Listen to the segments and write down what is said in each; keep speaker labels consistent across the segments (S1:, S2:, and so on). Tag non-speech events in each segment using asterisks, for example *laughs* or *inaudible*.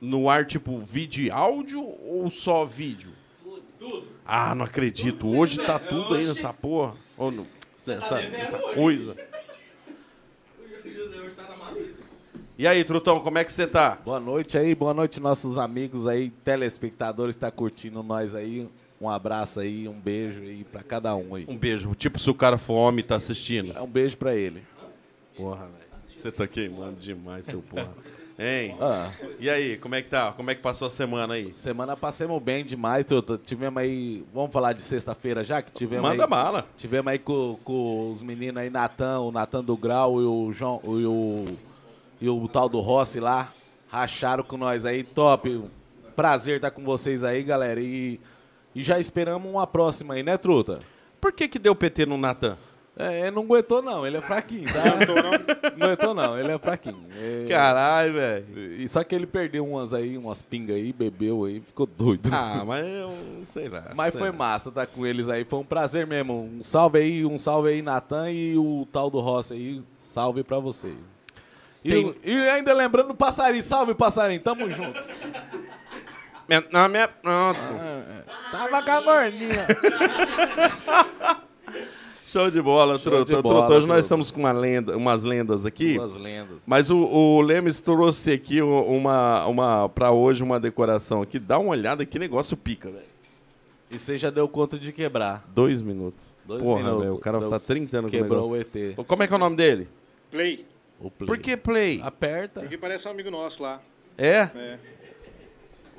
S1: no ar, tipo, vídeo e áudio ou só vídeo?
S2: Tudo.
S1: Ah, não acredito.
S2: Tudo que
S1: hoje
S2: você
S1: tá
S2: quiser.
S1: tudo aí
S2: Hoje-
S1: nessa porra. Ou não? Nessa,
S2: devendo
S1: nessa
S2: hoje.
S1: coisa.
S2: O José hoje tá na malícia.
S1: E aí, Trutão, como é que você tá?
S3: Boa noite aí, boa noite nossos amigos aí, telespectadores que tá curtindo nós aí. Um abraço aí, um beijo aí pra cada um aí.
S1: Um beijo. Tipo, se o cara for homem e tá assistindo.
S3: É um beijo pra ele.
S1: Porra, velho. Você tá queimando demais, seu porra. Hein?
S3: Ah,
S1: E aí, como é que tá? Como é que passou a semana aí?
S3: semana passamos bem demais, truta. Tivemos aí, vamos falar de sexta-feira já que tivemos
S1: Manda
S3: aí,
S1: bala.
S3: Tivemos aí com, com os meninos aí, Natan, o Natan do Grau e o João e o, e o tal do Rossi lá. Racharam com nós aí, top. Prazer estar com vocês aí, galera. E, e já esperamos uma próxima aí, né, truta?
S1: Por que que deu PT no Natan?
S3: É, ele não aguentou não, ele é fraquinho, tá? Não aguentou não, ele é fraquinho. É,
S1: Caralho, velho.
S3: e só que ele perdeu umas aí, umas pingas aí, bebeu aí, ficou doido.
S1: Ah, mas eu sei lá.
S3: Mas
S1: sei
S3: foi
S1: lá.
S3: massa tá com eles aí, foi um prazer mesmo. Um salve aí, um salve aí, Natan e o tal do Rossi aí, salve pra vocês. E,
S1: Tem-
S3: o- e ainda lembrando o passarinho, salve passarinho, tamo junto.
S1: Minha, não, minha, pronto.
S3: Tava com a morninha.
S1: Show de bola,
S3: Show
S1: Truta.
S3: de
S1: Truta,
S3: bola,
S1: hoje nós
S3: Truta.
S1: estamos com uma lenda, umas lendas aqui.
S3: Duas lendas.
S1: Mas o, o Lemes trouxe aqui u- uma, uma para hoje uma decoração aqui. Dá uma olhada que negócio pica, velho.
S3: E você já deu conta de quebrar.
S1: Dois minutos.
S3: Dois
S1: Porra,
S3: minutos.
S1: velho, o cara
S3: Deu-
S1: tá 30 anos com o
S3: Quebrou o ET.
S1: negócio. Como é que é o nome dele?
S4: Play.
S3: O play.
S1: Por que Play?
S3: Aperta.
S4: Porque parece um amigo nosso
S1: *laughs*
S4: lá.
S1: É?
S4: É.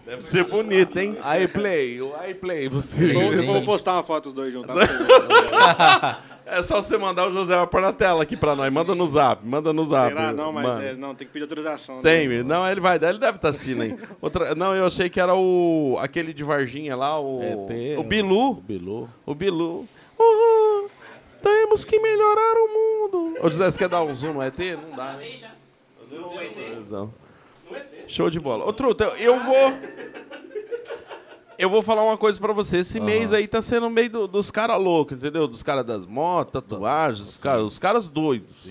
S1: Deve ser bonito, hein?
S3: Aí, play, o aí, play, você.
S4: Vou,
S2: Sim.
S4: vou postar uma foto dos dois juntos. tá? Será?
S1: É só você mandar o José vai pôr na tela aqui pra nós. Manda no zap, manda no zap.
S4: Não, mas
S1: Tá mano.
S4: é, não, tem que pedir autorização. né?
S1: Tem, não, ele vai dar, ele deve estar assistindo *laughs* aí. Outra, não, eu achei que era o aquele de Varginha lá, o
S3: ET,
S1: o Bilu.
S3: O Bilu.
S1: O Bilu. Uhul, temos que melhorar o mundo. Ô, José, você quer dar um zoom no ET? Não dá, né? Não. é Show de bola. Ô, Truta, eu eu vou... Eu vou falar uma coisa pra você. Esse mês aí tá sendo meio do- dos caras loucos, entendeu? Dos caras das motos, tatuagens, os caras, os caras doidos.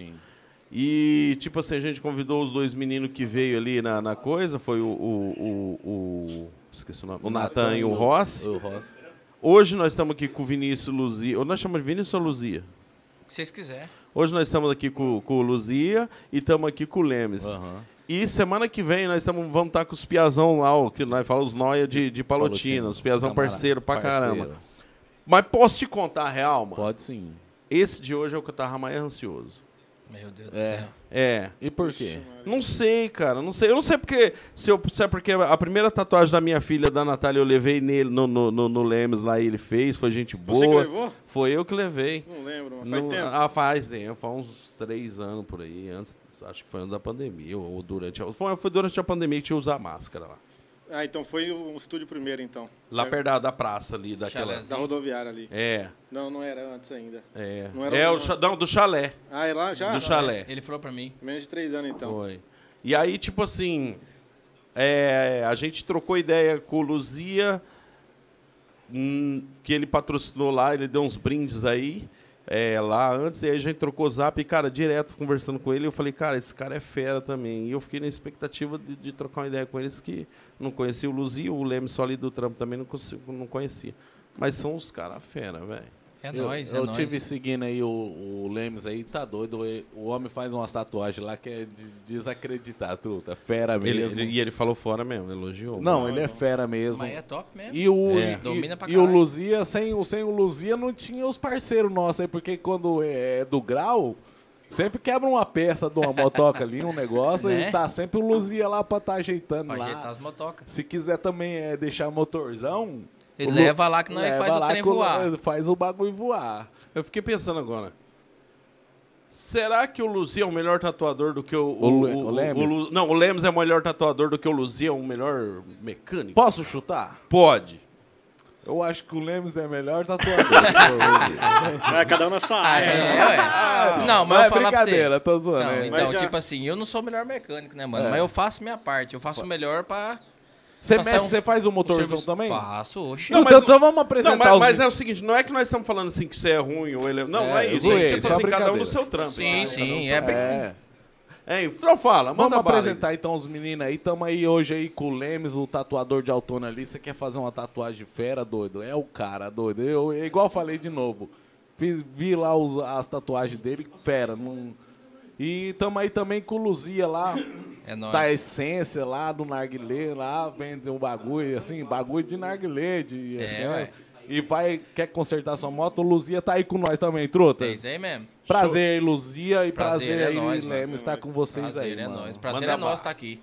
S1: E, tipo assim, a gente convidou os dois meninos que veio ali na, na coisa, foi o... o, o- o- esqueci o nome. O Natan e o Rossi.
S3: O Rossi.
S1: Hoje nós estamos aqui com o Vinícius Luzia. Ou nós chamamos de Vinícius ou Luzia?
S2: O que vocês quiserem.
S1: Hoje nós estamos aqui com, com o Luzia e estamos aqui com o Lemes.
S3: Aham.
S1: E semana que vem nós estamos, vamos estar com os Piazão lá, o que nós falamos, os Noia de, de Palotina, os Piazão
S3: camarada-
S1: parceiro pra caramba.
S3: parceiro.
S1: Mas posso te contar a real, mano?
S3: Pode sim.
S1: Esse de hoje é o que eu tava mais ansioso.
S2: Meu Deus do céu.
S1: É.
S3: E por quê?
S1: Não sei, cara, não sei. Eu não sei porque. Se, eu, se é porque a primeira tatuagem da minha filha, da Natália, eu levei nele, no, no, no, no Lemes lá, e ele fez, foi gente boa.
S4: Você que levou?
S1: Foi eu que levei.
S4: Não lembro, mas faz
S1: Não-
S4: tempo.
S1: Ah, faz tempo, faz uns três anos por aí, antes, acho que foi antes da pandemia, ou, ou durante a. Foi, foi durante a pandemia que tinha que usar máscara lá.
S4: Ah, então foi um estúdio primeiro, então.
S1: Lá
S4: É,
S1: perto da, da praça ali, daquela.
S2: Chalézinho.
S4: Da rodoviária ali.
S1: É,
S4: Não, não era antes ainda.
S1: é.
S4: Não era
S1: é
S4: o-
S1: o cha- não, do chalé.
S4: Ah, é lá já?
S1: do chalé.
S2: Ele falou pra mim.
S4: Menos de três anos, então.
S1: Foi. E aí, tipo assim, é, a gente trocou ideia com o Luzia, hum, que ele patrocinou lá, ele deu uns brindes aí, é, lá antes, e aí a gente trocou zap, e, cara, direto conversando com ele, eu falei, cara, esse cara é fera também. E eu fiquei na expectativa de, de trocar uma ideia com eles que não conhecia o Luzia, o Leme só ali do trampo também não, consigo, não conhecia. Mas são os caras fera, velho.
S2: É
S3: Eu,
S2: nóis, é
S3: eu
S2: nóis.
S3: tive seguindo aí o, o Lemes aí, tá doido. e- O homem faz umas tatuagens lá que é de desacreditar, truta. Fera
S1: Ele-
S3: mesmo.
S1: ele- e ele falou fora mesmo, elogiou.
S3: não, ele é fera mesmo.
S2: Mas é top mesmo.
S3: E o,
S1: É.
S3: e-
S2: Domina pra
S3: e, o
S2: caralho.
S3: Luzia, sem, o- sem o Luzia, não tinha os parceiros nossos aí, porque quando é do grau, sempre quebra uma peça de uma motoca ali, um negócio,
S2: Né?
S3: e tá sempre o Luzia lá pra tá ajeitando
S2: Pra
S3: lá.
S2: ajeitar as motocas.
S3: Se quiser também é, deixar motorzão.
S2: Ele
S3: o Lu-
S2: leva lá que nós
S3: leva
S2: faz o
S3: lá
S2: trem
S3: que
S2: voar.
S3: Faz o bagulho voar.
S1: Eu fiquei pensando agora. Será que o Luzia é o melhor tatuador do que o.
S3: O Le- o Lemes?
S1: Lu- não, o Lemes é o melhor tatuador do que o Luzia, é o melhor mecânico?
S3: Posso chutar?
S1: Pode.
S3: Eu acho que o Lemes é melhor tatuador.
S2: *laughs*
S3: que
S4: Vai, cada um na sua
S2: Ah,
S4: área.
S2: é,
S4: né?
S2: ué.
S3: o
S2: Não,
S3: Leme. Mas é
S2: mas eu falar pra você.
S3: brincadeira, tô zoando.
S2: Não,
S3: hein? É.
S2: então,
S4: Mas já-
S2: tipo assim, eu não sou o melhor mecânico, né, mano? Mas eu faço minha parte. Eu faço o melhor pra...
S3: Você
S2: passar
S3: mexe,
S2: um-
S3: você faz o motorzão
S2: serviço-
S3: também?
S2: Faço, oxe.
S3: Não,
S1: mas
S3: então,
S1: o-
S3: então vamos
S1: Não,
S3: apresentar
S1: mas,
S3: os
S1: mas é o seguinte, não é que nós estamos falando assim que você é ruim ou ele é. Não, não é
S3: É, eu
S1: isso. É
S3: zoei,
S1: tipo
S3: só
S1: assim, cada um
S3: brincadeira.
S1: no seu trampo.
S2: Sim, é
S1: né? Cada um no
S2: sim.
S1: seu-
S2: É, brin-
S3: É.
S1: Hein, então fala, manda
S3: Vamos
S1: bala aí.
S3: apresentar então os meninos aí. Tamo aí hoje aí com o Lemes, o tatuador de autona ali. Você quer fazer uma tatuagem fera, doido? É o cara, doido. Eu, é igual eu falei de novo. Fiz- vi lá os- as tatuagens dele, fera. não- E tamo aí também com o Luzia lá,
S2: É nóis.
S3: da essência lá, do narguilé lá, vende um bagulho, assim, bagulho de narguilé, de
S2: É,
S3: essência.
S2: ué.
S3: E vai, quer consertar sua moto, o Luzia tá aí com nós também, truta.
S2: É isso aí mesmo.
S3: Prazer aí, Luzia, e prazer,
S2: Prazer é
S3: aí,
S2: nóis, mano.
S3: Lemes, tá com vocês
S2: Prazer
S3: aí,
S2: é
S3: mano.
S2: nóis. Prazer
S1: Manda
S2: é nosso
S1: bala.
S2: estar aqui.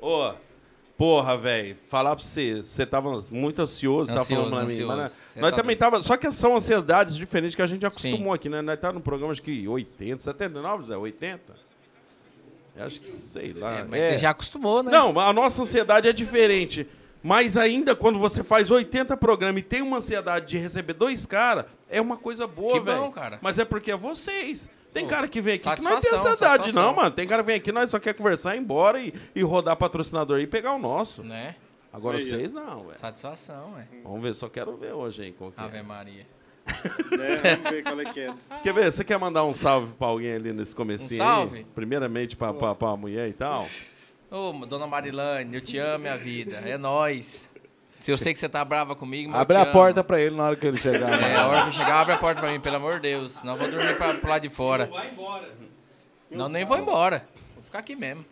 S1: Ô, porra, velho, falar pra você, você tava muito ansioso, tava
S2: Ansioso,
S1: falando pra mim.
S2: ansioso.
S1: mas, né,
S2: Cê
S1: nós
S2: tá
S1: também
S2: doido.
S1: tava, só que são ansiedades diferentes que a gente acostumou
S2: Sim.
S1: aqui, né? Nós tá no programa acho que 80, 79, Zé, 80? Eu Acho que sei lá.
S3: Ah,
S2: É, mas
S1: É.
S2: você já acostumou, né?
S1: Não, a nossa ansiedade é diferente. Mas ainda quando você faz 80 programas e tem uma ansiedade de receber dois caras, é uma coisa boa,
S2: Que bom,
S1: velho.
S2: cara.
S1: Mas é porque é vocês. Tem
S2: Pô,
S1: cara que vem aqui que não tem
S2: satisfação,
S1: ansiedade, não,
S2: satisfação.
S1: mano. Tem cara que vem aqui, nós só quer conversar, ir embora e, e rodar patrocinador e pegar o nosso.
S2: Né?
S1: Agora
S4: Aí, ó.
S1: vocês não, velho.
S2: Satisfação, é.
S1: Vamos ver, só quero ver hoje, hein, qual que é.
S2: Ave Maria.
S4: É, vamos ver qual é que é.
S1: Quer ver? Você quer mandar um salve pra alguém ali nesse comecinho?
S2: Um
S1: aí?
S2: salve?
S1: Primeiramente pra, pra, pra mulher e tal.
S2: Ô, dona Marilane, eu te amo, minha vida. É nóis. Se eu sei que você tá brava comigo, mas eu
S3: Abre
S2: te
S3: a
S2: amo.
S3: porta pra ele na hora que ele chegar.
S2: *laughs* É, a
S3: mano.
S2: hora que eu chegar, abre a porta pra mim, pelo amor de Deus. Senão eu vou dormir pra, pro lado de fora. Não vai embora. Não, nem vou embora. Vou ficar aqui mesmo.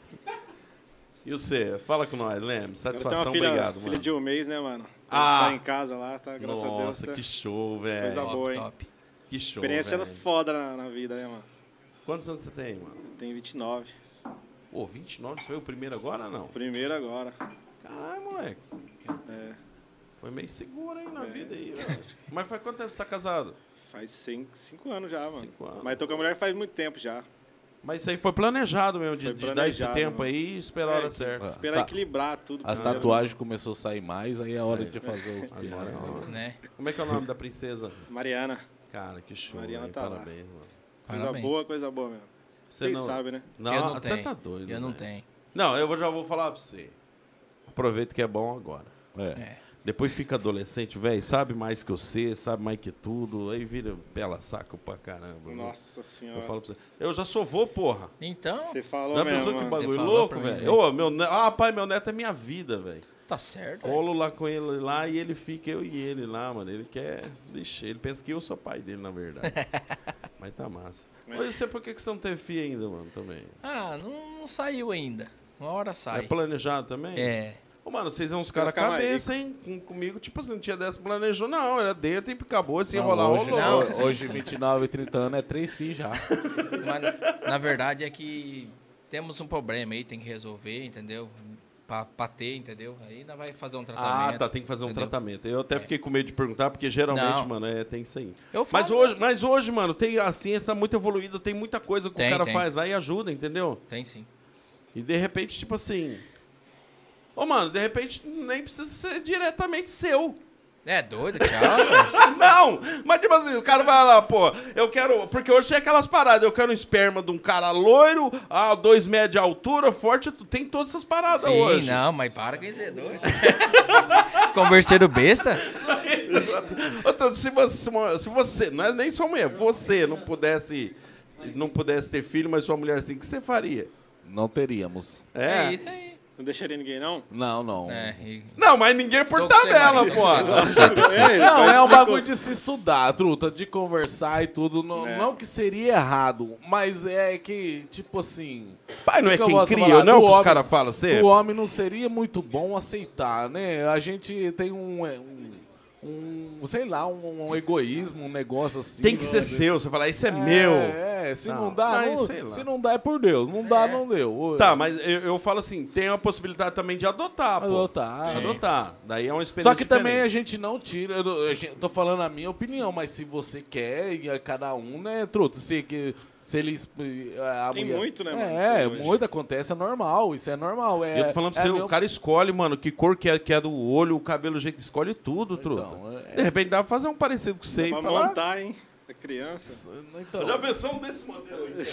S1: E você? Fala com nós, Leme.
S4: Eu tenho
S1: Satisfação,
S4: uma filha,
S1: obrigado,
S4: filha
S1: mano.
S4: de um mês, né, mano?
S1: Ah.
S4: Tá em casa lá, tá? Graças a Deus.
S1: Nossa,
S4: tá-
S1: que show, velho.
S4: Coisa Tá boa, hein?
S2: top.
S1: Que show.
S4: Experiência
S1: velho.
S4: foda na, na vida, né, mano?
S1: Quantos anos você tem, mano?
S4: Eu tenho 29.
S1: Pô, 29, você foi o primeiro agora ou não?
S4: Primeiro agora.
S1: Caralho, moleque.
S4: É,
S1: Foi meio seguro aí na vida aí, velho. Mas faz quanto tempo você tá casado?
S4: faz 5 anos já, mano.
S1: Cinco anos.
S4: Mas tô com a mulher faz muito tempo já.
S1: Mas isso aí foi planejado mesmo, de,
S4: Foi
S1: de dar esse
S4: planejado,
S1: tempo
S4: mano.
S1: aí e esperar a
S4: É,
S1: hora
S4: que-
S1: certa.
S3: As
S4: Esperar
S3: ta-
S4: equilibrar tudo.
S3: As
S4: primeiro.
S3: tatuagens começou a sair mais, aí é a hora de fazer os
S1: Agora,
S3: piadas.
S1: ó.
S2: Né?
S1: Como é que é o nome da princesa?
S4: Mariana.
S1: Cara, que show.
S4: Mariana
S1: hein?
S4: tá lá.
S1: Parabéns, mano.
S4: Coisa
S2: Parabéns.
S4: boa, coisa boa mesmo.
S1: Você
S4: Vocês
S1: não-
S4: sabem, né?
S1: Não,
S2: eu não
S1: você
S2: tenho.
S1: tá doido.
S2: Eu não
S1: velho.
S2: tenho.
S1: Não, eu vou- já vou falar pra você. Aproveita que é bom agora.
S3: É.
S2: É.
S1: Depois fica adolescente, velho, sabe mais que você, sabe mais que tudo, aí vira bela saco pra caramba. né?
S4: Nossa senhora.
S1: Eu falo pra você. Eu já sou vô, porra.
S2: Então,
S4: Você falou
S1: Não é
S4: mesmo,
S1: pessoa que
S4: mano.
S1: bagulho
S2: falou
S1: louco,
S2: pra mim,
S1: velho.
S2: né?
S1: Ô, meu, ne- ah, pai, meu neto é minha vida, velho.
S2: tá certo.
S1: Colo lá com ele lá e ele fica eu e ele lá, mano. Ele quer deixar, ele pensa que eu sou pai dele, na verdade.
S2: *laughs*
S1: Mas tá massa.
S4: É.
S1: Mas eu sei por que que você não teve filho ainda, mano, também.
S2: Ah, não, não saiu ainda. Uma hora
S1: É
S2: sai.
S1: planejado também?
S2: Tá É.
S1: Ô, mano, vocês são uns caras
S4: ficar mais
S1: cabeça, hein? Com- comigo, tipo assim, não tinha dessa, planejou, não. Era dentro e acabou, se enrolar,
S3: hoje,
S1: rolou.
S2: não, é um
S3: ho-
S2: sim,
S3: hoje
S2: sim.
S3: 29 e 30 anos, é três filhos já.
S2: Mas, na- na verdade, é que temos um problema aí, tem que resolver, entendeu? Pra, pra ter, entendeu? Aí ainda vai fazer um tratamento.
S1: Ah, tá, tem que fazer um
S2: entendeu? É.
S1: tratamento. Eu até fiquei com medo de perguntar, porque geralmente,
S2: Não.
S1: mano, é, tem isso aí.
S2: Eu
S1: Mas
S2: falo-
S1: hoje, mas hoje, mano, tem, a ciência tá muito evoluída, tem muita coisa que o
S2: Tem,
S1: cara
S2: tem.
S1: faz lá e ajuda, entendeu?
S2: Tem sim.
S1: E de repente, tipo assim. Ô, mano, de repente nem precisa ser diretamente seu.
S2: É doido,
S1: *laughs*
S2: tchau.
S1: Ah, não! Mas tipo assim, o cara vai lá, pô, eu quero. Porque hoje tem aquelas paradas, eu quero um esperma de um cara loiro, ah, dois metros de altura, forte, tu- tem todas essas paradas
S2: Sim,
S1: hoje. *laughs*
S2: não, mas para que é *laughs* doido. Converseiro besta?
S1: Então, se você, se você, não é nem sua mulher, você não pudesse, não pudesse ter filho, mas sua mulher assim, o que você faria?
S3: Não teríamos.
S2: É,
S1: É.
S2: isso aí.
S4: Não deixaria ninguém, não?
S3: Não, não.
S2: É, e-
S1: Não, mas ninguém é por
S2: Tô com você,
S1: tabela,
S2: Marcelo.
S1: pô.
S3: Não,
S4: É, mas
S3: é um
S4: explicou.
S3: bagulho de se estudar, truta, de conversar e tudo. Não,
S4: É.
S3: não que seria errado, mas é que, tipo assim,
S1: Pai não é
S3: Que eu
S1: quem
S3: posso
S1: cria,
S3: falar?
S1: não é o
S3: Do
S1: que os
S3: homem-
S1: caras falam sempre?
S3: o homem não seria muito bom aceitar, né? A gente tem um. é, um um, sei lá, um, um egoísmo, um negócio assim.
S1: Tem que ser
S3: né?
S1: seu, você fala, isso é, meu.
S3: É, se não,
S1: Não,
S3: dá,
S1: mas
S3: não-
S1: sei lá.
S3: se não dá é por Deus. Não dá,
S2: É.
S3: não deu.
S1: Tá, mas tá eu, eu falo assim, tem a possibilidade também de adotar, pô.
S3: Adotar.
S1: De Adotar. Daí é uma experiência
S3: Só que também a
S1: diferente.
S3: gente não tira. Eu, eu- eu tô falando a minha opinião, mas se você quer, e a cada um, né, truto? Se, que- se eles. A
S4: Tem
S3: mulher-
S4: muito, né, mano,
S3: É,
S4: isso aí hoje.
S3: muito acontece, é normal. Isso é normal. É,
S1: Eu tô falando pra
S3: é
S1: você,
S3: meu-
S1: o cara escolhe, mano, que cor que é, que é do olho, o cabelo, o jeito que escolhe tudo,
S3: Então,
S1: truta.
S3: é-
S1: De repente dá pra fazer um parecido com você e
S4: Pra
S1: falar...
S4: montar, hein? A criança.
S3: Então,
S1: pensou um desse modelo aí?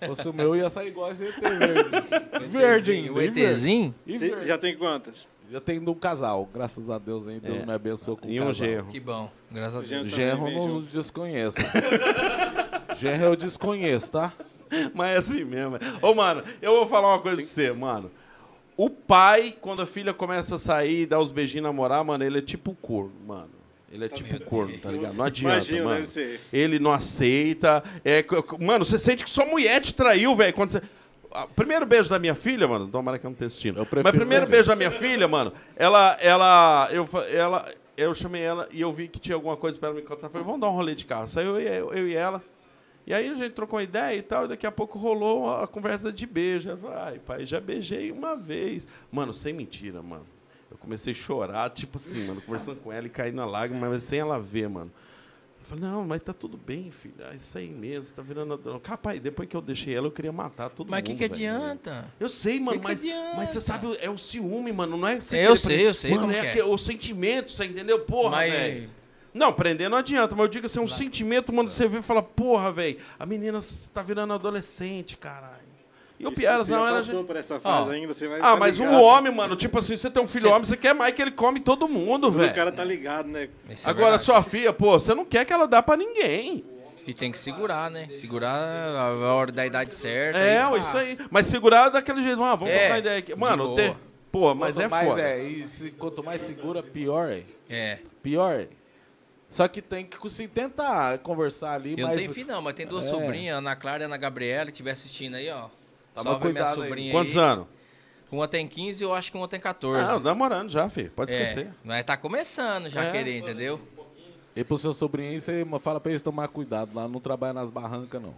S3: se fosse o meu, ia sair igual esse ET
S1: *laughs*
S3: verde. verde ainda.
S2: o
S3: e verde.
S2: ETzinho?
S3: E
S4: Cê
S1: é-
S3: verde.
S4: já tem quantas?
S3: Já tem um casal, graças a Deus, hein? Deus
S1: É.
S3: me abençoou com
S1: E
S3: casal.
S1: um genro.
S2: Que bom, graças a Deus.
S4: Gente,
S1: *laughs*
S3: Genro
S4: Também,
S3: não
S4: junto.
S3: desconheço. Genro eu desconheço, tá?
S1: *laughs* Mas é assim mesmo. Ô, mano, eu vou falar uma coisa pra você, mano. O pai, quando a filha começa a sair e dar os beijinhos namorar, mano, ele é tipo corno, mano. Ele é tipo
S2: Deus.
S1: corno, tá ligado? Não adianta,
S4: Imagino,
S1: mano.
S4: deve ser.
S1: Ele não aceita. É, c- c- mano, você sente que sua mulher te traiu, velho. Quando você... Ah, Primeiro beijo da minha filha, mano. Tomara que eu não tenha assistido.
S3: Eu prefiro
S1: Mas primeiro
S3: esse.
S1: beijo da minha filha, mano. Ela, ela, eu, fa- ela, eu chamei ela e eu vi que tinha alguma coisa pra ela me contar. Eu Falei, vamos dar um rolê de carro. Saiu eu, eu e ela. E aí a gente trocou uma ideia e tal, e daqui a pouco rolou a conversa de beijo. Ela falou, ai, pai, já beijei uma vez. Mano, sem mentira, mano. Eu comecei a chorar, tipo assim, mano, conversando com ela e caindo na lágrima, mas sem ela ver, mano. Eu falei, não, mas tá tudo bem, filho. Ah, isso aí mesmo, tá virando. adro- Capaz, depois que eu deixei ela, eu queria matar todo
S2: Mas o
S1: um mundo.
S2: que, que
S1: velho.
S2: adianta?
S1: Eu sei, mano,
S2: que
S1: mas,
S2: adianta?
S1: mas você sabe, é o ciúme, mano, não é... você querer
S2: Eu sei,
S1: pre-
S2: eu sei
S1: Mano,
S2: como
S1: é,
S2: que é.
S1: aquele- o sentimento, você entendeu? Porra,
S2: Mas-
S1: velho. Não, prender não adianta, mas eu digo assim, é um sentimento, mano, você vê e fala, porra, velho, a menina s- tá virando adolescente, caralho. E o
S4: E
S1: Piara,
S4: se você
S1: não era...
S4: passou por essa fase
S2: Ó.
S4: ainda, você vai
S1: Ah,
S4: tá
S1: mas um
S4: ligado.
S1: homem, mano, tipo assim, você tem um filho
S2: Cê-
S1: homem, você quer mais que ele come todo mundo,
S4: O
S1: velho.
S4: cara tá ligado, né?
S2: Isso é
S1: Agora,
S2: verdade.
S1: sua filha, pô, você não quer que ela dá pra ninguém.
S2: E tem que segurar, né? Segurar a a hora da idade certa.
S1: É,
S2: e pá.
S1: isso aí. Mas segurar daquele jeito, ah, vamos
S2: tá. É,
S1: trocar ideia aqui.
S2: de
S1: Mano,
S2: boa.
S1: ter... pô, mas
S3: Quanto
S1: é
S3: mais
S1: foda.
S3: É, e se- quanto mais segura, pior é.
S2: É.
S3: Pior é. Só que tem que conseguir tentar conversar ali,
S2: Eu não
S3: mas.
S2: tenho filho, não, mas tem duas
S3: É.
S2: sobrinhas, Ana Clara e Ana Gabriela, que estiver assistindo aí, ó.
S3: Toma
S2: Salve minha
S3: cuidado aí.
S2: sobrinha
S1: Quantos
S2: aí.
S1: anos?
S2: Uma tem 15 e eu acho que uma tem 14.
S1: Ah, namorando já, filho. Pode
S2: É,
S1: esquecer.
S2: mas tá começando já
S1: É.
S2: querer, entendeu?
S3: E pro seu sobrinho, aí, você fala pra eles tomar cuidado lá, não trabalha nas barrancas, não.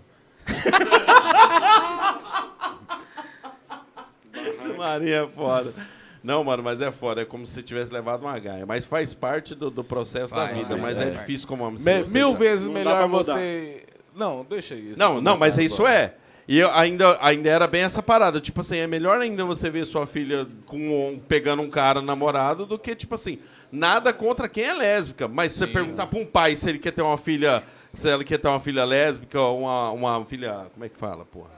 S1: Isso, Maria, é foda. Não, mano, mas é foda. É como se tivesse levado uma gaia. Mas faz parte do, do processo da
S2: Faz,
S1: vida.
S2: faz,
S1: Mas é
S2: faz.
S1: difícil como homem. se
S3: Me-
S1: você
S3: mil
S1: tá-
S3: vezes
S4: Não dá pra
S3: melhor
S4: mudar.
S3: você. Não, deixa isso. Tá
S1: Não, não, mas
S3: Comentário
S1: isso
S3: agora.
S1: é. E eu ainda, ainda era bem essa parada. Tipo assim, é melhor ainda você ver sua filha com um- pegando um cara namorado do que, tipo assim, nada contra quem é lésbica. Mas se você perguntar pra um pai se ele quer ter uma filha. Se ela quer ter uma filha lésbica ou uma, uma filha. Como é que fala, porra?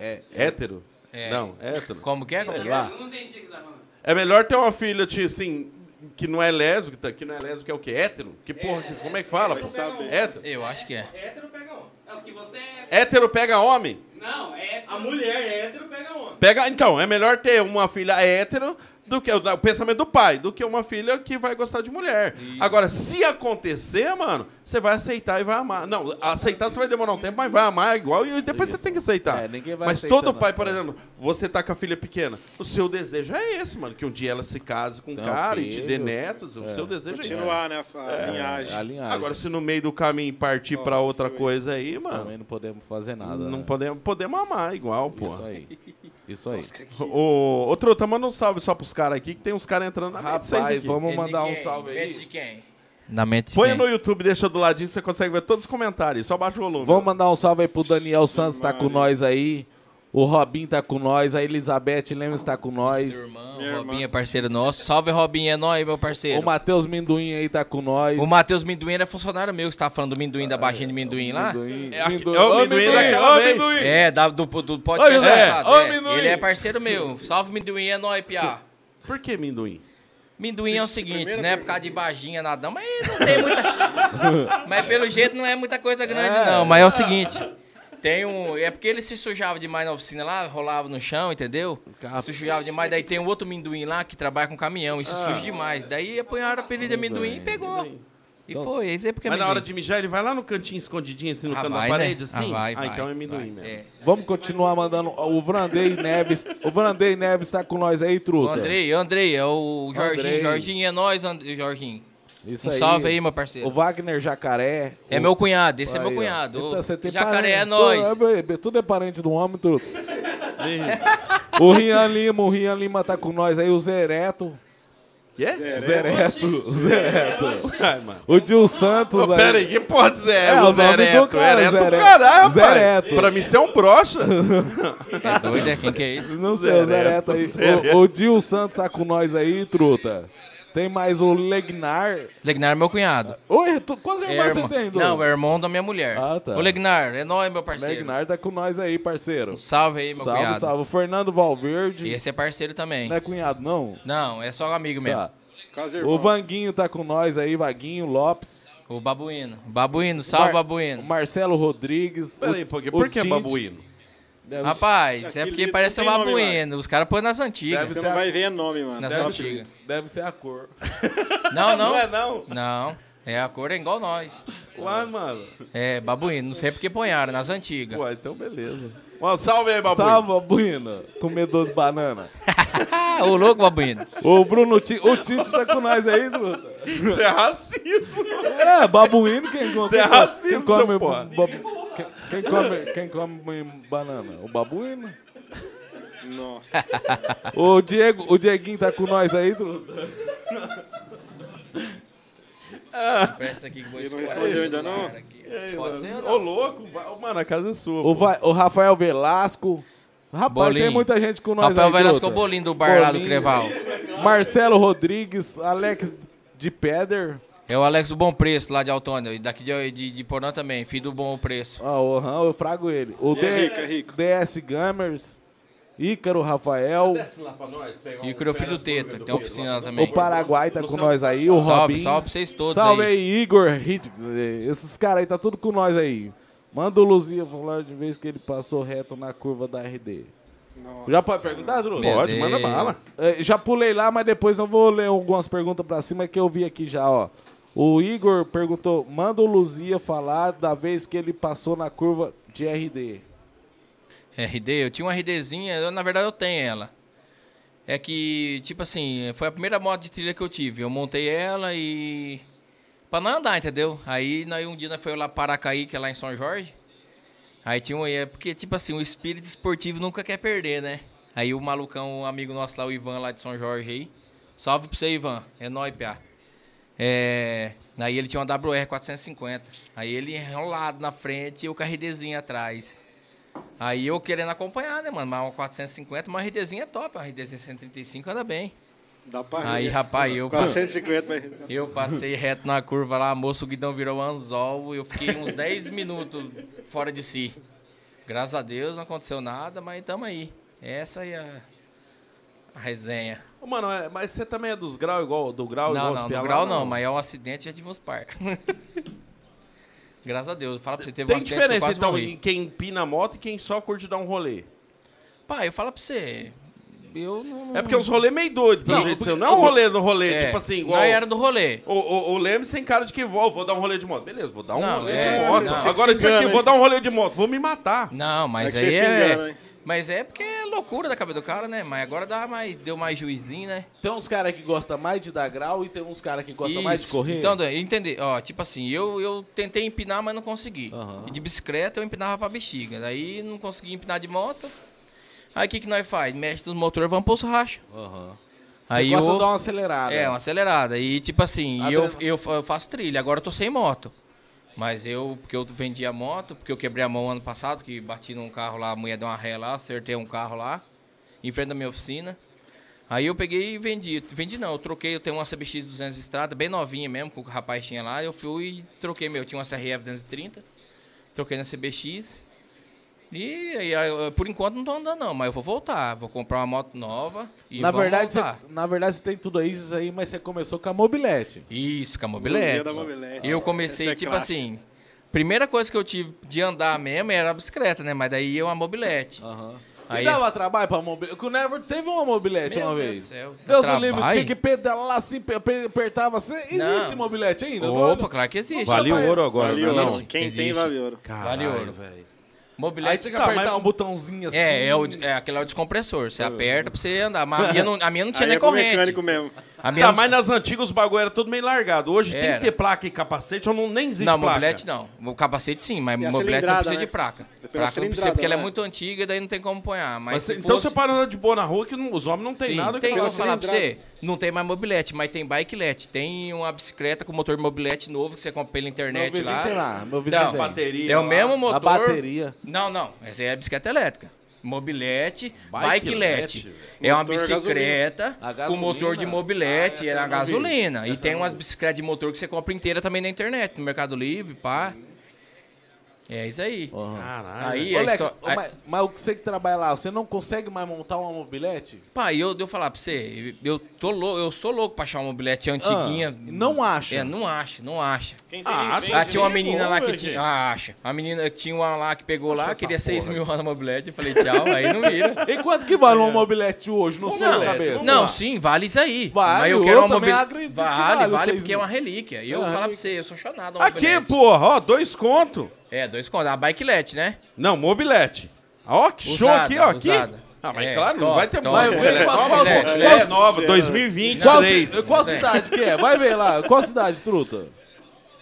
S1: É hétero?
S2: É.
S1: Não, hétero.
S2: Como que é? Como
S1: Sei
S2: que
S1: lá.
S2: é?
S5: tá
S1: É melhor ter uma filha, tipo assim, que não é lésbica, que não é lésbica é o quê? Hétero? Que porra, que, como é que fala?
S4: Vai
S1: pô?
S4: saber.
S1: Hétero?
S2: Eu acho que é.
S6: Hétero pega homem. É o que você é.
S1: Hétero pega homem?
S6: Não, é. A mulher é hétero pega homem.
S1: Pega, então, é melhor ter uma filha hétero do que o da- o pensamento do pai, do que uma filha que vai gostar de mulher. Agora, se acontecer, mano, você vai aceitar e vai amar. Não, aceitar você vai demorar um tempo, mas vai amar igual e depois você tem que aceitar.
S3: É, ninguém vai
S1: mas
S3: aceitar,
S1: todo
S3: não. É.
S1: pai, por exemplo, você tá com a filha pequena, o seu desejo é esse, mano, que um dia ela se case com um
S3: Tenha
S1: cara e te dê
S3: Então, filhos.
S1: netos, o seu desejo é isso.
S4: Continuar, né? A, a linhagem.
S3: A linhagem.
S1: Agora, se no meio do caminho partir pra outra
S4: foi.
S1: coisa aí,
S3: Também
S1: mano,
S3: não podemos fazer nada.
S1: não
S3: né?
S1: podemos, podemos amar igual, pô.
S3: Isso aí. Isso aí.
S1: Ô, ô Truta, manda um salve só pros caras aqui, que tem uns caras entrando na mente de vocês
S3: Rapaz,
S1: aqui.
S3: vamos
S2: É
S3: mandar
S2: de
S3: um
S2: quem?
S3: salve
S2: Mente
S3: aí.
S2: de quem? Na mente de
S1: Põe
S2: quem?
S1: no YouTube, deixa do ladinho, você consegue ver todos os comentários. Só baixa o volume.
S3: Vamos mandar um salve aí pro Daniel Santos, tá com
S4: Maria.
S3: nós aí. O Robin tá com nós. A Elizabeth Lemos tá com
S2: Meu
S3: nós.
S2: irmão,
S4: Minha
S2: Robinho
S4: irmã.
S2: é parceiro nosso. Salve, Robinho, é nóis, meu parceiro.
S3: O Matheus Minduim aí tá com nós.
S2: O Matheus Minduim era funcionário meu, que você tava falando do Minduim, da baixinha de Minduim lá.
S3: É, Minduim.
S1: É, aqui-
S3: Minduim.
S1: é o
S3: Ô,
S1: Minduim
S3: Minduim,
S1: daquela
S3: ô,
S1: vez.
S3: Minduim.
S2: É, da- do, do podcast
S3: Ô, José,
S2: passado,
S3: ô,
S2: é.
S3: Minduim.
S2: Ele é parceiro meu. Salve, Minduim, é nóis, piá.
S1: Por que minduim?
S2: Minduim é o
S4: Ixi,
S2: seguinte,
S4: primeira
S2: né? Por causa de baginha na dama, aí não tem muita.
S1: *laughs*
S2: mas pelo jeito não é muita coisa grande,
S3: É.
S2: não. Mas é o seguinte. Tem um. É porque ele se sujava demais na oficina lá, rolava no chão, entendeu?
S3: Capaz.
S2: Se sujava demais. Daí tem um outro minduim lá que trabalha com caminhão. Isso
S1: Ah.
S2: suja demais. Daí apanharam o apelido de amendoim e pegou. E foi. Isso aí porque é
S1: Então, Mas na hora
S2: amendoim.
S1: de mijar, ele vai lá no cantinho escondidinho, assim, no
S2: Ah,
S1: canto
S2: vai,
S1: da
S2: né?
S1: parede, assim?
S2: Ah, vai, vai,
S1: então é minduim
S2: vai.
S1: mesmo.
S2: É.
S3: Vamos continuar mandando. O
S2: *laughs*
S3: Vrandei Neves. O Vrandei Neves tá com nós aí,
S2: O
S3: truta.
S2: Andrei, Andrei, é o Jorginho.
S3: Andrei.
S2: Jorginho é nós, And- Jorginho.
S3: Isso
S2: um
S3: aí.
S2: salve aí, meu
S3: O
S2: parceiro.
S3: Wagner Jacaré.
S2: É
S3: o-
S2: meu cunhado, esse é meu
S3: Aí, ó.
S2: cunhado.
S3: Então, você tem
S2: Jacaré é
S3: parente.
S2: nós.
S3: Tudo é, bebê, Tudo é parente do homem, tudo.
S2: *laughs*
S3: o Rian Lima, o Rian Lima tá com nós aí, o Zereto.
S1: Que é? *laughs*
S4: Zero.
S3: Zereto, Zereto.
S1: Ai,
S3: *laughs*
S1: mano.
S3: O Dil Santos
S1: Ô,
S3: aí.
S1: pera aí, que porra de Zé?
S3: É, o
S1: o
S3: nome
S1: Zé
S3: do
S1: Ereto.
S3: cara,
S1: Ereto,
S3: Zé Ereto.
S1: caralho,
S3: Zé
S1: rapaz.
S3: Ereto.
S1: Pra mim, você é um
S3: *laughs*
S1: brocha.
S2: É doido, é quem que é isso?
S3: Não sei, o
S1: Zereto,
S3: Zereto aí.
S1: Zereto.
S3: O, o Dil Santos tá com nós aí, truta. Tem mais o Legnar.
S2: Legnar é
S3: *laughs*
S2: meu cunhado.
S3: Oi, tu, quantos
S2: É
S3: irmãos você
S2: irmão-
S3: tem, Du?
S2: Não, é irmão da minha mulher.
S3: Ah, tá.
S2: O Legnar, é nóis, meu parceiro.
S3: Legnar tá com nós aí, parceiro.
S2: Salve aí, meu
S3: salve,
S2: cunhado.
S3: salve. O Fernando Valverde.
S2: Esse é parceiro também.
S3: Não é cunhado, não?
S2: Não, é só amigo mesmo.
S3: Tá.
S4: Quase
S3: O
S4: irmão.
S3: Vanguinho tá com nós aí, Vaguinho Lopes.
S2: O O Babuíno. Babuíno, salve
S3: Mar-
S2: Babuíno.
S3: O Marcelo Rodrigues.
S1: Peraí,
S3: o-
S1: um pouquinho.
S3: o
S1: Por que
S3: Tite-
S1: babuíno?
S3: deve-
S2: Rapaz, é
S4: Aquele
S2: porque
S4: não
S2: parece o
S4: tem nome
S3: né?
S2: Babuíno. Os caras põem nas antigas.
S4: Você
S1: é
S4: não vai ver nome, mano.
S2: Nas
S3: um
S4: Só-
S2: antigas.
S3: Deve ser a cor.
S2: Não, não.
S3: *laughs* Não é não?
S2: Não. É, a cor é igual nós.
S3: Lá, mano.
S2: É, Babuíno. Não sei porque ponharam, nas antigas.
S3: Ué, então beleza.
S1: Ó, salve aí, babuíno.
S3: Salve, Babuíno. Comedor de banana.
S2: Ah, ô louco, Babuíno.
S3: Ô, Bruno, Ti- o Tite tá com nós aí, Bruno.
S1: Isso é racismo.
S3: É, babuíno quem come.
S1: Você é
S3: quem come-
S1: racista,
S3: quem come,
S1: pô.
S3: ba- ba- quem, quem come, quem come banana? O babuíno?
S4: Nossa.
S3: O Diego, o Dieguinho tá com nós aí, Truta?
S2: Presta aqui que eu vou
S4: Ele não
S2: explorar
S4: respondeu ainda,
S2: esse lugar
S4: não?
S2: aqui. Pode ser ou
S1: Ô,
S2: não?
S1: louco. vai- ô, Mano, a casa é sua.
S3: O,
S1: pô.
S3: Va- o Rafael Velasco. Rapaz,
S2: Bolinho.
S3: tem muita gente com nós
S2: Rafael
S3: aí,
S2: Velasco é o
S3: Truta.
S2: bolinho do bar lá do
S3: Bolinho.
S2: Creval.
S3: Marcelo Rodrigues, Alex de Peder.
S2: É o Alex do Bom Preço lá de Autônia. E daqui de, de, de Porão também, filho do Bom Preço.
S3: Ah, o Han, eu frago ele. O D-
S4: é rico, é rico.
S3: DS Gamers. Ícaro Rafael.
S1: Desce lá pra nós, pega um
S2: E o Criofi do
S1: férias
S2: Teta,
S1: do
S2: tem uma
S1: Pedro.
S2: oficina lá também.
S3: O Paraguai tá com nós aí. O
S2: Salve,
S3: Robin.
S2: salve pra vocês todos
S3: Salve
S2: aí.
S3: aí, Igor Hitch. Esses caras aí, tá tudo com nós aí. Manda o Luzia falar de vez que ele passou reto na curva da RD.
S4: Nossa.
S3: Já pode perguntar, Drew?
S2: Meu
S1: Pode,
S2: Deus.
S1: manda
S2: Ah.
S1: bala.
S3: É, já pulei lá, mas depois eu vou ler algumas perguntas pra cima que eu vi aqui já, ó. O Igor perguntou: manda o Luzia falar da vez que ele passou na curva de RD.
S2: RD, eu tinha uma RDzinha, eu, na verdade eu tenho ela. É que, tipo assim, foi a primeira moto de trilha que eu tive. Eu montei ela e. Pra não andar, entendeu? Aí nós- um dia nós foi lá para Aracaí, que é lá em São Jorge. Aí tinha um. é Porque, tipo assim, o espírito esportivo nunca quer perder, né? Aí o malucão, um amigo nosso lá, o Ivan, lá de São Jorge aí. Salve pra você, Ivan. É nóis, piá. É, aí ele tinha uma WR 450. Aí ele enrolado na frente e o carredezinho atrás. Aí eu querendo acompanhar, né, mano? Mas uma 450, uma RDzinha é top. Uma RDzinha 135 anda bem.
S4: Dá pra
S2: Aí,
S4: rir.
S2: rapaz, eu passei,
S4: 450, mas...
S2: eu passei reto na curva lá, moço, o guidão virou anzol. Eu fiquei uns 10 minutos fora de si. Graças a Deus não aconteceu nada, mas tamo aí. Essa é a, a resenha.
S1: Ô, Mano, é- mas você também é dos grau igual do grau
S2: Não,
S1: igual
S2: não,
S1: os
S2: no
S1: piá lá,
S2: grau não, mas é um acidente já de Vospar. *laughs* Graças a Deus, fala pra você, teve um
S1: Tem
S2: acidente que eu
S1: diferença
S2: quase
S1: então
S2: morri.
S1: em quem empina a moto e quem só curte dar um rolê.
S2: Pai, eu falo pra você, eu não...
S1: É porque os rolês meio doidos, pelo
S2: Hum. Não,
S1: jeito
S2: porque-
S1: seu. Não é um rolê no rolê,
S2: É,
S1: tipo assim, igual.
S2: Não era do rolê.
S1: O, o, o Lemes tem cara de que vou, vou dar um rolê de moto. Beleza, vou dar um
S2: Não,
S1: rolê
S2: é,
S1: de moto.
S2: não. né?
S1: Agora isso aqui,
S4: Engana,
S1: vou
S4: hein?
S1: dar um rolê de moto, vou me matar.
S2: Não, mas
S4: É que
S2: aí
S4: você
S2: é,
S4: xingando, hein?
S2: Mas é porque é loucura da cabeça do cara, né? Mas agora dá mais, deu mais juizinho, né?
S3: Tem uns caras que gostam mais de dar grau e tem uns caras que gostam mais de
S2: Isso.
S3: correr.
S2: Então, Dan, entendi. Ó, tipo assim, eu, eu tentei empinar, mas não consegui.
S3: Aham.
S2: E de bicicleta eu empinava pra bexiga. Daí não consegui empinar de moto. Aí o que, que nós faz? Mexe nos motores, vamos pros racha.
S3: Aham.
S2: Aí
S3: Você gosta
S2: eu-
S3: de dar uma acelerada.
S2: É, uma acelerada. E tipo assim,
S3: Adre-
S2: eu, eu, fa- eu faço trilha, agora eu tô sem moto. Mas eu, porque eu vendi a moto, porque eu quebrei a mão ano passado, que bati num carro lá, a mulher deu uma ré lá, acertei um carro lá, em frente da minha oficina. Aí eu peguei e vendi. Vendi não, eu troquei, eu tenho uma CBX 200 estrada, bem novinha mesmo, que o rapaz tinha lá. Eu fui e troquei meu, eu tinha uma CRF 230, troquei na CBX. E, e aí, eu- por enquanto não tô andando não, mas eu vou voltar, vou comprar uma moto nova e
S3: na,
S2: vamos
S3: verdade, você,
S2: voltar.
S3: na verdade, você tem tudo isso aí, mas você começou com a mobilete.
S2: Isso, com a
S4: Dia
S2: mobilete.
S4: da mobilete.
S2: Eu comecei,
S4: Essa é
S2: tipo
S4: clássica.
S2: assim, primeira coisa que eu tive de andar mesmo era a bicicleta, né? Mas daí eu a mobilete.
S3: Aham.
S2: Aí-
S3: E dava trabalho pra mobilete. Que o Never teve uma mobilete
S2: Meu
S3: uma
S2: Deus
S3: vez.
S2: do céu.
S3: Deus o
S2: Trabalho?
S3: livre, tinha que pedalar assim, pe- pe- apertava assim. Existe
S2: Não.
S3: mobilete ainda?
S2: Opa, claro que existe.
S1: Vale
S3: Valeu
S1: o ouro agora,
S4: Vale
S1: né?
S4: ouro.
S2: Não,
S4: Quem tem,
S2: existe.
S4: vale ouro.
S2: Vale ouro.
S1: velho.
S3: Aí
S2: Mobilete.
S3: tinha que
S1: Tá,
S3: apertar
S1: mas-
S3: um botãozinho assim.
S2: É, é, o, é, aquele é o descompressor. Você aperta pra você andar. Mas a minha não,
S4: *laughs*
S2: a minha não tinha
S4: Aí
S2: nem
S4: é pro
S2: corrente.
S4: mecânico mesmo.
S2: A minha
S1: Tá,
S2: não,
S1: mas nas antigas os bagulho era tudo meio largado. Hoje tem
S2: Era.
S1: que ter placa e capacete, ou não, nem existe
S2: não,
S1: placa.
S2: mobilete não. O capacete sim, mas
S4: E a
S2: mobilete não
S4: cilindrada,
S2: precisa
S4: né?
S2: de placa.
S4: Depende da
S2: Placa não precisa,
S4: cilindrada,
S2: porque ela é
S4: né?
S2: muito antiga e daí não tem como apanhar. Mas
S1: Mas
S2: se
S1: cê- então
S2: fosse-
S1: você para andar de boa na rua que não- os homens não tem
S2: Sim,
S1: nada
S2: tem
S1: que
S2: como
S1: falar.
S2: falar pra você.
S4: cilindrada.
S2: Não tem mais mobilete, mas tem bikelet. Tem uma bicicleta com motor mobilete novo que você compra pela
S3: Meu
S2: internet
S3: vizinho
S2: lá.
S3: tem lá. Meu vizinho
S2: Então,
S3: tem.
S1: bateria
S2: é o
S1: lá.
S2: mesmo motor.
S3: A bateria.
S2: Não, não. Essa é a bicicleta elétrica. Mobilete,
S1: Bikelet,
S2: bikelet.
S1: velho.
S2: É uma
S4: Motor a gasolina.
S2: bicicleta
S3: A
S2: com
S3: gasolina?
S2: motor de
S3: Ah,
S2: mobilete,
S3: essa
S2: é na
S3: eu não vi.
S2: gasolina. E tem umas bicicletas de motor que você compra inteira também na internet, no Mercado Livre, pá. É isso aí.
S1: Caralho.
S2: Aí
S3: Uhum. Ô,
S2: a
S3: Leca,
S2: histó-
S3: ô, mas, mas o que você que trabalha lá, você não consegue mais montar uma mobilete?
S2: Pai, eu devo falar pra você, eu tô louco, eu sou louco pra achar uma mobilete antiguinha.
S3: Ah, não acha.
S2: É, não acha, não acha.
S7: Quem tem
S1: Ah, acho
S7: vence,
S2: Ah, tinha uma
S7: né?
S2: menina lá que
S7: Porra, gente.
S2: tinha. Ah, acha. A menina tinha uma lá que pegou lá,
S1: essa
S2: queria 6
S1: porra.
S2: mil reais na mobilete. Eu falei, tchau, aí não vira.
S3: E quanto que vale uma mobilete hoje no seu
S2: Não,
S3: cabeça?
S2: não, sim, vale isso aí.
S3: Vale,
S2: Mas eu
S3: eu
S2: quero uma
S3: também
S2: mobilete.
S3: acredito que
S2: Vale,
S3: vale
S2: vale,
S3: os seis
S2: porque é
S3: mil.
S2: uma relíquia. E eu
S3: Ah,
S2: vou falar pra
S3: relíquia.
S2: você, eu sou chonado.
S1: Aqui, porra, ó, dois conto.
S2: É, dois contos. A bikelet, né?
S1: Não, mobilete. Ó, que show
S2: Usada,
S1: aqui, ó. aqui.
S2: usada.
S1: Ah, mas
S2: É,
S1: claro, não
S2: top,
S1: vai ter
S2: top.
S1: mais
S2: Mas
S1: mobilete.
S3: qual-
S1: Nova,
S3: qual-
S1: mobilete.
S3: qual-
S1: É
S3: qual-
S1: nova,
S3: Qual,
S1: 2023.
S3: ci- qual
S2: Não tem.
S3: cidade que é? Vai ver lá. Qual cidade, truta?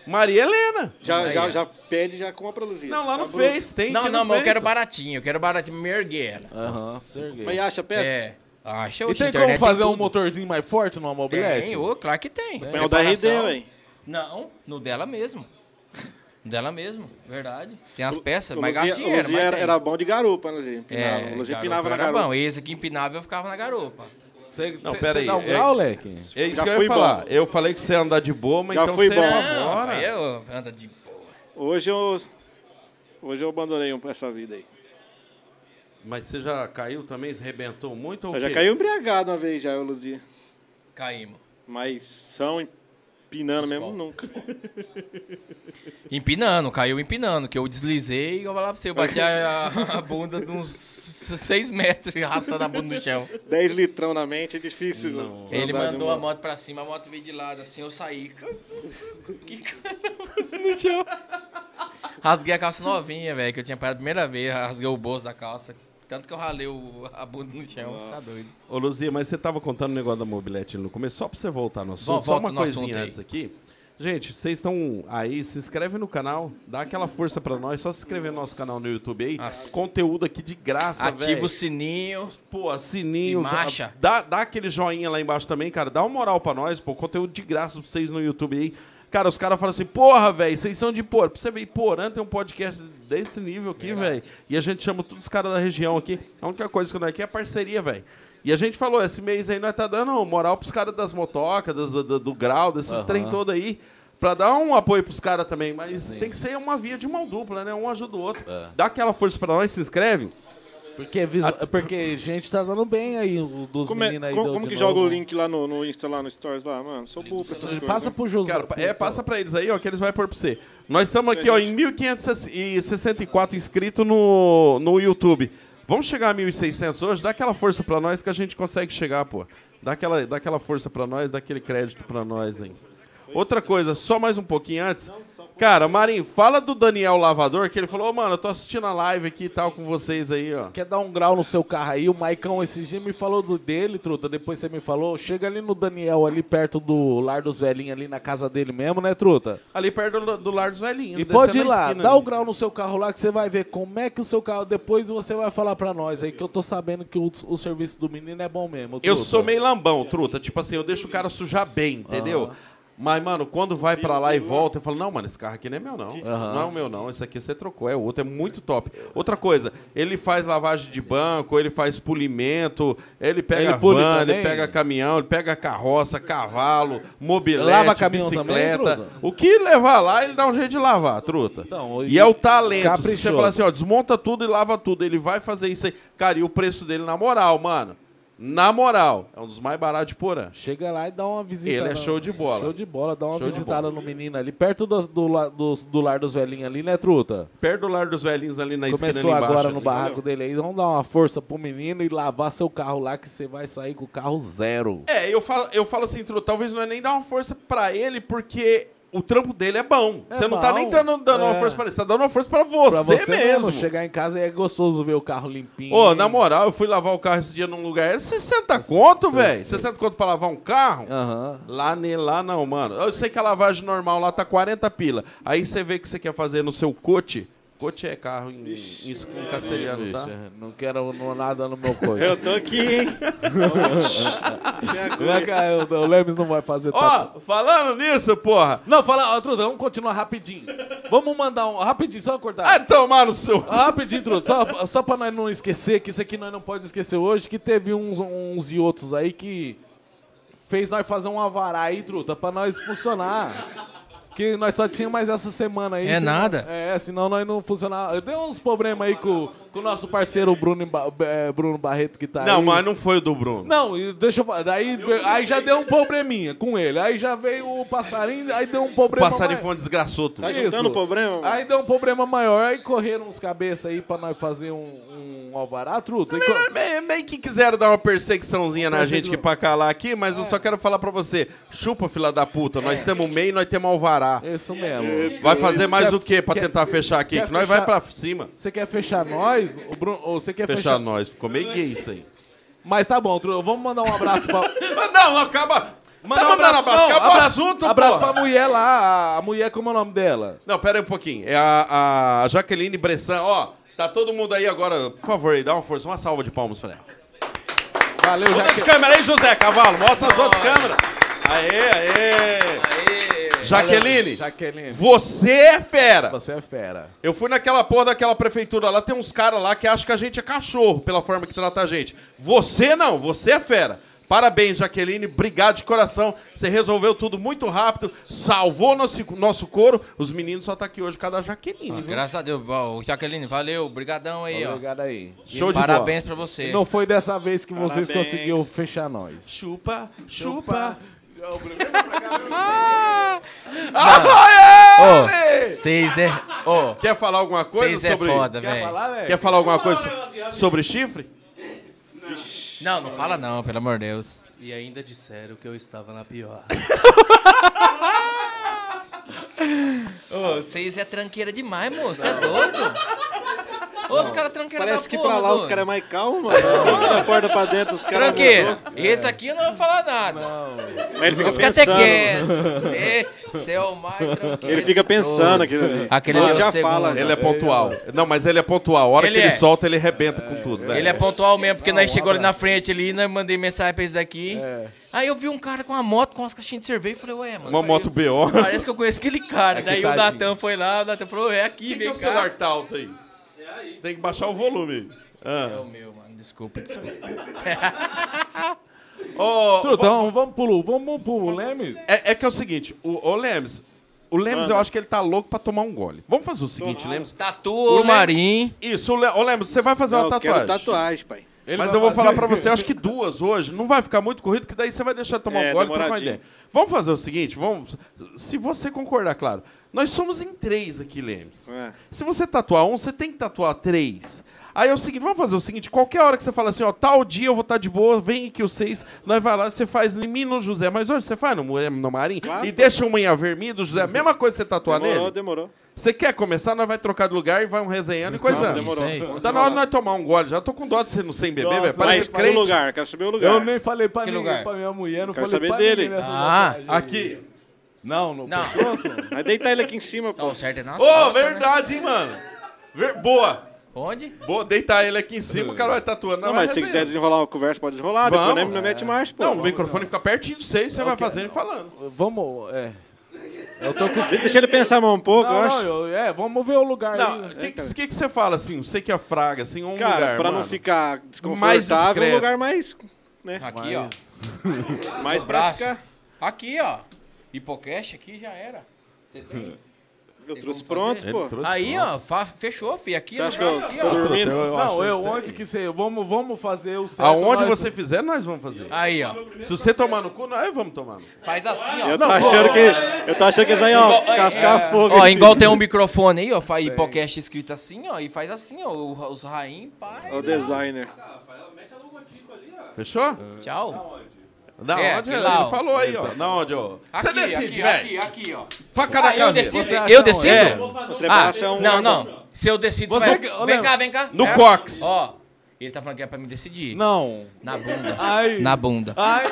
S1: Maria Helena.
S4: Já,
S2: Aí, ó.
S4: já, já pede, já compra, Luzia.
S1: Não, lá
S4: Tá
S1: no
S4: bruto.
S1: Face tem.
S2: Não,
S1: tem
S2: não,
S1: no
S2: mas eu quero
S1: Face.
S2: baratinho, eu quero baratinho, me erguer ela.
S3: Aham, serguei.
S4: Mas acha a peça?
S2: É. Acha
S3: E
S2: hoje,
S3: tem
S2: internet
S3: como fazer um
S2: é tudo.
S3: motorzinho mais forte numa mobilete?
S2: Tem, ô, claro que tem.
S4: Põe o da RD,
S2: É Preparação.
S4: ué.
S2: Não, no dela mesmo. *laughs* No dela mesmo, verdade. Tem as peças,
S4: O
S2: mas
S4: Luzia-
S2: gasta
S4: o
S2: dinheiro,
S4: Luzia
S2: mas
S4: era,
S2: tem.
S4: era bom de garupa, né, Luzia? Empinava.
S2: é,
S4: o Luzia
S2: garupa
S4: empinava na
S2: era
S4: garupa.
S2: bom. Esse aqui empinava, eu ficava na garupa.
S3: Você
S1: Não,
S3: você-
S1: pera
S3: você
S1: aí,
S3: dá o
S1: é-
S3: grau, Leque?
S1: É isso
S4: um Já
S1: que eu
S4: fui
S1: ia falar.
S4: bom.
S1: Eu falei que você anda de boa, mas
S4: Já
S1: então
S4: fui
S1: você
S4: bom.
S1: é
S4: Não,
S1: fora.
S2: aí eu anda de boa.
S4: Hoje eu... Hoje eu abandonei um- essa vida aí.
S1: Mas você já caiu também? Se arrebentou muito? Ou
S4: Eu
S1: o
S4: já
S1: quê?
S4: caí embriagado uma vez, já, eu, Luzia.
S2: Caímos.
S4: Mas são empinando mesmo, nunca.
S2: Empinando, caiu empinando, que eu deslizei e eu vou falar pra você, eu bati a, a *laughs* bunda de uns 6 metros e raçando a bunda no chão.
S4: 10 litrão na mente é difícil. andar
S2: Ele
S4: de
S2: mandou a
S4: moto.
S2: moto pra cima, a moto veio de lado, assim eu saí. *laughs* Rasguei a calça novinha, velho, que eu tinha parado a primeira vez, rasguei o bolso da calça. Tanto que eu ralei o- a bunda no chão, você tá doido.
S1: Ô, Luzia, mas você tava contando o negócio da mobilete ali no começo, só pra você voltar no assunto.
S2: Vol-
S1: só
S2: volta
S1: uma
S2: no assunto
S1: coisinha
S2: aí.
S1: antes aqui. Gente, vocês estão aí, se inscreve no canal, dá aquela força pra nós, só se inscrever no nosso canal no YouTube aí.
S2: Nossa.
S1: Conteúdo aqui de graça,
S2: Ativa
S1: é velho.
S2: o sininho.
S1: Pô, sininho.
S2: E marcha.
S1: Dá, dá aquele joinha lá embaixo também, cara. Dá uma moral pra nós, pô. Conteúdo de graça pra vocês no YouTube aí. Cara, os caras falam assim, porra, velho, vocês são de porra. Pra você ver, porã tem um podcast desse nível aqui, velho. E a gente chama todos os caras da região aqui. A única coisa que nós aqui é parceria, velho. E a gente falou, esse mês aí nós tá dando moral pros caras das motocas, das- do, do grau, desses trem todo aí. Pra dar um apoio pros caras também. Mas tem que ser uma via de mão dupla, né? Um ajuda o outro.
S2: É.
S1: Dá aquela força pra nós, se inscreve. é
S3: Porque, visu- porque gente tá dando bem aí, o dos
S4: Como, é-
S3: meninos aí.
S4: como-
S3: do-
S4: como
S3: de
S4: que
S3: novo.
S4: joga o link lá no, no Insta, lá no Stories lá, mano? Sou burro pra essas coisas.
S3: Passa
S4: né?
S3: pro José.
S1: Cara, pa- é, passa pra eles aí, ó, que eles vão pôr pra você. Nós estamos aqui, ó, em 1564 inscritos no, no YouTube. Vamos chegar a 1600 hoje? Dá aquela força pra nós que a gente consegue chegar, pô. Dá aquela, dá aquela força pra nós, dá aquele crédito pra nós, hein. Outra coisa, só mais um pouquinho antes. Cara, Marim, fala do Daniel Lavador, que ele falou, ô, mano, eu tô assistindo a live aqui e tal com vocês aí, ó.
S3: Quer dar um grau no seu carro aí? O Maicão esses dias me falou do dele, truta. Depois você me falou. Chega ali no Daniel, ali perto do Lar dos Velhinhos, ali na casa dele mesmo, né, truta?
S1: Ali perto do, do Lar dos Velhinhos.
S3: E
S1: descendo
S3: pode ir
S1: um é na
S3: lá,
S1: esquina
S3: dá
S1: ali.
S3: o grau no seu carro lá que você vai ver como é que o seu carro. Depois você vai falar pra nós aí, que eu tô sabendo que o, o serviço do menino é bom mesmo.
S1: Eu
S3: truta.
S1: sou meio lambão, truta. Tipo assim, eu deixo o cara sujar bem, entendeu? Mas, mano, quando vai pra lá e volta, eu falo, não, mano, esse carro aqui não é meu, não. Não é o meu, não. Esse aqui você trocou, é o outro, é muito top. Outra coisa, ele faz lavagem de banco, ele faz polimento, ele pega
S3: Ele pule
S1: van, ele
S3: também?
S1: pega caminhão, ele pega carroça, cavalo, mobilete,
S3: Lava caminhão também,
S1: bicicleta.
S3: truta?
S1: o que levar lá, ele dá um jeito de lavar, truta.
S3: Então,
S1: e é o talento. Se você
S3: caprichoso.
S1: falar assim, ó, desmonta tudo e lava tudo. Ele vai fazer isso aí. Cara, e o preço dele, na moral, mano. Na moral, é um dos mais baratos de Porã.
S3: Chega lá e dá uma visita.
S1: Ele é
S3: na-
S1: show de bola.
S3: Show de bola, dá uma
S1: Show de
S3: visitada no menino ali, perto do, do, la- dos- do lar dos velhinhos ali, né, truta?
S1: Perto do lar dos velhinhos ali na esquina
S3: Começou
S1: ali embaixo.
S3: agora no
S1: ali.
S3: barraco dele aí, vamos dar uma força pro menino e lavar seu carro lá, que você vai sair com o carro zero.
S1: É, eu falo, eu falo assim, Tru, talvez não é nem dar uma força pra ele, porque o trampo dele é bom.
S3: É
S1: você não tá
S3: bom.
S1: nem dando, dando uma
S3: É.
S1: força pra ele, você tá dando uma força pra você,
S3: Pra você mesmo.
S1: mesmo.
S3: chegar em casa e é gostoso ver o carro limpinho.
S1: Ô, na moral, eu fui lavar o carro esse dia num lugar, era 60 conto,
S3: Sim,
S1: velho.
S3: sim.
S1: 60 conto pra lavar um carro?
S3: Aham.
S1: Lá, ne, lá não, mano. Eu sei que a lavagem normal lá tá 40 pila. Aí você vê o que você quer fazer no seu cote. Cote é carro em, em, em castelhano, tá?
S3: Bicho, Não quero no- nada no meu
S4: Eu
S3: coche.
S4: tô aqui, *laughs* hein?
S3: *laughs* Não é que eu- o Lemes não vai fazer tatu-
S1: Ó, falando nisso, porra.
S3: Não, fala, ó, Truta, vamos continuar rapidinho. Vamos mandar um. Rapidinho, só
S1: Ah,
S3: cortar.
S1: tomar no seu.
S3: Rapidinho, Truta, só, só pra nós não esquecer, que isso aqui nós não pode esquecer hoje, que teve uns, uns e outros aí que fez nós fazer um avará aí, Truta, pra nós tá funcionar. Porque nós só tínhamos mais essa semana aí.
S2: É
S3: senão-
S2: nada.
S3: É, senão nós não funcionava. Deu uns problemas aí com, com o nosso parceiro Bruno, Ba- eh, Bruno Barreto que tá
S1: Não,
S3: aí.
S1: mas não foi o do Bruno.
S3: Não, e deixa eu falar. Daí, aí já deu um probleminha com ele. Aí já veio o passarinho, aí deu um
S1: O
S3: problema.
S1: passarinho
S3: mai-
S1: foi um desgraçoto.
S4: Tá juntando
S3: Isso.
S4: problema? mano?
S3: Aí deu um problema maior, aí correram uns cabeças aí pra nós fazer um, um alvará, truta. E co-
S1: Meio, meio que quiseram dar uma perseguiçãozinha na
S3: Perseguição. É.
S1: gente que pra calar aqui, mas eu só quero falar pra você. Chupa, fila da puta. Nós temos meio e nós temos alvará.
S3: Isso mesmo.
S1: Vai fazer mais
S3: É. Quer-
S1: o quê pra
S3: quer-
S1: tentar fechar aqui?
S3: quer
S1: Que nós
S3: fechar-
S1: vai pra cima.
S3: Você quer fechar nós? O Bruno, ou você quer
S1: Fechar
S3: fechar...
S1: nós. Ficou meio gay isso aí.
S3: Mas tá bom, truta. Vamos mandar um abraço pra...
S1: Ah, Não, acaba... Manda
S3: Não,
S1: um Tá abraço,
S3: não,
S1: acaba o
S3: abraço-
S1: assunto,
S3: Abraço
S1: porra.
S3: pra mulher lá. A mulher, como é o nome dela?
S1: Não, pera aí um pouquinho. É a, a Jaqueline Bressan, ó. Tá todo mundo aí agora, por favor, aí, dá uma força, uma salva de palmas pra ela.
S3: Valeu,
S1: Outras
S3: Jaque...
S1: câmeras aí, José Cavalo, mostra as outras câmeras. Aê, aê. Jaqueline,
S3: Jaqueline.
S1: você é fera.
S3: Você é fera.
S1: Eu fui naquela porra daquela prefeitura lá, tem uns caras lá que acham que a gente é cachorro pela forma que trata a gente. Você não, você é fera. Parabéns, Jaqueline, obrigado de coração. Você resolveu tudo muito rápido, salvou nosso, nosso couro. Os meninos só tá aqui hoje por causa da Jaqueline. viu?
S2: Ah, Graças a Deus, ó, o Jaqueline, valeu, brigadão aí, ó.
S3: Obrigado aí.
S1: Show de bola.
S2: Ah, Parabéns pra você.
S3: Não foi dessa vez que vocês
S4: Parabéns.
S3: conseguiram fechar nós.
S1: Chupa, chupa. Ah,
S2: Ó,
S1: aê!
S2: Vocês é, ó,
S1: Quer falar alguma coisa
S2: vocês é
S1: sobre.
S2: foda,
S3: Quer
S2: velho.
S3: falar, velho?
S1: É. Quer falar alguma coisa so- sobre chifre?
S2: Não, não fala não, pelo amor de Deus.
S7: E ainda disseram que eu estava na pior.
S2: *laughs* Ô, Vocês é tranqueira demais, moço. Você é doido? Ô, os caras tranqueira
S4: Parece
S2: da
S4: que
S2: porra,
S4: pra lá os
S2: doido.
S4: caras é mais calmo, mano. Da porta pra dentro os caras.
S2: Tranqueira. Esse aqui eu não vou falar nada.
S4: mudou. Mas ele fica
S2: eu fico até
S4: pensando.
S2: quieto. Você- Você é o mais tranqueiro.
S4: Ele fica pensando
S2: de
S4: aquilo
S2: todos.
S4: ali.
S2: Aquele
S4: Não,
S2: ali é
S4: já
S2: o segundo.
S4: fala,
S1: Ele é pontual. Não, mas ele é pontual. A hora
S2: Ele
S1: que ele
S2: é.
S1: solta, ele arrebenta com tudo, velho.
S2: Ele é pontual mesmo, porque nós chegou ali na frente ali, nós mandei mensagem pra eles aqui. Aí eu vi um cara com uma moto, com umas caixinhas de cerveja, e falei, ué, mano.
S1: Uma
S2: falei,
S1: moto BO.
S2: *laughs* Parece que eu conheço aquele cara.
S3: É que
S2: Daí o
S3: tadinho.
S2: Natan foi lá, o Natan falou, é aqui,
S1: Quem que é
S2: vem
S1: o
S2: cá.
S1: celular que tá alto aí? Tem que baixar o volume.
S2: É o meu, mano, desculpa, desculpa.
S1: Ô,
S3: Trutão, vamos pro, vamos pro Lemes.
S1: é, é que é o seguinte, o, ô, Lemes, o Lemes eu acho que ele tá louco pra tomar um gole. Vamos fazer o seguinte, Lemes.
S2: Tatua o né?
S1: Leme-
S2: Marim.
S1: Isso, o Le- ô, Lemes, você vai fazer
S4: Não,
S1: uma
S4: eu quero
S1: tatuagem.
S4: tatuagem, pai.
S1: Mas eu vou falar pra você, acho que duas hoje. Não vai ficar muito corrido, que daí você vai deixar de tomar
S4: É,
S1: um gole e trocar uma
S4: demoradinho.
S1: ideia. Vamos fazer o seguinte, vamos. Se você concordar, claro. Nós somos em três aqui, Lemes.
S4: É.
S1: Se você tatuar um, você tem que tatuar três. Aí é o seguinte, vamos fazer o seguinte, qualquer hora que você fala assim, ó, tal dia eu vou estar de boa, vem aqui os seis, nós vai lá, você faz em mim no José, mas hoje você faz no, Mu- no Marinho
S4: Claro.
S1: e deixa uma em Avermi do José, a mesma coisa que você tatuar
S4: Demorou,
S1: nele.
S4: demorou.
S1: Você quer começar, nós vai trocar de lugar e vai um resenhando e coisando.
S4: Demorou.
S2: aí.
S4: Vamos
S1: Tá na hora de
S4: desenrolar.
S1: nós tomar um gole. Já tô com dó de ser no sem beber,
S3: Nossa,
S1: velho.
S4: Mas
S1: Parece
S4: quero o
S1: crente.
S4: lugar, quero saber o lugar.
S3: Eu nem falei pra
S2: Que
S3: ninguém,
S2: lugar?
S3: pra minha mulher, não
S4: Quero
S3: falei
S4: saber
S3: pra
S4: dele.
S3: ninguém nessa
S2: Ah,
S3: viagem.
S1: Aqui.
S3: Não, no
S2: Não.
S3: pescoço?
S4: Vai deitar ele aqui em cima, pô.
S2: Não, certo é
S1: Ô,
S2: nossa. nossa, né?
S1: verdade, hein, mano. Ver- Boa.
S2: Onde?
S1: Boa, deitar ele aqui em cima, o cara vai tatuando.
S4: Não, mas se quiser desenrolar uma conversa, pode desenrolar. Depois né?
S1: Vamos.
S4: não me mete mais, pô. É
S1: Não, o microfone fica pertinho de você e você vai fazendo e falando.
S3: Vamos, é. Eu tô com
S4: De- Deixa ele pensar mais um pouco, eu
S3: Não,
S4: acho.
S3: não, eu- é, vamos ver o lugar
S1: Não,
S3: aí. é,
S1: o que, que, que que você fala assim? Você que é fraga, assim, um
S4: Cara,
S1: lugar,
S4: pra
S1: mano.
S4: não ficar
S1: Mais
S4: desconfortável,
S1: discreto.
S4: um lugar mais. Né?
S2: Aqui, ó.
S4: mais pra
S2: braço.
S4: ficar.
S2: Aqui, ó. Hipocast aqui já era. Você tem?
S4: Eu
S2: Tem
S4: trouxe
S2: como
S4: pronto,
S2: fazer?
S4: pô.
S1: Trouxe
S2: Aí, ó, fa- fechou, fi. Aqui,
S4: Você
S2: no
S4: acha que eu
S2: braço, aqui,
S4: tô
S2: ó.
S4: dormindo?
S3: Não, eu onde que você. Vamos, vamos fazer o certo.
S1: Aonde
S3: nós-
S1: você fizer, nós vamos fazer.
S2: Aí, ó.
S1: Se você tomar no cu, nós vamos tomar no cu.
S2: Faz assim, ó.
S4: Eu tô achando que. Eu tô achando que eles aí, ó,
S2: Igual-
S4: cascar
S2: é,
S4: fogo.
S2: Ó,
S4: aqui.
S2: igual tem um microfone aí, ó, faz podcast escrito assim, ó, e faz assim, ó, o- os rainhos, pai.
S3: É.
S4: Ó, O designer.
S3: Ah,
S1: Fechou?
S2: Tchau.
S1: Da
S2: É,
S1: onde?
S2: que
S1: Ele
S2: É, lá, ó.
S1: falou aí,
S4: Então,
S1: ó. Da onde, ó. Você decide,
S2: Tá aqui,
S1: velho.
S2: aqui, ó.
S1: Faca
S2: Ah,
S1: na
S2: eu
S1: cabeça.
S2: decido.
S3: Você acha
S2: Eu
S3: onde?
S2: decido?
S1: É.
S4: O
S2: Ah,
S4: trepaço é um.
S2: não, não. Se eu decido,
S3: Você
S2: você
S3: que-
S2: vai...
S3: ô,
S2: Vem
S3: Léo,
S2: cá, vem cá.
S1: no
S2: É.
S1: cox.
S2: Ó, ele tá falando que é pra me decidir.
S3: Não.
S2: Na bunda.
S3: Ai.
S2: Na bunda.
S3: Ai.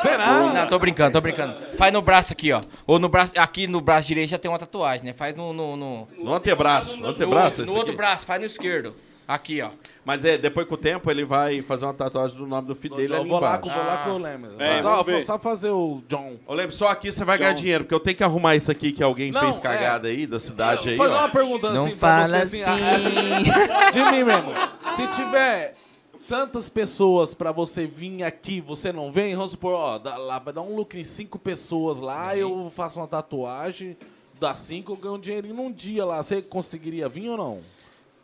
S3: Será?
S2: Não, tô brincando, tô brincando. Faz no braço aqui, ó. Ou no braço. Aqui no braço direito já tem uma tatuagem, né? Faz no. No, no,
S1: No antebraço. No
S2: no,
S1: antebraço,
S2: no
S1: esse
S2: outro
S1: aqui?
S2: braço, faz no esquerdo. Aqui, ó.
S1: Mas é, depois com o tempo ele vai fazer uma tatuagem do nome do filho dele
S3: Então, eu
S1: ali
S3: vou lá,
S1: embaixo.
S3: com, vou lá com o Leme.
S4: É,
S3: só,
S4: vamos ver.
S3: só fazer o John.
S1: Ô, Leme, só aqui você vai ganhar dinheiro, porque eu tenho que arrumar isso aqui que alguém
S3: Não,
S1: fez
S3: é.
S1: cagada aí, da cidade aí, ó.
S3: fazer ah, assim, uma pergunta assim pra você, assim, a- essa- de mim mesmo. Se tiver tantas pessoas pra você vir aqui, você não vem, vamos supor, ó, dá- lá vai dar um lucro em cinco pessoas lá, eu faço uma tatuagem, dá cinco, eu ganho um dinheirinho num dia lá. Você conseguiria vir ou não?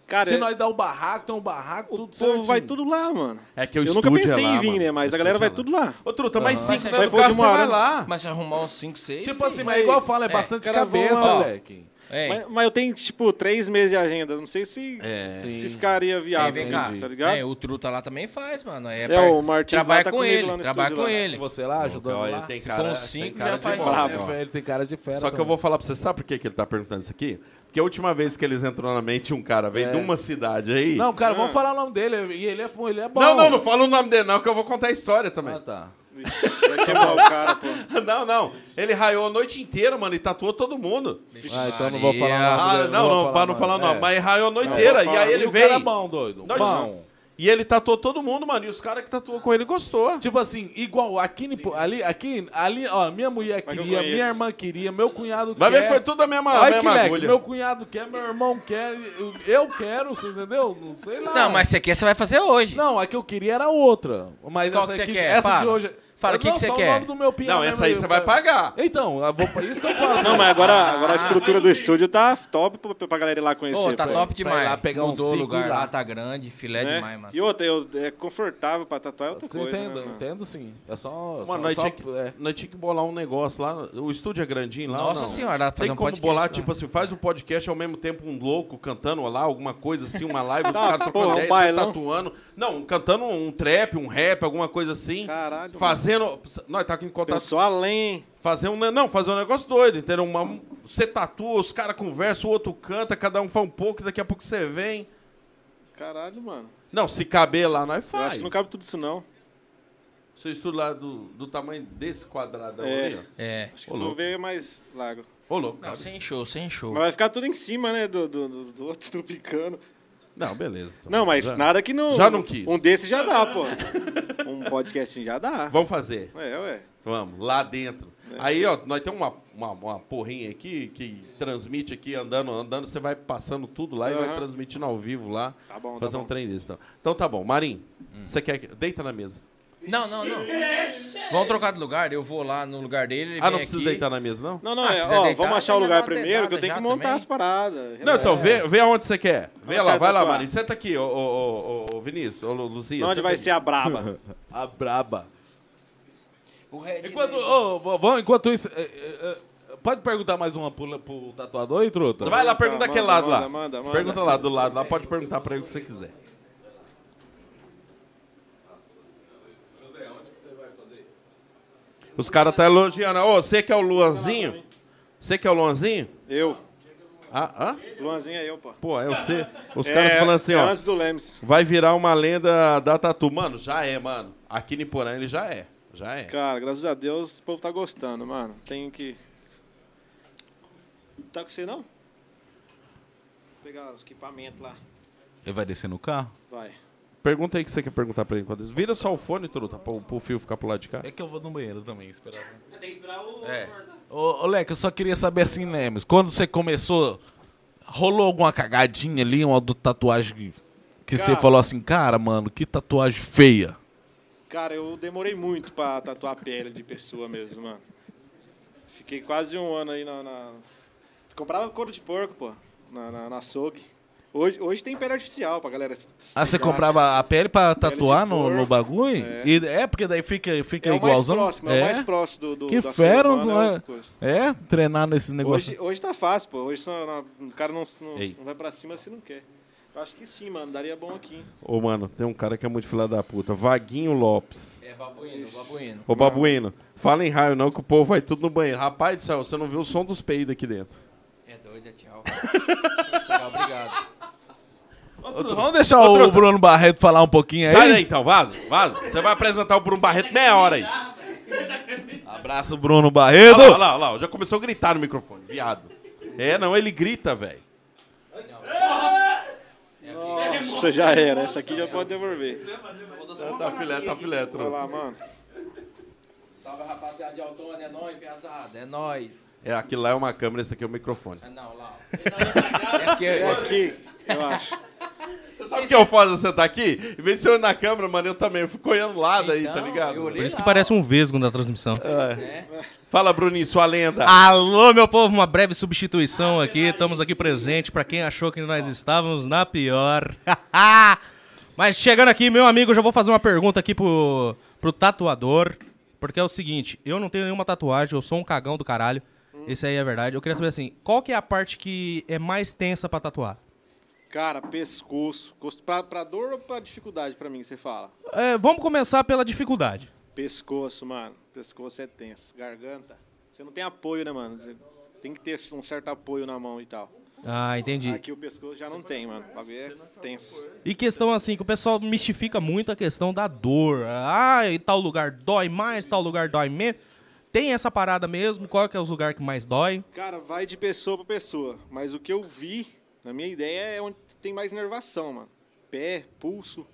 S4: Cara,
S3: Se
S4: é-
S3: nós dar o barraco, tem um barraco, tudo
S4: o povo
S3: certinho.
S4: vai tudo lá, mano.
S3: É que o
S4: Eu nunca
S3: estúdio é
S4: pensei
S3: lá,
S4: em vir,
S3: mano.
S4: né? Mas
S3: O
S4: a galera vai
S1: é
S3: estúdio é
S4: tudo lá.
S1: Ô, Truta, mais
S2: Mas
S1: cinco
S2: você
S1: dentro do
S4: vai pôr de
S1: carro, você
S4: uma
S1: vai
S4: hora-
S1: lá.
S2: Mas se arrumar uns 5, 6.
S3: Ah. Tipo assim, mas igual eu falo, é,
S2: É,
S3: bastante
S4: cara,
S3: cabeça,
S4: vamos lá.
S3: moleque.
S4: Mas, mas eu tenho, tipo, três meses de agenda. Não sei se, se ficaria
S2: É,
S4: viável,
S2: vem cá.
S4: tá ligado?
S2: É, o Truta lá também faz, mano. É,
S4: o Martins lá
S2: Trabalha
S4: tá
S2: com
S4: comigo
S2: ele,
S4: lá no
S2: trabalha
S4: estúdio
S2: com
S4: lá. né?
S2: ele.
S3: Você lá, ajudando lá.
S2: Se for uns 5, já faz.
S4: brabo.
S3: É, velho, tem cara de fera.
S1: Só que eu
S3: também.
S1: vou falar pra você, sabe por que, que ele tá perguntando isso aqui? Porque a última vez que eles entrou na mente, um cara veio de uma cidade aí.
S3: É. Não, cara, vamos falar o nome dele. E ele é, bom, ele é bom.
S1: Ah. não, não, não fala o nome dele, não, que eu vou contar a história também.
S3: Ah, tá.
S4: Vai quebrar o cara, pô.
S1: *laughs* Não, não. Ele raiou a noite inteira, mano, e tatuou todo mundo.
S3: Ah, então eu não vou falar o nome
S1: Ah,
S3: dele,
S1: não,
S3: vou
S1: não, pra não falar
S3: o
S1: o nome.
S3: nome.
S1: Mas raiou a noite inteira. E aí
S3: E
S1: ele
S3: o cara
S1: veio.
S3: é bom, doido.
S1: Nós
S3: bom.
S1: E ele tatuou todo mundo, mano. E os caras que tatuou com ele gostou.
S3: Tipo assim, igual aqui, em- ali, aqui, ali, ó, minha mulher
S1: é
S4: Mas eu
S3: queria,
S4: conheço.
S3: minha irmã queria, meu cunhado
S1: Vai
S3: quer.
S1: ver que foi tudo a mesma, a
S3: é. Olha que
S1: mesma
S3: leque,
S1: agulha.
S3: meu cunhado quer, meu irmão quer, eu- eu quero, você entendeu? Não sei lá.
S2: Não, mas você quer, você vai fazer hoje.
S3: Não, a que eu queria era outra. Mas
S2: Qual
S3: essa
S2: que você
S3: aqui,
S2: quer?
S3: essa de
S2: Fala.
S3: hoje.
S2: Fala,
S3: Eu-
S2: o que que
S3: não,
S2: você
S3: só
S2: quer?
S3: O nome do meu piano,
S1: Não, essa aí
S3: mesmo,
S1: você
S3: eu-
S1: vai pagar.
S3: Então, eu vou, isso que eu falo.
S4: Não, mas agora, agora a
S3: Ah,
S4: estrutura do estúdio tá top pra, pra galera ir lá conhecer.
S2: Ô, tá
S4: pô.
S2: top demais.
S3: lá pegar um
S2: Mudou o
S3: cinco
S2: lugar
S3: lá.
S2: lá, tá grande, filé
S4: Né?
S2: demais, mano.
S4: E outra, eu, é confortável pra tatuar é outra
S3: Você
S4: coisa.
S3: entende,
S4: né, mano?
S3: entendo sim. É só. só,
S1: Mano, nós
S3: só-
S1: tinha, que,
S3: é.
S1: nós tinha que bolar um negócio lá. O estúdio é grandinho lá. ou
S2: Nossa
S1: não?
S2: senhora, dá pra fazer
S1: Tem
S2: um
S1: como
S2: podcast
S1: bolar,
S2: lá.
S1: tipo assim, faz um podcast ao mesmo tempo um louco cantando lá, alguma coisa assim, uma live, um
S4: Tá,
S1: cara trocando
S4: porra, um
S1: ideia, você
S4: bailão.
S1: tatuando. Não, cantando um trap, um rap, alguma coisa assim.
S4: Caralho,
S1: Fazendo. Nós tá aqui em contato.
S4: Pensou além.
S1: Fazer um. ne- Não, fazer um negócio doido, entendeu? Uma, um- você tatua, os caras conversam, o outro canta, cada um faz um pouco, daqui a pouco você vem.
S4: Caralho, mano.
S1: Não, se caber lá, nós
S4: Eu
S1: faz.
S4: acho que não cabe tudo isso, não.
S1: Seu estudo lá do, do tamanho desse quadradão
S4: É.
S1: ali, ó.
S2: É.
S4: Acho que se eu ver é mais largo.
S1: Ô, louco,
S2: Não,
S1: cara.
S2: sem show, sem show.
S4: Mas vai ficar tudo em cima, né? Do, do, do, do outro *laughs* do picando.
S1: Não, beleza. então.
S4: Não, mas
S1: Tá Já.
S4: nada que não.
S1: Já não quis.
S4: Um desse já dá, pô. Um podcast já dá.
S1: Vamos fazer.
S4: É, ué.
S1: Vamos, lá dentro. Aí, ó, nós temos uma, uma, uma porrinha aqui que transmite aqui, andando, andando, você vai passando tudo lá e vai
S4: Aham.
S1: transmitindo ao vivo lá.
S4: Tá bom, tá
S1: fazer um
S4: bom.
S1: trem desse. Então, então tá bom, Marim, você quer que. Deita na mesa.
S2: Não, não, não. Vamos trocar de lugar, eu vou lá no lugar dele, ele
S1: ah,
S2: vem
S1: não precisa
S2: aqui.
S1: deitar na mesa, não?
S4: Não, não,
S2: Ah,
S4: é,
S2: quiser
S4: ó,
S2: deitar,
S4: vamos achar o
S2: já dá
S4: lugar
S2: uma
S4: primeiro, que eu
S2: deitada
S4: tenho que
S2: já
S4: montar
S2: também.
S4: as paradas. É.
S1: Não, então, vê, vê aonde você quer. Vê
S4: Onde
S1: lá,
S4: você
S1: vai lá,
S4: tatuar?
S1: Marim. Senta aqui, ô, ô, ô, ô, ô Vinícius, ô, Lu- Lucia.
S4: Onde
S1: senta
S4: vai
S1: aí.
S4: ser a braba?
S1: *laughs*
S3: A braba.
S2: O Red
S3: Enquanto, ô, v- vamos- enquanto isso. é, é, é, pode perguntar mais uma pro, pro tatuador aí, truta?
S1: Então Vai lá, pergunta
S4: Manda,
S1: aquele lado lá.
S4: manda, manda, manda.
S1: Pergunta lá do lado lá, pode perguntar pra ele o que você quiser. Os caras tá elogiando. Ô, você que é o Luanzinho? Você que é o Luanzinho?
S4: Eu.
S1: Ah, hã?
S4: Luanzinho é eu, pô.
S1: Pô, é você. Os
S4: É,
S1: caras falando assim,
S4: é
S1: ó.
S4: Antes do Lemes.
S1: Vai virar uma lenda da Tatu. Mano, já é, mano. Aqui em Porã ele já é. Já é.
S4: Cara, graças a Deus o povo tá gostando, mano. Tem que. Tá com você não? Vou pegar os equipamentos lá.
S3: Ele vai descer no carro?
S4: Vai.
S1: Pergunta aí o que você quer perguntar pra ele. enquanto isso. Vira só o fone, truta, pro, pro fio ficar pro lado de cá.
S3: É que eu vou no banheiro também, esperar. né?
S6: Tem que esperar o.
S2: É.
S3: Ô, ô Leque, eu só queria saber assim, Nemes, quando você começou, rolou alguma cagadinha ali, uma do tatuagem que, que você
S4: Cara.
S3: falou assim, cara, mano, que tatuagem feia.
S4: Cara, eu demorei muito pra tatuar a pele de pessoa mesmo, mano. Fiquei quase um ano aí na. na- Comprava couro de porco, pô, na, na, na açougue. Hoje, hoje tem pele artificial pra galera.
S3: Ah, você
S4: pegar.
S3: comprava a pele pra
S4: Pele de
S3: tatuar no,
S4: porco.
S3: no bagulho?
S4: É.
S3: E- É. porque daí fica, fica
S4: É o mais
S3: igualzão?
S4: próximo, é, o mais próximo do. do
S3: Que
S4: da
S3: fera,
S4: açougue,
S3: não
S4: mano,
S3: é?
S4: outra coisa.
S3: É, treinar nesse negócio.
S4: Hoje, hoje tá fácil, pô. Hoje só, na- o cara não, não,
S1: Ei.
S4: não vai pra cima se não quer. Eu acho que sim, mano. Daria bom aqui. hein?
S1: Ô, mano, tem um cara que é muito fila da puta. Vaguinho Lopes.
S2: É babuíno, babuíno.
S1: Ô, Babuíno, fala em raio não, que o povo vai tudo no banheiro. Rapaz do céu, você não viu o som dos peidos aqui dentro.
S2: É doido, é tchau. *laughs* Tchau, obrigado.
S3: Vamos deixar o Bruno Barreto falar um pouquinho aí?
S1: Sai daí então, vaza, vaza. Você vai apresentar o Bruno Barreto meia hora aí. Olha
S3: Abraço, Bruno Barreto.
S1: lá, olha lá, olha lá, já começou a gritar no microfone, viado. É, não, ele grita, velho.
S4: Nossa, já era. Essa aqui já pode devolver.
S1: Tá filé, tá filé,
S4: Vai lá, mano.
S2: Salve, rapaziada de Altona, é nóis, pesado, é nóis.
S1: É, aquilo lá é uma
S4: *laughs*
S1: câmera, esse aqui é o microfone.
S2: Ah, não, lá. ó. É porque...
S4: Aqui, eu acho.
S1: Você sabe o que eu faço você tá aqui? Em vez de você olhar na câmera, mano, eu também. Eu fico olhando lá daí, tá
S2: Então, eu
S1: ligado?
S2: olhei
S7: Por isso que
S2: lá.
S7: parece um vesgo na transmissão.
S1: Fala, Bruninho, sua lenda.
S7: Alô, meu povo, uma breve substituição aqui. Estamos aqui presente para quem achou que nós estávamos na pior. *laughs* Mas chegando aqui, meu amigo, eu já vou fazer uma pergunta aqui pro, pro tatuador. Porque é o seguinte, eu não tenho nenhuma tatuagem, eu sou um cagão do caralho. Esse aí é verdade. Eu queria saber assim, qual que é a parte que é mais tensa pra tatuar?
S4: Cara, pescoço. Costo- Pra, pra dor ou pra dificuldade pra mim, você fala?
S7: É, vamos começar pela dificuldade.
S4: Pescoço, mano. Pescoço é tenso. Garganta. Você não tem apoio, né, mano? Você Tem que ter um certo apoio na mão e tal.
S7: Ah, entendi.
S4: Aqui o pescoço já não tem, mano. O bagulho é tenso.
S7: E questão assim, que o pessoal mistifica muito a questão da dor. Ah, e tal lugar dói mais, tal lugar dói menos. Tem essa parada mesmo? Qual que é os lugares que mais dói?
S4: Cara, vai de pessoa pra pessoa. Mas o que eu vi, na minha ideia, é onde tem mais nervação, mano. Pé, pulso.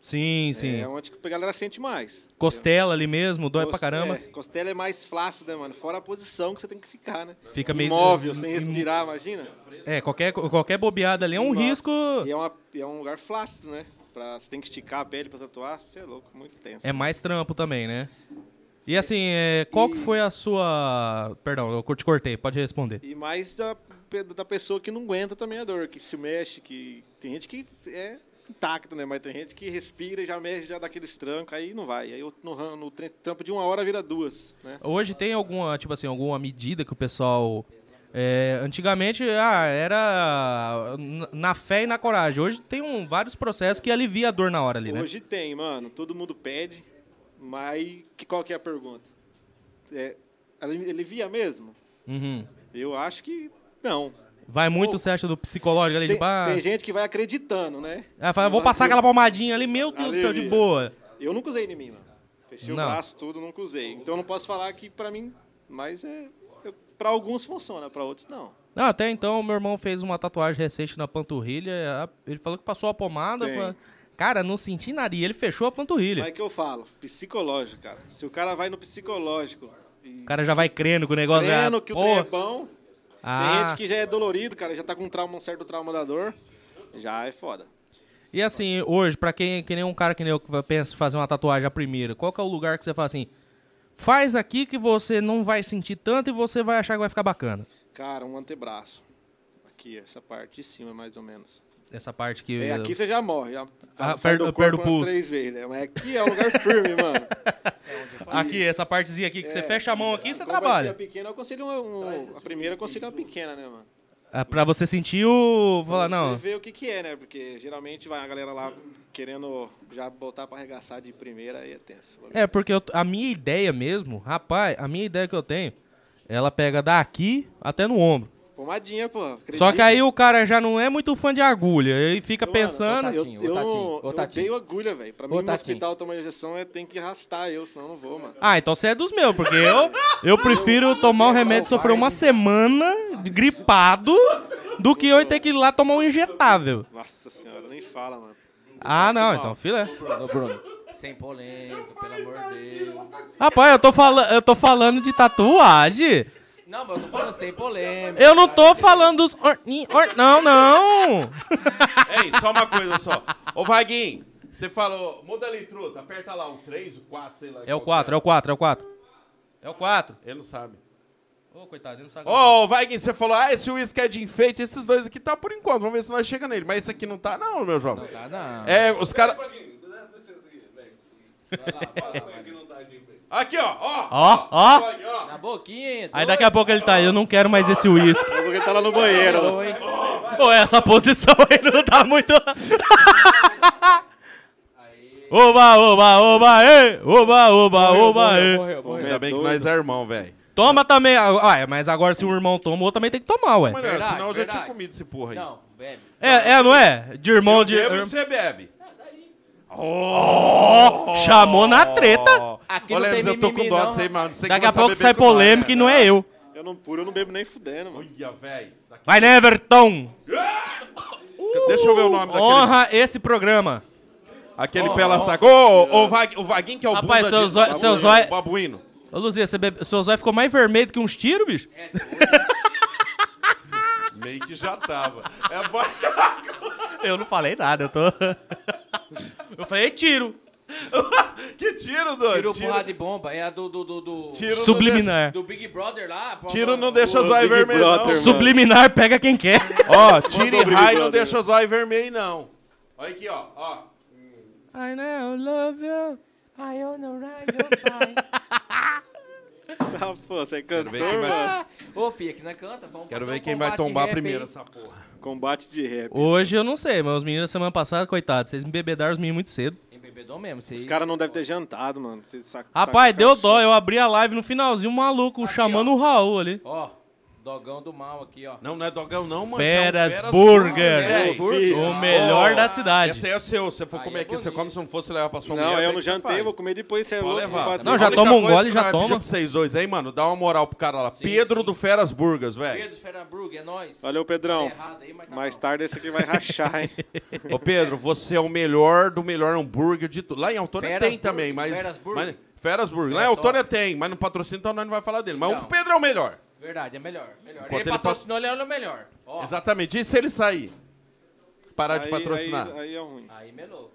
S7: Sim, sim.
S4: É onde que a galera sente mais.
S7: Costela ali mesmo, dói pra
S4: Coste-
S7: caramba.
S4: é, costela é mais flácida, mano. Fora a posição que você tem que ficar, né?
S7: Fica meio-
S4: Imóvel, sem respirar, imagina.
S7: É, qualquer, qualquer bobeada ali é um
S4: Nossa,
S7: risco.
S4: E é, uma- e é um lugar flácido, né? Pra, você tem que esticar a pele pra tatuar. Você é louco, muito tenso.
S7: É mais trampo também, né? E assim, é, qual que foi a sua. Perdão, eu te cortei, pode responder.
S4: E mais da, pe- da pessoa que não aguenta também a dor, que se mexe, que. Tem gente que é intacto, né? Mas tem gente que respira e já mexe, já dá aquele tranco, aí não vai. Aí eu- no, ran- no tre- trampo de uma hora vira duas, né?
S7: Hoje tem alguma, tipo assim, alguma medida que o pessoal. é, antigamente ah, era n- na fé e na coragem. Hoje tem um- vários processos que alivia a dor na hora ali, né?
S4: Hoje tem, mano. Todo mundo pede, mas que, qual que é a pergunta? É, ali- alivia mesmo?
S7: Uhum.
S4: Eu acho que não.
S7: Vai muito,
S4: Pô,
S7: você acha, do psicológico ali?
S4: Tem,
S7: tipo, ah,
S4: tem gente que vai acreditando, né?
S7: ah, fala, vou passar aquela palmadinha ali, meu Deus do céu, de
S4: Alivia.
S7: boa.
S4: Eu nunca usei em mim, mano. Fechei
S7: Não.
S4: o braço, tudo, nunca usei. Então eu não posso falar que pra mim, mas é. Eu, pra alguns funciona, pra outros não.
S7: Não, até então, meu irmão fez uma tatuagem recente na panturrilha. a- Ele falou que passou a pomada.
S4: Tem.
S7: falou, cara, não senti nada. E ele fechou a panturrilha.
S4: Mas é que eu falo, psicológico, cara. Se o cara vai no psicológico e
S7: O cara já vai crendo que o negócio já-
S4: vendo que o
S7: Pô,
S4: trem é bom, tem
S7: ah.
S4: gente que já é dolorido, cara, já tá com um, trauma, um certo trauma da dor, já é foda.
S7: E assim, hoje, pra quem que nem um cara que nem eu que pensa em fazer uma tatuagem a primeira, qual que é o lugar que você fala assim? Faz aqui que você não vai sentir tanto e você vai achar que vai ficar bacana.
S4: Cara, um antebraço. Aqui, essa parte de cima, mais ou menos.
S7: Essa parte que.
S4: É, aqui você já morre. Já
S7: Ah,
S4: sai
S7: perto-
S4: do corpo
S7: perto do
S4: umas
S7: pulso.
S4: Três vezes, né? Mas aqui é um lugar firme, *laughs* mano.
S7: Aqui, essa partezinha aqui que você fecha a mão aqui e você
S4: Como É, vai ser a
S7: trabalha.
S4: pequena, eu aconselho uma- um- a primeira eu aconselho uma pequena, né, mano?
S7: Ah, Pra você sentir o.
S4: Pra
S7: Falar, não.
S4: Você vê o que que é, né? Porque geralmente vai a galera lá querendo já botar pra arregaçar de primeira aí é tenso.
S7: É, porque eu- a minha ideia mesmo, rapaz, a minha ideia que eu tenho, ela pega daqui até no ombro.
S4: Pomadinha, pô. acredita?
S7: Só que aí o cara já não é muito fã de agulha, ele fica
S4: Mano,
S7: pensando.
S4: Eu,
S2: Ô, Tatinho, ô,
S4: eu,
S2: Tatinho,
S4: eu,
S2: ô, Tatinho.
S4: odeio agulha, velho. Pra
S2: Ô,
S4: mim, no
S2: Tatinho.
S4: hospital tomar injeção, é, tem que arrastar eu, senão eu não vou, mano.
S7: Ah, então você é dos meus, porque eu, eu prefiro tomar um remédio e sofrer uma semana de gripado do que eu ter que ir lá tomar um injetável.
S4: Nossa senhora, nem fala, mano.
S7: Ah, não, então filé.
S2: Sem polêmica, pelo amor de Deus.
S7: Rapaz, eu tô, fala eu tô falando de tatuagem.
S2: Não, mas eu tô falando sem polêmica.
S7: Eu não tô falando dos. or- in- or- não, não.
S1: Ei, só uma coisa só. Ô, Vaguinho, você falou, muda ali, truta, aperta lá o 3, o 4, sei lá.
S7: É o
S1: qual
S7: 4, é o 4, é o 4. É o 4.
S1: Ele não sabe.
S7: Ô, coitado, ele não sabe.
S1: Ô, Vaguinho, você falou, ah, esse uísque é de enfeite, esses dois aqui tá por enquanto, vamos ver se nós chega nele. Mas esse aqui não tá, não, meu jovem.
S2: Tá, não.
S1: É, os caras. tá Aqui, ó, ó.
S7: Ó, ó.
S1: Vaguinho, ó.
S2: Na boquinha, é hein?
S7: Aí daqui a pouco ele tá aí, eu não quero mais esse uísque.
S4: É porque tá lá no banheiro, mano.
S7: Pô, essa posição aí não
S1: *laughs*
S7: tá muito. Oba, oba, oba, ê! Oba, oba, oba, ê!
S1: Ainda bem que nós é irmão, velho.
S7: Toma também. Ah, é, mas agora se um irmão toma, o outro também tem que tomar, ué.
S1: Mano,
S2: É Verdade,
S1: senão eu já tinha
S2: verdade.
S1: comido esse porra aí.
S2: Não, bebe.
S7: É, é, não é? De irmão de.
S1: Eu bebo e você bebe.
S7: Ó, chamou na treta.
S2: Aqui
S1: Ô,
S2: não
S1: Lemos,
S2: tem
S1: eu tô com
S2: mimimi,
S1: dó
S2: não,
S1: de você, mano. Você que
S7: Daqui a
S1: vai
S7: pouco
S1: saber
S7: sai
S1: beber com nós.
S7: polêmica e não é eu.
S4: Eu não puro, eu não bebo nem fudendo, mano.
S1: Olha, velho. Daqui-
S7: Vai, né, Everton?
S1: Deixa eu ver o nome daquele.
S7: Honra esse programa.
S1: Aquele pela saco. Ô, ô, Vag- o Vaguinho que é o
S7: Rapaz,
S1: bunda
S7: seu
S1: de-
S7: zóio-
S1: babuíno,
S7: seu zóio-
S1: Babuíno.
S7: Ô, Luzia, você bebe... seu zóio ficou mais vermelho que uns tiros, bicho?
S1: Meio que já tava. É, vai...
S7: Eu não falei nada, eu tô. *laughs* Eu falei tiro.
S1: que tiro, doido?
S2: Tirou porrada de bomba. É a do. do, do, do...
S1: tiro não
S7: Subliminar.
S2: do Big Brother lá.
S1: deixa- Tiro não deixa os olhos
S4: Big
S1: vermelhos, não.
S4: Brother.
S7: Subliminar pega quem quer.
S1: Ó, tiro e
S4: Mandou
S1: raio
S4: Big
S1: não
S4: Brother.
S1: deixa os olhos vermelhos, não. Olha aqui, ó. ó.
S7: I now love you. I don't know right
S4: Ah, pô, você é cantor,
S1: ver quem vai-
S4: mano.
S2: Ô, filha, que não canta. Vamos
S1: Quero
S2: fazer
S1: ver
S2: um
S1: quem vai
S2: combate
S1: tombar
S2: rap aí.
S1: primeiro essa porra.
S4: Combate de rap.
S7: Hoje eu não sei, mas os meninos semana passada, coitados, vocês me bebedaram os meninos muito cedo.
S2: Embebedou mesmo.
S4: Os caras não devem ter jantado, mano. Você saca-
S7: Rapaz,
S4: saca-
S7: deu dó. Eu abri a live no finalzinho, um maluco chamando o Raul ali.
S2: Ó, dogão do mal aqui, ó.
S1: Não, não é dogão, não, mano.
S7: Feras
S1: Isso é um
S7: Burger.
S1: Feras Burger.
S7: O melhor da cidade.
S1: Esse aí é o seu. Você for
S2: Aí
S1: comer
S2: é
S1: aqui, você
S2: bonito.
S1: come. Se não fosse levar pra sua mulher,
S4: Não, eu
S1: tem
S4: não
S1: que você
S4: jantei,
S1: faz.
S4: vou comer depois. Você é
S1: Pode
S4: louco.
S1: levar.
S4: compadre.
S7: Não, já
S1: A única
S7: toma um
S1: coisa
S7: gole,
S1: que
S7: já
S1: nós vamos pedir
S7: toma.
S1: pra vocês dois, hein, mano? Dá uma moral pro cara lá. Pedro
S2: sim.
S1: do Feras Burgers, velho.
S2: Pedro Fernabrug, é nóis.
S4: Valeu, Pedrão.
S2: errado aí, mas tá
S4: Mais
S2: bom.
S4: tarde esse aqui vai rachar, hein?
S1: Ô, Pedro, você é o melhor do melhor hambúrguer de tudo. Lá em Autônia
S2: Feras
S1: tem
S2: Burger,
S1: também, mas...
S2: Feras Burger.
S1: mas- Feras Burger. Lá
S2: É
S1: em
S2: top.
S1: Autônia tem, mas no patrocínio, então nós não vai falar dele. Mas
S2: Não.
S1: o Pedro é o melhor.
S2: Verdade, é melhor. melhor.
S1: Enquanto
S2: Ele
S1: ele tá-
S2: patrocinou, ele é o melhor. Ó,
S1: Exatamente. E se ele sair? Parar Tá de
S4: Aí-
S1: patrocinar.
S4: Aí, aí é ruim.
S2: aí melou.
S7: *laughs*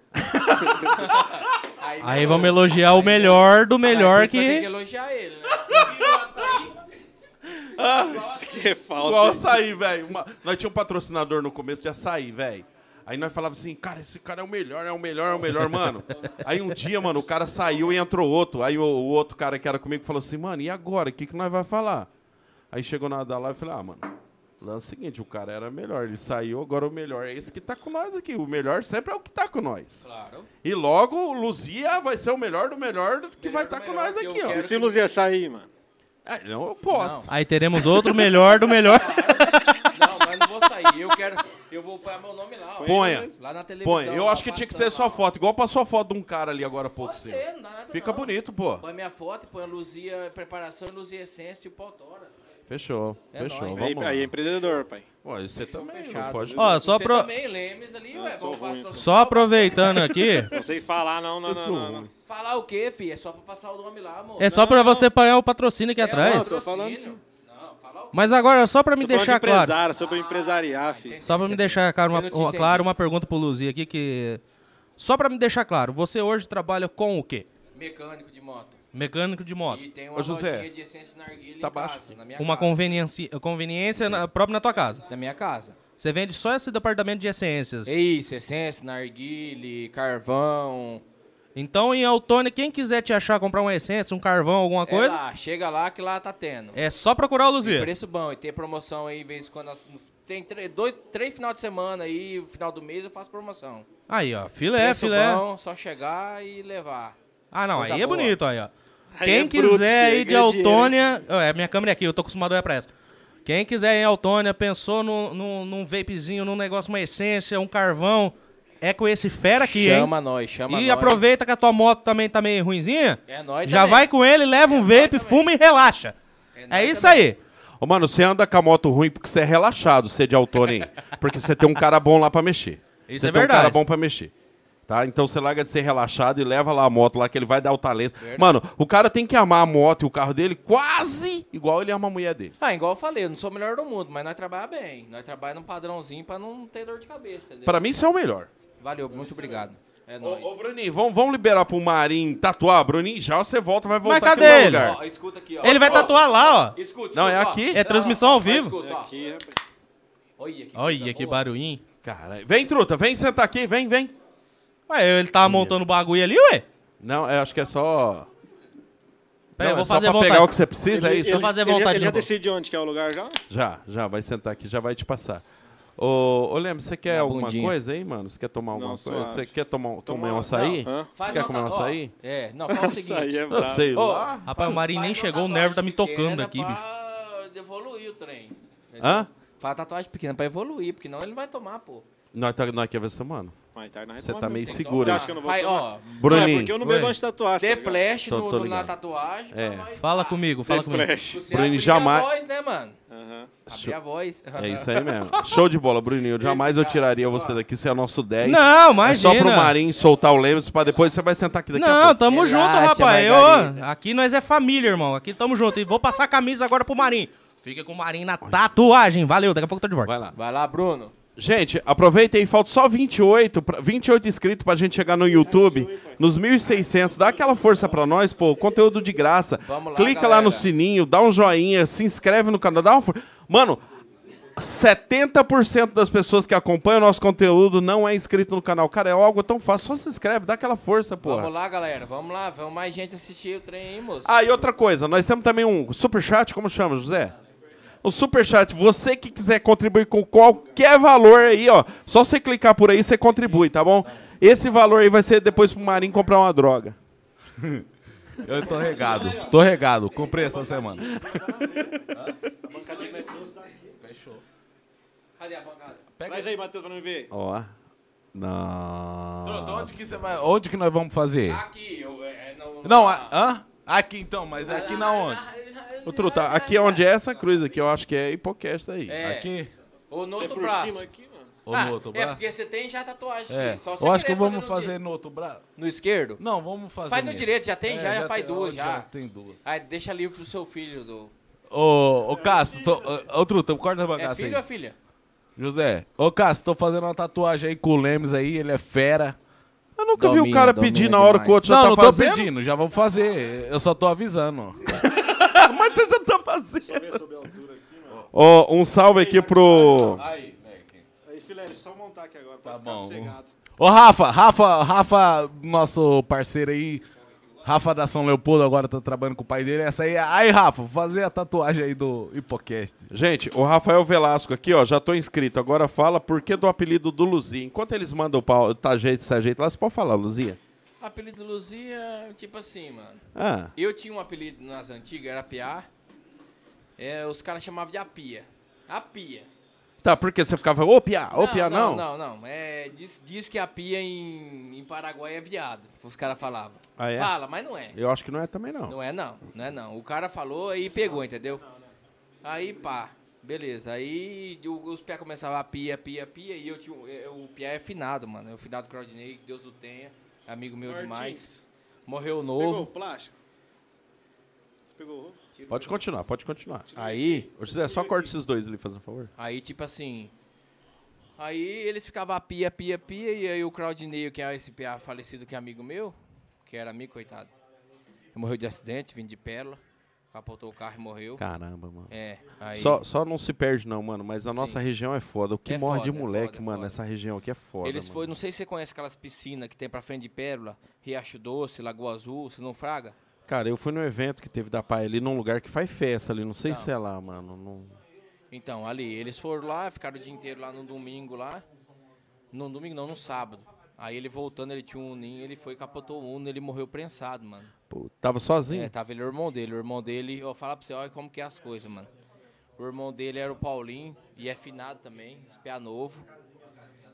S7: Aí vamos elogiar o melhor do melhor
S2: Tem que
S7: que.
S2: elogiar ele, né?
S4: Isso *laughs* que é falso.
S1: Igual
S4: hein?
S1: açaí, velho. Uma- Nós tínhamos um patrocinador no começo de açaí, velho. Aí nós falava assim, cara, esse cara é o melhor, é o melhor, é o melhor, mano. Aí um dia, mano, o cara saiu e entrou outro. Aí o, o outro cara que era comigo falou assim, mano, e agora? O que, que nós vai falar? Aí chegou na da live e falei, ah, mano, lá é o seguinte, o cara era melhor, ele saiu, agora o melhor é esse que tá com nós aqui. O melhor sempre é o que tá com nós.
S2: Claro.
S1: E logo, o Luzia vai ser o melhor do melhor do que
S2: Melhor
S1: vai
S2: do
S1: estar tá com
S2: melhor
S1: nós
S2: que eu
S1: aqui, ó.
S2: quero.
S4: E se Luzia sair, mano?
S1: Ah, não, eu posto.
S7: Aí teremos outro melhor do melhor.
S2: Não, mas não vou sair. Eu quero. Eu vou pôr meu nome lá, ó.
S1: Ponha.
S2: Lá na televisão.
S1: Põe, eu
S2: lá,
S1: acho que tinha que ser
S2: passando
S1: só
S2: lá.
S1: foto, igual passou a foto de um cara ali agora há pouco. Assim.
S2: Pode ser, nada.
S1: Fica
S2: não.
S1: bonito, pô.
S2: Põe minha foto, põe a Luzia Preparação, Luzia Essência e o Pautora.
S1: Fechou,
S2: É
S1: fechou.
S2: nóis.
S4: Aí,
S1: Vamos lá.
S4: aí é empreendedor, pai.
S1: Ó, e você também, não
S2: Fechado, né?
S1: foge.
S2: viu?
S1: não.
S7: Ó, só
S2: Você
S7: pro-
S2: também, Lemes ali, ué.
S4: Ah, sou
S2: Vamos
S4: ruim,
S2: pra-
S4: sou
S7: Só aproveitando aqui,
S4: Não sei falar, não, não, não, não, não.
S2: Falar o quê, filho? É só pra passar o nome lá, amor.
S7: é só
S2: Não,
S7: pra
S2: não.
S7: você pagar o patrocínio aqui
S2: É
S7: atrás.
S4: outro. tô falando
S2: patrocínio. Não, falar o quê?
S7: Mas agora, só pra me
S4: Tô falando de
S7: deixar claro.
S4: empresário, sobre empresariar, filho.
S7: Só pra me deixar claro uma,
S2: Eu não te
S7: uma-
S2: entendi.
S7: claro, uma pergunta pro Luzia aqui que. Só pra me deixar claro, você hoje trabalha com o quê?
S2: Mecânico de moto.
S7: Mecânico de moto.
S2: E é tem
S1: Ô,
S2: uma
S1: José,
S2: lojinha de essência narguilha
S1: tá
S2: em casa,
S1: baixo.
S2: na minha
S7: Uma
S2: casa.
S7: conveniência, conveniência na- própria na tua casa.
S2: Da minha casa.
S7: Você vende só esse departamento de essências.
S2: É isso, essência, narguile, carvão.
S7: Então, em Autônia, quem quiser te achar, comprar uma essência, um carvão, alguma
S2: É
S7: coisa,
S2: lá, chega lá que lá tá tendo.
S7: é só procurar o Luzia.
S2: Preço bom, e tem promoção aí, de vez em quando. as- Tem tre- dois, três final de semana aí, o final do mês eu faço promoção.
S7: Aí, ó, filé,
S2: Preço
S7: filé.
S2: bom, só chegar e levar.
S7: Ah, não,
S2: Coisa
S7: aí é
S2: boa.
S7: bonito, aí, ó.
S4: Aí
S7: Quem
S4: é
S7: quiser
S4: bruto, filho,
S7: aí de
S4: ganha dinheiro,
S7: Autônia. Ó, É, minha câmera é aqui, eu tô acostumado a olhar pra essa. Quem quiser ir em Autônia, pensou num, num, num vapezinho, num negócio, uma essência, um carvão, é com esse fera aqui,
S2: chama
S7: hein?
S2: nós, chama nós.
S7: E aproveita que a tua moto também tá meio ruinzinha.
S2: É nóis
S7: Já
S2: também.
S7: vai com ele, leva um
S2: nóis
S7: vape,
S2: também.
S7: fuma e relaxa.
S2: É
S7: É
S2: nóis
S7: isso
S2: também.
S7: aí.
S1: Ô, mano, você anda com a moto ruim porque você é relaxado, você é de autônomo,
S2: *laughs*
S1: hein? Porque você tem um cara bom lá pra mexer.
S7: Isso
S1: você
S7: é
S1: tem um cara
S7: verdade.
S1: bom pra mexer. Tá? Então você larga de ser relaxado e leva lá a moto lá que ele vai dar o talento. Mano, o cara tem que amar a moto e o carro dele quase igual ele ama a mulher dele.
S2: Ah, igual eu falei, eu não sou o melhor do mundo, mas nós trabalhamos bem. Nós trabalhamos num padrãozinho pra não ter dor de cabeça, entendeu?
S1: Pra mim, isso é o melhor.
S2: Valeu, muito obrigado. É nóis.
S1: Ô, ô Bruninho, vamos, vamos liberar pro Marinho tatuar, Bruninho? Já você volta, vai voltar
S7: cadê
S1: aqui no
S7: ele?
S1: lugar.
S2: Ó, escuta aqui, ó.
S7: Ele vai
S2: Ó,
S7: tatuar lá, ó.
S2: Escuta,
S1: Não,
S2: escuta,
S1: é
S2: ó.
S1: aqui.
S7: É transmissão ao vivo.
S2: Escuta, ó.
S4: Aqui, rapaz.
S2: Olha que,
S7: Olha
S2: coisa
S7: que
S2: boa.
S7: barulhinho.
S1: Cara, vem, truta, vem sentar aqui, vem, vem.
S7: Ué, ele tava montando o bagulho ali, ué.
S1: Não, eu acho que é só.
S7: Peraí, eu
S1: Não,
S7: vou
S1: é
S7: fazer
S1: só pra
S7: a vontade.
S1: pegar o que você precisa, é
S4: Ele-
S1: isso?
S7: Só fazer
S4: ele-
S7: vontade
S4: Ele já
S7: no bolso.
S4: decidiu onde que é o lugar já?
S1: Já, já, vai sentar aqui, já vai te passar. Ô, ô Leme, você quer
S2: Na
S1: alguma
S2: bundinha.
S1: coisa aí, mano? Você quer tomar alguma
S4: Não,
S1: coisa?
S4: suave.
S1: Você quer tomar, um- comer um
S4: Toma-
S1: açaí?
S4: Não, hã?
S1: Você
S2: Faz
S1: quer
S2: uma
S1: comer um
S2: tatuagem.
S1: açaí?
S2: É, não, fala o seguinte.
S4: Açaí é
S1: Eu
S4: brabo.
S1: sei
S2: Ô,
S1: lá.
S7: Rapaz, o Marinho nem
S2: faz uma
S7: chegou, o
S2: tatuagem
S7: nervo tá me tocando
S2: pequena
S7: aqui,
S2: pra
S7: bicho.
S2: evoluir o trem. entendeu?
S1: Hã?
S2: Faz tatuagem pequena pra evoluir, porque não ele não vai tomar, pô.
S1: Nós, tá, nós quer ver você tomando.
S4: Mas tá, nós
S1: Você
S4: vamos
S1: tá
S4: ver.
S1: meio
S4: Tem que
S1: seguro,
S4: tomar. Você
S1: hein?
S4: acha que eu não vou
S2: Vai,
S4: tomar?
S2: ó,
S4: Não, é
S1: Bruninho,
S4: porque eu não
S7: Oi.
S4: bebo antes de tatuar. tá
S2: dê flash
S1: Tô-
S2: no,
S1: tô
S2: no- na
S1: ligado.
S2: tatuagem.
S1: É.
S2: pra nós-
S7: Fala
S2: Ah,
S7: comigo, fala comigo.
S4: flash.
S2: Você
S1: Bruno,
S2: abrir
S1: jamais-
S2: a voz, né, mano?
S4: Aham.
S2: Abrir a voz.
S1: é isso aí mesmo. Show de bola, Bruninho. Jamais eu tiraria você daqui, você é nosso 10.
S7: Não,
S1: É
S7: imagina.
S1: só pro Marinho soltar o Leme, pra depois você vai sentar aqui daqui a
S7: Não, tá-
S1: pouco.
S7: tamo
S2: Relaxa,
S7: junto, rapaz. Eu,
S2: Margarida.
S7: aqui nós é família, irmão. Aqui tamo junto. E vou passar a camisa agora pro Marinho. Fica com o Marinho na tatuagem. Valeu, daqui a pouco eu tô de volta.
S1: Vai lá.
S2: Vai lá, Bruno.
S1: Gente, aproveita aí, falta só 28, pra- 28 inscritos pra gente chegar no YouTube, nos 1.600. Dá aquela força pra nós, pô, conteúdo de graça.
S2: Vamos lá,
S1: Clica lá
S2: galera.
S1: no sininho, dá um joinha, se inscreve no canal, dá uma força. Mano, 70% das pessoas que acompanham o nosso conteúdo não é inscrito no canal. Cara, é algo tão fácil, só se inscreve, dá aquela força, pô.
S2: Vamos lá, galera. Vamos lá. Vamos mais gente assistir o trem aí, moço.
S1: Ah, e outra coisa, nós temos também um superchat, como chama, José? O superchat, você que quiser contribuir com qualquer valor aí, ó, só você clicar por aí, você contribui, tá bom? Esse valor aí vai ser depois pro Marinho comprar uma droga.
S3: Eu tô regado, tô regado. Comprei essa semana.
S2: Cadê a bancada?
S4: Traz aí, Matheus, pra não ver.
S1: Ó. Não.
S3: Onde que você vai? Onde que nós vamos fazer?
S2: Aqui, eu. É, não,
S3: Não, a- hã? Aqui então, mas aqui
S2: Ah,
S3: na onde?
S1: Ô, Truta, aqui é onde é essa cruz aqui, eu acho que é hipocast aí.
S2: É.
S3: Aqui?
S2: Ou no
S4: É
S2: outro
S4: por
S2: braço.
S4: cima aqui, mano.
S3: Ou
S2: Ah,
S3: no outro
S2: É,
S3: braço?
S2: porque você tem já tatuagem.
S3: É.
S2: aqui, só você
S3: Eu acho que
S2: querer
S3: vamos
S2: no
S3: fazer
S2: di-
S3: no outro braço.
S2: No esquerdo?
S3: Não, vamos fazer.
S2: Faz no
S3: nesse. É,
S2: direito, já tem? Já, já faz
S3: tem-
S2: duas, já.
S3: tem duas.
S2: Aí Ah, deixa livre pro seu filho do.
S3: Ô, ô Cássio, tô, ô, ô Truta, corta a
S2: É
S3: bagaça
S2: filho ou é
S3: aí.
S2: filha?
S3: José, ô Cássio, tô fazendo uma tatuagem aí com o Lemes aí, ele é fera.
S1: Eu nunca vi o
S2: Domina,
S1: cara
S2: domina
S1: pedir na hora que o outro já
S3: não,
S1: tá
S3: não tô
S1: fazendo.
S3: pedindo, já vamos fazer. Eu só tô avisando.
S1: *laughs* Mas você já tá fazendo. Ó, um salve aqui pro.
S3: Aí,
S4: Aí, filé, só montar aqui agora, pra
S3: Tá
S4: ficar
S3: bom.
S4: sossegado.
S3: Ô Rafa, Rafa, Rafa, nosso parceiro aí, Rafa da São Leopoldo agora tá trabalhando com o pai dele. Essa aí, é- aí Rafa, fazer a tatuagem aí do Hipocast.
S1: Gente, o Rafael Velasco aqui, ó, já tô inscrito. Agora fala por que do apelido do Luzia. Enquanto eles mandam o pau, tá jeito, tá jeito lá, você pode falar, Luzia?
S2: Apelido Luzia, tipo assim, mano.
S1: Ah,
S2: Eu tinha um apelido nas antigas, era Piá. É, os caras chamavam de Apia. Apia.
S1: tá, porque você ficava, ô piá,
S3: Ah,
S1: ô piá, não?
S2: Não, não, não. É, diz, diz que a pia em, em Paraguai é viado. Os caras falavam.
S1: Ah, é?
S2: Fala, mas não é.
S1: Eu acho que não é também, não.
S2: Não é não, não é não. O cara falou e pegou, entendeu? Aí pá, beleza. Aí o- os pés começavam a pia, pia, pia. E eu tinha. um- eu- o pia é finado, mano. É o finado Claudinei, que Deus o tenha. Amigo meu
S4: Martins.
S2: demais. Morreu
S4: Pegou o
S2: novo.
S4: plástico? Pegou o roubo?
S1: Pode continuar, pode continuar.
S2: Aí,
S1: Ô, José, só corta esses dois ali, fazendo favor.
S2: aí tipo assim. Aí eles ficavam a pia, pia, pia. E aí o Claudinei, que é esse pia falecido, que é amigo meu, que era amigo, coitado. Morreu de acidente, vim de pérola. Capotou o carro e morreu.
S1: Caramba, mano.
S2: É, aí.
S1: Só, só não se perde, não, mano, mas a nossa região é foda. O que
S2: É
S1: morre de
S2: foda, é
S1: moleque,
S2: foda, é
S1: mano,
S2: foda.
S1: essa região aqui é foda.
S2: Eles
S1: mano.
S2: foram, não sei se você conhece aquelas piscinas que tem pra frente de Pérola, Riacho Doce, Lagoa Azul, se não fraga.
S1: Cara, eu fui num evento que teve da pai ali, num lugar que faz festa ali, não sei se é lá, mano. não-
S2: Então, ali, eles foram lá, ficaram o dia inteiro lá no domingo lá. No domingo não, no sábado. Aí ele voltando, ele tinha um ninho, ele foi, capotou o Uno, ele morreu prensado, mano.
S1: Pô, tava sozinho?
S2: É, tava ele e o irmão dele. O irmão dele, eu falar pra você, olha como que é as coisas, mano. O irmão dele era o Paulinho, e é finado também, pé novo.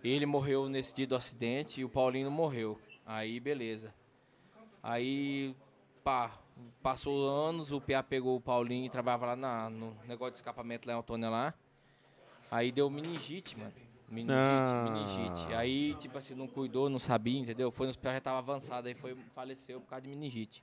S2: Ele morreu nesse dia do acidente e o Paulinho não morreu. Aí, beleza. Aí, pá, passou anos, o PA pegou o Paulinho e trabalhava lá na- no negócio de escapamento lá em Antônia lá. Aí deu meningite, mano. Meningite,
S1: Ah.
S2: meningite. Aí, tipo assim, não cuidou, não sabia, entendeu? Foi no hospital, já tava avançado, aí foi, faleceu por causa de meningite.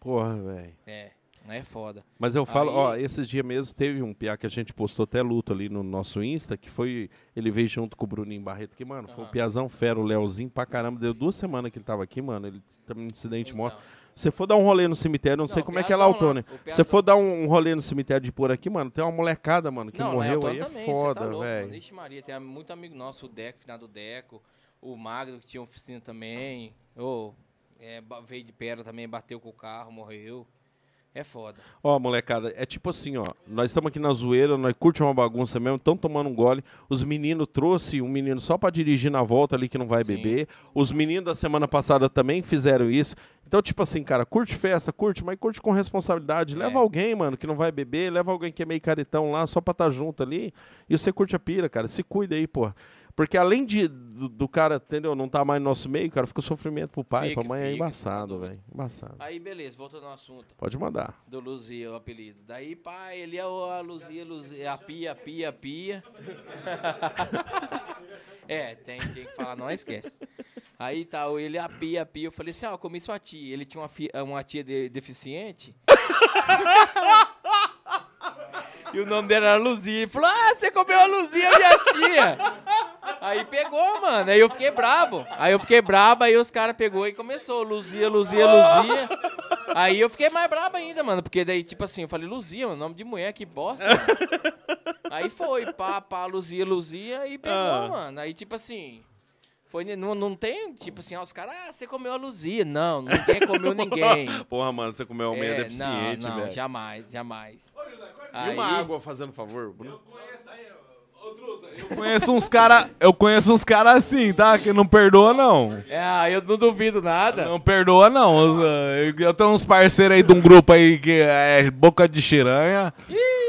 S1: Porra, velho.
S2: É, é foda.
S1: Mas eu falo,
S2: Aí-
S1: ó, esses dias mesmo teve um piá que a gente postou até luto ali no nosso Insta, que foi. Ele veio junto com o Bruninho Barreto, que, mano, foi um piazão fera, o Leozinho pra caramba. Deu duas semanas que ele tava aqui, mano. Ele também um acidente morto. Se for dar um rolê no cemitério, não, sei
S2: Então. Não,
S1: como é que é lá, o
S2: piazão lá,
S1: Tony.
S2: o piazão.
S1: Se for dar um, um rolê no cemitério de por aqui, mano, tem uma molecada, mano, que
S2: não,
S1: morreu
S2: Elton
S1: aí. É
S2: também, cê tá
S1: foda,
S2: louco, mano.
S1: velho.
S2: Ixi Maria, tem muito amigo nosso, o Deco, final do Deco, o Magno, que tinha oficina também. Ô, é, ba- veio de pedra também, bateu com o carro, morreu. É foda.
S1: Ó, molecada, é tipo assim, ó. Nós estamos aqui na zoeira, nós curtimos uma bagunça mesmo, estão tomando um gole. Os meninos trouxe um menino só pra dirigir na volta ali que não vai
S2: Sim.
S1: beber. Os meninos da semana passada também fizeram isso. Então, tipo assim, cara, curte festa, curte, mas curte com responsabilidade. Leva
S2: É.
S1: alguém, mano, que não vai beber, leva alguém que é meio caretão lá, só pra estar junto ali. E você curte a pira, cara. Se cuida aí, porra. Porque além de, do, do cara, entendeu, não tá mais no nosso meio, cara, fica o sofrimento pro pai,
S2: Fica,
S1: pra mãe, é
S2: fica,
S1: embaçado,
S2: fica.
S1: velho. Embaçado.
S2: Aí, beleza, voltando ao assunto.
S1: Pode mandar.
S2: Do Luzia, o apelido. Daí, pá, ele é o- a Luzia, Luzia, a pia, pia, pia. *laughs* é, tem, tem que falar, não esquece. Aí tá, o ele a pia, pia. Eu falei assim, ó, eu comi sua tia. Ele tinha uma, fi- uma tia de- deficiente. *laughs* e o nome dela era Luzia. Ele falou, ah, você comeu a Luzia, minha tia. Aí pegou, mano. Aí eu fiquei brabo. Aí eu fiquei brabo, aí os caras pegou e começou. Luzia, Luzia, Luzia. Aí eu fiquei mais brabo ainda, mano. Porque daí, tipo assim, eu falei, Luzia, mano, nome de mulher, que bosta. aí foi, pá, pá, Luzia, Luzia, e pegou, mano. Aí, tipo assim. Foi, não, não tem, tipo assim, ah, os caras, ah, você comeu a Luzia. Não, ninguém comeu ninguém.
S1: Porra, mano, você comeu almeia
S2: É,
S1: deficiente,
S2: não, não,
S1: velho.
S2: jamais, jamais.
S1: E uma água fazendo favor, Bruno?
S3: Conheço uns cara, eu conheço uns caras assim, tá? Que não perdoa, não.
S2: É, eu não duvido nada.
S3: Não perdoa, não. Os, eh, Eu tenho uns parceiros aí de um grupo aí que é boca de xiranha.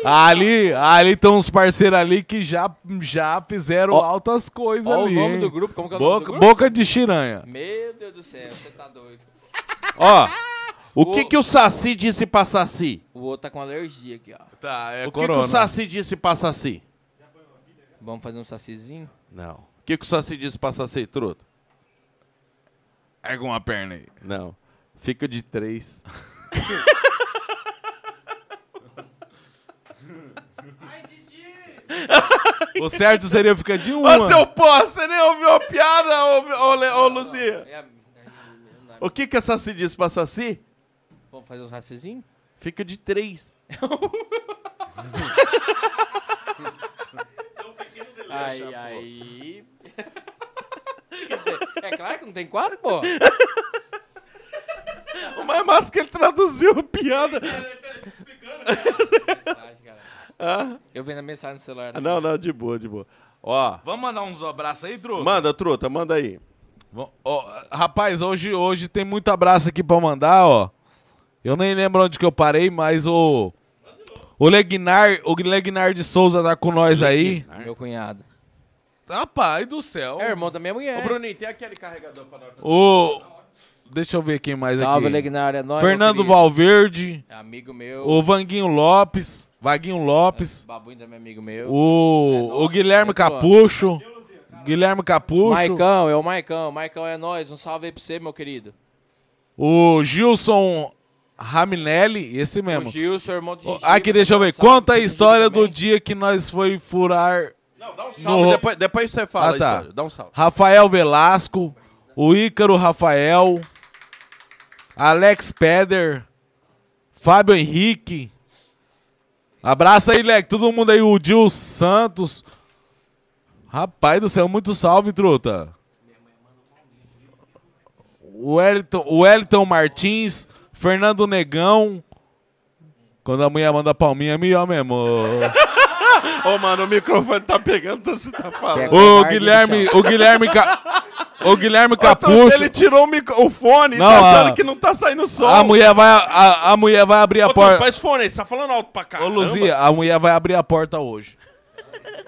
S3: Ali, ali tem uns parceiros ali que já, já fizeram
S2: Ó,
S3: altas coisas
S2: Ó,
S3: ali.
S2: o nome
S3: hein?
S2: do grupo, como que é o nome
S3: Boca,
S2: do grupo?
S3: boca de xiranha.
S2: Meu Deus do céu, você tá doido.
S1: Ó, o que que o Saci disse pra Saci?
S2: O outro tá com alergia aqui, ó.
S3: Tá, é
S1: O que que o Saci disse pra Saci?
S2: Vamos fazer um sacizinho?
S1: Não. O que que o Saci disse pra Saci, truto?
S3: Pega uma perna aí.
S1: Não. Fica de três.
S3: O certo seria ficar de uma.
S1: Ô, seu pó, você nem ouviu a piada, ô, ô, Le- ô, Luzia?
S2: É,
S1: O que que a Saci disse pra Saci?
S2: vamos fazer um sacizinho?
S1: Fica de três.
S2: Aí, aí. É claro que não tem quadro,
S3: *laughs*
S2: pô.
S1: Mas massa é que ele traduziu a piada.
S2: Mensagem, cara.
S3: Ah.
S2: Eu vendo a mensagem no celular.
S1: Ah, Não, não, de boa, de boa. Ó,
S3: Vamos mandar uns abraços aí, Drudo?
S1: manda, truta, manda aí.
S3: Vam- ó, rapaz, hoje, hoje tem muito abraço aqui pra mandar, ó. Eu nem lembro onde que eu parei, mas o. O Legnar, o Legnar de Souza tá com nós aí.
S2: né? Meu cunhado.
S3: Rapaz do céu.
S2: É irmão da minha mulher.
S1: Bruninho, tem aquele carregador pra nós.
S3: O. Deixa eu ver quem mais
S2: Salve,
S3: aqui.
S2: Legnário. É nóis, meu
S3: Fernando
S2: querido.
S3: Valverde,
S2: Amigo meu.
S3: o Vanguinho Lopes, Vaguinho Lopes,
S2: Babuinho também é amigo meu.
S3: o, o Guilherme
S2: eu tô-
S3: Capucho, Guilherme Capucho,
S2: Maicão, é o Maicão. Maicão é nóis. Um salve aí pra você, meu querido.
S3: o Gilson Raminelli, esse mesmo.
S2: O Gilson, irmão de
S3: Ô,
S2: Gil,
S3: Aqui, deixa eu ver.
S2: salve
S3: Conta a
S2: pro Gil
S3: história do
S2: também.
S3: dia que nós foi furar
S1: Salve,
S3: No-
S1: depois, depois você fala,
S3: Ah, tá.
S1: história. Dá um salve.
S3: Rafael Velasco, o Ícaro Rafael, Alex Peder, Fábio Henrique. Abraça aí, Leque. Todo mundo aí, o Dil Santos. Rapaz do céu, muito salve, truta. O Wellington, o Wellington Martins, Fernando Negão. Quando a mulher manda palminha, é melhor mesmo.
S1: Ô, mano, o microfone tá pegando, então você tá falando.
S2: Cego.
S3: O
S2: Covarde do
S3: Guilherme, o Guilherme, Ca- o Guilherme
S1: Então,
S3: Capucho.
S1: Ele tirou o, micro, o fone
S3: Não,
S1: e tá achando
S3: a-
S1: que não tá saindo som.
S3: A mulher vai, a, a mulher vai abrir a
S1: Ô, Truta,
S3: porta.
S1: faz fone aí, você tá falando alto pra cá.
S3: Ô, Luzia, a mulher vai abrir a porta hoje.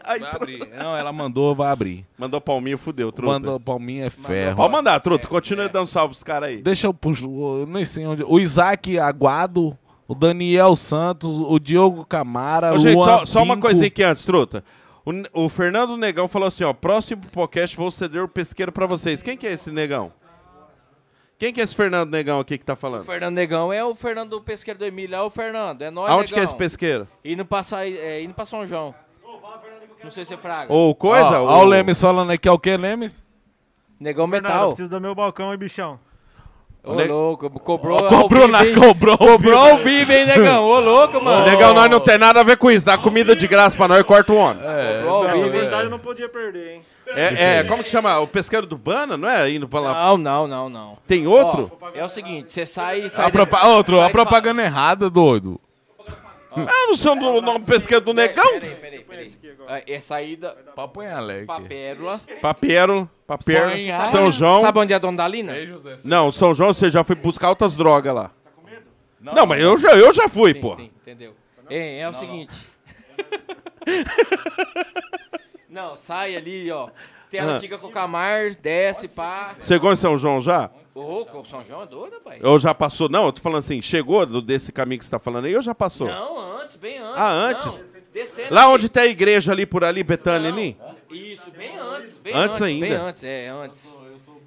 S3: Vai abrir. Não, ela mandou, vai abrir.
S1: Mandou palminha, fudeu, truta. É.
S3: Mandou palminha é ferro.
S1: Pode mandar, truta. Continua dando salve pros caras aí.
S3: Deixa eu puxar, eu nem sei onde. O Isaac Aguado, o Daniel Santos, o Diogo Camara,
S1: Ô,
S3: o
S1: gente, só, só uma coisinha aqui antes, truta. O, o Fernando Negão falou assim, ó, próximo podcast vou ceder o pesqueiro pra vocês. Quem que é esse Negão? Quem que é esse Fernando Negão aqui que tá
S2: O
S1: falando?
S2: Fernando Negão é o Fernando do Pesqueiro do Emílio, é o Fernando, é nóis,
S1: Aonde que é
S2: Negão.
S1: esse pesqueiro?
S2: Indo pra, Sa- é, indo pra São João. Não sei se é fraga.
S1: Ou coisa?
S3: Ó, ó o Lemes falando aqui, é o que, Lemes?
S2: Negão
S8: Fernando, eu
S2: Metal.
S8: preciso do meu balcão, hein, bichão?
S2: Ô,
S1: Ne-
S2: louco, cobrou.
S3: Cobrou,
S2: ao vivo,
S3: na,
S2: hein?
S3: cobrou,
S2: Cobrou ao vivo, hein, Negão? Ô, louco, mano.
S1: Negão, nós não tem nada a ver com isso. Dá comida de graça pra nós e corta o homem.
S3: É.
S2: Cobrou ao
S8: Na
S2: vivo,
S8: verdade, eu
S2: hein?
S8: não podia perder, hein?
S1: É, é, como que chama? O pesqueiro do Bana, não é? Indo pra lá.
S2: Não, não, não, não.
S1: Tem outro?
S2: Ó, é o seguinte, você sai... sai
S3: A propa- outro,
S2: sai
S3: a
S2: de-
S3: propaganda errada, doido.
S1: Ah, não sou do nome pesqueiro do Negão?
S2: Peraí, peraí, peraí. Ah, É saída
S3: Pra apanhar, Leque.
S2: pra Pérola.
S1: Papiero, Papiero,
S3: Sonhar.
S1: São João.
S2: Sabe onde é a Dona Dalina?
S1: Não, São João você já foi buscar outras drogas lá.
S2: Tá
S1: Não, mas eu já, eu já fui,
S2: Sim,
S1: pô.
S2: sim, entendeu? É, é o seguinte. *laughs* Não. sai ali, ó. Tem
S1: Ah.
S2: a antiga Cocamar, desce, pá.
S1: Você gosta de São João já?
S2: Ô, o São João é doido, pai.
S1: Ou já passou? Não, eu tô falando assim, chegou do- desse caminho que você tá falando aí ou já passou?
S2: Não, antes, bem antes.
S1: Ah,
S2: não.
S1: antes?
S2: Descendo.
S1: Lá onde tem a igreja ali por ali, Betânia
S2: Não, é
S1: ali?
S2: Isso, bem antes, bem
S1: Antes
S2: antes.
S1: ainda?
S2: Bem antes, é, antes.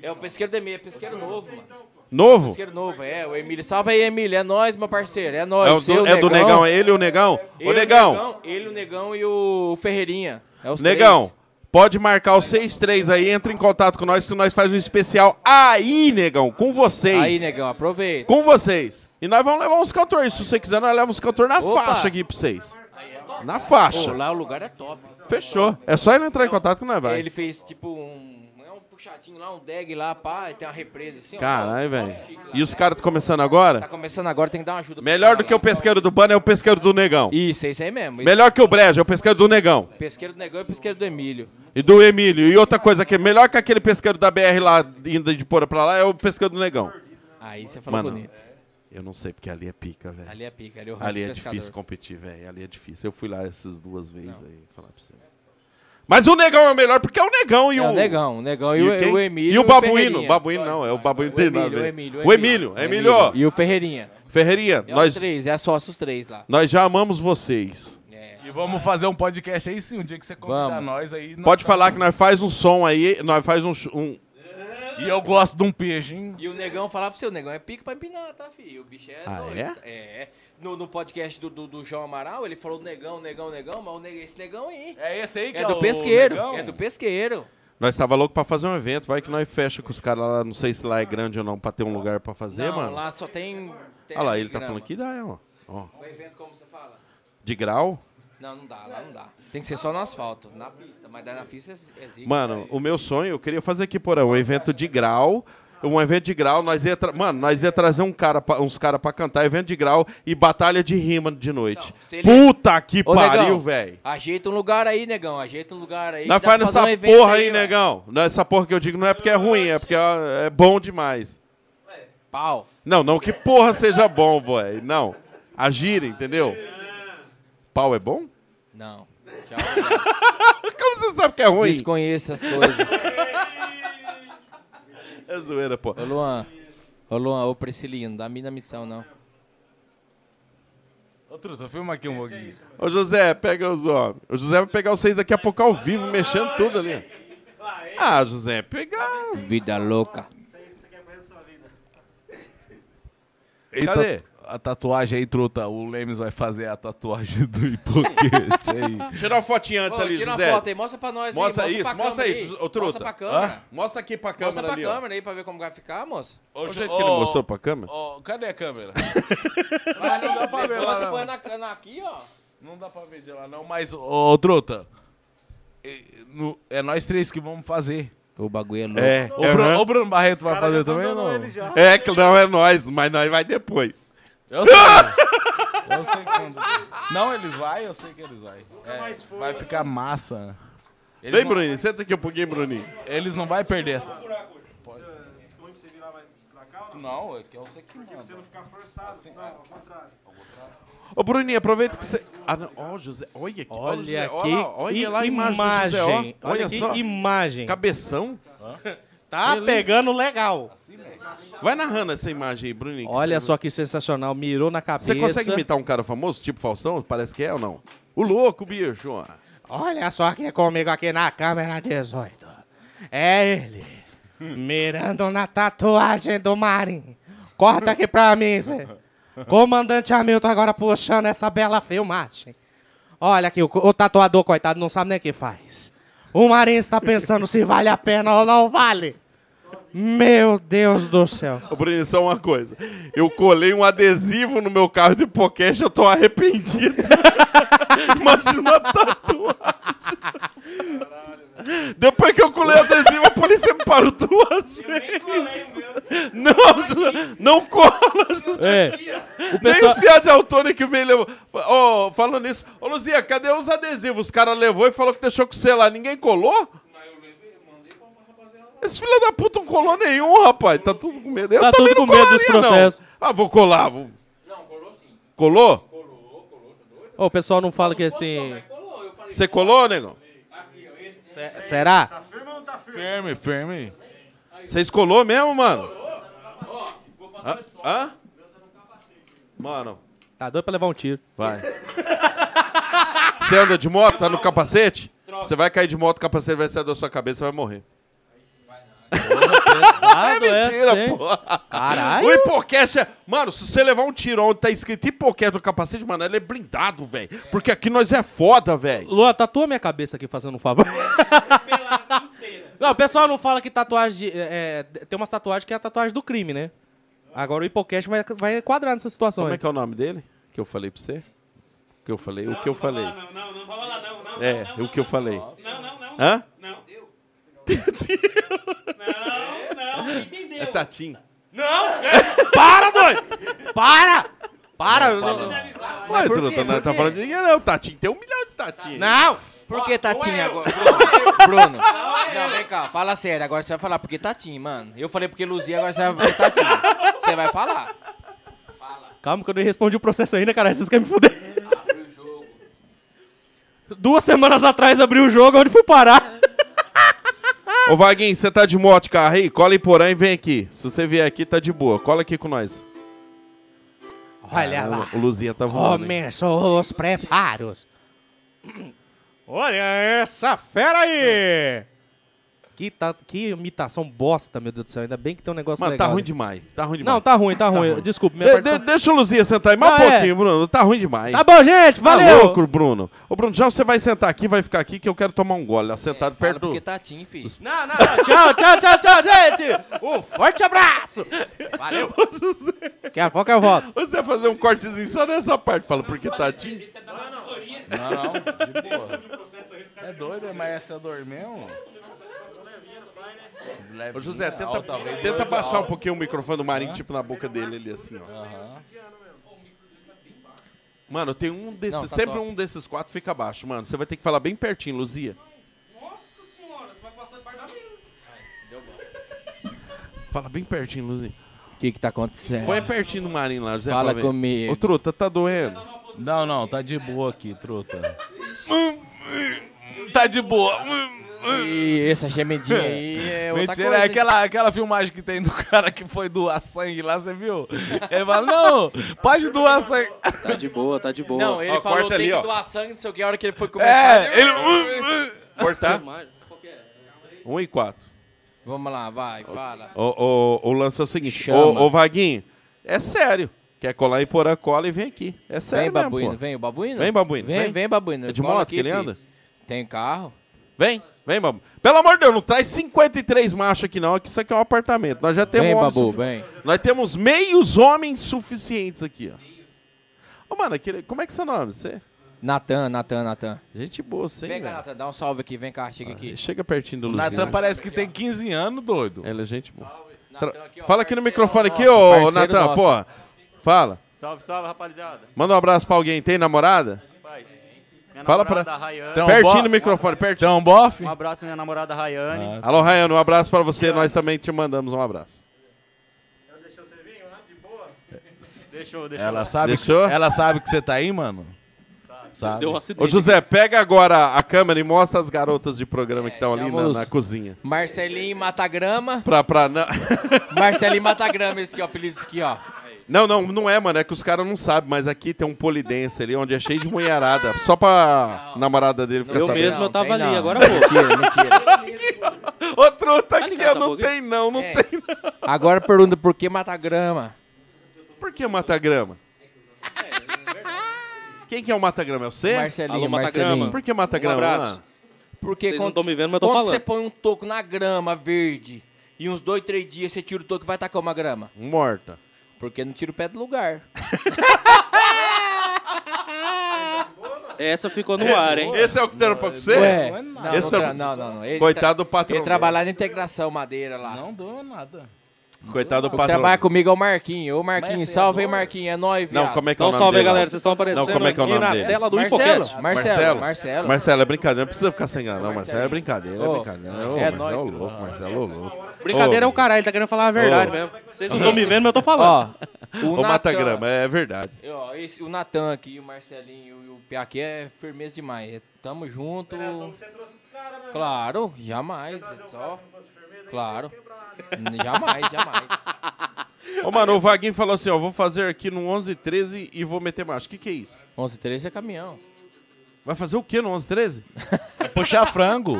S2: É o pesqueiro de meia, pesqueiro novo, mano.
S1: Novo?
S2: Pesqueiro novo, é, o Emílio. Salve aí, Emílio. É nós, meu parceiro. É
S1: É, o
S2: nós.
S1: do, é do Negão, é ele e o Negão? Ô, Negão,
S2: Ele, o Negão e o Ferreirinha. É os
S1: Negão,
S2: três.
S1: Pode marcar o 6-3 aí, entra em contato com nós que nós faz um especial aí, negão, com vocês.
S2: Aí, negão, aproveita.
S1: Com vocês. E nós vamos levar uns cantores. Se você quiser, nós levamos uns cantores na
S2: Opa!
S1: faixa aqui pra vocês. Na
S2: Pô,
S1: faixa.
S2: lá o lugar é top.
S1: Fechou. É só ele entrar em contato que nós vai.
S2: Ele fez tipo um. É um puxadinho lá, um deg lá, pá, e tem uma represa assim, ó.
S1: Caralho, velho.
S2: Chique lá.
S1: E os caras tão começando agora?
S2: Tá começando agora, tem que dar uma ajuda. pro
S1: Melhor
S2: cara
S1: do que
S2: lá.
S1: o pesqueiro do Bano é o pesqueiro do Negão.
S2: Isso, é isso aí mesmo.
S1: Melhor que o Brejo é o pesqueiro do Negão.
S2: Pesqueiro do Negão e pesqueiro do Emílio.
S1: E do Emílio. E outra coisa que é melhor que aquele pesqueiro da BR lá, indo de Pora pra lá, é o pesqueiro do Negão.
S2: Aí você falou
S1: Mano.
S2: bonito.
S1: Eu não sei, porque ali é pica, velho.
S2: Ali é pica, ali é o rancho
S1: Ali é
S2: do pescador.
S1: difícil competir, velho. Ali é difícil. Eu fui lá essas duas vezes aí, falar pra você. Mas o Negão é o melhor, porque é o Negão e
S2: É
S1: o...
S2: o Negão, o Negão e, o,
S1: quem?
S2: e o Emílio.
S1: E o Babuíno.
S2: Ferreirinha.
S1: Babuíno não, é o Babuíno.
S2: O
S1: tem nada a
S2: Emílio, o
S1: ver.
S2: Emílio,
S1: O Emílio, Emílio.
S2: E o Ferreirinha.
S1: Ferreirinha,
S2: É
S1: nós,
S2: os três, é sócio os três lá.
S1: nós já amamos vocês.
S9: E vamos fazer um podcast aí sim, um dia que você convidar
S2: Vamos.
S9: nós aí. nós
S1: Pode
S9: tá-
S1: falar que nós faz um som aí, nós faz um... ch- um-
S9: E eu gosto de um peixe, hein?
S2: E o Negão falar pro seu, o Negão é pica pra empinar, tá, filho? O bicho é
S1: Ah,
S2: doido. É? é. No, no podcast do, do, do João Amaral, ele falou Negão, Negão, Negão, mas o neg- esse Negão aí...
S9: É esse aí que é,
S2: É do
S9: o
S2: pesqueiro,
S9: negão?
S2: é do pesqueiro.
S1: Nós tava louco pra fazer um evento, vai que nós fecha com os caras lá, não sei se lá é grande ou não, pra ter um lugar pra fazer,
S2: não,
S1: mano.
S2: lá só tem... tem
S1: Olha lá, ele tá
S2: grama.
S1: falando que dá, ó. ó.
S2: O evento, como você fala?
S1: De grau.
S2: Não, não dá, lá não dá. Tem que ser só no asfalto, na pista. Mas daí na pista é, é zica.
S1: Mano, o meu sonho, eu queria fazer aqui, porão, um evento de grau. Um evento de grau, nós ia, tra- mano, nós ia trazer um cara pra- uns caras pra cantar, evento de grau e batalha de rima de noite.
S2: Não, se ele-
S1: Puta que
S2: Ô,
S1: pariu,
S2: Negão,
S1: velho.
S2: Ajeita um lugar aí, negão. Ajeita um lugar aí.
S1: Nós
S2: dá pra
S1: faz nessa
S2: fazer um evento
S1: porra aí,
S2: ó.
S1: negão. Não, Essa porra que eu digo não é porque é ruim, é porque é é bom demais.
S2: Pau.
S1: Não, não que porra seja bom, velho. Não. Agir, entendeu? Pau é bom?
S2: Não.
S1: *laughs* Como você sabe que é ruim?
S2: Desconheço as coisas.
S1: É zoeira, pô.
S2: Ô, Luan. Ô, Luan, ô, Priscilino, dá a minha missão, não.
S9: Ô, Truta, filma aqui um pouquinho.
S1: Ô, José, pega os homens. O José vai pegar vocês daqui a pouco ao vivo, mexendo tudo ali. Ah, José, pegar.
S2: Vida louca.
S9: E
S1: Cadê?
S9: tatu- A tatuagem aí, Truta. O Lemes vai fazer a tatuagem do hipoquete
S1: *laughs*
S9: aí.
S1: Tirar uma fotinha antes ali,
S2: tira
S1: José.
S2: uma foto aí, mostra pra nós.
S1: Mostra
S2: aí,
S1: isso,
S2: pra
S1: mostra
S2: câmera
S1: isso,
S2: aí.
S1: ô, truta.
S2: Mostra pra câmera.
S1: Mostra aqui pra
S2: Mostra
S1: câmera
S2: pra
S1: ali, ó.
S2: câmera aí pra ver como vai ficar, moço.
S9: Ô,
S1: Onde é que ele mostrou pra câmera?
S9: Ô, cadê a câmera?
S2: Vai, não dá
S9: pra ver lá,
S2: Levanta e
S9: não.
S2: põe na cana aqui, ó.
S9: Não dá pra ver de lá, não, mas, ô, Truta, é, no- é nós três que vamos fazer.
S2: O bagulho é louco.
S1: É,
S9: O, Bruno,
S1: aham.
S9: o Bruno Barreto vai
S8: Cara, já
S9: fazer
S8: tá
S9: também ou
S8: dando
S9: não?
S8: ele já.
S1: é que não é nós, mas nós vai depois.
S9: Eu sei. eu sei quando. Não, eles vão, eu sei que eles vão. É, vai ficar massa. Eles
S1: Vem,
S9: não,
S1: Bruninho, senta aqui um pouquinho, Bruninho.
S9: Eles não vão perder essa.
S8: Fica ruim pra você virar mais pra cá ou não?
S9: Não, é que eu sei que manda.
S8: Você não ficar forçado, não, ao contrário.
S1: Ô, Bruninho, aproveita que você. Ah, não. Ó, José, olha aqui. ó, José,
S7: Olha
S1: ó
S7: que
S1: lá, olha lá a imagem.
S7: imagem.
S1: do José, ó.
S7: Olha,
S1: Olha
S7: que
S1: só.
S7: imagem.
S1: Cabeção.
S7: Tá pegando legal.
S1: Vai narrando essa imagem aí, Bruninho. que
S7: Olha
S1: você-
S7: só que sensacional. Mirou na cabeça.
S1: Você consegue imitar um cara famoso, tipo Faustão? Parece que é ou não? O louco, bicho. ó.
S7: Olha só quem é comigo aqui na câmera 18. É ele. Mirando na tatuagem do Marim. Corta aqui pra mim, Zé. Comandante Hamilton agora puxando essa bela filmagem. Olha aqui, o, co- o tatuador, coitado, não sabe nem o que faz. O Marinho está pensando se vale a pena ou não vale. Meu Deus do céu.
S1: Ô, Bruninho, só uma coisa. Eu colei um adesivo no meu carro de podcast, eu tô arrependido. Imagina uma tatuagem. Depois que eu colei o adesivo, a polícia me parou duas vezes. Não, José, não cola, José.
S7: É. o
S1: Nem os piados de Altônia que veio levou. Ó, falando nisso. Ô, Luzia, cadê os adesivos? Os caras levou e falou que deixou com o lá. Ninguém colou? Esse filho da puta não colou nenhum, rapaz. Tá tudo com medo. Eu
S7: Tá
S1: também não
S7: tudo com medo dos
S1: colaria, não.
S7: processos.
S1: Ah, vou colar. Vou... Não, colou sim. Colou?
S7: o pessoal não fala que assim.
S1: Você colou, negão?
S7: É, Será?
S9: Firme, firme.
S1: Vocês colou mesmo, mano? Hã? Hã? Mano,
S7: Tá doido pra levar um tiro.
S1: vai. Você anda de moto? Tá no capacete? Você vai cair de moto, o capacete vai sair da sua cabeça e vai morrer.
S7: Pesado essa, Tá hein?
S1: O
S7: Caralho.
S1: hipocast é. Mano, se você levar um tiro onde tá escrito hipocast no capacete, mano, ele é blindado, velho. Porque aqui nós é foda, velho.
S7: Luan, tatua minha cabeça aqui fazendo um *laughs* favor.
S6: Pelada inteira.
S7: Não, o pessoal não fala que tatuagem. de- é, é, tem umas tatuagens que é a tatuagem do crime, né? Agora o hipocast vai, vai enquadrar nessa situação
S1: Como é
S7: aí.
S1: que é o nome dele? Que eu falei pra você? Que eu falei, o que eu
S6: Não, não
S1: falei.
S6: vou falar, Não, não, não vou falar, não, não.
S1: É,
S6: não, não,
S1: o que eu
S6: não,
S1: falei.
S6: Não, não, não.
S1: Hã?
S6: Não. Deu. Não, não, entendeu.
S1: Tatim.
S7: Para, doido! Para! Para! Não,
S1: Ué,
S7: por
S1: Truta,
S7: quê?
S1: não
S7: Por
S1: tá
S7: quê?
S1: falando de ninguém, não. Tatim tem um milhão de Tatim.
S7: Não!
S2: Por que Tatinha agora? *laughs* Bruno, Bruno. é Não, é vem cá, fala sério. Agora você vai falar porque Tatinha, mano. Eu falei porque Luzia, agora você vai porque Tatinha. Você vai falar.
S7: Calma que eu nem respondi o processo ainda, cara. Vocês querem me fuder. Duas semanas atrás abriu o jogo, onde fui parar?
S1: Ô, Vaguinho, você tá de moto, carro aí? Cola em Porã e vem aqui. Se você vier aqui, tá de boa. Cola aqui com nós.
S7: Olha lá.
S1: O Luzia tá voando. hein?
S7: Começou os preparos. Olha essa fera aí! Que, ta- que imitação bosta, meu Deus do céu. Ainda bem que tem um negócio
S1: Mano,
S7: legal.
S1: tá ruim
S7: né?
S1: demais. Tá ruim demais.
S7: Não, tá ruim, tá, ruim. Desculpa, minha
S1: De-
S7: parte...
S1: de-
S7: tá-
S1: deixa o Luzia sentar aí mais um
S7: Ah, é.
S1: pouquinho, Bruno. Tá ruim demais.
S7: Tá bom, gente, valeu!
S1: Tá louco, Bruno. Ô, Bruno, já você vai sentar aqui, vai ficar aqui, que eu quero tomar um gole. lá Sentado
S2: É, Fala
S1: perto do...
S2: porque Tatinha, filho.
S7: Não, não, não. Tchau, tchau, tchau, tchau, gente! Um forte abraço! Valeu! Daqui a pouco eu volto.
S1: Você vai fazer um cortezinho só nessa parte. Fala, porque Tatim...
S6: Ele tá dando uma tutoria, assim,
S9: Não, não, de boa.
S6: no processo aí, os caras
S9: É doido, é, mas essa dormir mesmo?
S1: Ô, José, tenta, tenta baixar um pouquinho o microfone do Marinho, tipo na boca dele ali, assim, ó. Mano, tem um desses,
S9: Não, tá
S1: sempre
S9: top.
S1: um desses quatro fica abaixo, mano. Você vai ter que falar bem pertinho, Luzia.
S6: Nossa senhora, você vai passar debaixo da mesa.
S1: Fala bem pertinho, Luzia.
S2: O que que tá acontecendo?
S1: Põe pertinho do Marinho lá, José.
S2: Fala
S1: pra ver.
S2: comigo.
S1: Ô, Truta, tá doendo?
S9: Não, não, tá de boa aqui, truta.
S1: Tá de boa.
S2: Ih, essa gemidinha aí é outra
S9: Mentira,
S2: coisa.
S9: é aquela, aquela filmagem que tem do cara que foi doar sangue lá, você viu? Ele fala, não, pode doar sangue.
S4: Tá de boa, tá de boa.
S2: Não, ele
S1: Ó,
S2: falou
S1: corta
S2: tem
S1: ali,
S2: que
S1: ó.
S2: doar sangue, não sei o que, a hora que ele foi começar...
S9: É, ele...
S1: Cortar? Tá?
S6: é?
S1: Um e quatro.
S2: Vamos lá, vai,
S1: é
S2: fala.
S1: O, o, o lance é o seguinte.
S2: Chama.
S1: Ô, ô, Vaguinho, é sério. Quer colar em Porã, cola e vem aqui. É sério
S2: Vem,
S1: mesmo,
S2: babuíno,
S1: pô.
S2: vem o babuíno?
S1: Vem, babuíno,
S2: Vem,
S1: vem.
S2: vem, babuíno.
S1: É de
S2: Cola
S1: moto
S2: aqui,
S1: que ele
S2: filho.
S1: anda?
S2: Tem carro.
S1: Vem, vem, babu. Pelo amor de Deus, não traz 53 machos aqui não, que isso aqui é um apartamento. Nós já temos
S2: vem,
S1: homens
S2: babu,
S1: sufi-
S2: vem.
S1: Nós temos meios homens suficientes aqui, ó. Ô, mano, aquele- como é que é seu nome? Você?
S2: Natan, Natan, Natan.
S1: Gente boa, você,
S2: Vem
S1: hein,
S2: cá,
S1: velho? Ah,
S2: Natan, dá um salve aqui, vem cá, chega aqui.
S1: Chega pertinho do Luzinho.
S9: Natan então parece que tem 15 anos, doido.
S1: Ela é gente boa.
S2: Natan,
S1: Tra-
S2: aqui, ó,
S1: Fala aqui no
S2: parceirão
S1: microfone aqui,
S2: nosso,
S1: ô,
S2: parceiro
S1: Natan,
S2: nosso.
S1: porra. Fala.
S8: Salve, salve, rapaziada.
S1: Manda um abraço pra alguém. Tem namorada?
S8: Paz. Minha
S1: Fala
S8: namorada,
S1: pra-
S8: a Rayane.
S9: Então,
S1: pertinho
S9: bo-
S1: do microfone, pertinho.
S9: Então, bofe?
S8: Um abraço pra minha namorada Rayane.
S1: Alô, Rayano, um abraço pra você. Nós também te mandamos um abraço.
S10: né?
S8: Deixa eu, deixa eu.
S9: Ela sabe, que,
S1: Deixou?
S9: ela sabe que você tá aí, mano? Sabe.
S7: Deu um
S1: Tá. Ô,
S7: acidente.
S1: José, pega agora a câmera e mostra as garotas de
S2: É,
S1: programa que estão ali
S2: chama
S1: na,
S2: os-
S1: na cozinha.
S2: Marcelinho Matagrama.
S1: Pra, pra, não... *laughs*
S2: Marcelinho Matagrama, esse aqui, ó, apelido esse aqui, ó.
S1: Não, não, não é, mano. É que os caras não sabem, mas aqui tem um polidense ali onde é cheio de mulherada. Só pra namorada dele ficar
S7: Eu
S1: sabendo.
S7: mesmo,
S2: Não,
S7: eu tava
S2: tem
S7: ali,
S2: não.
S7: agora é vou.
S2: Mentira, mentira.
S1: Ô,
S2: Tá
S1: truta aqui,
S7: ligado
S1: eu
S7: essa
S1: não
S7: boca?
S1: tem não, não
S2: É.
S1: tem não.
S2: Agora pergunta por que Matagrama?
S1: Por que matagrama?
S2: É,
S1: Quem que é o matagrama? É você?
S2: Marcelinho,
S7: Alô,
S2: Marcelinho.
S7: Matagrama.
S1: Por que matagrama?
S4: Um abraço.
S1: Ah,
S2: Porque
S7: Vocês não
S2: quando-
S7: estão me vendo, mas eu tô
S2: Quando você
S7: falando.
S2: põe um toco na grama verde e uns dois, três dias você tira o toco e vai tacar uma grama?
S1: Morta.
S2: Porque não tira o pé do lugar.
S7: Essa ficou no ar, hein?
S1: Esse é o que deram pra você?
S2: Ué, não,
S1: Esse
S2: não,
S1: tá-
S2: tra- não, não, não. Ele
S1: Coitado do
S2: tra-
S1: patrão.
S2: Ele trabalha lá na integração madeira lá.
S9: Não dou nada.
S1: Coitado do
S2: Quem
S1: patrão.
S2: trabalha comigo é o Marquinho. Ô
S9: Mas
S2: Marquinho,
S9: você
S2: salve aí,
S9: adora?
S2: Marquinho. É nóis, viado.
S1: Não, como é que é o
S7: Então,
S1: nome
S7: salve aí,
S1: dele?
S7: galera. Vocês estão aparecendo
S1: como é que é o
S7: aqui
S1: nome
S7: na
S1: dele?
S7: tela do
S2: Marcelo,
S7: Hipocast.
S2: Marcelo, Marcelo.
S1: Marcelo, é brincadeira, não precisa ficar sem graça. Não, Marcelo é brincadeira, é
S2: Ô,
S1: brincadeira.
S2: é
S1: Ô,
S2: nóis,
S1: Marcelo é
S2: tudo.
S1: louco, Marcelo é louco.
S7: Brincadeira é o caralho, ele tá querendo falar a verdade
S1: Ô.
S7: mesmo. Vocês não estão me vendo, mas eu tô falando.
S2: o
S1: Ô,
S2: Natan-
S1: matagrama, é verdade.
S2: Ó, esse- o Natan aqui, o Marcelinho e o Pia aqui é firmeza demais. É, tamo junto.
S8: Você trouxe os caras, né?
S2: Claro, jamais.
S8: um
S2: É só.
S8: Os firmeza,
S2: Claro.
S8: né?
S2: *laughs* Jamais, jamais.
S1: Ô, mano, o Vaguinho falou assim, ó, vou fazer aqui no 11 13 e vou meter macho. O que que é isso?
S2: 11 13 é caminhão.
S1: Vai fazer o quê no 11 13?
S9: Puxar frango.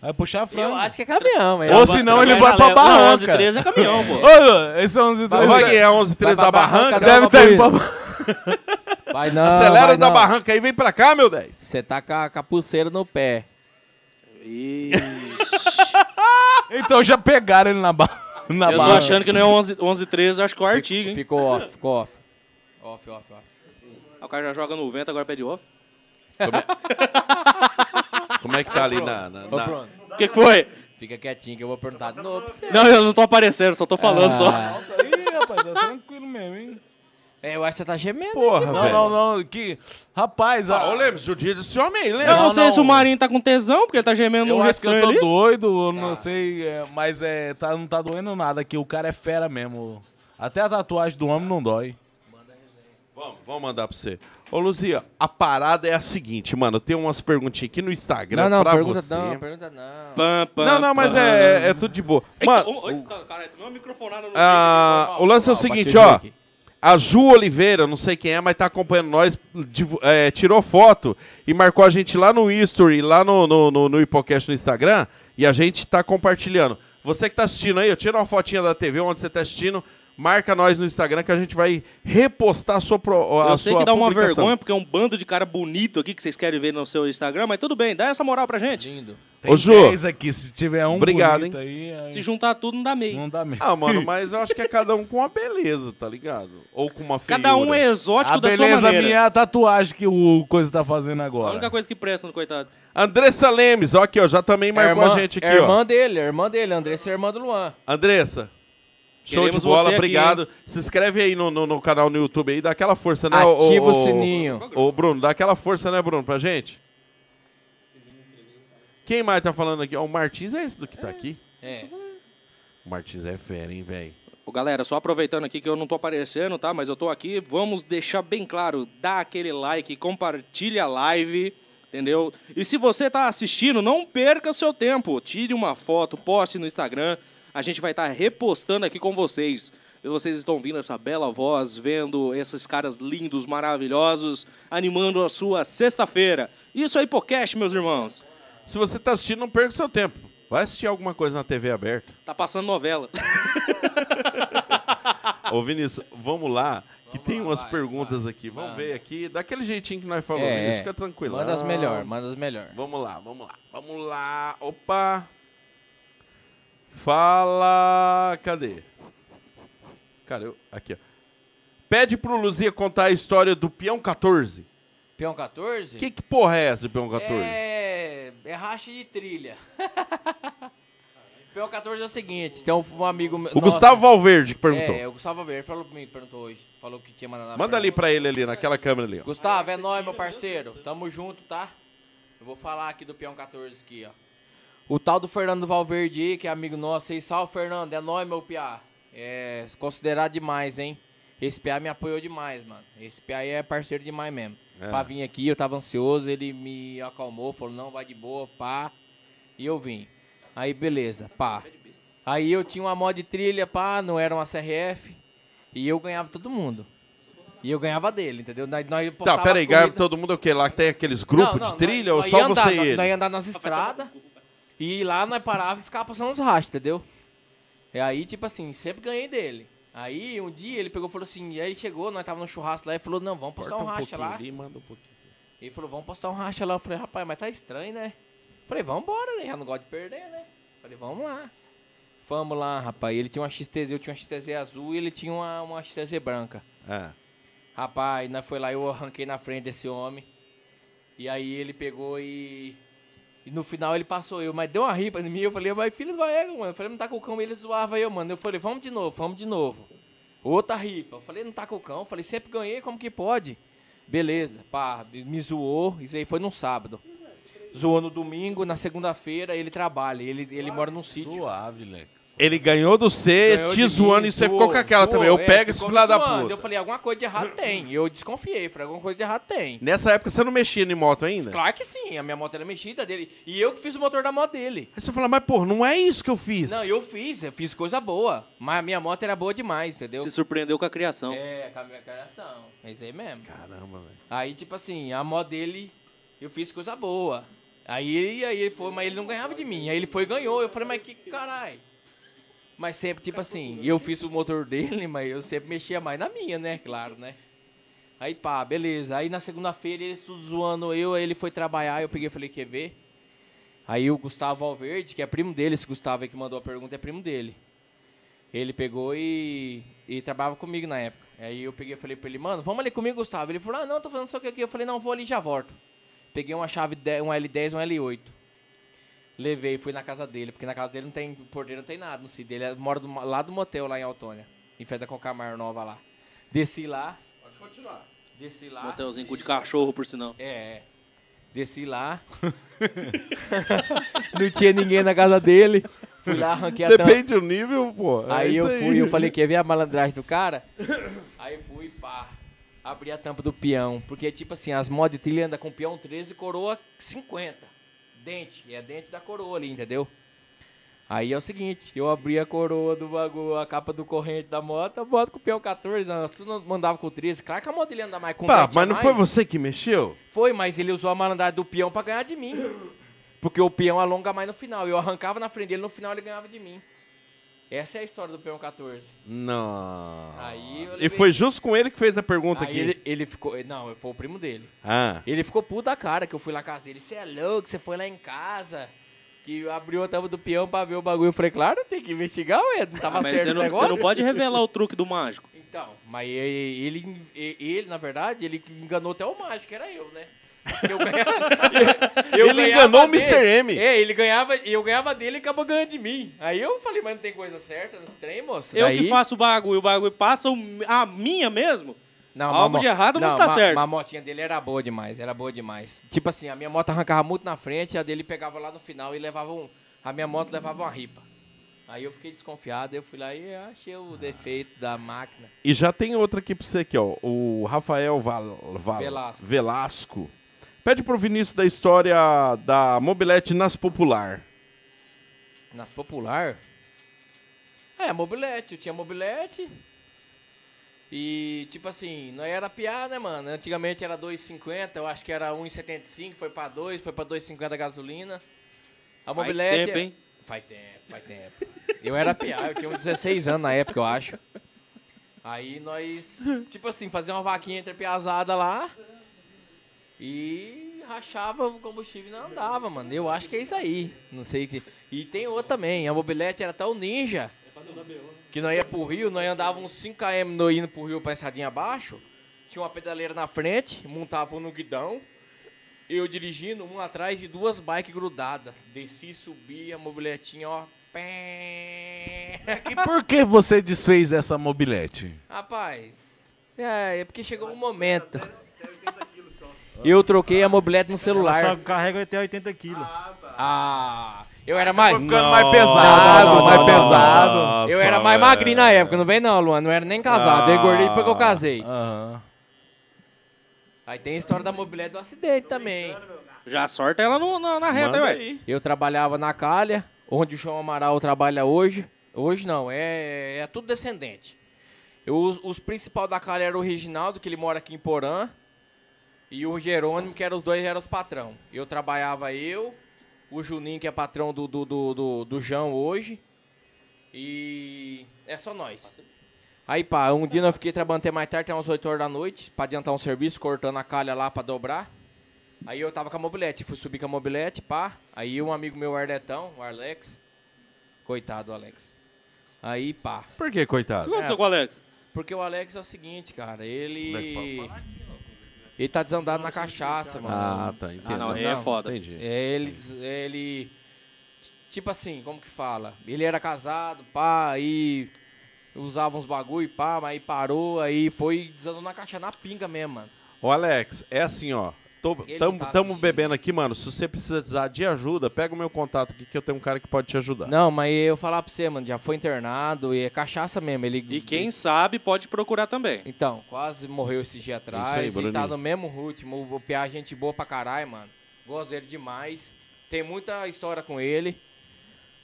S9: Vai puxar frango.
S11: Eu acho que é caminhão, mas...
S9: Ou senão ele vai pra
S11: Não, 11
S9: barranca.
S11: 13 é caminhão, pô.
S9: Ô, esse 11
S1: Vai, Vaguinho, é 11 3 da barranca.
S9: Deve
S11: Vai
S9: estar
S11: pra
S9: indo pra
S2: *laughs*
S11: Vai não,
S1: Acelera
S11: vai
S1: da
S11: não.
S1: barranca aí, vem pra cá, meu 10.
S11: Você tá com a, com a pulseira no pé.
S9: Então já pegaram ele na, ba... *laughs* na
S11: Eu
S9: barra.
S11: tô
S9: barra.
S11: achando
S7: que não é 11, 11 13, acho que é o artigo, hein?
S11: Ficou off, ficou off.
S2: Off, off, off.
S7: Ah,
S11: O cara já joga no vento, agora pede off.
S1: Como é que tá ali na... na, na-
S11: O que, que foi?
S2: Fica quietinho que eu vou perguntar de novo pra você.
S11: Não, eu não tô aparecendo, só tô
S7: Ah.
S11: falando só.
S9: Ih, rapaz, tá tranquilo mesmo, hein?
S2: É, eu acho que você tá gemendo.
S1: Porra,
S9: Não,
S1: velho.
S9: não, não. Que... Rapaz,
S1: Ah,
S9: a...
S1: ô, Lemos, o dia desse homem aí,
S7: Eu não,
S1: Lemos.
S7: sei se o Marinho tá com tesão, porque ele tá gemendo
S9: Eu
S7: um
S9: acho que eu
S7: estranho
S9: tô
S7: ali.
S9: doido, eu não sei, é, mas é, tá, não tá doendo nada aqui. O cara é fera mesmo. Até a tatuagem do homem não dói.
S1: Vamos, vamos mandar pra você. Ô, Luzia, a parada é a seguinte, mano. Tem umas perguntinhas aqui no Instagram
S11: Não, não,
S1: pra
S11: pergunta
S1: você.
S11: não, pergunta não.
S7: Pam, pam,
S1: Não, não, mas é, é tudo de boa. Mano,
S7: Cara, não é microfonada no
S1: ah, o lance é o seguinte, ó. A Ju Oliveira, não sei quem é, mas tá acompanhando nós, divu- é, tirou foto e marcou a gente lá no History, lá no, no, no, no Hipocast no Instagram, e a gente tá compartilhando. Você que tá assistindo aí, eu tiro uma fotinha da TV onde você tá assistindo, marca nós no Instagram que a gente vai repostar a sua pro, a
S7: Eu sei
S1: sua
S7: que dá uma
S1: publicação.
S7: vergonha, porque é um bando de cara bonito aqui que vocês querem ver no seu Instagram, mas tudo bem, dá essa moral pra gente.
S9: Tem
S1: Ô, Ju.
S9: 10 aqui, se tiver um
S1: Obrigado,
S9: bonito aí, aí
S7: Se juntar tudo, não dá meio.
S3: Hum,
S9: não dá mesmo.
S1: Ah, mano, mas eu acho que é cada um com uma beleza, tá ligado? Ou com uma feiura.
S7: Cada um é exótico
S9: A
S7: da sua
S9: beleza
S7: maneira.
S9: minha é a tatuagem que o Coisa tá fazendo
S7: A
S9: agora.
S7: única coisa que presta no coitado.
S1: Andressa Lemes, ó aqui, ó, já também marcou
S2: irmã,
S1: a gente aqui,
S2: é irmã
S1: ó.
S2: dele, é irmã dele, Andressa é irmã do Luan.
S1: Andressa. Show
S7: Queremos
S1: de bola,
S7: você aqui,
S1: obrigado. Se inscreve aí no, no, no canal no YouTube aí, dá aquela força, né? ô-
S2: Ativa
S1: ô-
S2: o sininho.
S1: Ô, Bruno, dá aquela força, né, Bruno, pra gente? Quem mais tá falando aqui? Ó, o Martins é esse do que tá aqui.
S2: É.
S1: O Martins é fera, hein, velho?
S7: Ô, galera, só aproveitando aqui que eu não tô aparecendo, tá? Mas eu tô aqui. Vamos deixar bem claro, dá aquele like, compartilha a live, entendeu? E se você tá assistindo, não perca o seu tempo. Tire uma foto, poste no Instagram. A gente vai estar repostando aqui com vocês. E Vocês estão ouvindo essa bela voz, vendo esses caras lindos, maravilhosos, animando a sua sexta-feira. Isso aí, podcast, meus irmãos.
S1: Se você tá assistindo, não perca o seu tempo. Vai assistir alguma coisa na TV aberta.
S7: Tá passando novela.
S1: Ô, Vinícius, vamos lá, que tem umas perguntas aqui. Vamos ver aqui, daquele jeitinho que nós falamos,
S2: É,
S1: Vinícius,
S2: é.
S1: fica tranquilo. Ah.
S2: Manda as melhor, manda as melhor.
S1: Vamos lá, vamos lá, vamos lá. Opa! Fala, cadê? Cara, eu, aqui, ó. Pede pro Luzia contar a história do peão 14.
S2: Peão 14?
S1: Que, que porra é essa, peão 14?
S2: É, é racha de trilha. *laughs* Peão 14 é o seguinte, tem um, um amigo meu...
S1: O Gustavo Valverde que perguntou.
S2: É, o Gustavo Verde falou pra mim, perguntou hoje. Falou que tinha mandado...
S1: Manda ali
S2: pergunta.
S1: pra ele ali, naquela câmera ali, ó.
S2: Gustavo, é nóis, meu parceiro. Tamo junto, tá? Eu vou falar aqui do peão 14 aqui, ó. O tal do Fernando Valverde aí, que é amigo nosso aí. Salve, Fernando. É nóis, meu piá. É considerado demais, hein? Esse piá me apoiou demais, mano. Esse piá aí é parceiro demais mesmo. Pra vir aqui, eu tava ansioso, ele me acalmou, falou, não, vai de boa, pá. E eu vim. Aí, beleza, pá. Aí eu tinha uma mod trilha, pá, não era uma CRF. E eu ganhava todo mundo. E eu ganhava dele, entendeu? Nós, nós
S1: Tá,
S2: postava
S1: peraí,
S2: as
S1: Garbo,
S2: corridas-
S1: todo mundo é o quê? Lá que tem aqueles grupos
S2: Não, não,
S1: de trilha ou
S2: nós- nós
S1: só
S2: ia andar,
S1: você e
S2: nós-
S1: ele?
S2: Nós ia andar nas estradas e lá nós parava e ficava passando os rastros, entendeu? E aí, tipo assim, sempre ganhei dele. Aí, um dia, ele pegou e falou assim, e aí ele chegou, nós tava no churrasco lá, e falou, não, vamos postar um racha lá.
S1: ali, manda um pouquinho.
S2: Ele falou, vamos postar um racha lá. Eu falei, rapaz, mas tá estranho, né? Falei, vambora, né? Já não gosto de perder, né? Falei, vamos lá. Vamos lá, rapaz. Ele tinha uma XTZ, eu tinha uma XTZ azul e ele tinha uma, uma XTZ branca.
S1: É.
S2: Rapaz, nós foi lá, eu arranquei na frente desse homem. E aí ele pegou e. E no final ele passou eu, mas deu uma ripa em mim. Eu falei, mas filho do Baega, mano. Eu falei, não tá com o cão. Ele zoava eu, mano. Eu falei, vamos de novo, vamos de novo. Outra ripa. Eu falei, não tá com o cão. Eu falei, sempre ganhei, como que pode? Beleza, pá, me zoou. Isso aí foi num sábado. Zoou no domingo, na segunda-feira ele trabalha. Ele, ele mora num sítio.
S9: Suave, Lex.
S1: Ele ganhou do C,
S2: Ganhou de
S1: te
S2: mim,
S1: zoando, e você
S2: zoou,
S1: ficou com aquela
S2: zoou,
S1: também. Eu
S2: é,
S1: pego esse
S2: ficou
S1: filho da
S2: me zoando. Eu
S1: puta.
S2: falei, alguma coisa de errado tem. Eu desconfiei, falei, alguma coisa de errado tem.
S1: Nessa época você não mexia em moto ainda?
S2: Claro que sim, a minha moto era mexida dele. E eu que fiz o motor da moto dele.
S1: Aí você fala, mas pô, não é isso que eu fiz.
S2: Não, eu fiz, eu fiz coisa boa. Mas a minha moto era boa demais, entendeu?
S7: Se surpreendeu com a criação.
S2: É, com a minha coração. É isso aí mesmo. Caramba, velho. Aí, tipo assim, a moto dele, eu fiz coisa boa. Aí, aí ele foi, mas ele não ganhava de mim. Aí ele foi e ganhou. Eu falei, mas que caralho. Mas sempre, tipo assim, eu fiz o motor dele, mas eu sempre mexia mais na minha, né? Claro, né? Aí pá, beleza. Aí na segunda-feira eles tudo zoando eu, aí ele foi trabalhar, eu peguei e falei, quer ver? Aí o Gustavo Alverde, que é primo dele, esse Gustavo aí que mandou a pergunta é primo dele. Ele pegou e, e trabalhava comigo na época. Aí eu peguei e falei pra ele, mano, vamos ali comigo, Gustavo. Ele falou, ah, não, tô fazendo só o que aqui. Eu falei, não, vou ali e já volto. Peguei uma chave, de- um L10 um L8. Levei, fui na casa dele, porque na casa dele não tem o porteiro, não tem nada. Não sei dele, ele é, mora do, lá do motel, lá em Autônia, em frente da Cocamar Nova lá. Desci lá. Pode continuar. Desci lá.
S11: Motelzinho cu de cachorro, por sinal.
S2: É. é. Desci lá. *laughs* não tinha ninguém na casa dele. Fui lá, arranquei a tampa.
S1: Depende do nível, pô. É
S2: Aí eu
S1: isso
S2: fui, eu falei, quer ver a malandragem do cara? *coughs* Aí fui, pá, abri a tampa do peão. Porque, tipo assim, as modas de trilha anda com peão 13 e coroa 50. Dente, é dente da coroa ali, entendeu? Aí é o seguinte, eu abri a coroa do bagulho, a capa do corrente da moto, a moto com o peão 14, nós tudo mandava com 13. Claro que a moto ele anda mais com
S1: Pá,
S2: dente a
S1: mas não foi
S2: mais.
S1: você que mexeu?
S2: Foi, mas ele usou a malandragem do peão pra ganhar de mim. Porque o peão alonga mais no final. Eu arrancava na frente dele, no final ele ganhava de mim. Essa é a história do peão 14.
S1: Não.
S2: Aí eu
S1: E
S2: levei-
S1: foi justo com ele que fez a pergunta
S2: Aí
S1: aqui.
S2: Ele, ele ficou. Não, foi o primo dele.
S1: Ah.
S2: Ele ficou puto da cara que eu fui lá na casa dele. Você é louco, você foi lá em casa. Que abriu a tampa do peão pra ver o bagulho. Eu falei, claro, tem que investigar, ué. Não tava
S11: Ah, Mas
S2: Tá certo né?
S11: você
S2: o
S11: não,
S2: negócio.
S11: você não pode revelar o truque do mágico.
S2: Então, mas ele, ele, ele, na verdade, ele enganou até o mágico, que era eu, né? Eu ganhava- *laughs* eu
S1: Ele
S2: ganhava
S1: enganou o
S2: dele.
S1: Mr. M.
S2: É, ele ganhava, eu ganhava dele e acabou ganhando de mim. Aí eu falei, mas não tem coisa certa nesse trem, moço?
S11: Eu
S2: Daí-
S11: que faço o bagulho, o bagulho passa o- a minha mesmo?
S2: Não,
S11: Algo
S2: mas a mo-
S11: de errado não está
S2: ma-
S11: certo.
S2: Mas a motinha dele era boa demais, era boa demais. Tipo assim, a minha moto arrancava muito na frente, a dele pegava lá no final e levava um. A minha moto levava uma ripa. Aí eu fiquei desconfiado, eu fui lá e achei o defeito da máquina.
S1: E já tem outra aqui pra você aqui, ó. O Rafael Val, Val-
S2: Velasco.
S1: Velasco. Pede pro Vinícius da história da Mobilete nas Popular.
S2: Nas popular? É, mobilete, eu tinha mobilete. E tipo assim, não era piada, né, mano? Antigamente era 2,50, eu acho que era 1,75, foi pra 2, foi pra 2,50 a gasolina. A
S11: Faz
S2: mobilete. é
S11: tempo, hein?
S2: Faz tempo, faz tempo. Eu era piá, eu tinha uns 16 anos na época, eu acho. Aí nós, tipo assim, fazia uma vaquinha entre piazada lá e rachava o combustível e não andava, mano. Eu acho que é isso aí. Não sei que. E tem outro também, a mobilete era tão ninja. Que nós ia pro Rio, nós andava uns 5km no- indo pro Rio pra estradinha abaixo. Tinha uma pedaleira na frente, montava um no guidão. Eu dirigindo, um atrás e duas bikes grudadas. Desci, subi, a mobiletinha, ó. Pé. *laughs*
S3: E por que você desfez essa mobilete?
S2: Rapaz, é, é porque chegou um momento. Eu troquei a mobilete no
S8: Ela
S2: celular.
S8: só carrega até 80 quilos.
S2: Ah, eu era mais.
S1: Ficando mais pesado,
S2: Não, não, não,
S1: mais
S2: não,
S1: pesado.
S2: eu era mais magrinho na época, não vem não, Luan. Não era nem casado. eu engordei porque eu casei. Aí tem a história da mobilete do acidente também.
S11: Já sorta ela no- na, na reta,
S1: Manda
S11: ué.
S2: Eu trabalhava na Calha, onde o João Amaral trabalha hoje. Hoje não, é, é tudo descendente. Eu- os, os principal da Calha era o Reginaldo, que ele mora aqui em Porã, e o Jerônimo, que eram os dois, eram os patrão. Eu trabalhava eu, o Juninho, que é patrão do, do, do, do, do João hoje, e é só nós. Aí, pá, um dia eu fiquei trabalhando até mais tarde, até umas 8 horas da noite, pra adiantar um serviço, cortando a calha lá pra dobrar. Aí eu tava com a mobilete, fui subir com a mobilete, pá. Aí um amigo meu, o Arletão, o Alex. Coitado, do Alex. Aí, pá.
S1: Por que,
S11: O
S1: coitado?
S11: que aconteceu com o Alex?
S2: Porque o Alex é o seguinte, cara, ele. Ele tá desandado na cachaça, mano.
S1: Ah, tá, entendi.
S11: Ah, não, aí é foda.
S1: Entendi.
S2: É, ele, ele. Tipo assim, como que fala? Ele era casado, pá, aí usava uns bagulho, pá, mas aí parou, aí foi desandou na caixa, na pinga mesmo, mano.
S1: Ô, Alex, é assim, ó. Tô,
S2: Ele
S1: tamo,
S2: tá
S1: tamo
S2: assistindo.
S1: bebendo aqui, mano. Se você precisar de ajuda, pega o meu contato aqui que eu tenho um cara que pode te
S11: Tá.
S1: ajudar.
S2: Não, mas eu falar pra você, mano, já foi internado e é cachaça mesmo. Ele,
S11: E quem sabe pode procurar também.
S2: Então, quase morreu esses dias
S1: aí,
S2: atrás e tá
S1: Bruninho.
S2: no mesmo ritmo. O- O Piá é gente boa pra caralho, mano. Gosto dele demais. Tem muita história com ele.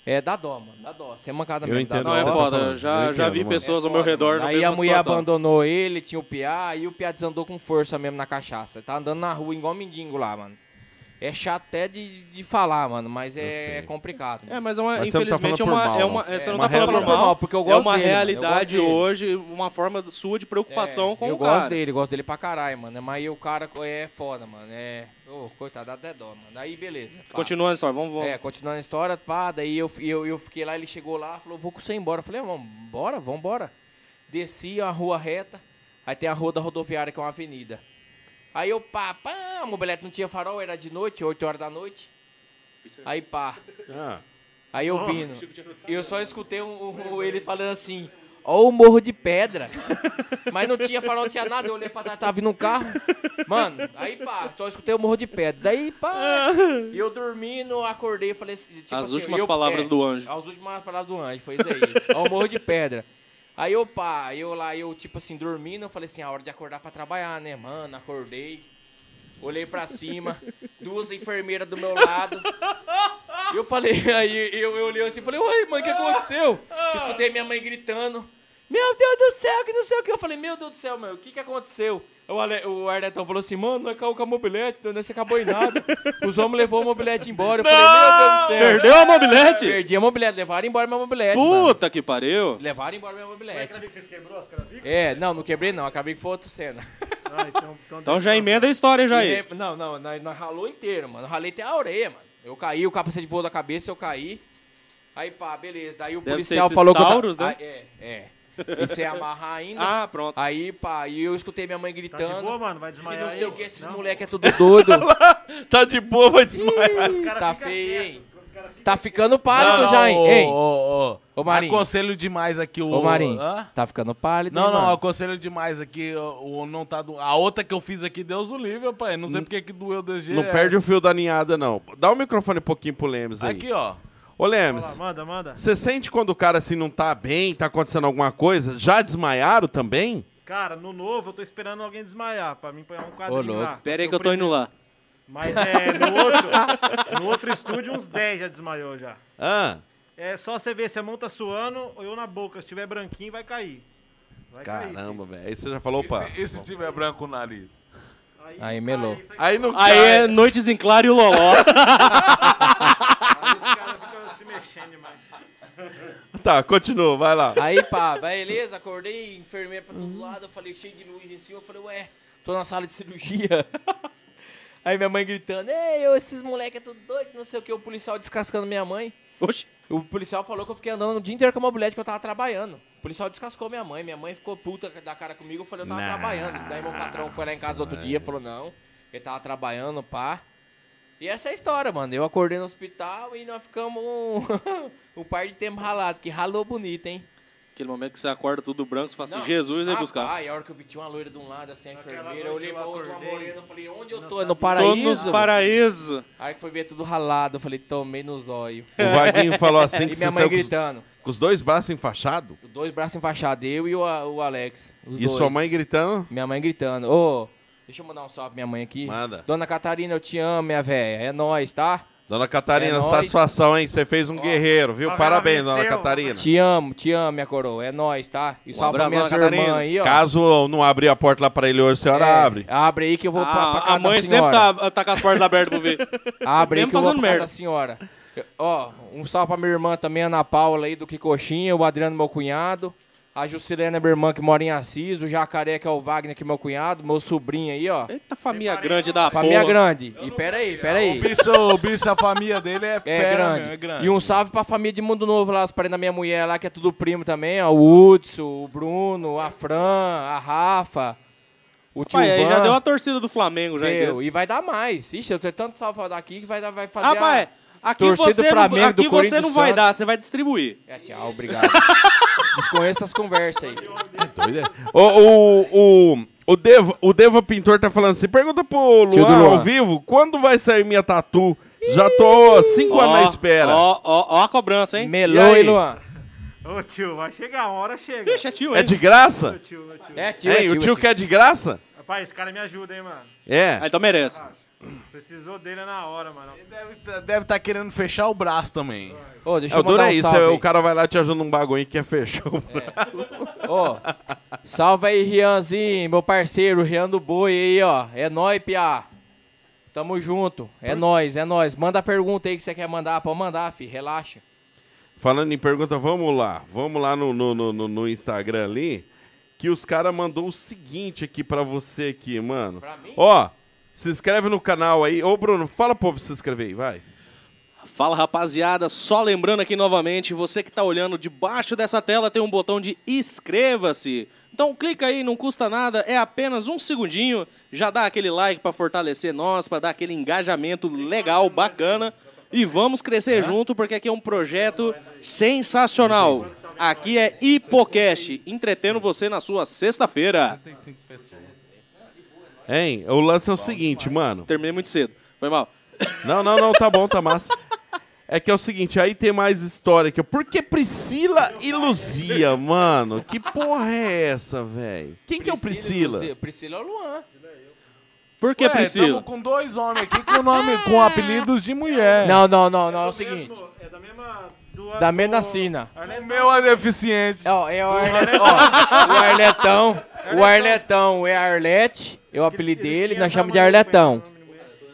S2: É, dá dó, mano. Dá dó. Você é mancada
S1: Eu
S2: mesmo. dá
S1: entendo
S11: Não,
S2: dó.
S11: é
S1: você tá
S11: foda.
S1: falando.
S11: Já,
S1: Eu
S11: já
S1: entendo,
S11: vi
S1: mano.
S11: pessoas ao
S2: É
S11: meu
S2: foda,
S11: redor
S2: mano.
S11: na
S2: Aí a
S11: mesma
S2: mulher
S11: situação.
S2: abandonou ele, tinha o Piá, aí o Piá desandou com força mesmo na cachaça. Tá andando na rua igual mendigo lá, mano. É chato até de, de falar, mano, mas
S1: sei.
S2: é, complicado.
S11: É, mas é uma,
S1: Mas você não tá
S11: infelizmente é
S1: falando por
S11: uma.
S1: mal,
S11: é
S1: não.
S11: uma é, você
S1: É,
S11: não
S1: uma
S11: tá falando por
S1: realidade.
S11: mal,
S2: Porque eu gosto
S11: É uma
S2: dele, mano, eu
S11: realidade
S2: gosto dele.
S11: hoje, uma forma sua de preocupação com
S2: É, eu
S11: o cara.
S2: gosto dele, gosto dele pra caralho, mano. Mas aí o cara co- é foda, mano. É. Ô, coitado, dá até dó, mano. Aí beleza. pá.
S11: Continuando só, vamos, vamos.
S2: É, continuando a história, pá, daí eu, eu, eu fiquei lá, ele chegou lá, falou, vou com você embora. Eu falei, "Ah, vamos, bora, vamos embora. Desci a rua reta, aí tem a rua da rodoviária, que é uma avenida. Aí eu, pá, pá, a mobilete não tinha farol, era de noite, 8 horas da noite. Aí, pá. Aí eu vindo. Eu só escutei um- um- um- ele falando assim, ó o morro de pedra. *laughs* Mas não tinha farol, não tinha nada. Eu olhei pra trás, tava vindo um carro. Mano, aí pá, só escutei o morro de pedra. Daí pá, e eu dormindo, acordei e falei assim. Tipo
S11: As
S2: assim,
S11: últimas
S2: eu-
S11: palavras
S2: é,
S11: do anjo.
S2: As últimas palavras do anjo, foi isso aí. *laughs* Ó, o morro de pedra. Aí eu pá, eu lá, eu tipo assim, dormindo, eu falei assim, a hora de acordar pra trabalhar, né, mano? Acordei. Olhei pra cima, duas enfermeiras do meu lado. Eu falei, *laughs* aí eu, eu olhei assim, falei, uai, mãe, o que aconteceu? Escutei minha mãe gritando, meu Deus do céu, que não sei o que. Eu falei, meu Deus do céu, meu, o que que aconteceu? O, Ale, o Arnetão falou assim, mano, não acabou com a mobilete, não se acabou em nada. Os homens levou a mobilete embora. Eu falei, meu Deus do céu.
S11: Perdeu a mobilete?
S2: Perdi a mobilete, levaram embora minha mobilete. mano.
S11: Puta que pariu.
S2: Levaram embora minha mobilete.
S8: Vocês quebrou as cravicas?
S2: É, não, não quebrei não, acabei que foi outra cena.
S8: Ah, então,
S11: Então já emenda a história já aí.
S2: E, não, não, nós, nós ralou inteiro, mano. Ralei até a orelha, mano. Eu caí, o capacete voou da cabeça, eu caí. Aí, pá, beleza. Daí o
S11: Deve
S2: policial
S11: ser esses
S2: falou
S11: Taurus,
S2: que eu
S11: né?
S2: ta- Ah, é, é. E você amarrar ainda.
S11: Ah, pronto.
S2: Aí, pá, e eu escutei minha mãe
S8: Tá de boa,
S2: gritando.
S8: mano? Vai
S2: que
S8: desmaiar
S2: não
S8: aí?
S2: sei o que, esses moleque é tudo
S8: *laughs*
S2: doido.
S1: Tá de boa, vai desmaiar.
S2: Ih,
S8: cara
S2: tá
S8: fica
S2: feio,
S8: quieto,
S2: hein?
S8: quando os cara fica-
S2: Tá ficando pálido
S3: não,
S2: já, hein?
S3: ô,
S2: Ei,
S3: ô, ô.
S2: Ô, Marinho.
S3: Aconselho demais aqui o...
S2: Ô, Marinho,
S3: Hã?
S2: tá ficando pálido,
S3: Não,
S2: hein,
S3: não,
S2: mano?
S3: aconselho demais aqui. O, o não tá do... A outra que eu fiz aqui, Deus o livre, pai. Não sei porque que doeu desse jeito.
S1: Não perde o fio da ninhada, não. Dá o microfone um pouquinho pro Lemes aí.
S3: Aqui, ó.
S1: Ô,
S8: Fala,
S1: Lemes,
S8: Manda, manda.
S1: você sente quando o cara assim não tá bem, tá acontecendo alguma coisa? Já desmaiaram também?
S8: Cara, no novo eu tô esperando alguém desmaiar pra mim pegar um quadrinho
S2: louco.
S8: lá.
S11: Pera
S8: Seu
S11: aí que eu tô
S8: primeiro.
S11: indo lá.
S8: Mas é, no outro, no outro estúdio uns 10 já desmaiou já.
S1: Ah,
S8: É só você ver se a mão tá suando ou eu na boca. Se tiver branquinho, vai cair. Vai
S1: caramba, velho. Aí você já falou, opa.
S3: E se tiver branco o nariz?
S8: cair.
S2: Aí melou.
S8: Aí, sai-
S1: Aí não
S11: Aí é Noites em Claro e o Loló.
S8: aí os caras ficam se mexendo demais.
S2: é-
S1: Tá, continua, vai lá.
S2: Aí, pá, beleza, acordei, enfermeira pra todo lado, eu falei, cheio de luz em cima, eu falei, ué, tô na sala de cirurgia. *laughs* Aí minha mãe gritando, ei, ô, esses moleque é tudo doido, não sei o que, o policial descascando minha mãe.
S11: Oxi.
S2: O policial falou que eu fiquei andando o dia inteiro com a mobilete que eu tava trabalhando. O policial descascou minha mãe, minha mãe ficou puta da cara comigo, eu falei, eu tava trabalhando. Daí meu patrão foi lá em casa outro dia, falou, não, ele tava trabalhando, pá. E essa é a história, mano. Eu acordei no hospital e nós ficamos *laughs* um, um par de tempo ralado, que ralou bonito, hein?
S11: Aquele momento que você acorda tudo branco, você fala assim,
S2: Não, ah,
S11: Jesus vai
S2: rapaz,
S11: buscar.
S2: a hora que eu vi tinha uma loira de um lado, assim, a
S8: noite
S2: enfermeira, eu olhei
S8: eu
S2: pra outra, uma
S8: acordei,
S2: morena, eu falei, onde eu
S8: não
S2: tô? É
S8: sabia.
S2: No
S11: Tô
S2: paraíso?
S11: nos paraíso.
S2: Aí que foi ver tudo ralado, eu falei, tomei
S11: *laughs*
S2: nos olhos.
S1: O Vaguinho falou
S2: *laughs* E
S1: assim que
S2: minha
S1: você
S2: mãe
S1: saiu com os,
S2: gritando,
S1: com os dois braços enfaixados?
S2: os dois braços enfaixados, eu e o, o Alex, os
S1: E
S2: dois.
S1: sua mãe gritando?
S2: Minha mãe gritando, ô, deixa eu mandar um salve pra minha mãe aqui.
S1: Manda.
S2: Dona Catarina, eu te amo, minha véia, é nóis, tá?
S1: Dona Catarina,
S2: É nóis.
S1: satisfação, hein? Você fez um guerreiro, viu?
S8: Favela
S1: Parabéns, dona
S8: venceu.
S1: Catarina.
S2: Te amo, te amo, minha coroa, é nóis, tá? E salve pra
S11: Um abraço,
S2: minha
S11: Dona
S2: irmã
S11: Catarina.
S2: aí, ó.
S1: Caso não abrir a porta lá pra ele hoje, a senhora
S2: É,
S1: abre.
S2: Abre aí que eu vou pra, pra
S11: Ah,
S2: casa
S11: a mãe
S2: da senhora.
S11: sempre tá, tá com as portas abertas pra ver.
S2: *laughs* Abre aí
S11: Mesmo
S2: que eu vou
S11: fazendo
S2: pra casa
S11: merda.
S2: da senhora. Eu- Ó, um salve pra minha irmã também, Ana Paula aí do Que Coxinha, o Adriano, meu cunhado. A Juscelena, é minha irmã, que mora em Assis. O Jacaré, que é o Wagner, que é meu cunhado. Meu sobrinho aí, ó.
S11: Eita família grande da porra.
S2: Família grande. E pera aí, pera
S3: O
S2: aí.
S3: bicho, o bicho, a família dele é
S2: É
S3: fera,
S2: grande.
S3: meu, é grande.
S2: E um salve pra família de Mundo Novo lá, os parentes da minha mulher lá, que é tudo primo também, ó. O Hudson, o Bruno, a Fran, a Rafa, o tio
S11: Pai, aí já
S2: Van.
S11: deu a torcida do Flamengo já.
S2: Deu,
S11: entendeu?
S2: E vai dar mais. Ixi, eu tenho tanto salve pra dar aqui que vai, dar, vai fazer
S11: Ah, pai, aqui
S2: Torcida do
S11: você não,
S2: Flamengo, do
S11: aqui você
S2: Corinthians,
S11: não vai
S2: Santos.
S11: dar, você vai distribuir.
S2: a... É, tchau, obrigado. *laughs* Desconheço essas conversas aí.
S1: O, o, o, o, Deva, o Deva Pintor tá falando assim: pergunta pro Luan,
S2: Tio do Luan.
S1: ao vivo, quando vai sair minha tatu? Já tô cinco anos na espera.
S11: Ó, ó, ó a cobrança, hein?
S2: Melou,
S1: E aí?
S2: hein, Luan?
S8: Ô tio, vai chegar, uma hora chega.
S11: Ixi, é tio,
S1: É
S11: hein?
S1: de graça?
S8: Ô, tio, meu tio.
S2: É, tio,
S1: Hein, o tio quer de graça?
S8: Rapaz, esse cara me ajuda, hein, mano.
S1: É.
S11: Ah, então merece.
S8: Precisou dele na hora, mano.
S3: Deve estar querendo fechar o braço também.
S2: Ô, deixa
S1: É,
S2: eu
S1: o duro
S2: mandar um
S1: é isso,
S2: salve
S1: é,
S2: aí.
S1: o cara vai lá te ajuda num bagulho que é fechou.
S2: Ô, salve aí, Rianzinho, meu parceiro, Rian do Boi aí, ó. É nóis, piá. Tamo junto. É nóis, é nóis. Manda a pergunta aí que você quer mandar. Pode mandar, fi. Relaxa.
S1: Falando em pergunta, vamos lá. Vamos lá no, no, no, no- no Instagram ali. Que os caras mandou o seguinte aqui pra você aqui, mano. Ó, se inscreve no canal aí. Ô, Bruno, fala pro povo se inscrever aí, vai.
S7: Fala rapaziada, só lembrando aqui novamente, você que tá olhando debaixo dessa tela tem um botão de inscreva-se. Então clica aí, não custa nada, é apenas um segundinho, já dá aquele like pra fortalecer nós, pra dar aquele engajamento legal, bacana e vamos crescer junto porque aqui é um projeto sensacional. Aqui é Hipocast, entretendo você na sua sexta-feira.
S1: Hein? O lance é o seguinte, mano.
S7: Terminei muito cedo. Foi mal.
S1: Não, não, não, tá bom, tá massa. É que é o seguinte, aí tem mais história aqui. ó. Por que Priscila e Luzia, mano? Que porra é essa, velho? Quem que é o Priscila?
S2: Priscila, Priscila é o Luan.
S7: Por que, Priscila?
S2: então-
S3: Estamos com dois homens aqui com, nome, com apelidos de mulher.
S2: Não, não, não, não. É o seguinte.
S6: É da mesma. Do,
S2: Da
S6: do-
S2: Medacina.
S3: O meu é deficiente.
S2: Ó, é o, Arle... ó, o Arletão. O Arletão é Arlete. É o apelido dele. Nós chamamos de Arletão.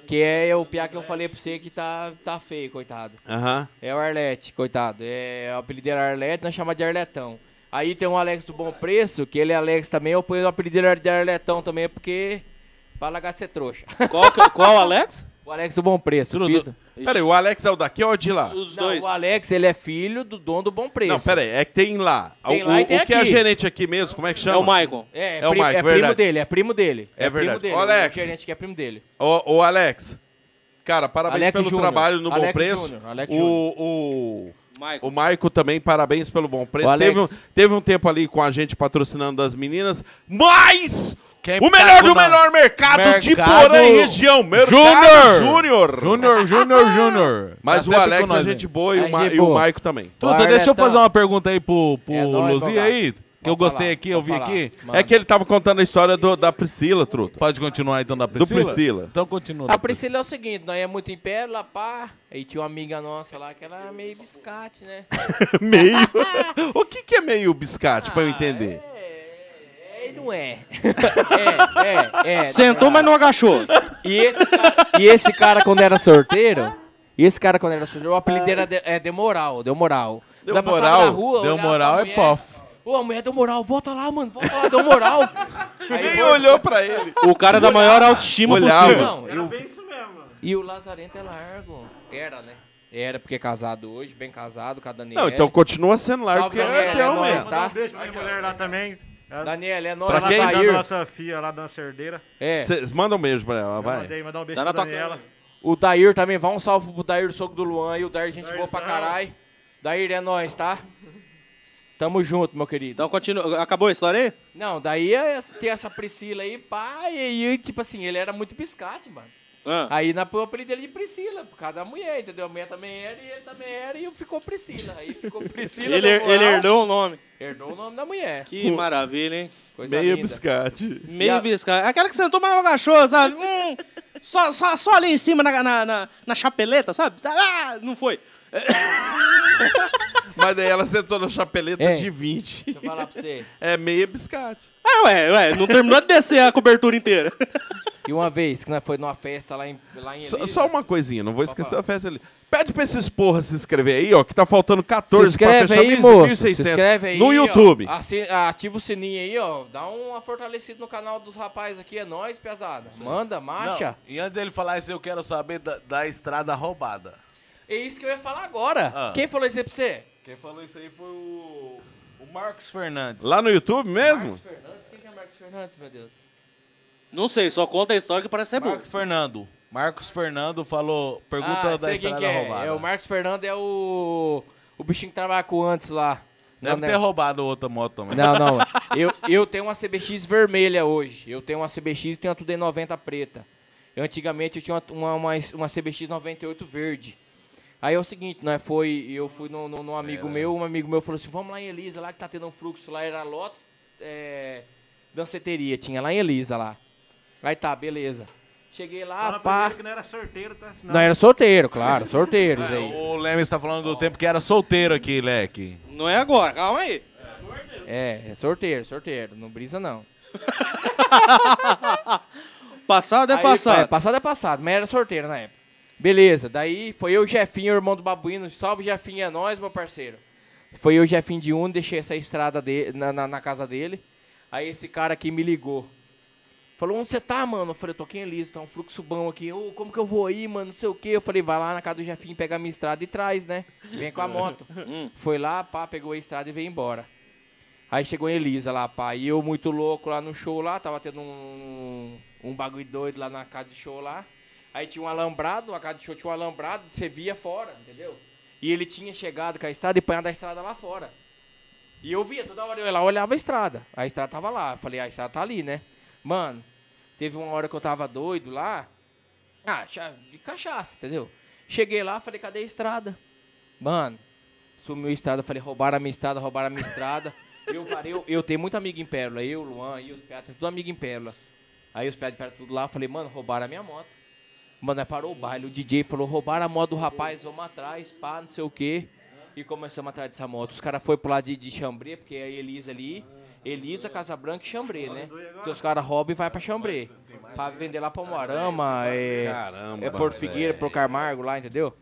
S2: Que é o piá que eu falei pra você que tá, tá feio, coitado.
S1: Aham.
S2: É o Arlete, coitado. É o apelido dele é Arlete, nós chamamos de Arletão. Aí tem um Alex do Bom Preço, que ele é Alex também. Eu ponho o apelido dele de Arletão também, porque... Fala gato ser trouxa. *laughs*
S7: Qual, que- é, qual Alex?
S2: O Alex do Bom Preço. filho-
S1: Peraí, o Alex é o daqui ou é o de lá?
S7: Os
S2: Não,
S7: dois.
S2: o Alex, ele é filho do dono do Bom Preço.
S1: Não, peraí, é que tem lá.
S2: Tem
S1: o
S2: lá e
S1: o
S2: tem
S1: que é a
S2: aqui.
S1: gerente aqui mesmo? Como é que
S7: É
S1: chama?
S7: o Michael.
S2: É,
S1: É o
S2: pri-
S1: Mike,
S2: é primo
S1: verdade.
S2: dele, é primo dele.
S1: É verdade.
S2: Primo dele,
S1: Ô, Alex.
S2: O gerente que é primo dele.
S1: Ô, ô, Alex. Cara, parabéns
S2: Alex
S1: pelo
S2: Júnior.
S1: trabalho no Bom
S2: Alex
S1: Preço.
S2: Júnior, Alex Júnior.
S1: o,
S7: Michael.
S1: o, o Maico também, parabéns pelo Bom Preço.
S2: O Alex.
S1: Teve, um, teve um tempo ali com a gente patrocinando das meninas, mas
S3: Quem
S1: o melhor
S3: tá com
S1: do
S3: na-
S1: melhor mercado, de
S3: Mercado
S1: Porã e região, Mercado
S3: Júnior.
S1: Júnior.
S3: Júnior, Júnior, Júnior.
S1: Mas
S3: Tá
S1: o
S3: sempre
S1: Alex
S3: com nós,
S1: é gente
S3: hein?
S1: boa e o,
S2: É
S1: Ma
S2: gente
S1: e o
S2: boa.
S1: Maico também.
S3: Truta,
S2: Vai,
S3: deixa eu
S2: Netão.
S3: fazer uma pergunta aí pro, pro
S2: É nóis,
S3: Luzia
S2: vamos lá.
S3: aí, que eu
S2: Vamos
S3: gostei
S2: falar,
S3: aqui, eu vi
S2: vamos falar.
S3: aqui.
S1: É que ele tava contando a história do- da Priscila, Truta.
S3: Pode continuar então da Priscila?
S1: Priscila.
S3: Então continua.
S2: A Priscila é o seguinte, nós é muito em pé, lá pá. Aí tinha uma amiga nossa lá que era meio biscate, né?
S1: *laughs* meio. o que, que é meio biscate,
S2: Ah,
S1: pra eu entender?
S2: É, é e não é. *laughs* é, é, é.
S7: Sentou, mas não agachou.
S2: E esse, cara, e esse cara, quando era sorteiro, e esse cara, quando era sorteiro, o apelido era de, é Demoral, Demoral.
S1: Deu
S2: Nós passava
S1: moral,
S2: na rua,
S3: deu
S2: olhava
S3: moral
S2: pra
S3: é
S2: mulher,
S3: pof.
S2: Ô, a mulher deu moral, volta lá, mano, volta lá, deu
S1: *laughs*
S2: moral. é.
S1: Ninguém olhou pra ele.
S7: O cara da maior autoestima
S1: Olhava.
S7: possível.
S2: Não, e o- E o Lazarento é largo. Era, né? Era, porque é casado hoje, bem casado com a Daniela.
S1: *laughs* Não, então continua sendo largo,
S2: Salve,
S1: porque é
S2: Daniela, é
S1: teu
S2: nóis,
S1: mesmo.
S2: tá?
S6: Um beijo pra minha mulher lá também. Ela
S2: Daniela,
S1: Pra
S2: é nóis,
S1: quem?
S6: ela tá cuidando da
S2: Lazair.
S6: nossa filha lá da cerdeira.
S2: É.
S1: Vocês mandam um beijo pra ela,
S6: Eu
S1: vai.
S6: Mandei mandar um beijo
S7: Tá na
S6: pra
S7: tua
S6: Daniela.
S2: O Dair também, vai um salve pro Dair, soco do Luan. E o Dair, gente boa pra
S6: Dairzão.
S2: caralho. Dair, é nóis, tá? Tamo junto, meu querido.
S7: Então continua. Acabou a história aí?
S2: Não, daí é- tem essa Priscila aí, pá, e aí, tipo assim, ele era muito piscate, mano.
S7: Ah.
S2: Aí na pô, o apelido dele é de Priscila, por causa da mulher, entendeu? A mulher também era e ele também era, e ficou Priscila. Aí ficou Priscila.
S7: Ele,
S2: deu moral,
S7: ele herdou o nome.
S2: Herdou o nome da mulher.
S7: Que maravilha, hein?
S2: Coisa
S1: Meio
S2: linda.
S1: biscate.
S7: Meio
S2: a-
S7: biscate. Aquela que sentou, mas não agachou, sabe? Hum, só, só, só ali em cima, na, na, na, na chapeleta, sabe? Ah, não foi.
S1: Mas daí ela sentou na chapeleta
S2: É.
S1: de 20.
S2: Deixa eu falar pra você.
S1: É meio biscate.
S7: Ah, ué, ué, não terminou de descer a cobertura inteira.
S2: E uma vez que nós foi numa festa lá em, lá em
S1: Só,
S2: Elisa,
S1: só uma coisinha, não vou esquecer da festa ali. Pede pra esses porra se inscrever aí, ó, que tá faltando 14
S2: Se inscreve
S1: pra fechar
S2: aí,
S1: 1500,
S2: moço.
S1: 1600
S2: Se inscreve aí.
S1: no
S2: ó. Ah.
S1: YouTube.
S2: Assi- ativa o sininho aí, ó. Dá uma fortalecida no canal dos rapazes aqui. É nóis, pesada. Manda, marcha.
S3: E antes dele falar isso, eu quero saber da, da estrada roubada.
S2: É isso que eu ia falar agora.
S3: Ah.
S2: Quem falou isso aí pra você?
S3: Quem falou isso aí foi o, o Marcos Fernandes.
S1: Lá no YouTube mesmo?
S2: Fernandes? Quem que é Marcos Fernandes, meu Deus?
S7: *laughs* Não sei, só conta a história que parece
S2: É
S7: ser boa.
S3: Marcos Fernando. Marcos Fernando falou, pergunta
S2: ah,
S3: da
S2: sei quem
S3: estrada
S2: que é.
S3: roubada.
S2: É o Marcos Fernandes, é o... O bichinho que trabalha com antes lá.
S3: Deve
S2: Não,
S3: ter
S2: né?
S3: roubado outra moto também.
S2: Não, não. Eu, eu tenho uma CBX vermelha hoje. Eu tenho uma CBX e tenho uma Tudo 90 preta. Eu, antigamente eu tinha uma, uma, uma CBX 98 verde. Aí é o seguinte, nós foi, eu fui num, num- num amigo meu, um amigo meu falou assim, vamos lá em Elisa, lá que tá tendo um fluxo, lá era Lotus, é, danceteria, tinha lá em Elisa lá. Aí tá, beleza. Cheguei lá,
S6: Fala pra
S2: pá.
S6: ele que não era sorteiro, tá? Senão-
S2: Não, é era sorteiro, claro, sorteiros aí.
S3: O Lemes tá falando do tempo que era solteiro aqui, Leque.
S7: Não é agora, calma aí.
S2: É, é sorteiro, sorteiro, não brisa não.
S7: Passado é
S2: Aí,
S7: passado.
S2: passado é passado, mas era sorteiro na época. Beleza, daí foi eu, Jefinho, irmão do Babuíno. Salve, Jefinho, é nós, meu parceiro. Foi eu, Jefinho de Uno, deixei essa estrada de, na, na, na casa dele. Aí esse cara aqui me ligou. Falou, onde você tá, mano? Eu falei, eu tô aqui em Liso, tá um fluxo bom aqui. Ô, como que eu vou aí, mano? Não sei o quê. Eu falei, vai lá na casa do Jefinho, pega a minha estrada e traz, né? Vem com a moto. Foi lá, pá, pegou a estrada e veio embora. Aí chegou a Elisa lá, pá. E eu muito louco lá no show lá, tava tendo um, um bagulho doido lá na casa de show lá. Aí tinha um alambrado, a casa de show tinha um alambrado, você via fora, entendeu? E ele tinha chegado com a estrada e apanhado a estrada lá fora. E eu via, toda hora eu ia lá, olhava a estrada. A estrada tava lá. Eu falei, ah, a estrada tá ali, né? Mano, teve uma hora que eu tava doido lá. Ah, cha- de cachaça, entendeu? Cheguei lá, falei, cadê a estrada? Mano, sumiu a estrada. Eu falei, roubaram a minha estrada, roubaram a minha estrada. Eu parei, eu, eu tenho muito amigo em Pérola. Eu, Luan, e os Pedras, tudo amigo em Pérola. Aí os Pedras, Pérola, tudo lá. Eu falei, mano, roubaram a minha moto. Mano, aí parou o baile. O DJ falou, roubaram a moto do rapaz, vamos atrás, pá, não sei o quê. E começamos atrás dessa moto. Os caras foram pro lado de, de Chambré, porque é a Elisa ali... Elisa, Casabranca e Chambré, né? Porque os caras roubam e vai pra Chambré. Pra vender lá pra Moarama, é...
S1: Caramba,
S2: É Porto Figueira, pro Carmargo lá, entendeu?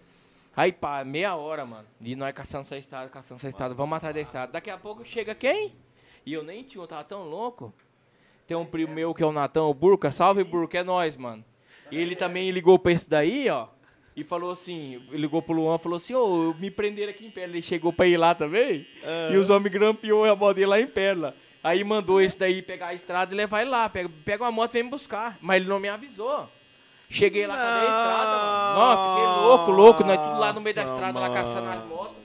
S2: Aí, pá, meia hora, mano. E nós caçando essa estrada, caçando essa estrada. Vamos atrás da estrada. Daqui a pouco chega quem? E eu nem tinha, eu tava tão louco. Tem um primo meu que é o Natão, o Burca. Salve, Burca, é nós, mano. E ele também ligou pra esse daí, ó. E falou assim, ligou pro Luan, falou assim, ô, me prenderam aqui em Perla. Ele chegou pra ir lá também. E os homens grampeou a moto dele lá em Perla. Aí mandou esse daí pegar a estrada e levar ele lá. Pega, pega uma moto e vem me buscar. Mas ele não me avisou. Cheguei lá, cadê a estrada, mano? Nossa, fiquei louco, louco. Nós tudo lá no meio da estrada, lá caçando as motos.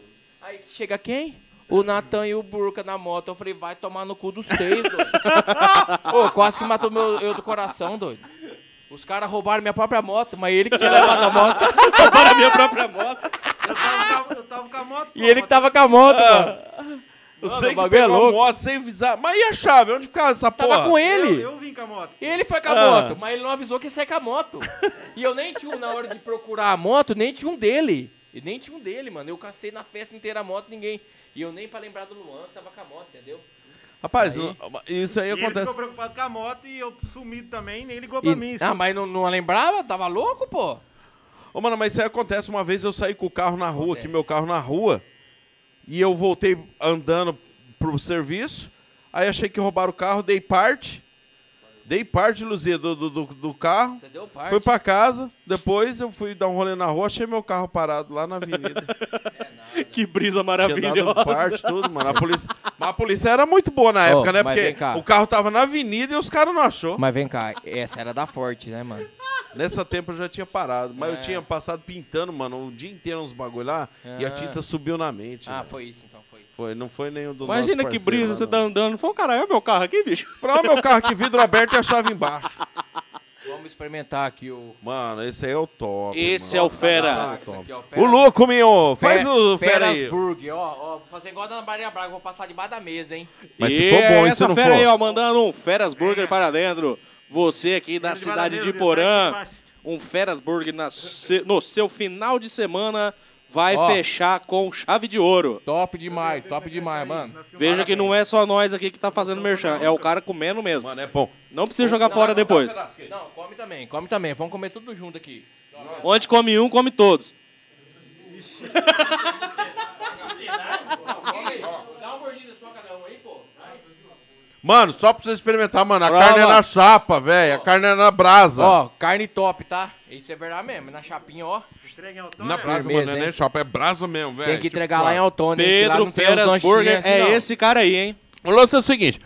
S2: Aí chega quem? O Natan e o Burca na moto. Eu falei, vai tomar no cu dos
S1: *laughs*
S2: seis, doido. Ô, quase que matou meu, eu do coração, doido. Os caras roubaram minha própria moto, mas ele que tinha levado a
S1: *laughs*
S2: moto.
S7: Roubaram a minha própria moto.
S6: Eu tava, eu tava com a moto.
S2: E ele que tava com a moto, mano.
S1: Ah. Eu
S2: Mano,
S1: sei
S2: o
S1: que
S2: bagulho é
S1: pegou a
S2: louco.
S1: moto sem avisar. Mas e a chave? Onde ficava essa porra?
S2: Tava com
S6: Eu,
S2: ele.
S6: eu vim com a moto.
S2: E ele foi com a
S1: Ah.
S2: moto, mas ele não avisou que ia sair com a moto. E eu nem tinha um, na hora de procurar a moto, nem tinha um dele. E nem tinha um dele, mano. Eu cacei na festa inteira a moto, ninguém. E eu nem pra lembrar do Luan, tava com a moto, entendeu?
S1: Rapaz, não- isso aí
S6: E ele
S1: acontece.
S6: ficou preocupado com a moto e eu sumido também, nem ligou pra
S2: E,
S6: mim.
S2: ah, mas não, não lembrava? Tava louco, pô?
S1: Ô, mano, mas isso aí acontece. Uma vez eu saí com o carro na rua, aqui, meu carro na rua, e eu voltei andando pro serviço. Aí achei que roubaram o carro, dei parte. Dei parte, Luzia, do, do, do- do carro.
S2: Você deu parte.
S1: Fui pra casa, depois eu fui dar um rolê na rua, achei meu carro parado lá na
S2: *laughs*
S1: avenida. É
S7: Que
S1: Tinha
S7: brisa
S1: dado
S7: maravilhosa.
S1: parte, tudo, mano. A polícia, mas a polícia era muito boa na época,
S2: Ô,
S1: né?
S2: mas vem
S1: Porque
S2: cá.
S1: o carro tava na avenida e os caras não achou.
S2: Mas vem cá, essa era da Forte, né, mano?
S1: Nessa tempo eu já tinha parado, mas eu
S2: É.
S1: tinha passado pintando, mano, o dia inteiro uns bagulho lá e
S7: É.
S1: a
S2: Ah.
S1: tinta subiu na mente.
S2: Ah,
S1: velho.
S2: foi isso, então foi isso.
S1: Foi, não foi nenhum do nosso
S7: Imagina que
S1: parceiro
S7: brisa
S1: lá,
S7: você
S1: não.
S7: tá andando. Foi, caralho, é o meu carro aqui, bicho.
S1: Falei, né, ó, meu carro aqui, vidro aberto e a chave embaixo.
S2: Vamos experimentar aqui o.
S1: Mano, esse aí é o top.
S7: Esse é
S1: mano.
S7: o fera.
S2: Isso aqui, ó,
S1: O louco, minho! Faz
S2: Fe-
S1: o fera aí.
S2: Ferasburg, ó, ó, vou fazer igual a Dona Maria Braga, vou passar debaixo da mesa, hein?
S1: Mas
S7: e
S1: se for bom, e se
S7: essa
S1: não
S7: fera
S1: for?
S7: aí, ó, mandando um Feras Burger para dentro. Você aqui da
S6: Ele vai lá
S7: cidade
S6: dentro,
S7: de
S6: ele sai
S7: Porã,
S6: embaixo.
S7: um Feras Burger na se- no seu final de semana vai
S2: Ó.
S7: fechar com chave de ouro.
S2: Top demais, top demais, mano.
S7: Veja que não é só nós aqui que tá fazendo merchan, é o cara comendo mesmo.
S1: Mano, é bom.
S7: Não precisa jogar fora depois.
S2: Não, come também, come também. Vamos comer tudo junto aqui.
S7: Onde come um, come todos.
S2: Dá um gordinho só cada um aí, pô.
S1: Mano, só pra você experimentar, mano, a
S7: Prova.
S1: carne é na chapa, velho. A carne é na brasa.
S2: Ó, carne top, tá? Isso é verdade mesmo. Na chapinha, ó.
S6: Entrega em
S1: na
S6: autógrafo.
S1: brasa,
S2: firmeza,
S1: mano, não é
S2: hein?
S1: nem chapa, é brasa mesmo, velho.
S2: Tem que
S1: Tipo,
S2: entregar lá
S1: suave.
S2: em Autônio. hein, que lá
S7: Pedro
S2: não tem uns
S7: Feras
S2: lanchinhos
S7: Burger
S2: assim,
S7: é
S2: não.
S7: esse cara aí, hein?
S1: O lance é o seguinte.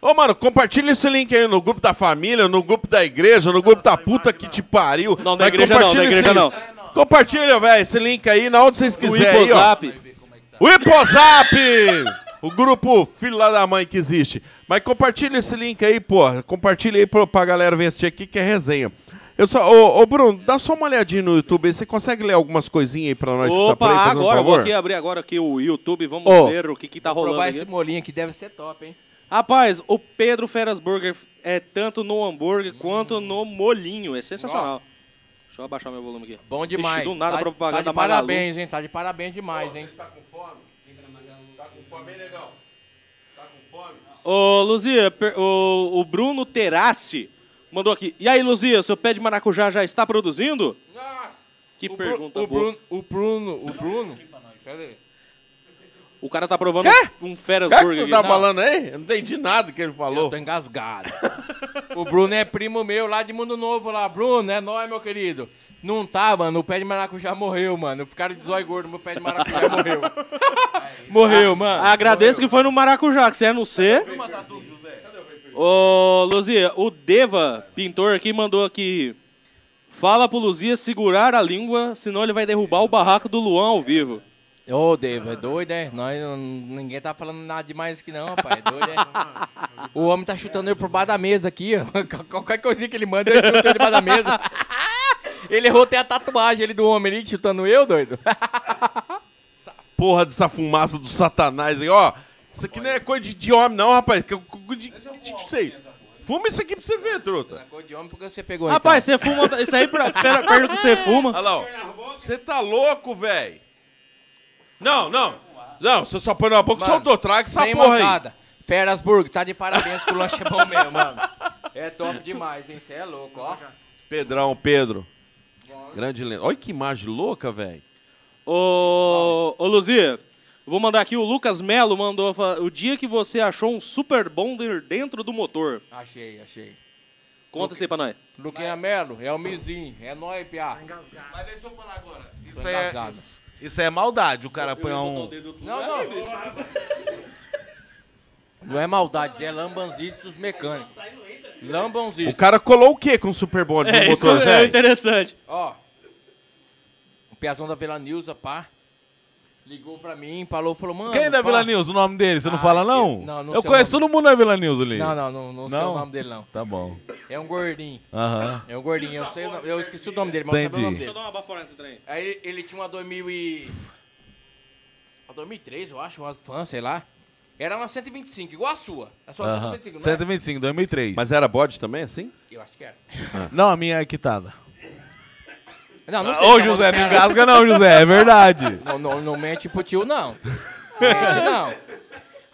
S1: Ô, mano, compartilha esse link aí no grupo da família, no grupo da igreja, no grupo da puta que te pariu.
S7: Não, da
S1: Mas
S7: igreja não,
S1: compartilha
S7: da igreja
S1: esse-
S7: não.
S1: Compartilha, velho, esse link aí na onde vocês
S7: O
S1: quiserem. aí, ó.
S7: Ipozap.
S1: O Hipozap! O grupo Filho lá da Mãe que existe. Mas compartilha esse link aí, porra. Compartilha aí pro- pra galera ver assistir aqui que é resenha. Eu só, ô, ô, Bruno, dá só uma olhadinha no YouTube aí. Você consegue ler algumas coisinhas aí pra nós?
S7: Opa,
S1: por aí, fazendo um
S7: agora, eu vou
S1: favor?
S7: aqui abrir agora aqui o YouTube, vamos
S2: Ô,
S7: ver o que que tá
S2: Vou
S7: rolando
S2: provar
S7: aqui.
S2: esse molinho aqui, deve ser top, hein?
S7: Rapaz, o Pedro Feras Burger é tanto no hambúrguer quanto no molinho. É sensacional. Deixa eu abaixar meu volume aqui.
S2: Bom
S7: Ixi,
S2: demais.
S7: do nada
S2: tá,
S7: propaganda
S2: tá de
S7: Magalu.
S2: parabéns, hein? Tá de parabéns demais, hein?
S7: Ô, Luzia, per- o, o Bruno Terassi Mandou aqui. E aí, Luzia, seu pé de maracujá já está produzindo? Que
S2: O Bru-
S7: pergunta
S2: o
S7: boa.
S2: Bruno, o Bruno, o Bruno. Pera aí.
S7: O cara tá provando um Feras
S1: O que
S7: Burger
S1: você
S7: aqui.
S1: tá
S7: Não.
S1: falando aí? Eu não entendi nada que ele falou.
S2: Eu tô engasgado. o Bruno é primo meu lá de Mundo Novo lá. Bruno, é nóis, meu querido. Não tá, mano. O pé de maracujá morreu, mano. Ficaram de zóio gordo, meu pé de maracujá *laughs* morreu. Morreu, mano.
S7: Ah, Agradeço que foi no Maracujá, que você é no C. Ô, Luzia, o Deva, pintor aqui, mandou aqui. Fala pro Luzia segurar a língua, senão ele vai derrubar o barraco do Luan ao vivo.
S2: Ô, Deva, é doido, é? Nós, não- ninguém tá falando nada demais aqui não, rapaz. É doido, é? O homem tá chutando ele por baixo da mesa aqui, ó. *laughs* Qual- Qualquer coisinha que ele manda, ele chuta ele baixo da mesa. *laughs* Ele errou até a tatuagem ele do homem ali, chutando eu, doido.
S1: porra dessa fumaça do satanás aí, ó. Isso aqui não é coisa de, de homem, não, rapaz. Que- que- De, de- de- sei. Fuma isso aqui pra você ver, truta.
S2: De homem, porque você pegou então?
S7: Rapaz,
S1: é
S7: você fuma. Isso aí pra, pera, perto do que você fuma.
S1: Olha lá, ó. Você tá louco, velho. Não, não. Não, você só põe na boca e
S2: Mano,
S1: soltou. Traga essa
S2: sem
S1: porra
S2: mancada. Ferasburg, tá de parabéns que o lanche é bom mesmo, mano. É top demais, hein? Você é louco, ó.
S1: aí. Pedrão, Pedro. Grande lenda. Olha que imagem louca, velho.
S7: Ô, ô Luzia, vou mandar aqui. O Lucas Melo mandou fa- o dia que você achou um Super Bonder dentro do motor.
S2: Achei, achei.
S7: Conta isso aí pra nós.
S2: Luquinha Melo, é o Mizinho, é nóis, Piá.
S3: Mas deixa eu falar agora. Isso
S2: Tô
S3: é,
S2: engasgado.
S3: isso é maldade, o cara põe um.
S2: Não, não. Não é maldade, é lambanzice dos mecânicos.
S1: O
S2: Lambanzice.
S1: cara colou o quê com o Super Bond no
S7: É, isso
S1: motor,
S7: *laughs* é
S1: velho?
S7: interessante.
S2: Ó, o Piazão da Vila Nilza, pá, ligou pra mim, falou, falou, mano...
S3: Quem é da
S2: pá-
S3: Vila News? O nome dele? Você não
S2: Ah,
S3: fala,
S2: eu-
S3: não?
S2: não, não
S3: eu
S2: sei o
S3: conheço
S2: nome.
S3: todo mundo da Vila News ali.
S2: Não, não, não, não sei
S3: Não?
S2: o nome dele, não.
S3: Tá bom.
S2: É um gordinho.
S3: Aham.
S2: É um gordinho, eu, sei, o nome- eu esqueci o nome dele, mas eu sabia o nome
S3: Entendi.
S4: Deixa eu
S2: dele.
S4: dar uma baforada nesse trem.
S2: Aí ele- ele tinha uma 2000 e... Uma 2003, eu acho, uma fan, sei lá. Era uma 125, igual a sua. A sua
S3: Aham.
S2: 125, não é?
S3: 125, 2003.
S1: Mas era bode também, assim?
S2: Eu acho que era.
S3: Não, a minha é quitada.
S2: Não, não sei.
S3: Ah, Ô,
S2: se é uma-
S3: José, não engasga não, José. É verdade.
S2: *laughs* Não, não, não mente pro tio, não. Mente, não.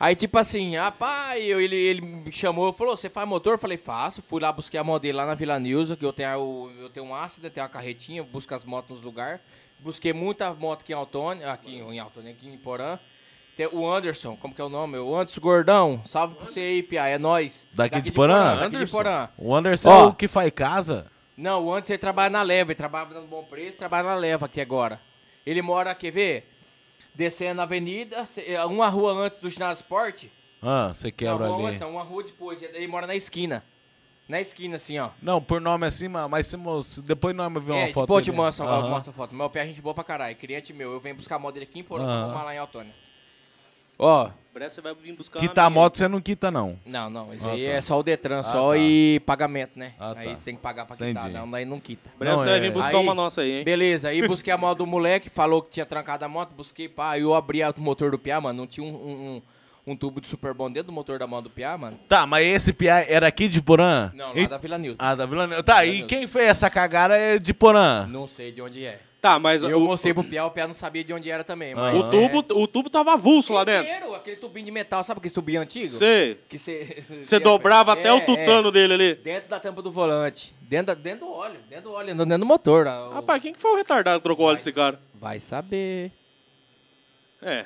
S2: Aí, tipo assim, rapaz, eu, ele, ele me chamou, falou, você faz motor? Eu falei, faço. Fui lá, busquei a modelo lá na Vila Nilza, que eu tenho, o- eu tenho um ácido, tenho uma carretinha, eu busco as motos nos lugares. Busquei muita moto aqui em Altônia, aqui em Altônia, aqui em Porã. Tem o Anderson, como que é o nome? O Anderson Gordão, salve pra você aí, Pia, é nóis.
S3: Daqui de Porã?
S2: Daqui de
S1: Anderson?
S2: Porã.
S3: O Anderson
S2: Ó.
S3: é o que faz casa?
S2: Não, antes ele trabalha na leva, ele trabalhava no Bom Preço, trabalha na leva aqui agora. Ele mora, quer ver? Descendo a avenida, cê- é, uma rua antes do ginásio esporte.
S3: Ah, você quebra
S2: não, uma, rua
S3: ali.
S2: antes, não, uma rua depois, ele mora na esquina. Na esquina, assim, ó.
S3: Não, por nome assim, ma- mas se mo- se depois nós vamos ver uma
S2: é,
S3: foto.
S2: depois eu te
S3: dele.
S2: mostro,
S3: Aham.
S2: eu mostro a foto. Meu pé é gente boa pra caralho, cliente meu. Eu venho buscar a moto dele aqui em Porto,
S3: Aham.
S2: vou arrumar lá em Autônia. Ó,
S7: Breve você vai vir buscar
S3: Quita a moto, você não quita, não.
S2: não, não, isso
S3: Ah,
S2: aí
S3: tá.
S2: é só o Detran, só
S3: tá.
S2: e pagamento, né?
S3: Ah,
S2: aí
S3: tá.
S2: você tem que pagar pra quitar,
S3: Entendi.
S2: não, daí não quita.
S7: Breve
S3: Não,
S7: você vai
S3: é-
S7: vir buscar
S2: Aí-
S7: uma nossa aí, hein?
S2: Beleza, aí busquei a moto do moleque, falou que tinha trancado a moto, busquei, pá, aí eu abri o motor do Piá, mano, não tinha um, um, um- um tubo de super bom dentro do motor da moto do Piá, mano.
S3: Tá, mas esse PA era aqui de Porã?
S2: Não, lá
S3: E-
S2: da Vila Nilson.
S3: Ah, da Vila News. Tá, e quem fez essa cagada é de Porã?
S2: Não sei de onde é.
S7: Tá, mas
S2: Eu
S7: o,
S2: mostrei pro Piá, o Piá não sabia de onde era também.
S3: Ah.
S2: Mas
S7: o tubo, o tubo tava avulso lá dentro.
S2: Inteiro, aquele tubinho de metal, sabe aquele tubinho antigo?
S7: Sei.
S2: Que você...
S7: Você dobrava até o tutano dele ali.
S2: É, Dentro da tampa do volante, dentro, da- dentro do óleo, dentro do óleo, não, dentro do motor. lá, o-
S7: Rapaz, quem que foi o retardado que trocou óleo desse cara?
S2: Vai saber.
S7: É.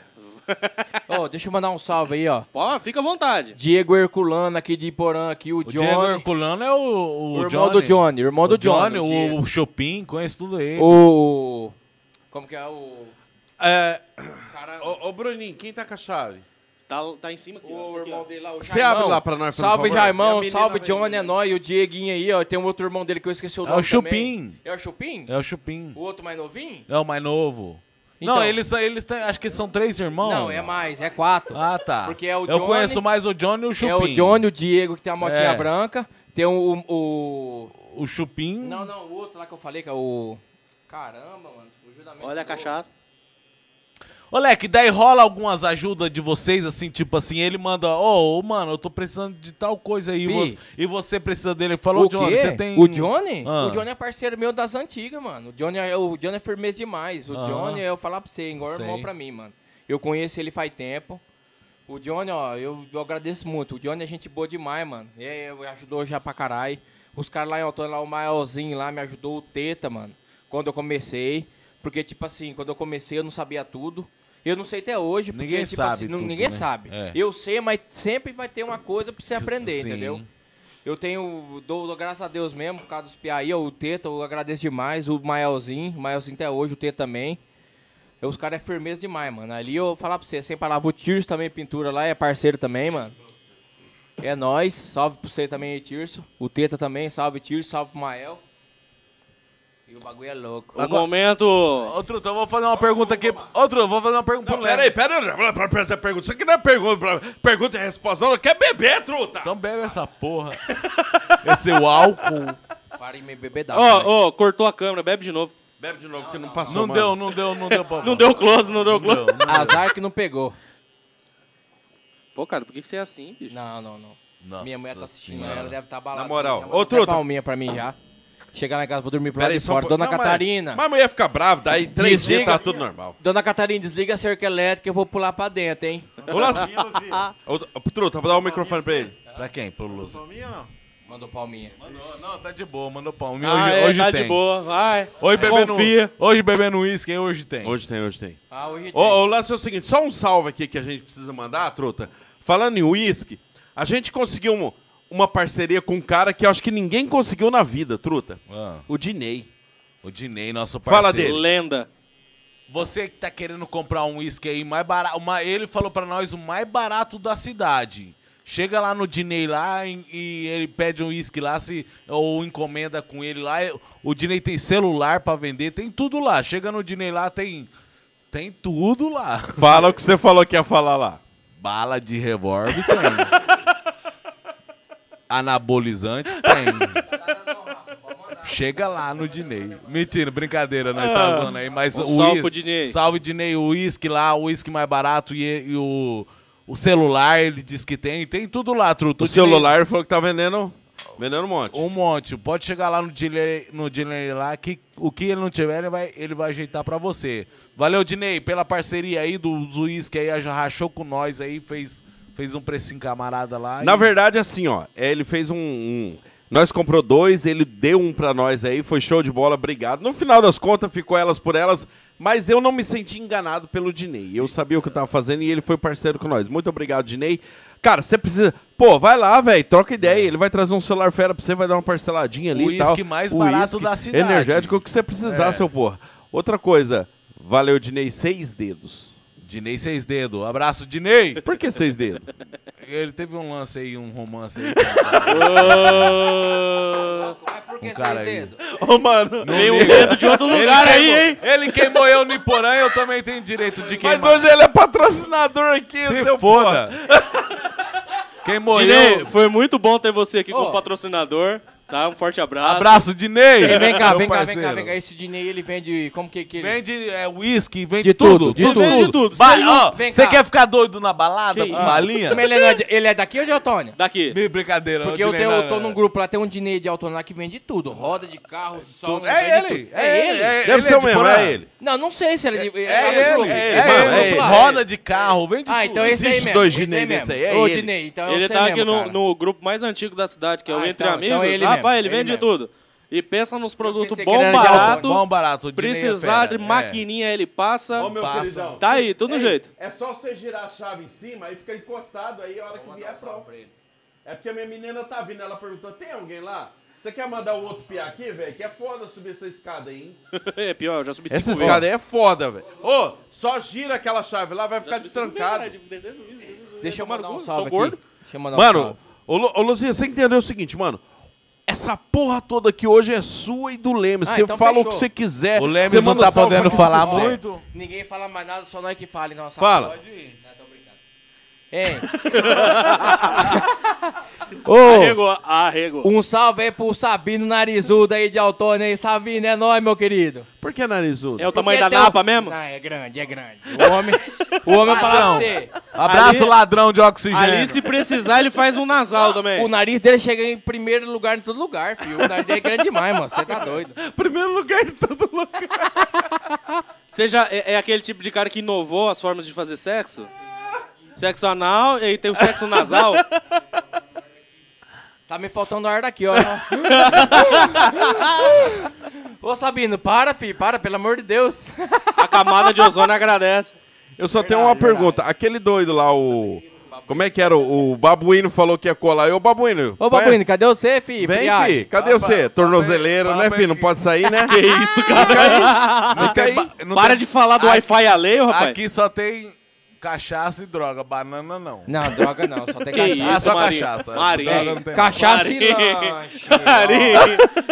S2: Ô, deixa eu mandar um salve aí, ó.
S7: Pô, fica à vontade.
S2: Diego Herculano aqui de Porã, aqui, o,
S3: O
S2: Johnny.
S3: Diego Herculano é o, o,
S2: O irmão
S3: Johnny.
S2: do Johnny, irmão
S3: O
S2: do Johnny.
S3: Johnny, o, o Chopin, conheço tudo ele.
S2: O. Como que é o.
S1: É.
S2: Caralho.
S1: Ô, ô, Bruninho, quem tá com a chave?
S7: Tá, tá em cima aqui. ó.
S2: O irmão dele lá, o
S1: Você
S2: Jaimão.
S1: abre lá pra nós, por
S2: Salve,
S1: favor.
S2: Jaimão.
S1: Minha menina
S2: Salve,
S1: vai
S2: Johnny.
S1: vir.
S2: É nóis. E o Dieguinho aí, ó. Tem um outro irmão dele que eu esqueci o
S3: o
S2: nome. também.
S3: Chupim.
S2: É o Chupim?
S3: É o Chopin.
S2: O outro mais novinho?
S3: É o mais novo. não,
S2: Então-
S3: eles, eles têm, acho que são três irmãos.
S2: Não, é mais, é quatro.
S3: Ah, tá.
S2: Porque é o
S3: Eu
S2: Johnny-
S3: conheço mais o Johnny e o Chopin.
S2: é o Johnny, o Diego, que tem a motinha
S3: É.
S2: branca. Tem o, o.
S3: O Chopin.
S2: Não, não, o outro lá que eu falei, que é o. Caramba, mano. fugiu da mente
S7: Olha a
S2: do-
S7: cachaça.
S3: Ô, Leque, daí rola algumas ajudas de vocês, assim, tipo assim, ele manda, ô, ô, mano, eu tô precisando de tal coisa aí,
S2: Fi.
S3: você- e você precisa dele. Falou,
S2: o
S3: Johnny,
S2: quê?
S3: você tem...
S2: O Johnny?
S3: Ah.
S2: O Johnny é parceiro meu das antigas, mano. O Johnny é, o Johnny é firmeza demais. O
S3: Ah.
S2: Johnny, eu falar pra você, igual
S3: Sei.
S2: irmão pra mim, mano. Eu conheço ele faz tempo. O Johnny, ó, eu, eu agradeço muito. O Johnny é gente boa demais, mano. É, eu- ajudou é, já pra caralho. Os caras lá em Autônomo, lá, o maiorzinho lá me ajudou o Teta, mano. Quando eu comecei. Porque, tipo assim, quando eu comecei eu não sabia tudo. Eu não sei até hoje, porque,
S3: Ninguém
S2: tipo
S3: sabe
S2: assim, não-
S3: tudo,
S2: ninguém
S3: né?
S2: sabe.
S3: É.
S2: Eu sei, mas sempre vai ter uma coisa pra você aprender,
S3: Sim.
S2: entendeu? Eu tenho, dou, dou graças a Deus mesmo, por causa dos Piaí, o Teta, eu agradeço demais, o Maelzinho, o Maelzinho até hoje, o Teta também. Eu, Os caras é firmeza demais, mano. Ali eu vou falar pra você, sem palavra, o Tirso também, pintura lá, é parceiro também, mano. É nóis, salve pra você também, aí, Tirso. O Teta também, salve Tirso, salve pro Mael. E o bagulho é louco.
S7: O momento.
S3: Outro, então eu vou fazer uma pergunta aqui. Outro, eu vou fazer uma pergunta pro Léo.
S1: Peraí, peraí, peraí, peraí, peraí, essa pergunta. Isso aqui não é pergunta, pra- pergunta e resposta, não. Quer beber, truta?
S3: Então bebe essa porra. Esse o álcool.
S2: Para de me né? bebedar.
S7: Ó, ó, cortou a câmera, bebe de novo.
S1: Bebe de novo, que não passou.
S3: *laughs* Não
S1: mano.
S3: deu, não deu, não deu pra.
S7: Não deu close, não deu close.
S2: Azar que não pegou.
S7: Pô, cara, por que que você é assim, bicho?
S2: Não, não, não.
S3: Nossa
S2: Minha mulher tá assistindo,
S3: Senhora.
S2: ela deve estar tá balada.
S1: Na moral,
S2: Minha
S1: ô,
S2: mulher deu
S1: truta.
S2: palminha pra mim já. Chegar na casa, vou dormir pro lado
S1: Peraí,
S2: de
S1: só um
S2: fora.
S1: pouco.
S2: Dona
S1: Não, mas-
S2: Catarina.
S1: Mas a mulher fica brava, daí três dias
S2: Desliga.
S1: tá tudo normal.
S2: Dona Catarina, desliga a cerca elétrica e eu vou pular pra dentro, hein?
S1: Ô, Lass... Ô, Truta, dá o microfone pra ele.
S3: Pra quem? Pro Luz.
S6: Palminha, não.
S2: Mandou palminha.
S3: Não, tá de boa, mandou pau. Hoje,
S7: Ah, é,
S3: hoje
S7: tá
S3: tem.
S7: de boa, vai.
S3: Hoje bebendo,
S7: Confia.
S3: hoje bebendo uísque, hein? hoje tem.
S1: Hoje tem, hoje tem.
S2: Ah, hoje
S1: Ô, ô Lass, é o seguinte, só um salve aqui que a gente precisa mandar, Truta. Falando em uísque, a gente conseguiu um- uma parceria com um cara que eu acho que ninguém conseguiu na vida, Truta.
S3: Ah,
S1: O Dinei.
S3: o Dinei, nosso parceiro.
S1: Fala dele.
S7: Lenda.
S3: Você que tá querendo comprar um uísque aí mais barato. Uma, ele falou pra nós o mais barato da cidade. Chega lá no Dinei lá em- e, ele pede um uísque lá se, ou encomenda com ele lá. O Dinei tem celular pra vender, tem tudo lá. Chega no Dinei lá, tem, tem tudo lá. *laughs*
S1: Fala o que você falou que ia falar lá.
S3: Bala de revólver tem. Anabolizante tem. Chega lá no Dinei. Mentira, brincadeira, nós tá zoando aí. Mas
S7: Um
S3: o
S7: salve
S3: uí-
S7: pro Dinei.
S3: Salve, Dinei. O uísque lá, o uísque mais barato e, e o, o celular, ele diz que tem. Tem tudo lá, truto.
S1: O
S3: Dinei,
S1: celular falou que tá vendendo, vendendo um monte.
S3: Um monte. Pode chegar lá no Dinei, no Dinei lá, que o que ele não tiver, ele vai, ele vai ajeitar pra você. Valeu, Dinei, pela parceria aí do uísque aí. Já rachou com nós aí, fez... Fez um precinho camarada lá.
S1: Na
S3: e-
S1: verdade, assim, ó, é, ele fez um, um- Nós comprou dois, ele deu um pra nós aí, foi show de bola, obrigado. No final das contas, ficou elas por elas, mas eu não me senti enganado pelo Dinei. Eu sabia o que eu tava fazendo e ele foi parceiro com nós. Muito obrigado, Dinei. Cara, você precisa. Pô, vai lá, velho, troca ideia. Ele vai trazer um celular fera pra você, vai dar uma parceladinha ali.
S3: É. O
S1: e tal.
S3: uísque mais barato da cidade. É.
S1: Energético, o que você precisar, seu porra. Outra coisa, valeu, Dinei, seis dedos.
S3: Dinei Seis Dedo. Abraço, Dinei.
S1: Por que seis dedos?
S3: Ele teve um lance aí, um
S1: *laughs*
S3: romance
S2: É
S3: aí.
S2: Mas por que
S3: Um cara
S2: é seis
S3: aí.
S2: dedos?
S1: Ô, mano.
S7: Tem um dedo de outro lugar aí, hein?
S3: Ele queimou eu no Iporã, eu também tenho direito de queimar.
S1: Mas hoje ele é patrocinador aqui, seu
S3: Se foda. *laughs* Queimou
S7: Dinei,
S3: eu.
S7: foi muito bom ter você aqui como
S2: Ô.
S7: patrocinador. Tá? Um forte abraço.
S3: Abraço, Dinei. Meu
S2: Ei, vem cá, vem cá, vem
S3: parceiro.
S2: cá, vem cá. Esse Dinei, ele vende. Como que que ele.
S3: Vende é, whisky, vende
S2: De
S3: tudo.
S2: tudo, de tudo.
S3: Vende tudo. Vai, ó,
S2: Vem
S3: você
S2: cá.
S3: quer ficar doido na balada,
S2: Que
S3: com
S2: isso?
S3: balinha?
S2: Mas Ele, é, de- ele é daqui ou de Autônia?
S7: Daqui.
S3: Me brincadeira.
S2: Porque
S3: ô,
S2: eu,
S3: Dinei, né?
S2: tenho,
S3: não,
S2: eu tô
S3: não.
S2: num grupo lá, tem um Dinei de Autônia lá que vende tudo: roda de carro, som.
S3: É
S2: né? vende
S3: ele,
S2: tudo. É ele?
S3: é-
S1: Deve
S3: ele
S1: ser o
S3: de
S1: mesmo,
S3: Porã.
S1: é ele.
S2: Não, não sei se ele é de.
S3: É
S2: tá no
S3: ele,
S2: grupo.
S3: é
S1: Ele, mano,
S3: ele,
S1: é ele.
S3: Roda de carro, vende
S2: Ah,
S3: tudo.
S2: então esse aí
S1: Existe
S2: mesmo.
S1: dois
S2: esse
S1: Dinei
S2: mesmo.
S1: desse aí, é
S2: Ô,
S1: ele.
S2: Dinei, então
S7: Ele
S2: você
S7: tá
S2: mesmo,
S7: aqui no,
S2: cara.
S7: no grupo mais antigo da cidade, que é o
S2: Ah,
S7: Entre
S2: então-
S7: Amigos.
S2: então é ele
S7: Rapaz,
S2: mesmo, ele
S7: ele vende
S2: mesmo.
S7: tudo. E pensa nos produtos
S2: pensei que
S7: bom,
S2: ele era de
S7: barato.
S2: Alphone.
S3: Bom, barato. o Dinei é
S7: precisar
S3: fera,
S7: de
S3: é.
S2: né?
S7: maquininha, ele passa.
S1: meu
S3: Passa.
S1: queridão.
S7: Tá aí, tudo jeito.
S1: É só você girar a chave em cima, aí fica encostado, aí a hora que vier, pronto. É porque a minha menina tá vindo, ela perguntou, tem alguém lá? Você quer mandar o outro piar aqui, velho? Que é foda subir essa escada aí, hein?
S7: é pior, eu já subi
S1: Essa
S7: cinco
S1: escada aí é foda, velho. Ô, só gira aquela chave lá, vai ficar destrancado.
S2: Deixa eu mandar um
S7: sou
S2: salve
S7: gordo.
S2: aqui. Deixa eu mandar um
S1: Mano,
S2: salve.
S1: ô, Lu- ô Luzinha, você entendeu o seguinte, mano? Essa porra toda aqui hoje é sua e do Lemes.
S2: Ah,
S1: Você
S2: então
S1: fala o
S2: fechou.
S1: que você quiser.
S3: O Lemes
S1: você
S3: não
S1: manda
S3: tá
S1: salve
S3: podendo
S1: pra quem
S3: falar
S1: você quiser.
S3: muito.
S2: Ninguém fala mais nada, só nós que fale, nossa.
S1: Fala.
S2: Hein?
S7: Arregou, arregou.
S2: Um salve aí pro Sabino Narizudo aí de Autônia aí. Sabino, é nóis, meu querido.
S1: Por que narizudo?
S7: É o tamanho da
S2: Porque tem
S7: napa
S2: um-
S7: mesmo?
S2: Não, é grande, é grande. O homem, o homem fala pra você.
S3: Abraço,
S7: Ali-
S3: ladrão de oxigênio.
S7: Ali, se precisar, ele faz um nasal também.
S2: É. *laughs* O nariz dele chega em primeiro lugar em todo lugar, filho. O nariz dele é grande demais, mano. Você tá doido.
S1: Primeiro lugar de todo lugar.
S7: Seja é, é aquele tipo de cara que inovou as formas de
S2: *laughs*
S7: fazer sexo? Sexo anal e aí tem o sexo nasal.
S2: Tá me faltando ar daqui, ó. Ô, Sabino, para, fi, para, pelo amor de Deus.
S7: A camada de ozônio agradece.
S1: Eu só tenho uma pergunta. Aquele doido lá, o. Como é que era? O, o Babuíno falou que ia colar. Ô, Babuíno.
S2: Ô,
S1: vai-
S2: Babuíno, cadê você, fi? "Ah,
S1: Vem,
S2: Friagem?
S1: fi. Cadê você? Tornozeleira, né, fi? Não pode sair,
S3: *laughs*
S1: né?
S7: Que isso, cara?
S1: Não tem ba-
S3: não
S7: Para
S3: tem-
S7: de falar do
S2: Ah,
S3: Aqui-
S7: Wi-Fi alheio, rapaz.
S3: Aqui só tem cachaça e droga, banana não.
S2: Não, droga não, só tem
S7: Que
S2: cachaça.
S7: isso,
S3: Ah, só
S7: Marinho.
S3: cachaça.
S7: Marinho.
S3: Droga não tem não.
S2: Cachaça e
S7: Marinho.
S2: lanche.
S1: *laughs*
S7: então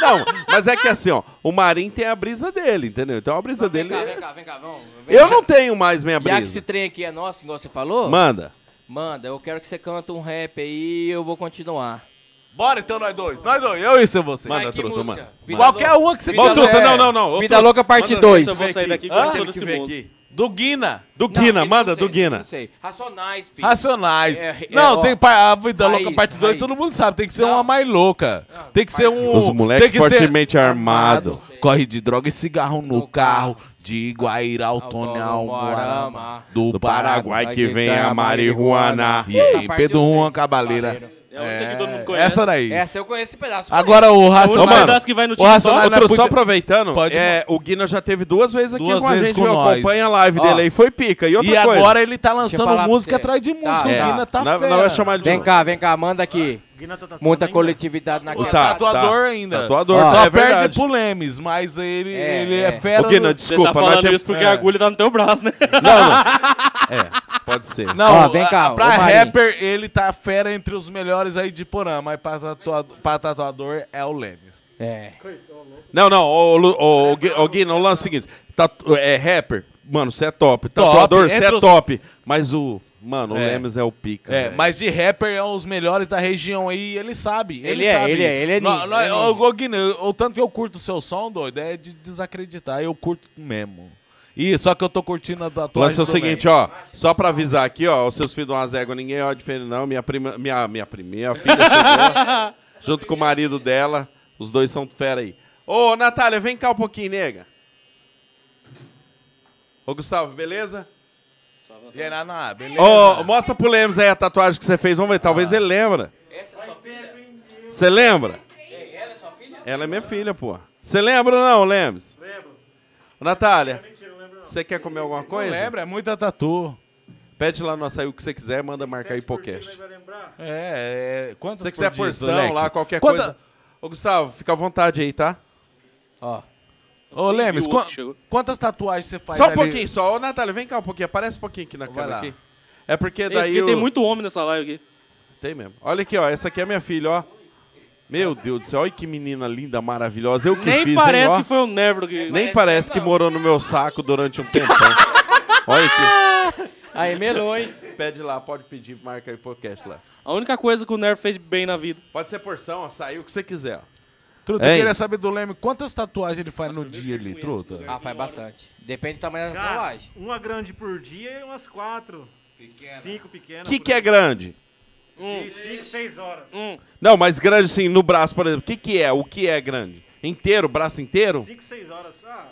S1: Não, mas é que assim, ó. O Marinho tem a brisa dele, entendeu? Então a brisa
S2: Vem
S1: dele.
S2: cá, vem cá, vem cá, vamos. Vem.
S1: Eu não tenho mais minha
S2: Já que esse
S1: brisa.
S2: trem aqui é nosso, igual você falou,
S1: Manda.
S2: manda, eu quero que você canta um rap aí e eu vou continuar.
S3: Bora então nós dois. Nós dois, eu e seu você.
S1: Manda, truta, manda. é
S2: Vida
S3: Qualquer uma que você
S1: Ô, truta,
S3: quiser.
S1: não, não, não. Ô,
S2: Vida
S1: Truta,
S2: Louca Parte
S1: manda ver é
S2: 2.
S1: se eu vou sair daqui.
S7: Aqui, conhecendo
S1: Aquele
S7: esse
S1: que vem
S7: mundo.
S1: aqui.
S3: Do Guina.
S1: Do
S2: Não,
S1: Guina,
S2: ele
S1: manda,
S2: não sei,
S1: do Guina.
S2: Não sei. Racionais, filho.
S3: Racionais.
S2: É, é,
S3: não,
S2: ó,
S3: tem pa- a Vida Louca
S2: raiz,
S3: parte 2,
S2: raiz.
S3: todo mundo sabe, tem que ser uma mais louca. Tem que ser um.
S1: Os moleques
S3: tem que ser
S1: fortemente armados.
S3: Corre de droga e cigarro no,
S2: No carro.
S3: carro. De Guairá ao Tony ao
S2: Autônomo, Moarama.
S3: Moarama. Do,
S1: Do
S3: Paraguai.
S1: Paraguai que vem a marihuana.
S3: E
S2: Essa
S3: aí,
S2: parte
S3: Pedro
S2: eu sei.
S3: Juan Cabaleira.
S7: É a única que todo mundo
S3: É,
S7: conhece.
S3: essa daí.
S2: Essa eu conheço esse pedaço.
S3: Agora o
S7: Ô,
S1: Ô,
S7: mas
S1: mano,
S3: Racionais.
S7: acho que vai no
S3: o
S7: TikTok.
S3: Racionais
S1: Ô,
S3: não
S1: Truta,
S3: podia-
S1: só aproveitando,
S3: Pode
S1: é, o Guina já teve duas vezes aqui
S3: Duas
S1: com a
S3: vezes
S1: gente,
S3: com
S1: viu?
S3: nós.
S1: acompanha a live
S2: Ó.
S1: dele aí, foi pica. E outra
S3: E
S1: coisa, É,
S3: agora ele tá
S2: eu falar
S3: lançando
S2: pra
S3: música
S2: você.
S3: atrás de música.
S2: Tá,
S3: o
S2: tá.
S3: Guina tá
S1: nós,
S3: fera.
S1: nós vamos chamar ele de
S2: Vem
S1: novo.
S2: cá, vem cá, manda aqui.
S6: Guina tá tatuando
S2: Muita
S6: ainda?
S2: coletividade naquela.
S1: Tá,
S2: casa.
S3: Tatuador ainda.
S1: Tatuador,
S3: Só
S1: é verdade.
S3: perde pro Lemes, mas ele
S2: É,
S3: é, ele é
S2: é.
S3: fera.
S1: Ô, Guina,
S3: no-
S7: Você tá
S1: desculpa, nós
S7: falando
S1: temos...
S7: isso porque a agulha tá no teu braço, né?
S1: É. Não, não. *laughs* É, pode ser.
S3: Não,
S2: Ó, vem
S3: a-
S2: cá,
S3: a- pra
S2: ô, Marinho.
S3: rapper, ele tá fera entre os melhores aí de Porã, mas pra, tatuado- pra tatuador é o Lemes.
S2: É.
S1: Não, não, ô, Lu- ô, ô, Gui- ô, Guina, o lance é o seguinte, tatu- é rapper, mano, você é top. Tatuador, você
S3: entre
S1: é
S3: os-
S1: top. Mas o... Mano, o
S3: É.
S1: Lemes é o pica,
S3: É,
S1: velho.
S3: mas de rapper é um dos melhores da região aí, e ele sabe. Ele,
S2: Ele é,
S3: sabe.
S2: ele é, ele é
S3: Nó-
S2: ninja,
S3: nó-
S2: ele é
S3: ô,
S2: ninja.
S3: ô, Guina, eu- o tanto que eu curto o seu som, doido, é de desacreditar, eu curto mesmo. E só que eu tô curtindo a
S1: O
S3: tatuagem
S1: lance é o
S3: do
S1: seguinte,
S3: Lemes.
S1: ó, só pra avisar aqui, ó, os seus filhos dão umas éguas, ninguém é diferente não, minha prima, minha, minha prima, minha filha *laughs* chegou, junto com o marido dela, os dois são fera aí. Ô, Natália, vem cá um pouquinho, nega. Ô, Gustavo, beleza?
S3: E aí, Naná, beleza?
S1: Ô, mostra pro Lemos aí a tatuagem que você fez, vamos ver, talvez ele lembra. Você lembra? Ela é minha filha, pô. Você lembra ou não, Lemos? Lembro. Natália, você quer comer alguma coisa?
S3: Lembra, é muita tatu.
S1: Pede lá no açaí o que você quiser, manda marcar aí podcast.
S3: É, é. Quantas
S1: Se você quiser
S3: por dia,
S1: porção
S3: Leque?
S1: lá, qualquer
S3: Quanta-
S1: coisa. Ô, Gustavo, fica à vontade aí, tá?
S2: Ó.
S3: Ô, Lemes,
S7: E o
S3: quan-
S7: um outro chegou.
S3: quantas tatuagens você faz
S1: só um
S3: ali?
S1: pouquinho, só. Ô, Natália, vem cá um pouquinho. Aparece um pouquinho aqui na
S3: Vai
S1: câmera.
S3: lá.
S1: Aqui. É porque
S7: Esse
S1: daí.
S7: aqui
S1: eu-
S7: tem muito homem nessa live aqui.
S1: Tem mesmo. Olha aqui, ó. Essa aqui é minha filha, ó. Meu Deus do céu, olha que menina linda, maravilhosa. Eu que
S7: Nem
S1: fiz,
S7: parece
S1: hein, ó.
S7: que foi um o Nervo que...
S1: Nem parece que morou no meu saco durante um
S7: *laughs*
S1: tempão. olha aqui.
S2: Aí melou, hein?
S1: Pede lá, pode pedir, marca aí podcast lá.
S7: A única coisa que o Nervo fez bem na vida.
S1: Pode ser porção, açaí, o que você quiser, ó.
S3: Truta,
S1: Hein?
S3: eu queria saber do Leme quantas tatuagens ele faz no dia ali, truta.
S2: Ah, faz bastante. Depende do tamanho da
S6: Cara,
S2: tatuagem.
S6: uma grande por dia e umas quatro. Cinco pequenas.
S1: O que, que é grande?
S3: Um.
S6: grande? Cinco, seis horas.
S1: Não, mas grande assim, no braço, por exemplo. O que, que é? O que é grande? Inteiro, braço inteiro?
S6: Cinco, seis horas. Ah,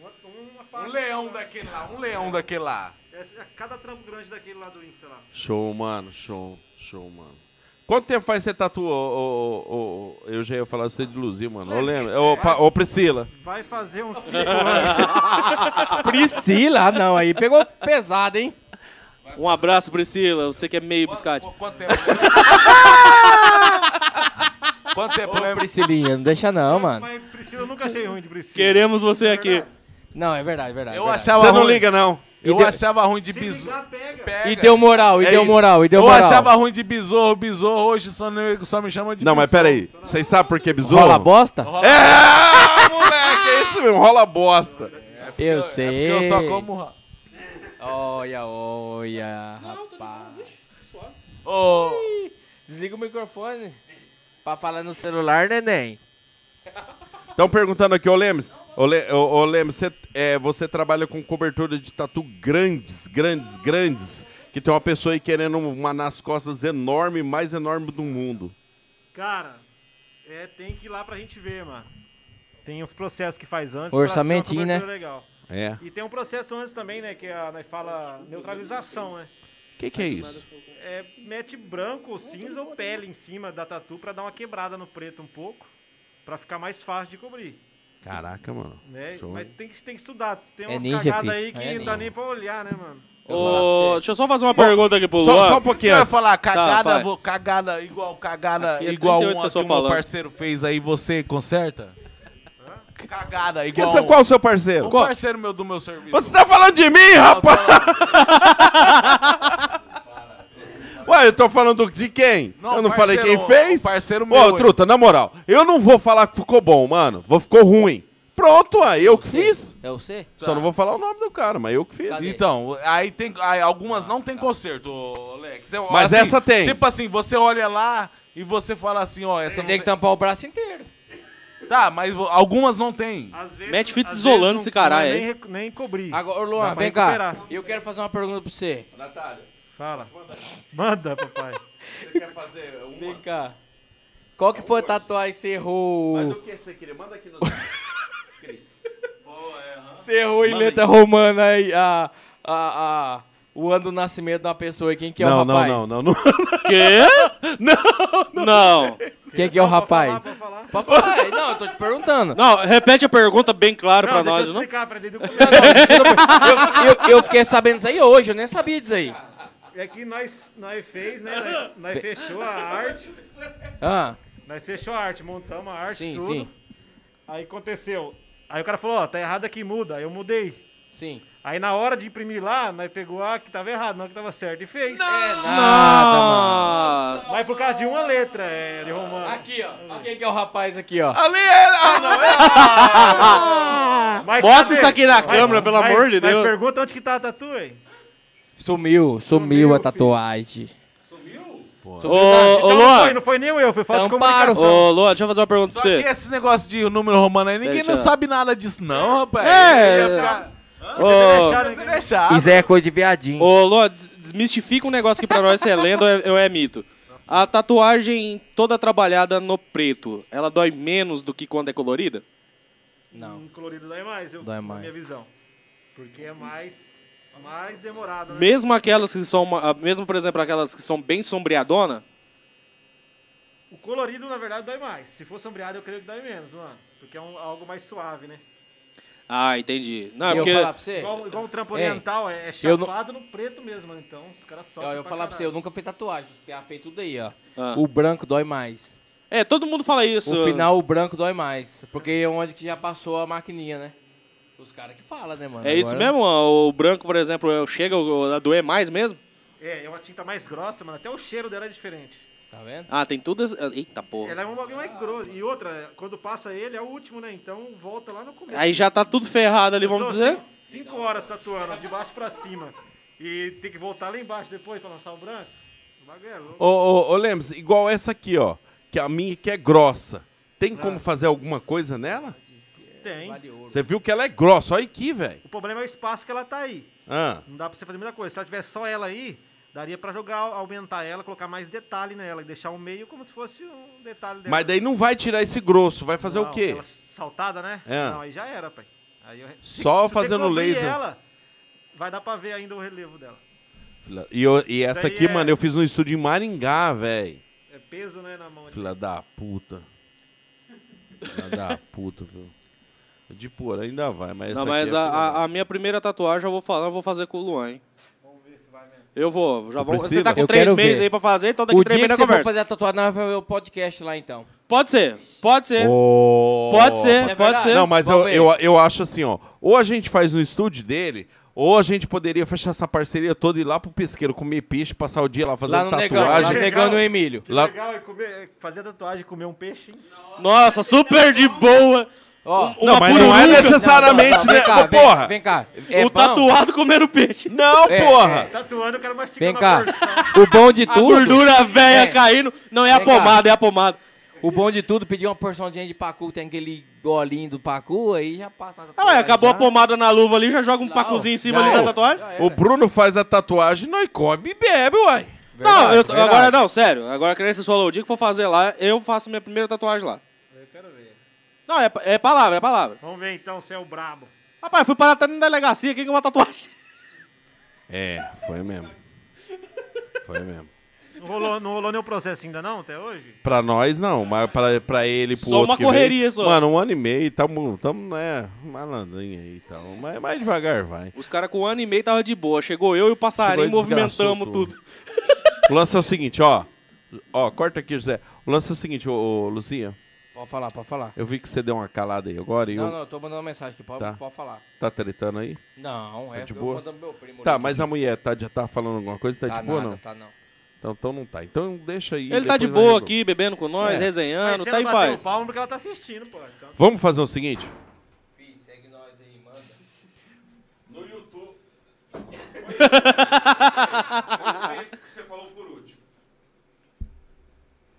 S6: uma, uma
S3: Um
S6: faixa.
S3: leão daquele lá, um leão daquele lá.
S6: Essa- é Cada trampo grande daquele lá do Insta lá.
S1: Show, mano, show, show, mano. Quanto tempo faz que você tatuou, ô, ô, ô, ô, eu já ia falar você de Luzia, mano. Eu lembro. Ô, Pa- ô, Priscila.
S6: Vai fazer um
S3: *laughs*
S6: né? uns cinco anos.
S2: Priscila, ah, não, aí pegou pesado, hein?
S7: Um abraço, Priscila. Você que é meio biscate.
S3: *laughs* Quanto tempo? *laughs* Quanto tempo lembra?
S2: Priscilinha, não deixa não, mano.
S6: Mas Priscila, eu nunca achei ruim de Priscila.
S7: Queremos você aqui.
S2: Não, é verdade, é verdade.
S3: Eu
S2: é verdade.
S3: achava
S1: Você não
S3: ruim.
S1: liga, não.
S3: Eu
S2: deu-
S3: achava ruim de
S6: Se
S3: besouro.
S6: ligar, pega.
S2: E deu moral, e
S1: É
S2: deu
S1: isso.
S2: moral, e deu
S3: Eu
S2: moral.
S3: achava ruim de besouro, besouro. Hoje só, nego- só me chama de
S1: Não, mas
S3: besouro.
S1: peraí. Vocês sabem por que
S2: Rola
S1: besouro?
S2: bosta?
S1: É, moleque, é isso mesmo, rola bosta.
S2: Eu
S3: Porque
S2: sei.
S3: Eu só como. ra-
S2: Olha, olha, rapaz.
S3: Ô,
S2: Desliga o microfone. Pra falar no celular, neném.
S1: Estão perguntando aqui, ô Lemes. Ô, Le, ô, ô, Lemes, você, é, você trabalha com cobertura de tatu grandes, grandes, grandes. Que tem uma pessoa aí querendo uma nas costas enorme, mais enorme do mundo.
S6: Cara, é, tem que ir lá pra gente ver, mano. Tem os processos que faz antes.
S2: Orçamentinho,
S6: pra
S2: né?
S6: ser uma cobertura Legal.
S1: É.
S6: E tem um processo antes também, né? Que a, nós fala neutralização, né?
S1: Que que é isso?
S6: É, mete branco, ou cinza ou pele em cima da tatu pra dar uma quebrada no preto um pouco, pra ficar mais fácil de cobrir.
S1: Caraca, mano.
S6: Né?
S1: Show,
S6: Mas
S1: hein?
S6: tem que, tem que estudar. Tem
S1: É
S6: umas
S1: ninja,
S6: cagadas
S1: fi.
S6: aí que
S1: É
S6: não dá
S1: ninja.
S6: nem pra olhar, né, mano?
S7: Ô, deixa eu só fazer uma
S3: Bom,
S7: pergunta aqui pro
S3: só-
S7: Luan.
S3: só um pouquinho
S7: Isso que eu ia
S3: antes.
S7: falar, cagada,
S3: Tá, vai.
S7: vou-
S3: cagada igual cagada
S7: Aqui é
S3: igual
S7: 38
S3: uma que
S7: pessoa
S3: o meu
S7: falando.
S3: parceiro fez aí, você conserta? Cagada igual.
S1: Esse é qual o seu parceiro?
S3: O
S1: Qual?
S3: parceiro meu do meu serviço.
S1: Você tá falando de mim, rapaz? *laughs* Ué, eu tô falando de quem?
S3: Não,
S1: eu não
S3: parceiro-
S1: falei quem fez?
S3: o parceiro
S1: Ô,
S3: meu,
S1: truta, na moral, eu não vou falar que ficou bom, mano. Vou ficou ruim. Pronto, aí eu que fiz.
S12: É você?
S1: Só não vou falar o nome do cara, mas eu que fiz.
S3: Tá. Cadê? Então, aí tem. aí algumas não tem conserto, ô, Alex. Eu-
S1: Mas
S3: assim,
S1: essa tem.
S3: Tipo assim, você olha lá e você fala assim, ó, essa
S2: Você
S3: não
S2: tem que tampar o braço inteiro.
S3: Tá, mas vo- algumas não tem.
S7: Mete fita isolante esse caralho aí.
S6: rec- é nem cobrir.
S2: Agora, ô, Luan,
S6: Dá pra
S2: vem cá.
S6: recuperar.
S2: Eu quero fazer uma pergunta pra você.
S3: Natália,
S6: Fala. Manda, papai.
S3: você quer fazer uma?
S2: Vem cá. Qual que foi a tatuagem que você errou?
S1: que você queria? Manda
S2: *laughs*
S1: aqui no
S2: Você errou em
S1: Manda
S2: letra
S1: aí.
S2: romana aí, a, a, a- o ano do nascimento de uma pessoa. e Quem que é
S1: não,
S2: o rapaz?
S1: não, não, *laughs* não, não.
S7: Quê? Não, não.
S2: Quem que é o rapaz? Pode falar, Ai, Não, eu tô te perguntando.
S7: repete a pergunta bem claro pra nós,
S6: eu
S7: não?
S6: explicar pra dentro do
S2: Eu, eu fiquei sabendo isso aí hoje, eu nem sabia disso aí.
S6: É que nós, nós fez, né? Nós, nós fechou a arte.
S2: Ah,
S6: Nós fechou a arte, montamos a arte,
S2: Sim,
S6: tudo.
S2: sim.
S6: Aí aconteceu. Aí o cara falou, ó, tá errado aqui, muda. Aí eu mudei.
S2: sim.
S6: Aí na hora de imprimir lá, nós pegou a que tava errado, não a que tava certo e fez. É,
S2: Nada, mano.
S7: Nossa.
S6: Mas por causa de uma letra, é, de romano.
S2: Aqui, ó. Olha quem que é o rapaz aqui, ó.
S1: Ali é. Ah, não, é.
S6: Mas
S7: Bota
S6: cadê?
S7: isso aqui na
S6: Mas-
S7: câmera, pelo
S6: mas-
S7: amor de
S6: mas
S7: Deus.
S6: pergunta onde que tá a tatu, hein?
S2: Sumiu, sumiu,
S6: Sumiu,
S2: a tatuagem.
S7: Ô, ô,
S6: Então não, foi,
S7: Luan.
S6: não foi nem eu, foi falta de
S2: Tamparam.
S6: comunicação.
S7: Ô, Luan, deixa eu fazer uma pergunta
S3: Só
S7: pra você.
S3: que esses negócios de número romano aí, ninguém
S7: Deixa
S3: não
S7: eu-
S3: sabe nada disso, não, rapaz.
S7: É,
S3: Ia ficar-
S7: Ô,
S6: Deixaram ninguém-
S3: Deixar.
S2: Isso é coisa de viadinho.
S7: ô, Luan, des- desmistifica um negócio aqui pra nós, se é lenda ou é, ou é mito. A tatuagem toda trabalhada no preto, ela dói menos do que quando é colorida?
S2: Não.
S6: Um colorido dói mais, eu,
S2: Dói mais.
S6: na minha visão. Porque é mais, mais demorado, né?
S7: Mesmo aquelas que são, uma- ah, mesmo por exemplo, aquelas que são bem sombreadona?
S6: O colorido, na verdade, dói mais. Se for sombreado, eu creio que dói menos, mano. Porque é um- algo mais suave, né?
S7: Ah, entendi. Não, é
S2: eu
S7: porque...
S2: falar pra você?
S6: Igual, igual um trampo
S2: Ei,
S6: oriental, é, é
S2: eu não-
S6: chapado no preto mesmo, mano. Então os caras
S2: Ó,
S6: sofrem.
S2: eu vou falar pra você, eu nunca fiz tatuagem. Os PA fez tudo aí, ó.
S7: Ah.
S2: O branco dói mais.
S7: É, todo mundo fala isso.
S2: No final, o branco dói mais. Porque é onde que já passou a maquininha, né? Os caras que falam, né, mano?
S7: É isso
S2: Agora-
S7: mesmo? ó, O branco, por exemplo, eu- chega o- a doer mais mesmo?
S6: É, é uma tinta mais grossa, mano. Até o cheiro dela é diferente.
S2: Tá vendo?
S7: Ah, tem tudo. esse- Eita porra.
S6: Ela é um bagulho mais grosso. E outra, quando passa ele, é o último, né? Então volta lá no começo.
S7: Aí já tá tudo ferrado ali, vamos
S6: Pessoa,
S7: dizer?
S6: cinco- Cinco horas tatuando, de baixo pra cima. E tem que voltar lá embaixo depois pra lançar o branco. O bagulho é louco.
S1: Ô, ô, ô Lemes, igual essa aqui, ó. Que a minha que é grossa.
S3: Ah.
S1: Tem como fazer alguma coisa nela?
S6: Tem.
S1: Você viu que ela é grossa. Olha aqui, velho.
S6: O problema é o espaço que ela tá aí.
S1: Ah,
S6: Não dá pra você fazer muita coisa. Se ela tivesse só ela aí, daria pra jogar, aumentar ela, colocar mais detalhe nela e deixar o meio como se fosse um detalhe dela.
S1: mas daí não vai tirar esse grosso. Vai fazer
S6: Não,
S1: o quê?
S6: aquela saltada, né?
S1: É.
S6: Não, aí já era, pai. Aí eu...
S1: Só
S6: se você
S1: fazendo
S6: cobrir
S1: laser.
S6: ela, vai dar pra ver ainda o relevo dela.
S1: Fila- E, eu- e essa
S6: aí
S1: aqui,
S6: é-
S1: mano, eu fiz no estúdio em Maringá, velho.
S6: É peso, né, na mão.
S1: Filha da puta. Filha da puta, viu? De pôr, ainda vai, mas essa
S7: Não, mas
S1: aqui é
S7: a,
S1: filha da-
S7: a- a minha primeira tatuagem, eu vou falar, eu vou fazer com o Luan, hein? Eu vou, já
S1: Ô,
S7: vou. Você
S1: Priscila,
S7: tá com
S2: eu
S7: três
S2: quero
S7: meses
S2: ver.
S7: aí pra fazer, então daqui
S2: O
S7: três
S2: dia que
S7: meses
S2: você
S7: eu
S2: for
S7: converso.
S2: fazer a tatuagem, nós vamos ver o podcast lá, então.
S7: Pode ser, pode ser,
S1: Ô,
S7: pode ser,
S2: É
S7: pode
S2: verdade.
S7: ser.
S1: Não, mas eu,
S2: Vamos ver.
S1: eu, eu acho assim, ó. Ou a gente faz no estúdio dele, ou a gente poderia fechar essa parceria toda e ir lá pro pesqueiro comer peixe, passar o dia lá
S2: Lá
S1: fazendo
S2: no Negão, lá no
S1: tatuagem.
S2: Negão e no Emílio.
S6: Que
S1: Lá-
S6: legal é comer, é fazer a tatuagem e comer um peixe, hein?
S7: Nossa, super de boa. Um,
S2: Ó,
S7: Uma
S1: não, mas não é
S7: pururuca.
S1: necessariamente,
S2: vem
S1: né?
S2: cá,
S1: Ô,
S2: vem-
S1: porra!
S2: Vem cá.
S7: o tatuado comendo peixe.
S1: Não,
S2: É,
S1: porra!
S6: Tatuando, eu quero mastigar
S2: Vem
S6: uma
S2: cá.
S6: porção.
S2: O bom de
S7: é A
S2: tudo.
S7: gordura velha
S2: É.
S7: caindo. Não, é a
S2: Vem cá.
S7: pomada, é a pomada.
S2: O bom de tudo, pedir uma porçãozinha de pacu, tem aquele golinho do pacu, aí já passa. a
S7: Ah, ué,
S2: tatuagem, né?
S7: acabou a
S2: já.
S7: pomada na luva ali, já joga um pacuzinho em cima
S2: já
S7: ali
S2: é.
S7: da tatuagem.
S2: Já é,
S1: O
S2: velho.
S1: Bruno faz a tatuagem, nós come e bebe, uai.
S7: Não,
S2: Verdade, é
S7: eu tô-
S2: verdade.
S7: agora não, sério. Agora que nem você falou, o dia que for fazer lá, eu faço minha primeira tatuagem lá.
S6: Eu quero ver.
S7: Não, é, pa- é palavra, é palavra.
S6: Vamos ver então se é o brabo.
S7: Rapaz, fui parar até na delegacia, quem que é uma tatuagem?
S1: É, foi mesmo. Foi mesmo.
S6: Não rolou, não rolou nenhum processo ainda não, até hoje?
S1: Pra nós, não. Mas pra, pra ele, pro
S7: Só
S1: outro
S7: uma
S1: que veio,
S7: correria, só.
S1: Mano, um ano e meio, tamo, tamo né, malandrinho aí e tal. Mas mais devagar vai.
S7: Os caras com um ano e meio tava de boa. Chegou eu e o passarinho,
S1: Chegou e desgraçou
S7: movimentamos tudo.
S1: O lance é o seguinte, ó. Ó, corta aqui, José. O lance é o seguinte, ô, ô, Luzinha.
S2: Pode falar, pode falar.
S1: Eu vi que você deu uma calada aí agora e
S2: Não,
S1: eu...
S2: não, eu tô mandando uma mensagem aqui, pode,
S1: Tá.
S2: pode falar.
S1: Tá tretando aí?
S2: Não,
S1: Tá
S2: é
S1: de
S2: eu
S1: boa?
S2: mandando meu primo.
S1: Tá,
S2: ali.
S1: mas a mulher tá, já tá falando alguma coisa? Tá,
S2: tá
S1: de boa
S2: nada,
S1: não?
S2: Tá não.
S1: Então, então não tá. Então deixa aí.
S7: Ele tá
S1: depois
S7: de
S1: nós
S7: boa
S1: resolvemos.
S7: aqui, bebendo com nós,
S1: É.
S6: Mas
S7: resenhando,
S6: se
S7: tá em
S6: ela bateu
S7: paz.
S6: o palmo porque ela tá assistindo, pô. Então,
S1: Vamos fazer o seguinte?
S2: Fih, segue nós aí, manda.
S13: No YouTube. Esse que você falou por último.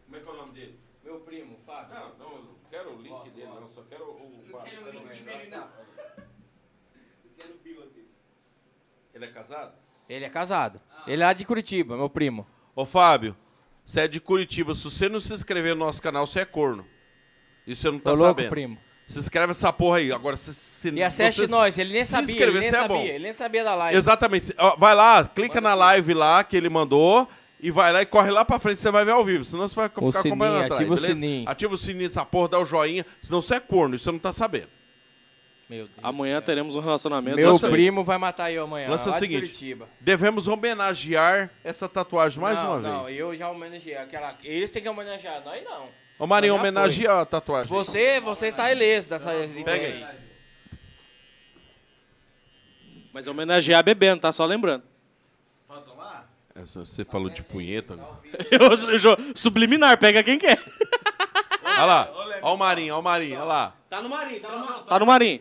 S13: Como é que é o nome dele?
S2: Meu primo, Fábio.
S13: Não, não, eu não quero o link dele, não. Eu só quero o. o
S2: Não quero ninguém dele, não.
S13: quero o Bila dele. Ele é casado?
S2: Ele é casado. Ele é lá de Curitiba, meu primo.
S1: Ô, Fábio, você é de Curitiba. Se você não se inscrever no nosso canal, você é corno. Isso você não tá
S2: Ô, louco,
S1: sabendo.
S2: primo.
S1: Se inscreve nessa porra aí. Agora, se, se
S2: E acesse
S1: você se-
S2: nós, ele é- nem
S1: se
S2: sabia,
S1: inscrever,
S2: ele nem
S1: você é
S2: sabia,
S1: bom.
S2: ele nem sabia da live.
S1: Exatamente. Ó, Vai lá, clica na live lá que ele mandou e vai lá e corre lá pra frente, você vai ver ao vivo. Senão você vai ficar
S2: O sininho,
S1: acompanhando atrás,
S2: ativa o
S1: beleza?
S2: sininho.
S1: Ativa o sininho dessa porra, dá o joinha, senão você é corno, isso você não tá sabendo.
S2: Meu Deus.
S7: Amanhã teremos um relacionamento.
S2: Meu
S7: Nossa,
S2: primo vai matar eu amanhã.
S1: Lance é o
S2: lá de
S1: seguinte,
S2: Curitiba.
S1: Devemos homenagear essa tatuagem mais
S2: não,
S1: uma
S2: não,
S1: vez.
S2: eu já homenageei aquela. Eles têm que homenagear, nós não.
S1: Ô Marinho,
S2: Já foi.
S1: homenageia a tatuagem.
S2: Você, você está ileso dessa
S1: Pega aí.
S7: Mas homenagear bebendo, tá? Só lembrando.
S1: É, Você falou de punheta. agora.
S7: *laughs* Eu, eu jo- subliminar, pega quem quer.
S1: Olha lá, olha o Marinho, olha o Marinho, olha lá.
S7: Tá no marinho, tá no marinho. Tá no marinho.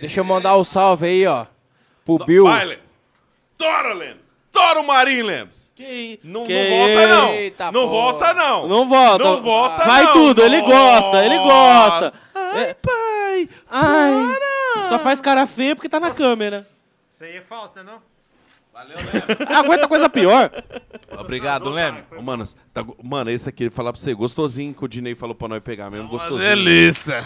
S2: Deixa eu mandar o salve aí, ó. Pro Bill.
S1: Vai, Lemos. Tora, Lemos. Tora o Marinho, Lemos.
S7: Que isso?
S1: Não,
S7: Que
S1: não volta, não.
S2: Eita
S1: não
S2: porra.
S1: volta, não.
S7: Não volta.
S1: Não volta,
S7: Vai
S1: não.
S7: tudo, ele gosta, ele gosta.
S1: Ai,
S7: É.
S1: pai.
S7: Ai, só faz cara feia porque tá na câmera.
S6: isso aí é falso, né não?
S7: Aguenta coisa pior.
S1: Obrigado, Leme. Ô, Manos, tá go- mano, esse aqui, falar pra você, gostosinho que o Dinei falou pra nós pegar mesmo, gostosinho.
S3: Delícia.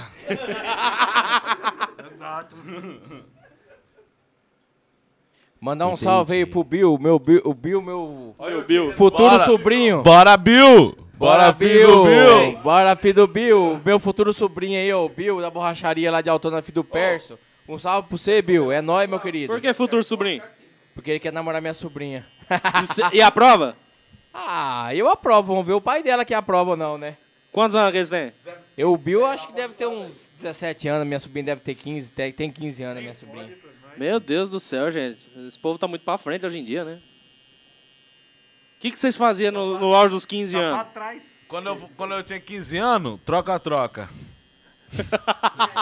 S2: Mandar um salve aí pro Bill, meu Bill, o Bill, meu
S7: Meu Bill.
S2: futuro sobrinho.
S3: Bora, Bill. Bora, filho do
S2: Ei,
S3: Bill.
S2: Bora, filho do Bill. Meu futuro sobrinho aí, ó, o Bill, da borracharia lá de Altona, filho do Perso. Um salve pro você, Bill. É nóis, meu querido.
S7: Por que futuro sobrinho?
S2: Porque ele quer namorar minha sobrinha. *laughs*
S7: E cê- E a prova?
S2: Ah, eu aprovo. Vamos ver o pai dela que aprova ou não, né?
S7: Quantos anos que eles têm?
S2: Eu, o Bill, acho que deve ter uns 17 anos. Minha sobrinha deve ter 15. Tem tem 15 anos, minha sobrinha.
S7: Meu Deus do céu, gente. Esse povo tá muito pra frente hoje em dia, né? O que, que vocês faziam no, no auge dos 15
S6: Lá
S7: anos?
S6: atrás.
S3: Quando eu, quando eu tinha 15 anos, troca-troca.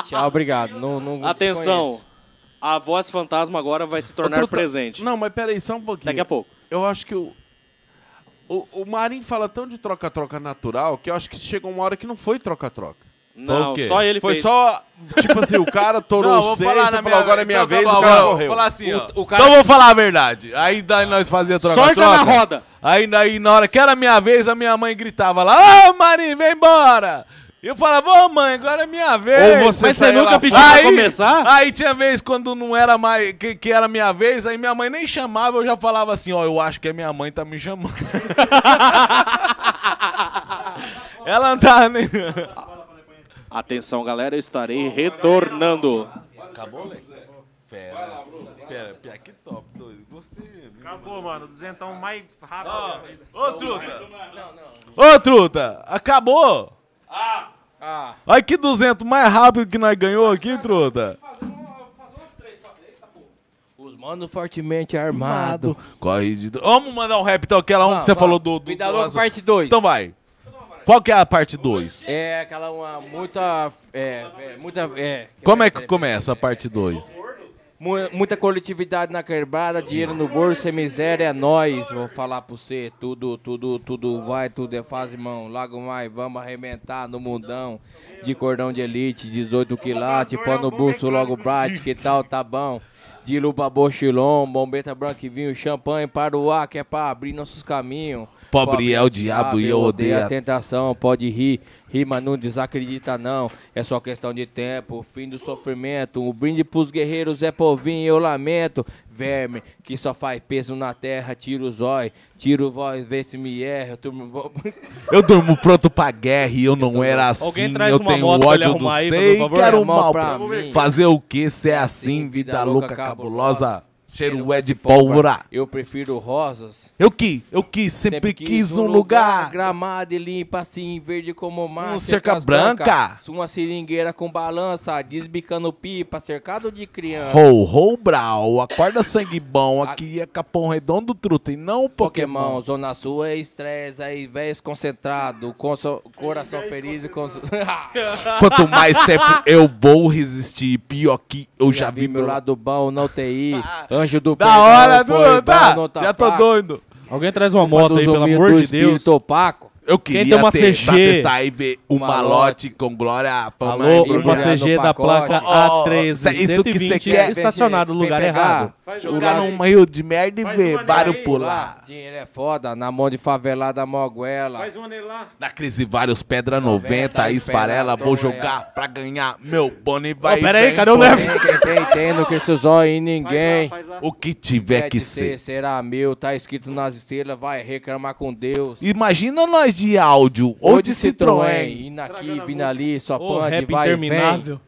S2: Tchau, obrigado. Não, não te
S7: Atenção,
S2: conheço.
S7: a voz fantasma agora vai se
S1: Ô,
S7: tornar
S1: truta,
S7: Tá presente.
S1: Não, mas peraí, só um pouquinho.
S7: Daqui a pouco.
S1: Eu acho que o. O, o Marinho fala tão de troca-troca natural que eu acho que chegou uma hora que não foi troca-troca.
S7: Não,
S3: quê?
S7: só ele
S1: Foi
S7: fez.
S1: só, tipo assim, o cara torou o seis, você falou, agora é minha
S3: então tá
S1: vez,
S3: bom,
S1: o cara
S3: agora
S1: correu.
S3: Vou falar assim, ó.
S2: O- o cara-
S3: Então vou falar a verdade. Aí daí nós fazia troca-troca.
S7: Sorta na roda.
S3: Aí, aí na hora que era a minha vez, a minha mãe gritava lá, ô Marinho, vem embora. E eu falava, ô mãe, agora é minha vez.
S1: Ou você
S7: Mas você
S1: saía
S7: nunca
S1: lá
S7: pediu pra
S3: Aí,
S7: começar?
S3: aí tinha vez quando não era mais, que, que era minha vez, aí minha mãe nem chamava, eu já falava assim, ó, eu acho que a minha mãe tá me chamando. *laughs* Ela não tava nem...
S7: Atenção, galera, eu estarei retornando.
S3: Pera, pera, pera, que top, doido, gostei mesmo.
S6: Acabou, mano. Duzentão mais rápido da minha vida.
S3: Ô, Truta! Ô, Truta! Acabou! Ah! Olha que 200 mais rápido que nós ganhou aqui, Truta!
S2: Os manos fortemente armado.
S3: Corre de... Vamos mandar um rap, então, aquela um
S2: Vamos,
S3: que você
S2: vamos.
S3: falou do... do
S2: Vida
S3: do-
S2: Louca,
S3: as-
S2: parte 2.
S3: Então vai. Qual que é a parte 2?
S2: É aquela uma muita. É, é, muita. É,
S3: Como é que começa a parte 2?
S2: Mu- Muita coletividade na quebrada, dinheiro no bolso, sem miséria, é nóis. Vou falar pra você, tudo, tudo, tudo vai, tudo é faz, irmão. Lago mais, vamos arrebentar no mundão. De cordão de elite, 18 quilate, pó no bolso, logo bright, que tal, tá bom. De lupa bochilon, bombeta branca e vinho, champanhe para o ar, que é pra abrir nossos caminhos.
S3: Pobre é o diabo e eu odeio a-
S2: a tentação, pode rir, rir, mas não desacredita não. É só questão de tempo, fim do sofrimento. Um brinde pros guerreiros é povinho, eu lamento. verme, que só faz peso na terra, tira o zói, tira o voz, vê se me erra, eu *laughs* durmo...
S3: Eu durmo pronto pra guerra e eu não era assim.
S7: Alguém traz
S3: eu
S7: uma
S3: tenho
S7: moto pra ele
S3: ódio do
S7: arrumar aí, por
S3: sei,
S7: favor?
S3: quero
S7: É,
S3: mal pra mim. Fazer o que se é assim, vida louca, cabulosa, cheiro é de pólvora.
S2: Eu prefiro rosas.
S3: Eu que, eu que sempre, quis um lugar.
S2: Gramado e limpa assim, verde como mar.
S3: Um cerca
S2: cercas
S3: branca.
S2: brancas, Uma seringueira com balança, desbicando pipa, cercado de criança.
S3: Rou, rou, brau, acorda sangue bom, aqui é Capão Redondo Truta e não Pokémon.
S2: Pokémon, Zona Sul é estresse, aí véio concentrado, com so- coração feliz e com... *laughs*
S3: Quanto mais tempo eu vou resistir, pior que eu já, vi meu
S2: lado bom na UTI, anjo do
S3: Da
S2: perdão
S3: hora,
S2: foi
S3: Duda!
S2: bom, não tá
S3: Já tô
S2: fraco.
S3: doido.
S7: Alguém traz uma
S2: Culpa
S7: moto
S2: dos
S7: aí, pelo
S2: humildes
S7: amor
S2: do
S7: de Deus.
S2: espírito opaco.
S3: Eu
S7: Quem tem
S3: queria
S7: uma
S3: ter,
S7: CG?
S3: pra testar e ver o
S2: Uma
S3: malote com glória, fama
S7: Alô,
S3: e
S7: uma
S3: glória.
S7: CG da placa
S3: Ó,
S7: A3
S3: se é isso que você
S7: 120,
S3: quer,
S7: estacionado no
S2: vem
S7: lugar
S2: pegar.
S7: errado.
S3: jogar num meio de merda e ver vários
S2: Ah,
S3: pular.
S2: Dinheiro é foda, na mão de favelada moguela.
S4: Faz uma nele lá.
S3: Na crise, vários pedra 90, esfarela, vou jogar pra ganhar meu bone vai.
S7: Ô, pera aí,
S3: vem,
S7: cadê o
S3: porém,
S7: Levo?
S2: Quem tem, tem, no que se zói em ninguém.
S3: O que tiver que ser.
S2: será meu, tá escrito nas estrelas, vai reclamar com Deus.
S3: Imagina nós de áudio ou de Citroën.
S2: indo aqui, vindo ali, só
S7: Ô,
S2: pande,
S7: rap
S2: vai e vem.
S7: interminável.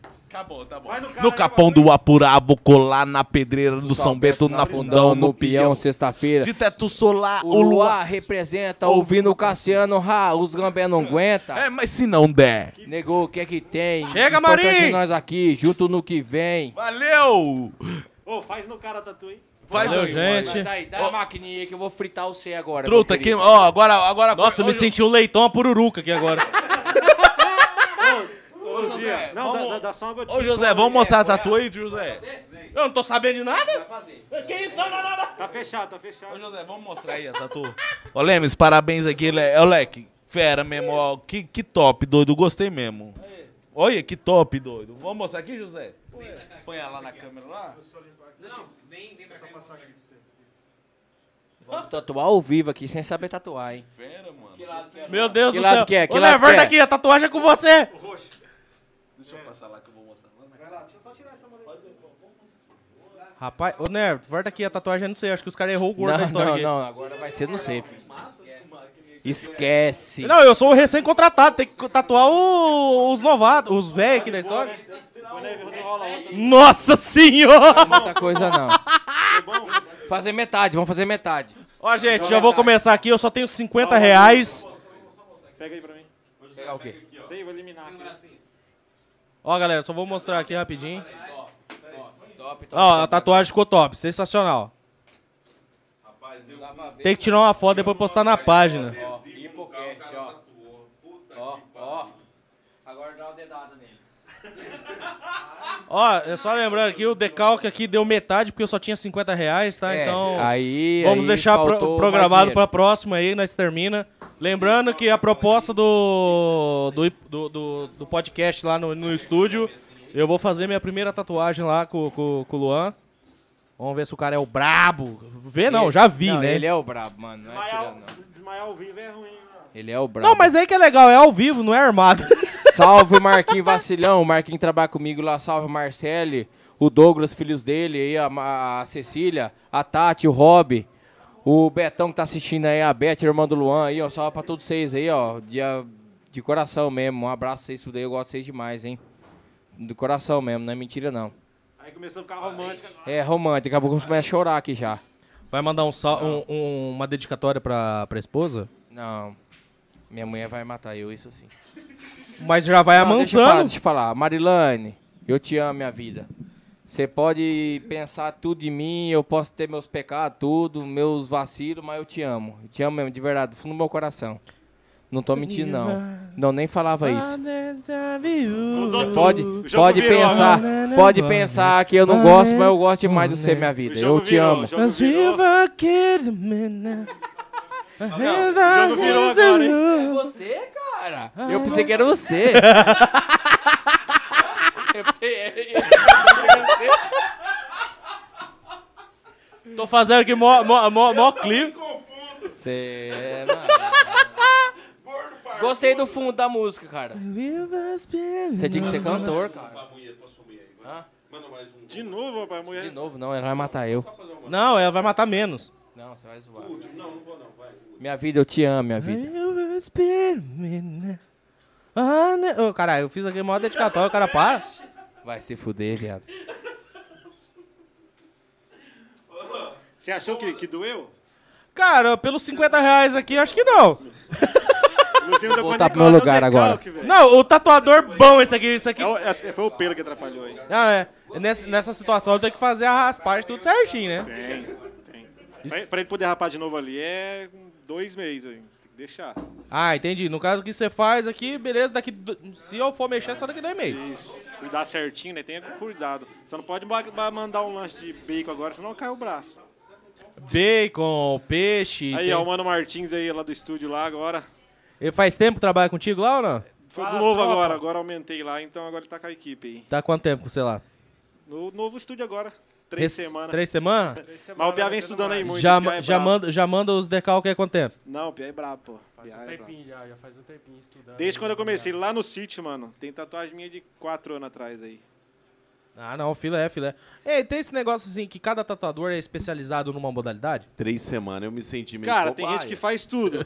S3: No capão do Apurabo, colar na pedreira do São Bento, na fundão, no
S2: peão,
S3: peão.
S2: sexta-feira.
S3: De teto solar,
S2: O luar representa, ouvindo o Cassiano Ra, os gambé não aguenta.
S3: É, mas se não der.
S2: Negou, o que é que tem?
S7: Chega,
S2: Importante é
S7: Marim!
S2: nós aqui, junto no que vem.
S3: Valeu!
S4: Ô, faz no cara a tatu aí.
S3: Faz
S7: Valeu,
S3: aí,
S7: gente.
S2: Dá, dá a maquininha aí que eu vou fritar você agora.
S3: Truta
S2: meu
S3: aqui,
S2: querido.
S3: ó, agora, agora.
S7: Nossa, eu me
S3: olha-
S7: senti um leitão a pururuca aqui agora.
S4: Ô, Zia. Não, dá, dá- dá só uma gotinha.
S3: Ô, José, vamos mostrar a tatu aí, José?
S7: Eu não tô sabendo de nada.
S4: Tá fechado, tá fechado.
S3: José, vamos mostrar aí a tatu. Ô, Lemes, parabéns aqui, Le... Ô, Leque. Fera mesmo, ó. Que, que top, doido. Gostei mesmo. Olha, que top, doido. Vamos mostrar aqui, José? Põe ela lá na câmera lá.
S2: Vamos tatuar ao vivo aqui, sem saber tatuar, hein?
S3: Fera, mano.
S7: Meu Deus
S2: Que
S7: do
S2: lado
S7: céu.
S2: que é? Que
S7: Ô,
S2: lado
S7: Levanta
S2: que é?
S7: aqui, a tatuagem é com você.
S3: Deixa eu passar lá que eu vou mostrar.
S7: Rapaz, ô Nervo, volta aqui, a tatuagem é não sei, acho que os caras errou o gordo da
S2: não,
S7: história
S2: não,
S7: aqui.
S2: não, agora vai ser no safe. Esquece.
S7: Não, eu sou o recém-contratado, tem que tatuar o- os novatos, os velhos aqui da história. Nossa senhora!
S2: Muita coisa
S7: *laughs*
S2: não. Fazer metade, vamos fazer metade.
S7: Ó, gente, já vou começar aqui, eu só tenho 50 reais.
S4: Pega aí pra mim.
S2: Pegar Tá o quê?
S4: Sei, vou eliminar aqui.
S7: Ó, galera, só vou mostrar aqui rapidinho.
S2: Top, top.
S7: Ó, a tatuagem ficou top, sensacional. Tem
S4: né?
S7: que tirar uma foto e depois postar na página.
S2: Hipocast, ó. Ó, ó. Agora dá uma dedada nele.
S7: Ó, é só lembrando que o decalque aqui deu metade porque eu só tinha 50 reais, tá?
S2: É,
S7: então
S2: aí-
S7: vamos
S2: aí
S7: deixar pro-
S2: faltou mais
S7: programado
S2: dinheiro.
S7: pra próxima aí, nós termina. Lembrando que a proposta do do, do, do- do podcast lá no, no estúdio, eu vou fazer minha primeira tatuagem lá com, com, com o Luan. Vamos ver se o cara é o brabo. Vê não, já vi,
S2: Não,
S7: né?
S2: Ele é o brabo, mano. Não é
S4: Desmaiar,
S2: tirando, não.
S4: desmaiar ao vivo é ruim, mano.
S2: Ele é o brabo.
S7: Não, mas aí que é legal, é ao vivo, não é armado.
S2: *laughs* Salve o Marquinhos Vacilão, o Marquinhos trabalha comigo lá, salve o Marcele, o Douglas, filhos dele, aí a, Ma- a Cecília, a Tati, o Rob, o Betão que tá assistindo aí, a Beth, irmã do Luan, aí, ó, salve pra todos vocês aí, ó, de, de coração mesmo, um abraço pra vocês, tudo aí, eu gosto de vocês demais, hein, do coração mesmo, não é mentira não.
S4: Aí começou a ficar romântico.
S2: É romântico, daqui a pouco eu começo a chorar aqui já.
S7: Vai mandar um, sal- um- um- uma dedicatória pra, pra esposa?
S2: Não, minha mulher vai matar eu, isso sim.
S7: Mas já vai
S2: Não, Deixa eu, falar,
S7: amansando.
S2: deixa eu falar. Marilane, eu te amo, minha vida. Você pode pensar tudo de mim, eu posso ter meus pecados, tudo, meus vacilos, mas eu te amo. Eu te amo mesmo, de verdade, do fundo do meu coração. Não tô mentindo, não. Não, nem falava isso. Você pode, pode pensar, pode pensar que eu não gosto, mas eu gosto demais de você, minha vida. Eu te amo.
S4: Jogo virou, *laughs* jogo virou agora, hein?
S2: É você, cara. Eu pensei que era você. Eu pensei- é,
S7: Tô fazendo aqui mó, mó, mó, mó clipe.
S2: Cê é, mano. Gostei do é fundo da música, cara. Você tinha que ser cantor, cara. Hã?
S1: Manda mais um.
S4: De novo, rapaz, a mulher.
S14: De novo, não, ela vai matar eu.
S7: Não, ela vai matar menos.
S14: Não, você vai zoar.
S1: Último. Não, não vou não, vai.
S14: Minha vida, eu te amo, minha vida.
S7: Eu espero, menina. Ah, né? Ô, caralho, eu fiz aqui a maior dedicatória, o cara para.
S14: Vai se fuder, viado.
S4: Você achou que, que doeu?
S7: Cara, pelos 50 reais aqui, acho que não.
S4: Luzinho da
S14: voltar
S4: Conecalc
S14: pro meu lugar
S4: é um
S14: agora.
S4: decalque, velho.
S7: Não, o tatuador bom esse aqui, esse aqui.
S4: É o- é- foi o pelo que atrapalhou aí.
S7: Ah, é. Nessa, nessa situação eu tenho que fazer a raspagem tudo certinho, né?
S4: Tem, tem. Pra, pra ele poder rapar de novo ali é dois meses aí. Tem que deixar.
S7: Ah, entendi. No caso, o que você faz aqui, beleza, daqui. do- Se eu for mexer, é só daqui dois meses.
S4: Isso. Cuidar certinho, né? Tenha cuidado. Você não pode ba- ba- mandar um lanche de bacon agora, senão cai o braço.
S7: Bacon, peixe.
S4: Aí,
S7: tem-
S4: ó, o Mano Martins aí, lá do estúdio lá agora.
S7: Ele faz tempo que trabalha contigo lá ou não?
S4: Foi do novo agora, agora aumentei lá, então agora ele tá com a equipe aí.
S7: Tá há quanto tempo, sei lá?
S4: No novo estúdio agora. Três
S7: Esse-
S4: semanas.
S7: Três semanas?
S4: Mas o Pia vem estudando aí muito.
S7: Já,
S4: o Pia é
S7: ma- já,
S4: brabo.
S7: manda, já manda os decalques aí há quanto tempo?
S4: Não, o Pia é brabo, pô. Pia é
S6: um
S4: brabo.
S6: tempinho já, já faz um tempinho estudando.
S4: Desde quando eu comecei, lá no sítio, mano. Tem tatuagem minha de quatro anos atrás aí.
S7: Ah, não, filé, filé. Ei, tem esse negócio assim que cada tatuador é especializado numa modalidade?
S1: Três semanas eu me senti meio Ah, é.
S4: Cara, tem gente
S1: cobaia.
S4: que faz
S7: *laughs*
S4: tudo.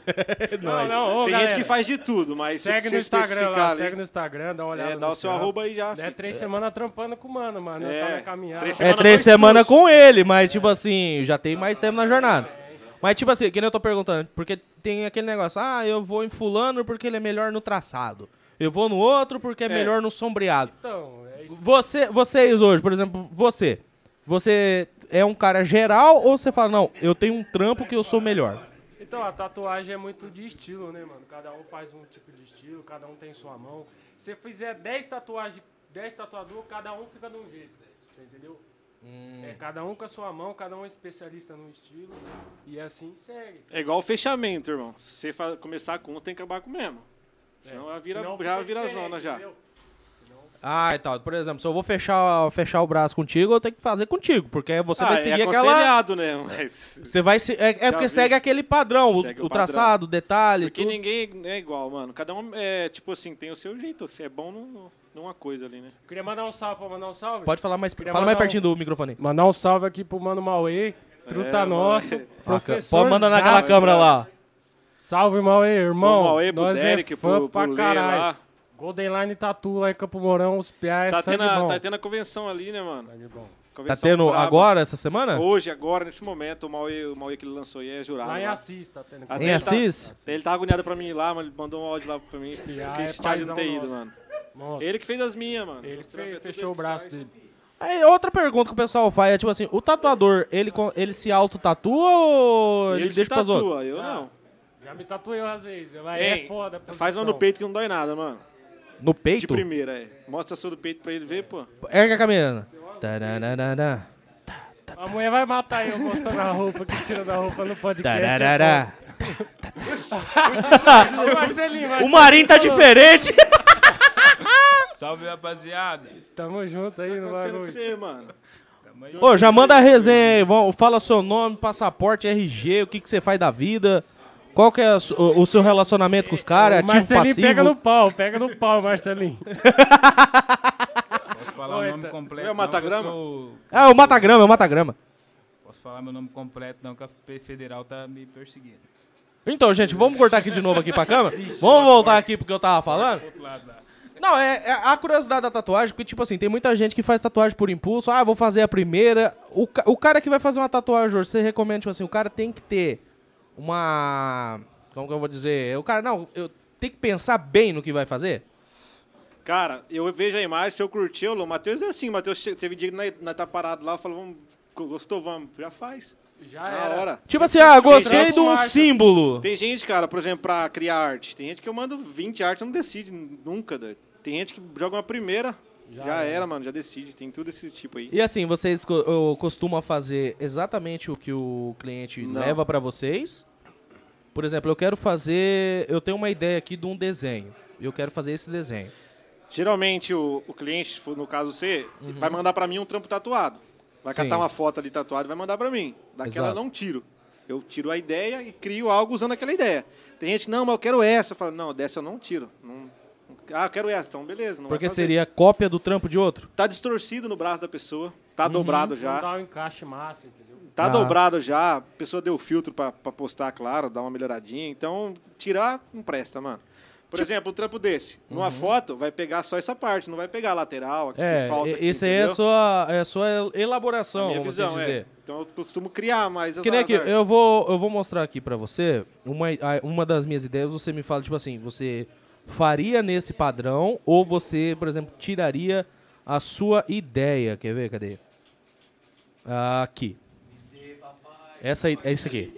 S6: Não, não, ô,
S4: tem
S6: galera,
S4: gente que faz de tudo, mas
S6: Segue
S4: se
S6: no
S4: você
S6: Instagram
S4: especificar
S6: lá,
S4: ali,
S6: segue no Instagram, dá uma olhada.
S4: É, dá
S6: no
S4: o seu
S6: trampo.
S4: arroba aí já.
S6: É
S4: filho.
S6: três semanas trampando com o mano, mano.
S4: É,
S6: Tá na caminhada.
S4: três
S7: É
S4: Semana
S7: três
S4: no estúdio.
S7: semanas com ele, mas tipo assim, já tem mais tempo na jornada. Mas tipo assim, que nem eu tô perguntando, porque tem aquele negócio, ah, eu vou em fulano porque ele é melhor no traçado. Eu vou no outro porque é, melhor no sombreado.
S6: Então, é isso.
S7: Você, vocês hoje, por exemplo, você. Você é um cara geral ou você fala, não, eu tenho um trampo que eu sou melhor?
S6: Então, a tatuagem é muito de estilo, né, mano? Cada um faz um tipo de estilo, cada um tem sua mão. Se fizer 10 tatuagens, 10 tatuador, cada um fica de um jeito. Você entendeu?
S4: Hum.
S6: É cada um com a sua mão, cada um é especialista num estilo. E assim segue.
S4: É igual o fechamento, irmão. Se você fa- começar com um, tem que acabar com o mesmo. Senão Então, já vira,
S6: É. Senão
S4: já
S6: fica
S4: vira
S6: diferente,
S4: zona já.
S6: entendeu?
S7: Ah, e tal. Por exemplo, se eu vou fechar, fechar o braço contigo, eu tenho que fazer contigo, porque você vai
S4: ah, é
S7: seguir aquela.
S4: aconselhado, né? Mas...
S7: Você vai se, é, é porque
S4: vi.
S7: segue aquele padrão,
S4: Segue
S7: o,
S4: o
S7: o traçado, o detalhe,
S4: Porque
S7: tudo.
S4: ninguém é igual, mano. Cada um é, tipo assim, tem o seu jeito. Você é bom num- numa coisa ali, né?
S6: Queria mandar um salve, pode mandar um salve?
S7: Pode falar mais,
S6: Queria
S7: fala mais
S6: mandar um-
S7: pertinho do microfone.
S6: Mandar um salve aqui pro Mano Mauê, truta
S4: É, mano.
S6: nosso.
S7: Ah, ca-
S6: professor
S7: Pode mandar naquela
S6: Zaço.
S7: câmera lá. Tá
S6: Salve, Mauê, irmão.
S4: Pro Mauê, pro
S6: Nós
S4: Derek,
S6: é fã
S4: pro,
S6: pra
S4: pro Lê
S6: caralho.
S4: lá.
S6: Golden Line Tatu lá em Campo Mourão, os piá é
S4: Tá
S6: sangue
S4: tendo, a,
S6: bom.
S4: tá tendo a convenção ali, né, mano?
S6: Sangue bom.
S7: Tá
S4: Convenção
S7: tendo
S4: braba.
S7: agora, essa semana?
S4: Hoje, agora, nesse momento, o Mauê, o Mauê que ele lançou aí é jurado.
S6: Lá em
S4: lá.
S6: Assis, tá tendo.
S4: Até
S7: Em
S4: ele
S7: Assis?
S4: Tá, ele tá agoniado pra mim ir lá, mas ele mandou um áudio lá pra mim. Fiquei
S6: Ah, é
S4: chateado de não ter
S6: paizão
S4: ido,
S6: nosso.
S4: mano.
S6: Mostra.
S4: Ele que fez as minhas, mano.
S6: Ele
S4: Os trampos é
S6: fe-
S4: tudo
S6: fechou o
S4: ele que
S6: braço
S4: faz.
S6: dele.
S7: Aí, outra pergunta que o pessoal faz é tipo assim, o tatuador, ele, co- ele se auto-tatua ou ele,
S4: se
S7: deixa pras outras?
S4: tatua, eu não.
S6: Ah, Já me tatuou às vezes. Vai, é
S4: Ei,
S6: foda. a
S4: Faz uma
S6: posição.
S4: no peito que não dói nada, mano.
S7: No
S4: De
S7: peito?
S4: primeira, é. Mostra a sua do peito pra ele ver, pô.
S7: Erga a caminhada. Tarararara.
S6: A mulher vai matar eu mostrando a roupa, que tira da roupa no podcast.
S7: Tararará.
S6: Ô, Marcelinho,
S7: O
S6: Marcelinho,
S7: Marinho tá
S2: *laughs*
S6: falou.
S7: diferente.
S6: Salve, rapaziada. Tamo junto aí no
S4: Você não
S6: bagulho.
S4: sei, mano.
S7: Ô, já manda a resenha aí. vão- Fala seu nome, passaporte, RG, o que, que você faz da vida. Qual que é a su- o, o seu relacionamento com os caras?
S6: o
S7: Ativo,
S6: Marcelinho
S7: passivo?
S6: pega no pau, pega no pau, Marcelinho.
S10: Posso falar
S6: Oi,
S10: o nome
S6: tá-
S10: completo?
S4: Não é o
S10: não, que eu
S4: Matagrama?
S10: sou-
S7: Ah, o mata-grama, é o mata-grama.
S10: Posso falar meu nome completo, não, que a P- federal tá me perseguindo.
S7: Então, gente, vamos cortar aqui de novo aqui pra câmera? Vamos voltar aqui porque eu tava falando?
S10: Outro lado lá.
S7: Não, é, é a curiosidade da tatuagem, porque, tipo assim, tem muita gente que faz tatuagem por impulso. Ah, vou fazer a primeira. O, ca- o cara que vai fazer uma tatuagem hoje, você recomenda, tipo assim, o cara tem que ter uma. Como que eu vou dizer? O cara, não, eu tem que pensar bem no que vai fazer.
S4: Cara, eu vejo a imagem, se eu curti, eu, o Matheus é assim, o Matheus che- teve dia que nós, nós tá parado lá, falou, vamos, gostou, vamos, já faz.
S6: Já
S4: Na
S6: Ah, era.
S4: hora.
S7: Tipo assim, ah,
S6: Tem
S7: gostei
S6: gente
S7: de um
S6: que acha-
S7: símbolo.
S4: Tem gente, cara, por exemplo, pra criar arte. Tem gente que eu mando 20 artes e não decide nunca, doido. Tem gente que joga uma primeira, já, era, mano, já decide. Tem tudo esse tipo aí.
S7: E assim, vocês co- ô, costumam fazer exatamente o que o cliente
S4: Não.
S7: leva pra vocês? Por exemplo, eu quero fazer. Eu tenho uma ideia aqui de um desenho. Eu quero fazer esse desenho.
S4: Geralmente o, o cliente, se for no caso você, vai mandar pra mim um trampo tatuado. Vai
S7: Sim.
S4: catar uma foto ali tatuada e vai mandar pra mim. Daquela eu
S7: Exato.
S4: não tiro. Eu tiro a ideia e crio algo usando aquela ideia. Tem gente, não, mas eu quero essa. Eu falo, não, dessa eu não tiro. Não, não Ah, eu quero essa, então beleza. Não vai
S2: Porque
S4: fazer.
S2: seria cópia do trampo de outro?
S4: Tá distorcido no braço da pessoa, tá dobrado já.
S6: Não dá um encaixe massa, entendeu?
S4: Tá
S2: Ah.
S4: dobrado já, a pessoa deu filtro pra, pra postar, claro, dá uma melhoradinha. Então, tirar não presta, mano. Por exemplo, um trampo desse. Numa foto, vai pegar só essa parte, não vai pegar a lateral, aqui,
S2: Uhum. É,
S4: que falta.
S2: e-
S4: aqui,
S2: esse aí é a
S4: entendeu?
S2: sua, é a sua elaboração,
S4: minha
S2: vamos assim
S4: visão,
S2: dizer.
S4: é. Então eu costumo criar, mas.
S2: Que
S4: as-
S2: nem que
S4: as-
S2: eu vou, eu vou mostrar aqui pra você uma, a- uma das minhas ideias. Você me fala, tipo assim, você faria nesse padrão ou você, por exemplo, tiraria a sua ideia? Quer ver? Cadê? Aqui. Essa aí, é isso aqui.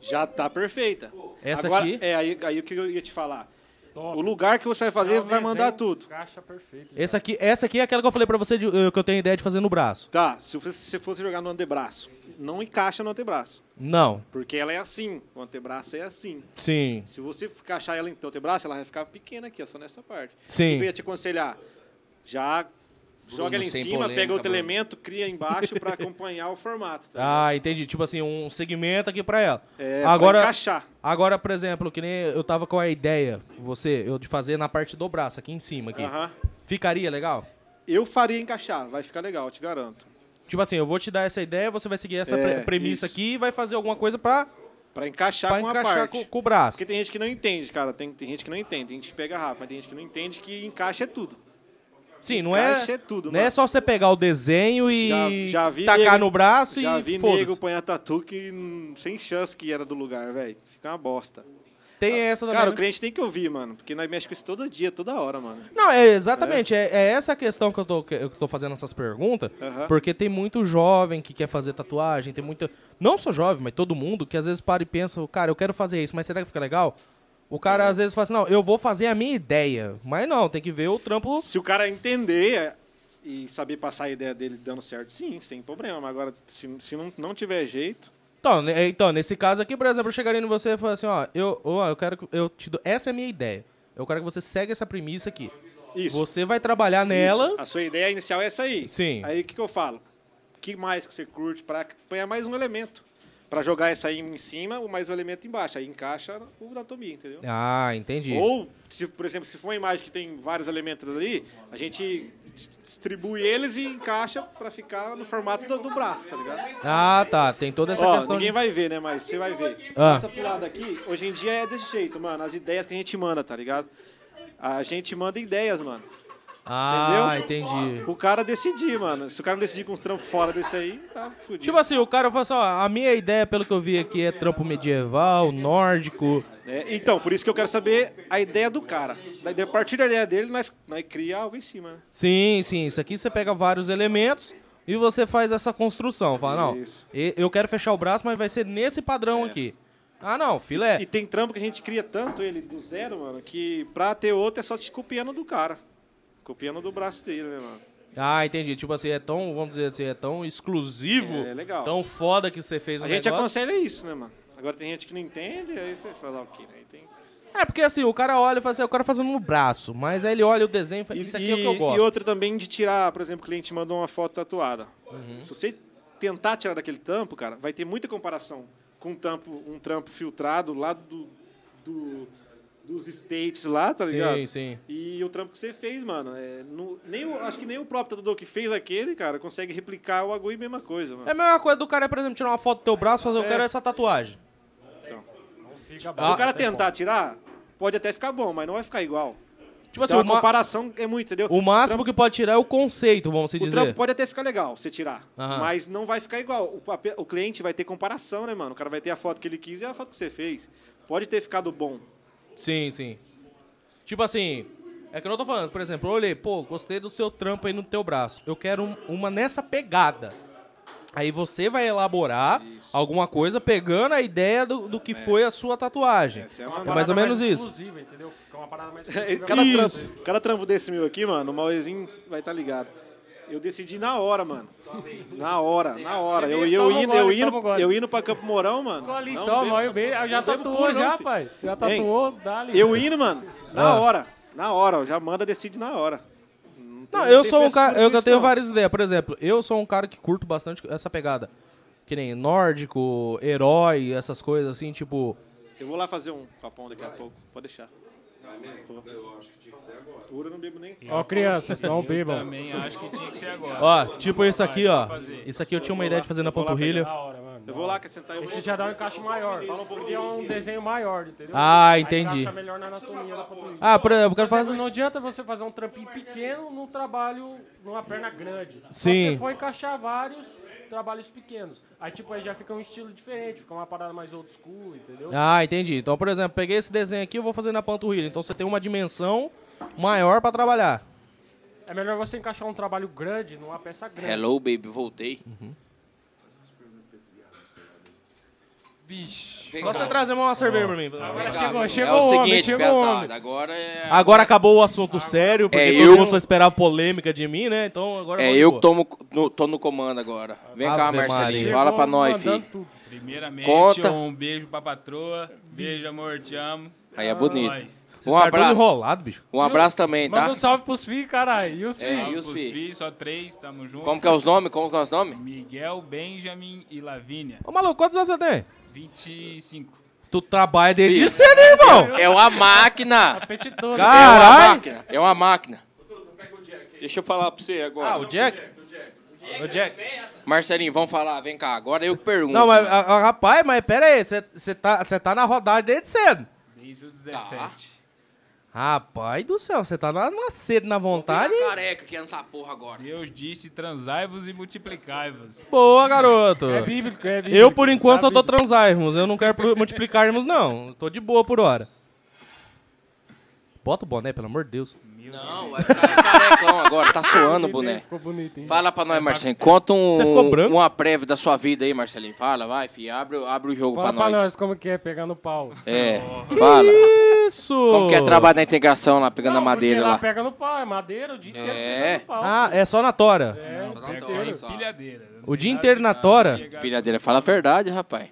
S4: Já tá perfeita.
S2: Essa
S4: Agora,
S2: aqui?
S4: É, aí, aí o que eu ia te falar.
S6: Top.
S4: O lugar que você vai fazer
S6: Dá um
S4: vai mandar
S2: é
S6: desenho,
S4: tudo.
S6: Caixa perfeita.
S2: Essa aqui, essa aqui é aquela que eu falei pra você de- eh, que eu tenho ideia de fazer no braço.
S4: Tá, se você se você fosse jogar no antebraço, não encaixa no antebraço.
S2: Não.
S4: Porque ela é assim. O antebraço é assim.
S2: Sim.
S4: Se você encaixar ela em teu antebraço, ela vai ficar pequena aqui, ó, só nessa parte. O
S2: Sim.
S4: que eu ia te aconselhar? Já joga ela em
S15: sem
S4: cima,
S15: polêmica,
S4: pega outro
S15: Bruno.
S4: elemento, cria embaixo
S15: *laughs*
S4: pra acompanhar o formato. tá?
S2: Ah, entendi. Tipo assim, um segmento aqui pra ela.
S4: É, pra
S2: agora,
S4: encaixar.
S2: agora, por exemplo, que nem eu tava com a ideia, você, eu de fazer na parte do braço, aqui em cima, aqui.
S4: Aham.
S2: Ficaria legal?
S4: Eu faria encaixar, vai ficar legal, eu te garanto.
S2: Tipo assim, eu vou te dar essa ideia, você vai seguir essa
S4: É,
S2: pre- premissa
S4: isso.
S2: aqui e vai fazer alguma coisa pra,
S4: Pra encaixar
S2: pra
S4: com a
S2: encaixar
S4: parte.
S2: com, com o braço.
S4: Porque tem gente que não entende, cara. Tem, tem gente que não entende, tem gente que pega rápido, mas tem gente que não entende que encaixa é tudo.
S2: Sim, não é,
S4: encaixa é tudo,
S2: não é
S4: mano.
S2: só você pegar o desenho e
S4: Já- já vi
S2: tacar
S4: nego-
S2: no braço
S4: Já
S2: e
S4: vi
S2: foda-se.
S4: nego apanhar tatu que hum, sem chance que era do lugar, velho. Fica uma bosta.
S2: Tem essa também.
S4: Cara,
S2: né?
S4: o cliente tem que ouvir, mano. Porque nós mexemos com isso todo dia, toda hora, mano.
S2: Não, é exatamente. É, é essa a questão que eu tô, que eu tô fazendo essas perguntas.
S4: Aham.
S2: Porque tem muito jovem que quer fazer tatuagem, tem muita. Não só jovem, mas todo mundo que às vezes para e pensa, cara, eu quero fazer isso, mas será que fica legal? O cara às vezes fala assim, não, eu vou fazer a minha ideia. Mas não, tem que ver o trampo.
S4: Se o cara entender é, e saber passar a ideia dele dando certo, sim, sem problema. Mas Agora, se, se não, não tiver jeito,
S2: Então, né, então, nesse caso aqui, por exemplo, eu chegaria em você e falaria assim, ó, eu, ó, eu quero que eu te dou. Essa é a minha ideia. Eu quero que você segue essa premissa aqui.
S4: isso.
S2: Você vai trabalhar nela.
S4: Isso. A sua ideia inicial é essa aí.
S2: Sim.
S4: Aí o que, que eu falo? O que mais que você curte para apanhar mais um elemento? Para jogar essa aí em cima, o mais um elemento embaixo. Aí encaixa o anatomia, entendeu?
S2: Ah, entendi.
S4: Ou, se, por exemplo, se for uma imagem que tem vários elementos ali, a gente dis- distribui eles e encaixa para ficar no formato do, do braço, tá ligado?
S2: Ah, tá. Tem toda essa
S4: Ó,
S2: questão. de-
S4: ninguém vai ver, né? Mas você vai ver.
S2: Ah.
S4: Essa pilada aqui, hoje em dia é desse jeito, mano. As ideias que a gente manda, tá ligado? A gente manda ideias, mano.
S2: Ah,
S4: Entendeu?
S2: entendi.
S4: O cara decidir, mano. Se o cara não decidir com os trampos fora desse aí, tá fudido.
S2: Tipo assim, o cara fala assim, ó, a minha ideia, pelo que eu vi aqui, é trampo medieval, nórdico.
S4: É, então, por isso que eu quero saber a ideia do cara. Daí, a partir da ideia dele, nós, nós cria algo em cima, né?
S2: Sim, sim, isso aqui você pega vários elementos e você faz essa construção. Fala, não,
S4: Isso. É.
S2: e- eu quero fechar o braço, mas vai ser nesse padrão aqui. Ah, não, filé.
S4: E tem trampo que a gente cria tanto ele do zero, mano, que pra ter outro é só te copiando do cara. Copiando do braço dele, né, mano?
S2: Ah, entendi. Tipo assim, é tão, vamos dizer assim, é tão exclusivo,
S4: É, legal.
S2: tão foda que você fez o
S4: A gente
S2: negócio.
S4: aconselha isso, né, mano? Agora tem gente que não entende, aí você fala o quê, né? Aí Tem...
S2: É, porque assim, o cara olha e fala assim, o cara fazendo no braço, mas aí ele olha o desenho e fala, isso aqui é o que eu gosto.
S4: E outra também de tirar, por exemplo, o cliente mandou uma foto tatuada.
S2: Uhum.
S4: Se você tentar tirar daquele tampo, cara, vai ter muita comparação com um, tampo, um trampo filtrado lá do, do- dos states lá, tá ligado?
S2: sim, sim.
S4: E o trampo que você fez, mano, é, não- nem o- acho que nem o próprio tatuador que fez aquele, cara, consegue replicar o agulho e mesma coisa, mano.
S2: É a mesma coisa do cara, por exemplo, tirar uma foto do teu braço e
S4: É.
S2: fazer, eu quero essa tatuagem. Ah,
S4: Se o
S2: é
S4: cara tentar tirar, pode até ficar bom, mas não vai ficar igual.
S2: Tipo assim,
S4: então,
S2: o,
S4: a
S2: ma-
S4: comparação é muito, entendeu?
S2: o máximo que pode tirar é o conceito, vamos se
S4: O
S2: dizer.
S4: trampo pode até ficar legal, você tirar.
S2: Aham.
S4: Mas não vai ficar igual. O, pape- o cliente vai ter comparação, né, mano? O cara vai ter a foto que ele quis e a foto que você fez. Pode ter ficado bom.
S2: Sim, sim. Tipo assim, é que eu não tô falando, por exemplo, eu olhei, pô, gostei do seu trampo aí no teu braço. Eu quero um- uma nessa pegada. Aí você vai elaborar alguma coisa pegando a ideia do, do que foi a sua tatuagem.
S4: Essa é uma
S2: É
S4: parada
S2: mais ou menos
S6: mais
S2: isso.
S6: exclusiva, entendeu? Fica uma parada mais
S2: É,
S6: exclusiva.
S4: cada,
S6: Isso.
S4: trampo, cada trampo desse meu aqui, mano, o Mauezinho vai estar tá ligado. Eu decidi na hora, mano. Na hora, na hora. Eu, eu,
S6: Toma
S4: indo,
S6: gole,
S4: eu, indo,
S6: toma gole.
S4: eu indo pra Campo Mourão, mano.
S6: Ficou ali
S4: não
S6: só,
S4: bebo-
S6: mal e bem. Ah, Já
S4: não bebo
S6: tatuou,
S4: porra, não,
S6: já,
S4: filho.
S6: pai. Já
S4: Hein?
S6: tatuou, dá ali.
S4: Eu indo, mano, na
S2: Ah.
S4: hora. Na hora, ó, já manda decidir na hora.
S2: Não,
S4: tem
S2: eu sou um
S4: frescura
S2: cara,
S4: com
S2: eu, eu
S4: isso,
S2: tenho
S4: não.
S2: várias ideias. Por exemplo, eu sou um cara que curto bastante essa pegada. Que nem nórdico, herói, essas coisas assim, tipo...
S4: Eu vou lá fazer um capão daqui a pouco, pode deixar.
S1: Eu acho que tinha que ser agora.
S4: Pura eu não bebo nem.
S6: Ó, crianças, não
S10: Eu
S6: bebam.
S10: também acho que tinha que ser agora.
S7: Ó, tipo isso aqui, ó.
S10: Fazer.
S7: Isso aqui eu tinha uma ideia de fazer na panturrilha.
S4: Eu vou lá, que sentar eu
S6: Esse já dá um encaixe maior. Fala um pouquinho. é um desenho maior, entendeu?
S7: Ah,
S6: Aí
S7: entendi.
S6: Encaixa melhor na anatomia da panturrilha.
S7: Ah, por exemplo, eu quero
S6: Por exemplo,
S7: fazer-
S6: Não adianta você fazer um trampinho pequeno num trabalho, numa perna grande.
S7: Sim.
S6: Você for encaixar vários trabalhos pequenos. Aí, tipo, aí já fica um estilo diferente, fica uma parada mais old school, entendeu?
S7: Ah, entendi. Então, por exemplo, peguei esse desenho aqui, eu vou fazer na panturrilha. Então você tem
S2: um
S7: uma dimensão maior pra trabalhar.
S6: É melhor você encaixar um trabalho grande numa peça grande.
S2: Hello, baby, voltei. Vem
S7: Só
S2: cá.
S7: você trazer uma cerveja pra mim.
S2: Vem cá,
S6: chegou,
S2: meu.
S6: chegou
S2: é
S6: o
S2: o
S6: homem,
S2: seguinte,
S6: chegou o
S2: pesado,
S6: homem.
S2: agora é...
S7: Agora acabou o assunto sério, porque
S2: É
S7: todo
S2: eu-
S7: mundo só esperava polêmica de mim, né? Então agora
S2: É
S7: vamos de
S2: eu
S7: boa.
S2: que tomo, no, tô no comando agora. Vem cá,
S7: Ave
S2: Marcelinho,
S7: Maria.
S2: fala pra
S7: Chegou
S2: nós,
S7: mandando
S2: filho.
S10: Primeiramente,
S2: Conta.
S10: um beijo pra patroa. Beijo, amor, te amo.
S2: Aí é bonito.
S10: Nós.
S2: Um abraço.
S7: enrolado, bicho.
S2: Um abraço também, tá?
S6: Manda um salve pros filhos, caralho. E os
S2: É,
S6: filhos?
S2: e os
S10: Pros
S2: filhos?
S10: filhos, só três, tamo junto.
S2: Como que é os nomes? Como que é os nomes?
S10: Miguel, Benjamin e Lavínia.
S7: Ô, maluco, quantos anos você tem?
S10: 25.
S7: Tu trabalha desde
S2: Filho.
S7: cedo, hein, irmão.
S2: É uma
S6: *laughs*
S2: máquina!
S6: Apetitoso.
S2: É uma
S7: Caralho.
S2: máquina! É uma máquina! Deixa eu falar pra você agora.
S7: Ah, o Jack? O Jack.
S2: Ah, Marcelinho, vamos falar, vem cá. Agora eu que pergunto.
S7: Não, mas, ah, ah, rapaz, mas pera aí, você tá, cê tá na rodagem desde cedo.
S10: Desde os 17.
S7: Rapaz do céu, você tá na, na cedo, na vontade.
S2: Fica careca que é nessa porra agora.
S10: Deus disse, transai-vos e multiplicai-vos.
S7: Boa, garoto.
S6: É bíblico, é bíblico.
S7: Eu, por enquanto,
S6: Tá
S7: só tô
S6: bíblico.
S7: transarmos. Eu não quero pro- multiplicarmos, não. Tô de boa por hora. Bota o boné, pelo amor de Deus.
S2: Não, vai ficar carecão agora, tá suando o boné.
S6: Ficou bonito, hein?
S2: Fala pra nós, Marcelinho. Conta um,
S7: Você ficou branco?
S2: uma prévia da sua vida aí, Marcelinho. Fala, vai, filho. Abre, o- abre o jogo
S6: Fala
S2: pra,
S6: pra
S2: nós.
S6: nós como que é pegar no pau.
S2: É, fala.
S7: Isso!
S2: Como que é trabalho na integração lá, pegando a
S6: Não,
S2: madeira
S6: porque
S2: lá?
S6: pega no pau, é madeira o dia inteiro
S2: É.
S6: pega no pau.
S7: Ah, é só na tora.
S6: É, o dia
S2: Olha
S6: inteiro.
S2: só.
S10: Pilhadeira. Não
S7: O
S10: tem
S7: dia
S10: nada
S7: inteiro
S10: de
S7: na
S10: nada,
S7: tora?
S10: pega-
S2: Pilhadeira, fala a verdade, rapaz.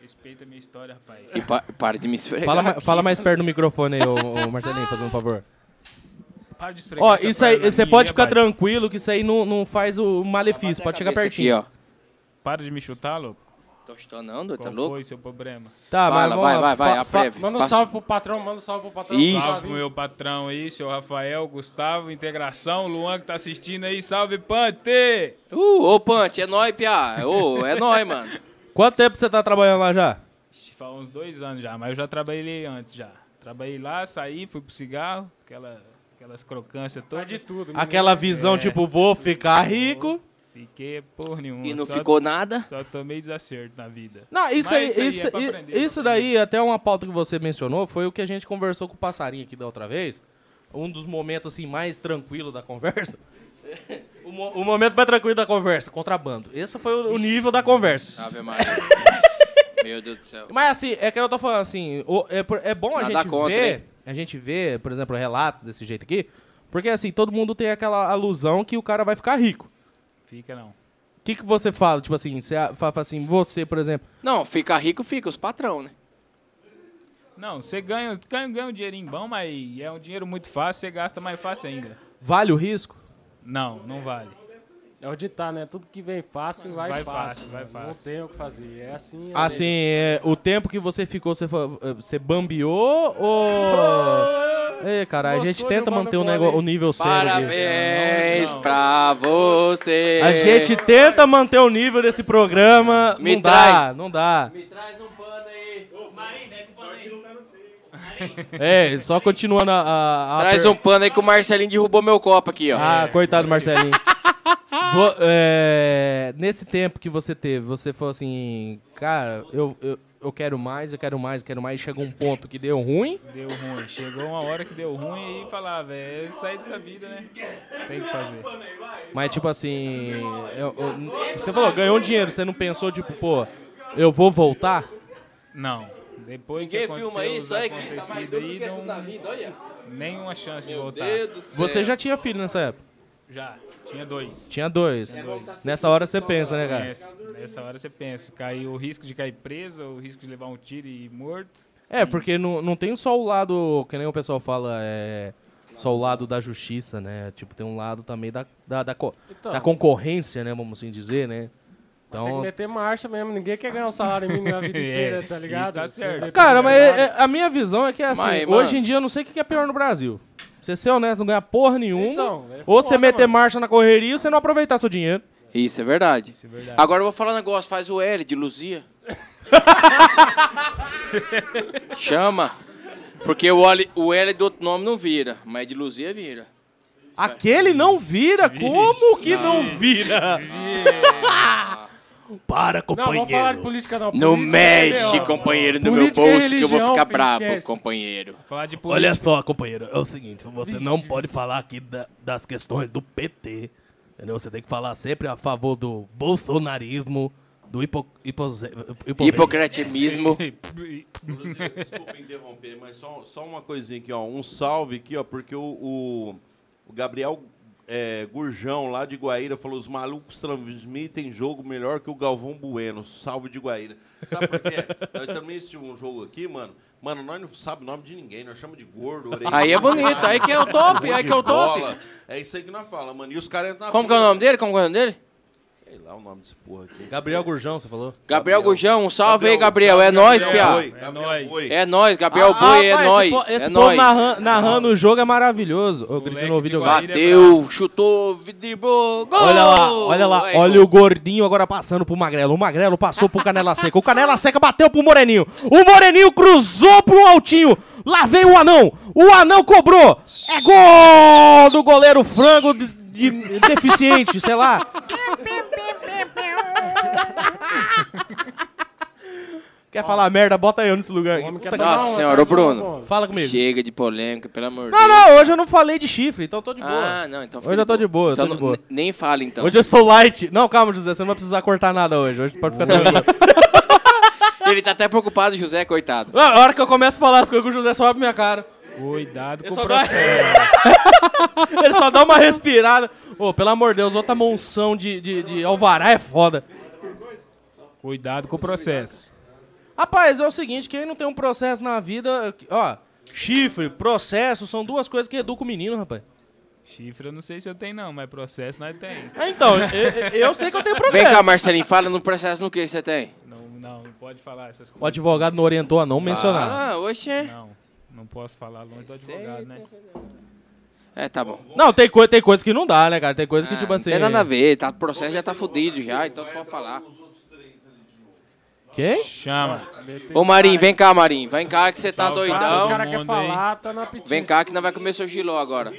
S10: Respeita a minha história, rapaz.
S2: E pa para de me esfregar.
S7: Fala, ma-
S2: aqui.
S7: fala mais perto do microfone aí, ô, ô Marcelinho, fazendo um favor.
S10: Para de esfregar
S7: Ó,
S10: essa
S7: isso aí,
S10: perna
S7: você
S10: minha,
S7: pode ficar
S10: rapaz.
S7: tranquilo que isso aí não, não faz o malefício. Pode chegar
S2: Esse
S7: pertinho.
S2: Aqui,
S10: Para de me chutar, louco.
S2: ó. Tô estonando, tá
S10: Qual
S2: louco?
S10: foi seu problema?
S7: Tá,
S2: Fala,
S7: mas vamos
S2: vai,
S7: lá.
S2: vai, vai,
S7: Fa-
S2: a
S7: fa-
S2: prévia.
S6: Manda um
S2: Passa-
S6: salve pro patrão, manda um salve pro patrão.
S2: Isso.
S10: Salve pro
S6: Salve.
S10: meu patrão aí, seu Rafael, Gustavo, Integração, Luan que tá assistindo aí. Salve, Pante!
S2: Uh, ô, Pante, é nóis, piá. Ô, é nóis, mano.
S7: *laughs* Quanto tempo você tá trabalhando lá já?
S10: Ixi, Faz uns dois anos já, mas eu já trabalhei antes já. Trabalhei lá, saí, fui pro cigarro, aquela, aquelas crocâncias
S6: Faz de
S10: todas.
S6: tudo.
S7: Aquela visão, tipo, vou ficar rico.
S10: Fiquei por nenhuma.
S2: E não
S10: só,
S2: ficou nada.
S10: Só tomei desacerto na vida.
S7: Não, isso
S10: Mas
S7: aí,
S10: isso aí
S7: isso,
S10: é pra
S7: i-
S10: aprender, é
S7: isso
S10: pra
S7: daí, até uma pauta que você mencionou, foi o que a gente conversou com o passarinho aqui da outra vez. Um dos momentos assim mais tranquilo da conversa.
S10: *laughs*
S7: O, mo- o momento mais tranquilo da conversa, contrabando. Esse foi o, o nível da conversa.
S2: Ave Maria. Meu Deus do céu.
S7: Mas assim, é que eu tô falando assim, o- é, por- é bom a
S2: Nada
S7: gente
S2: contra,
S7: ver,
S2: hein?
S7: a gente ver, por exemplo, relatos desse jeito aqui, porque assim, todo mundo tem aquela alusão que o cara vai ficar rico.
S10: Fica não.
S7: O que, que você fala? Tipo assim, você a- fala assim, você, por exemplo,
S2: Não, fica rico, fica os patrão, né?
S10: Não, você ganha, ganha, ganha um dinheirinho bom, mas é um dinheiro muito fácil, você gasta mais fácil ainda.
S7: vale o risco?
S10: Não, não vale.
S6: É o ditado, né? Tudo que vem fácil, vai,
S10: Vai
S6: fácil.
S10: fácil, vai
S6: mano.
S10: fácil.
S6: Não tem o que fazer. É assim. é
S7: Assim, é, o tempo que você ficou, você, fa- eh, você
S2: *laughs*
S7: bambiou ou. Ei, cara, a
S6: Gostou
S7: gente
S6: de
S7: tenta
S6: um
S7: manter o,
S6: bambicola,
S7: nego-
S6: hein?
S7: o nível sério. aqui.
S2: Parabéns
S10: Não, não.
S2: pra você.
S7: A gente tenta manter o nível desse programa.
S2: Me
S7: não dá,
S2: trai.
S7: não dá.
S2: Me traz um pano aí.
S10: um
S7: É, só continuando a. a- a
S2: Traz
S7: per-
S2: um pano aí que o Marcelinho derrubou meu copo aqui, ó.
S10: É.
S7: Ah, coitado, do
S10: *laughs*
S7: Marcelinho. Vo- é, nesse tempo que você teve, você falou assim, cara, eu, eu, eu quero mais, eu quero mais, eu quero mais. Chegou um ponto que deu ruim.
S10: Deu ruim. Chegou uma hora que deu ruim e falava, é eu saí dessa vida, né? Tem que fazer.
S7: Mas, tipo assim, eu- eu- você falou, ganhou um dinheiro, você não pensou, tipo, pô, eu vou voltar?
S10: Não. Depois
S2: Ninguém
S10: que
S2: filma aí,
S10: isso
S2: só aqui. Tá mais doido que
S10: aí,
S2: tudo
S10: não,
S2: na vida, olha.
S10: nenhuma chance de
S2: Meu
S10: voltar.
S2: Deus do céu.
S7: Você já tinha filho nessa época?
S10: Já, tinha dois.
S7: Tinha dois. Nessa hora você pensa, né, cara?
S10: Nessa, nessa hora você pensa, cair, o risco de cair preso, o risco de levar um tiro e ir morto.
S7: É, porque não, não tem só o lado, que nem o pessoal fala, é. Só o lado da Tá justiça, né? Tipo, tem um lado também da, da, da, co- da concorrência, né? Vamos assim dizer, né?
S6: Então, Tem que
S2: Então,
S6: meter marcha mesmo. Ninguém quer ganhar um salário mínimo
S10: *laughs*
S6: na vida
S2: É,
S6: inteira, tá ligado?
S10: isso tá
S6: Você
S10: certo.
S6: vê
S2: Cara,
S6: todo
S2: mas
S6: salário.
S2: é- é- a minha visão é que é assim,
S6: Mas, mano-
S2: hoje em dia eu não sei o que que é pior no Brasil. Você ser honesto, não ganhar porra nenhuma,
S6: Então, é
S2: ou você
S6: foda,
S2: meter
S6: mano.
S2: marcha na correria ou você não aproveitar seu dinheiro.
S7: Isso é verdade.
S2: Isso é verdade.
S7: Agora eu vou falar um negócio, faz o L de *laughs* Luzia. Chama. Porque o L, o L do outro nome não vira, mas de Luzia vira.
S2: Aquele não vira? Como que não
S7: Sim.
S2: vira? Para,
S6: Não, vamos falar de política não.
S7: Não
S6: Política é
S7: mexe,
S6: melhor.
S7: companheiro, no
S6: Política
S7: meu
S6: é
S7: bolso que eu vou
S6: religião,
S7: ficar
S6: filho,
S7: brabo,
S6: esquece.
S7: companheiro.
S10: Falar de
S2: Olha só, companheiro, é o seguinte, você não pode falar aqui da- das questões do PT, entendeu? Você tem que falar sempre a favor do bolsonarismo, do hipo, hipose- hipo-
S7: *laughs* Hipocratimismo.
S1: Desculpa interromper, mas só, só uma coisinha aqui, ó. Um salve aqui, ó, porque o, o- o Gabriel é, Gurjão, lá de Guaíra, falou: os malucos transmitem jogo melhor que o Galvão Bueno. Salve de Guaíra. Sabe por quê? Nós também assistimos um jogo aqui, mano. Mano, nós não sabemos o nome de ninguém, nós chamamos de gordo, orelha.
S7: Aí é bonito, aí que é o top, aí que é o top.
S1: Bola. É isso aí que nós falamos, mano. E os caras entram na
S7: Como que é o
S1: fila.
S7: nome dele? Como que é o nome dele?
S1: Sei lá o nome desse porra aqui.
S2: Gabriel Gurjão, você falou?
S7: Gabriel Gujão, um salve aí,
S1: Gabriel,
S7: Gabriel. É
S1: salve,
S7: nóis,
S1: Gabriel
S7: piá.
S1: Boi, Gabriel Boi.
S7: É nóis, Gabriel
S2: Ah,
S7: Boi, é
S2: rapaz,
S7: nóis.
S2: po-
S7: É
S2: Esse povo
S7: nóis.
S2: narran- narrando o jogo é maravilhoso. Ô, grito no ouvido agora.
S7: Bateu, chutou, driblou, gol! É
S2: Olha lá, olha lá,
S7: Aí,
S2: olha o gordinho agora passando pro Magrelo. O Magrelo passou pro Canela Seca. O Canela Seca bateu pro Moreninho. O Moreninho cruzou pro Altinho. Lá vem o Anão. O Anão cobrou. É gol do goleiro frango de- de- deficiente, sei lá. Quer falar merda? Bota eu nesse lugar. aqui.
S6: é
S2: Puta que-
S7: Nossa senhora, ô Bruno.
S2: Fala comigo.
S7: Chega de polêmica, pelo amor de
S2: Não,
S7: Deus.
S2: não, hoje eu não falei de chifre, então tô de boa.
S7: Ah, não, então fica
S2: Hoje eu tô de boa, eu tô
S7: Então
S2: de
S7: não-
S2: boa.
S7: ne- Nem fala então.
S2: Hoje eu estou light. Não, calma, José, você não vai precisar cortar nada hoje. Hoje você pode ficar tranquilo.
S7: *laughs* Ele tá até preocupado, José, coitado.
S2: Não, a hora que eu começo a falar as coisas, o José sobe minha cara.
S10: Cuidado
S2: com o *laughs* Ele só dá uma respirada. Ô, pelo amor de Deus, outra monção de, de, de alvará é foda.
S10: Cuidado com o processo.
S2: Rapaz, é o seguinte, quem não tem um processo na vida... Ó, chifre, processo, são duas coisas que educam o menino, rapaz.
S10: Chifre eu não sei se eu tenho não, mas processo nós tem.
S2: Ah, então, eu- eu- eu sei que eu tenho
S7: Vem
S2: processo.
S7: cá, Marcelinho, fala no processo no que você tem.
S10: Não, não, não pode falar essas coisas.
S2: O advogado não orientou a não mencionar.
S7: Ah, hoje é.
S10: Não, não posso falar longe do advogado, né?
S7: É, tá bom.
S2: Não, tem, coi tem coisa que não dá, né, cara? Tem coisa que, tipo assim...
S7: É, Não tem nada a ver, tá, o processo já tá fudido já, então não pode falar.
S2: Quem?
S10: Chama.
S7: Ô Marim, vem cá, Marim. Vem cá que você tá
S6: Os caras-
S7: doidão.
S6: Os caras querem falar, tá na pitinha.
S7: Vem cá que nós vai comer seu giló agora.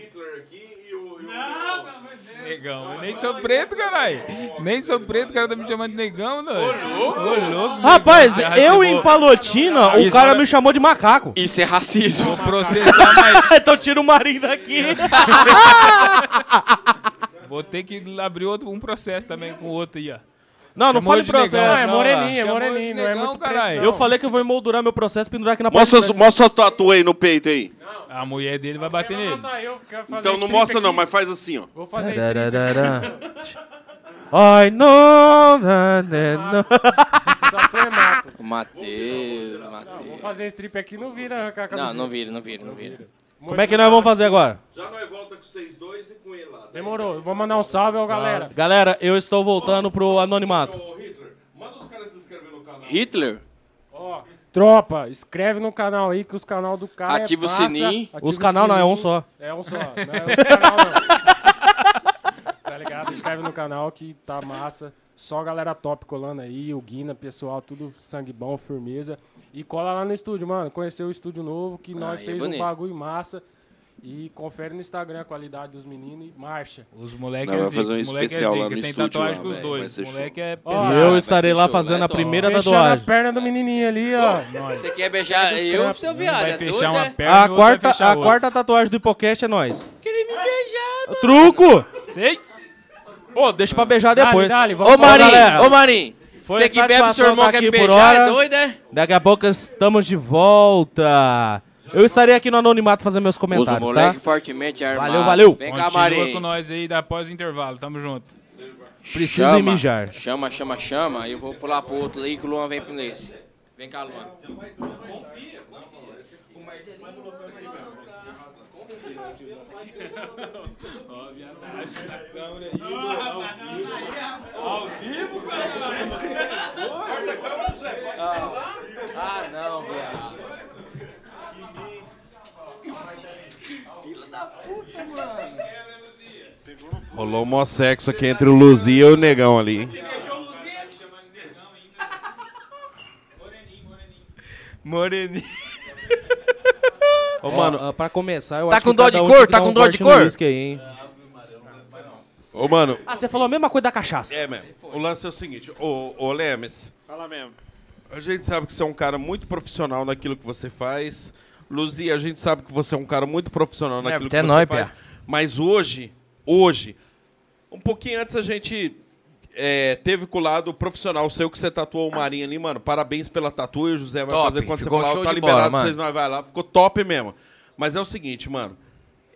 S10: Negão, eu nem sou preto, caralho. Nem sou preto, o cara tá me chamando de negão, não. Ô, louco.
S2: Rapaz,
S10: negão.
S2: eu em Palotina, o
S10: Isso
S2: cara
S10: era-
S2: me chamou de macaco.
S7: Isso é racismo.
S10: Vou processar mais.
S2: *laughs* então tira o marinho daqui.
S10: *laughs* Vou ter que abrir outro, um processo também com o outro aí, ó.
S2: Não, não
S10: Chamou
S2: fale
S10: de negão.
S2: processo.
S10: Não,
S6: é
S2: não,
S6: moreninha, é
S10: Chamou de
S6: moreninha, não é
S10: negão,
S6: muito preto,
S10: caralho.
S6: não.
S2: Eu falei que eu vou emoldurar meu processo e pendurar aqui na
S1: Mostra,
S2: da-
S1: as- mostra a tatu aí no peito aí.
S10: A mulher dele vai
S6: Quer
S10: bater nele.
S6: matar eu, quer fazer
S1: Então não
S6: strip
S1: mostra não,
S6: aqui.
S1: mas faz assim, ó.
S6: Vou fazer
S2: Tararara. I know that I know.
S6: Tatu é mato.
S7: Matheus,
S6: Vou
S7: Matheus.
S6: fazer strip aqui não vira arrancar a
S7: Não,
S6: camiseta.
S7: não vira, não vira, não vira.
S2: Como é que nós vamos fazer agora?
S1: Já nós volta com vocês dois e com ele lá. Né?
S6: Demorou. Eu Vou mandar um salve, ó, galera.
S2: Galera, eu estou voltando pro anonimato.
S1: Ô, Hitler, manda os caras se inscrever no canal.
S7: Hitler?
S6: Ó, tropa, escreve no canal aí que os canal do cara é
S7: Ativa o
S6: massa.
S7: sininho.
S6: Ativa
S2: Os
S6: o
S2: canal não, é um só.
S6: sininho. É um só. Não é os canal não. *laughs* tá ligado? Escreve no canal que tá massa. Só galera top colando aí, o Guina, pessoal, tudo sangue bom, firmeza. E cola lá no estúdio, mano. Conheceu o estúdio novo que nós
S7: Aí é
S6: fez um
S7: bonito.
S6: bagulho massa. E confere no Instagram a qualidade dos meninos e marcha.
S10: Os moleques
S1: Não, vai
S10: é zica,
S1: fazer um
S10: os moleque
S1: especial lá
S10: é zica.
S1: no
S10: Tem
S1: estúdio
S10: tatuagem
S1: lá,
S10: com os
S1: velho, vai
S10: dois.
S1: ser
S10: Os moleque é
S6: Ó,
S2: E
S6: Ah,
S2: eu
S6: vai
S2: estarei
S7: ser
S2: lá
S7: show,
S2: fazendo
S7: né,
S2: a
S7: Tom?
S2: primeira
S6: Fechando a
S2: tatuagem.
S6: perna do menininho ali, ó.
S10: nóis.
S7: Você quer beijar Ah, eu, seu viado?
S10: Vai
S7: é
S10: fechar
S7: doido,
S10: uma
S7: é?
S10: perna
S2: A
S10: e o outro vai
S2: quarta,
S10: fechar
S2: a
S10: outra.
S2: quarta tatuagem do Hipocast é nós.
S7: Queria me beijar.
S2: Truco!
S10: Sei.
S2: Ô, deixa pra beijar depois.
S6: Dale, dale, vamos
S7: Ô Marim,
S2: galera.
S7: ô Marim.
S2: Foi
S7: Você que bebe
S2: satisfação
S7: seu irmão
S2: tá
S7: quer
S2: aqui
S7: me
S2: por
S7: beijar, é
S2: hora.
S7: doido, é?
S2: Daqui a pouco estamos de volta. Eu estarei aqui no anonimato fazendo meus
S7: Usa o
S2: comentários, tá?
S7: moleque fortemente armado.
S2: Valeu, valeu.
S7: Vem cá,
S10: Continua
S7: Marim.
S10: com nós aí da- após o intervalo. Tamo junto.
S2: Preciso ir mijar.
S7: Chama, chama, chama. Eu vou pular pro outro ali que o Luan vem pro nesse. Vem cá, Luan.
S10: Ao vivo, cara?
S16: Ah, não, viado. Filha da puta, mano.
S1: Rolou um sexo aqui entre o Luzia e o negão ali. hein?
S7: Moreninho.
S1: Ó,
S7: pra começar, eu
S11: Tá
S7: acho
S11: com
S7: que
S11: dó
S7: cada
S11: de
S7: um
S11: cor?
S7: tinha que
S11: Tá
S7: dar
S11: com
S7: um
S11: dó de
S7: corte no
S11: cor?
S7: uísque aí, hein?
S1: Ô, mano.
S7: Ah, você falou a mesma coisa da cachaça.
S1: É mesmo. O lance é o seguinte, ô, ô Lemes,
S4: Fala mesmo.
S1: a gente sabe que você é um cara muito profissional naquilo que você faz. Luzia, a gente sabe que você é um cara muito profissional naquilo que
S2: até
S1: você
S2: nós,
S1: faz.
S2: Pia.
S1: Mas hoje, hoje, um pouquinho antes a gente é, teve com o lado profissional seu que você tatuou o Marinho ali, mano. Parabéns pela tatu e o José vai
S2: Top,
S1: fazer quando você
S2: ficou
S1: falar,
S2: show
S1: tá
S2: de bola,
S1: liberado,
S2: mano.
S1: vocês nós vai lá. Ficou top mesmo. Mas é o seguinte, mano.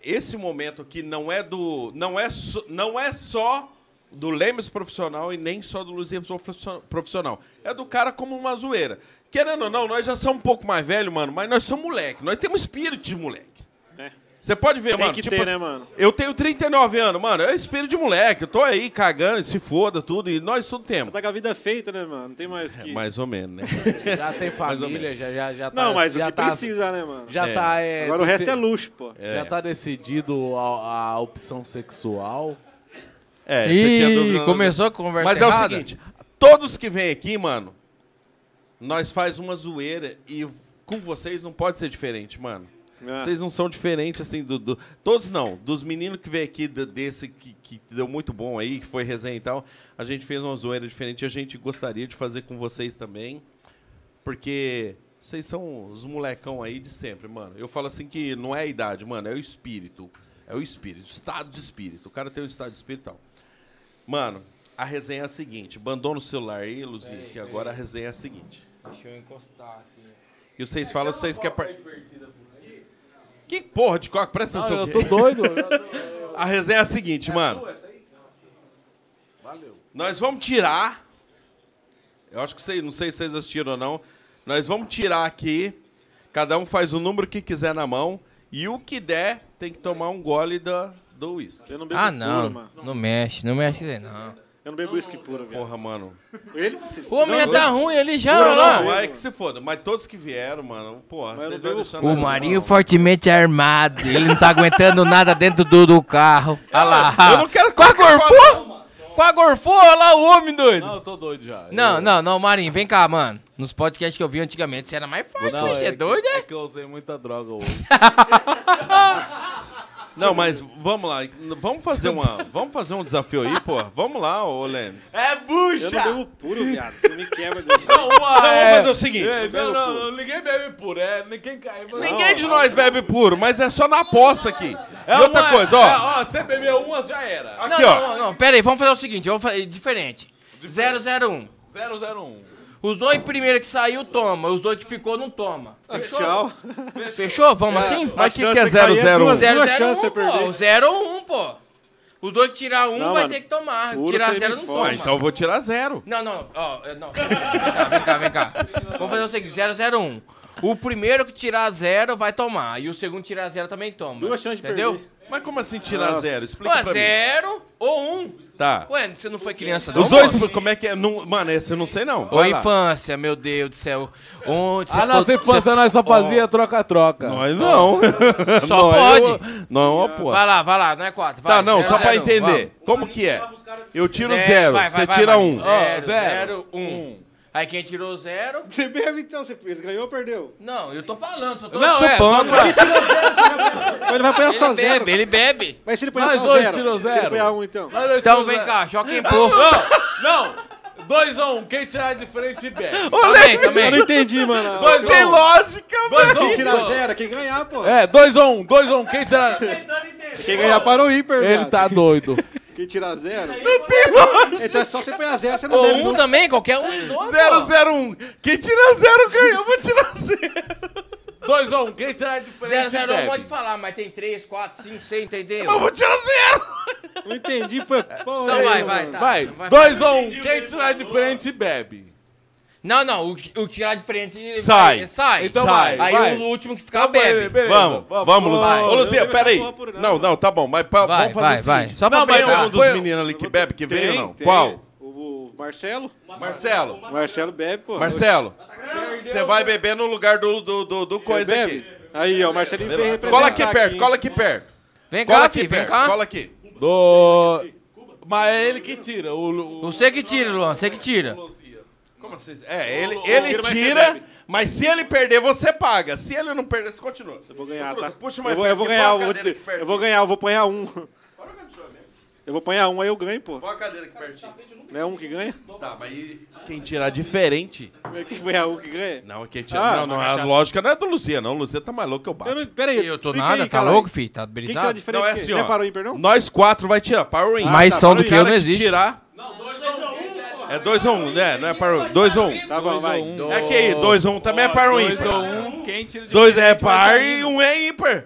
S1: Esse momento aqui não é do. Não é, só- não é só do Lemes profissional e nem só do Luzia profissio- profissional. É do cara como uma zoeira. Querendo ou não, nós já somos um pouco mais velho, mano, mas nós somos moleque. Nós temos espírito de moleque.
S4: É.
S1: Você pode ver,
S4: Tem
S1: mano.
S4: que
S1: tipo
S4: ter,
S1: assim,
S4: né, mano?
S1: Eu tenho 39 anos, mano. É espírito de moleque. Eu tô aí cagando, se foda, tudo. E nós tudo temos.
S4: Tá com a vida feita, né, mano? Não tem
S2: É,
S4: mais o que.
S1: Mais ou menos, né? *laughs*
S3: Já *laughs* tem
S1: Mais ou
S3: família,
S1: menos.
S3: já, já, já tá.
S4: Não, mas o
S3: já
S4: que precisa, né, mano?
S3: Já
S1: É.
S3: tá. É,
S4: Agora o resto
S3: deci-
S4: é luxo, pô.
S1: É.
S3: Já tá decidido a, a opção sexual.
S1: É,
S2: Ih,
S1: você tinha dúvida.
S2: começou a conversa
S1: Mas é o
S2: errada?
S1: seguinte, todos que vêm aqui, mano, nós faz uma zoeira e com vocês não pode ser diferente, mano.
S4: É.
S1: Vocês não são diferentes, assim, do, do- Todos não. Dos meninos que veio aqui, do- desse que, que deu muito bom aí, que foi resenha e tal, a gente fez uma zoeira diferente e a gente gostaria de fazer com vocês também. Porque vocês são os molecão aí de sempre, mano. Eu falo assim que não é a idade, mano, é o espírito. É o espírito, estado de espírito. O cara tem um estado de espírito e tal. Mano, a resenha é a seguinte. Abandona o celular aí, Luzinho, que agora a resenha é a seguinte.
S2: Deixa eu encostar aqui.
S1: E vocês falam, vocês querem... Par... Que porra de coca? Presta atenção.
S3: eu
S1: aqui.
S3: tô doido.
S1: *laughs* a resenha é a seguinte, mano.
S3: Valeu.
S1: Nós vamos tirar. Eu acho que sei, não sei se vocês assistiram ou não. Nós vamos tirar aqui. Cada um faz o número que quiser na mão. E o que der, tem que tomar um gole da, do uísque.
S4: Eu não bebo
S2: Ah,
S4: puro,
S2: não.
S4: mano.
S2: Não mexe, não mexe aí, não.
S4: Eu não bebo uísque puro, velho.
S1: Porra, mano.
S4: Ele?
S2: O homem já tá ruim ali já,
S1: Não,
S2: olha lá.
S1: não, é que se foda. Mas todos que vieram, mano, porra, vocês vão deixar
S2: O
S1: nós-
S2: Marinho fortemente armado. Ele não tá aguentando nada dentro do, do carro. *laughs* Olha lá.
S1: Eu não quero
S2: Com a gorfou? Com a gorfou? Olha lá o homem, doido.
S3: Não, eu tô doido já.
S2: Não,
S3: Eu-
S2: não, não, Marinho, vem cá, mano. Nos podcasts que eu vi antigamente, você era mais fácil,
S3: Não,
S2: você é,
S3: que-
S2: doido,
S3: é
S2: é?
S3: que eu usei muita droga hoje.
S1: *laughs* Não, mas vamos lá. Vamos fazer, uma, vamos fazer um desafio aí, porra. Vamos lá, ô Lemes.
S2: É
S4: Eu
S2: bucha!
S4: não bebo puro, viado. Você me quebra
S2: *laughs*
S4: de
S1: é, vamos fazer o seguinte.
S4: não, não,
S3: ninguém bebe por é, ninguém cai.
S1: é, Ninguém de nós bebe puro, mas é só na aposta aqui. É outra coisa, ó.
S3: você bebeu umas, já era.
S1: Aqui,
S2: não,
S1: ó.
S2: não, não, pera aí, vamos fazer o seguinte, vamos fazer é diferente. 001.
S3: 001.
S2: Os dois primeiros que saiu, toma. Os dois que ficou, não toma.
S4: Tchau.
S2: Fechou? Vamos assim?
S1: Mas o que, que é
S4: chance que aí é
S1: 001?
S4: duas-
S2: Zero,
S4: Duas
S2: zero,
S4: chances
S2: um,
S4: você perder.
S2: pô. Zero ou um, pô. Os dois que tirar um
S4: Não,
S2: vai
S4: mano.
S2: ter que tomar.
S4: Puro
S2: tirar
S4: você
S2: zero
S4: me
S2: não
S4: fode.
S2: toma.
S1: Ah, então eu vou tirar zero.
S2: Não, não, ó, eu- não. Vem cá, vem cá, vem cá. Vamos fazer o seguinte, 001. O primeiro que tirar zero vai tomar. E o segundo que tirar zero também toma.
S4: Duas chances de
S2: Entendeu?
S4: perder.
S1: Mas como assim tirar
S4: Nossa.
S1: zero? Explica
S2: Ou é
S1: pra
S2: zero ou um.
S1: mim. Tá.
S2: Ué, você não foi criança, não?
S1: Os
S2: pô?
S1: dois, como é que é? Não, mano, esse eu não sei não.
S2: Ô,
S1: Vai lá.
S2: infância, meu Deus do céu. Onde você
S3: A nossa infância nós só fazia troca-troca.
S1: Nós não.
S2: Só
S1: *laughs* Nós
S2: pode.
S1: eu- Não, ó, pô.
S2: Vai lá, vai lá, não é quatro. vai,
S1: Tá, não,
S2: zero,
S1: só pra
S2: zero, um,
S1: entender.
S2: vamos.
S1: Como que é? Eu tiro
S2: Zero,
S1: zero,
S2: vai, vai,
S1: você
S2: vai,
S1: tira
S2: vai.
S1: um.
S2: Zero,
S1: Ó,
S2: zero, um. Aí quem tirou zero...
S4: Você bebe então, você ele ganhou ou perdeu?
S2: Não, eu tô falando, só tô
S3: Não, é,
S2: supondo.
S3: só pra-
S4: Mas ele vai apanhar
S2: Ele
S4: só zero.
S2: bebe, ele bebe.
S4: Mas se ele apanhar
S3: Nós
S4: só
S3: dois
S4: zero.
S3: tirou
S4: Se ele
S3: zero.
S4: apanhar um, então.
S2: Então vem cá, joga em pô.
S3: Não! 2 a 1, um, quem tirar de frente bebe.
S2: Também, também.
S4: Eu não entendi, mano.
S3: Dois
S1: Tem
S3: um.
S1: lógica, mano.
S3: Dois a um,
S4: Quem tirar
S3: pô.
S4: zero é quem ganhar, pô.
S3: É, 2 a 1, um, 2 a 1, um, quem tirar...
S4: Quem ganhar para o hiper,
S3: Ele
S4: viado.
S3: tá doido.
S4: Quem tirar zero... Não tem lógica. É só você apanhar zero, você não
S2: Ou
S4: bebe.
S2: um
S4: não.
S2: também, qualquer um. dois,
S1: Zero,
S2: pô.
S1: zero, um. Quem tira zero ganhou, eu vou tirar zero.
S3: 2 a 1, um, quem tirar de frente
S2: Zero, zero,
S3: bebe.
S2: um pode falar, mas tem três, quatro, cinco, seis, entendeu?
S1: Eu vou tirar zero.
S4: Não entendi, pô.
S2: Então vai, vai, tá.
S3: Vai,
S2: Então
S3: 2 a 1, um, quem tirar de frente bebe.
S2: Não, não, o, o tirar de frente ele
S1: Sai.
S2: vai- sai.
S1: Então vai,
S2: Aí
S1: vai.
S2: o último que ficar bebe.
S1: Vamos, vamos,
S2: Vai.
S1: Luciano. Ô, Luciano, peraí. Não, não, tá bom, mas pra,
S2: Vai,
S1: vamos fazer
S2: vai,
S1: o seguinte.
S2: vai. Só pra
S1: não, mas
S2: pegar.
S1: tem um dos
S2: Foi-
S1: meninos ali que bebe, que veio ou
S4: Tem,
S1: não?
S4: tem.
S1: Qual?
S4: O, o Marcelo?
S1: Marcelo.
S4: Marcelo bebe, pô.
S1: Marcelo, você vai beber no lugar do, do, do, do coisa
S4: bebe?
S1: aqui.
S4: Aí, ó, o Marcelinho veio representar
S1: Cola aqui perto,
S4: aqui.
S1: cola aqui perto.
S2: Vem
S1: cola
S2: cá,
S1: aqui
S2: filho, vem
S1: perto,
S2: cá.
S1: Cola aqui.
S9: Do... Mas é ele que tira. O,
S2: Você que tira, Luan, você que tira.
S1: Como assim? É, ele,
S9: Ô, ô,
S1: ele
S9: tira, mas você
S1: tira,
S9: bebe.
S1: mas se ele perder, você paga. Se ele não perder, você continua. Eu
S4: vou ganhar, tá?
S1: Puxa mais
S4: Eu vou, eu vou
S1: perto, põe
S4: ganhar,
S1: a
S4: eu vou,
S1: cadeira aqui perto.
S4: eu vou ganhar, eu vou apanhar um. Eu vou apanhar um, aí eu ganho, pô.
S1: Põe a cadeira aqui pertinho.
S4: Não é um que ganha?
S1: Tá, mas Quem tirar é diferente...
S4: Como é que foi a um que ganha?
S1: Não, é quem tira... não, não, a lógica não é do Luciano, não. O Luciano tá mais louco que eu bato.
S4: Ah, Eu não, peraí,
S2: Eu tô
S4: fica
S2: nada,
S4: aí,
S2: tá
S4: cara.
S2: louco, filho? Tá
S4: Quem
S2: berizado?
S4: tirar diferente?
S1: Não, é
S4: que-
S1: assim,
S4: não
S1: ó.
S4: é Paroim, perdão?
S1: Nós quatro vai tirar. Ah, Power Rangers.
S4: Mais são
S1: para o
S4: do que eu
S1: cara
S4: não um. existe.
S1: Tirar. É 2 a 1 um, né? Não é Power Rangers. 2 a 1 um.
S4: Tá bom, vai.
S1: É que aí, 2 a 1 um também é Power Rangers.
S10: 2 ou 1, quem tira de
S1: Dois
S10: frente
S1: é
S10: vai
S1: par
S10: sair.
S1: e um é ímpar.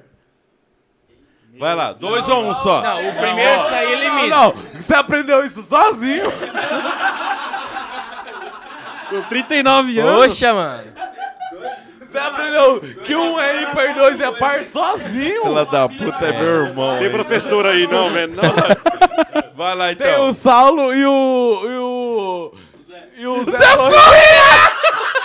S1: Vai lá, 2 ou 1 um só.
S2: Não, o primeiro que sair elimina.
S9: Não, você aprendeu isso sozinho.
S4: Com 39
S2: anos. Poxa, mano.
S9: Você aprendeu que um é ímpar e dois é par sozinho.
S1: Ela da puta é meu irmão.
S4: Tem professor aí, não, velho. Não.
S1: Vai lá,
S9: Tem o Saulo e o. E o. E o Zé,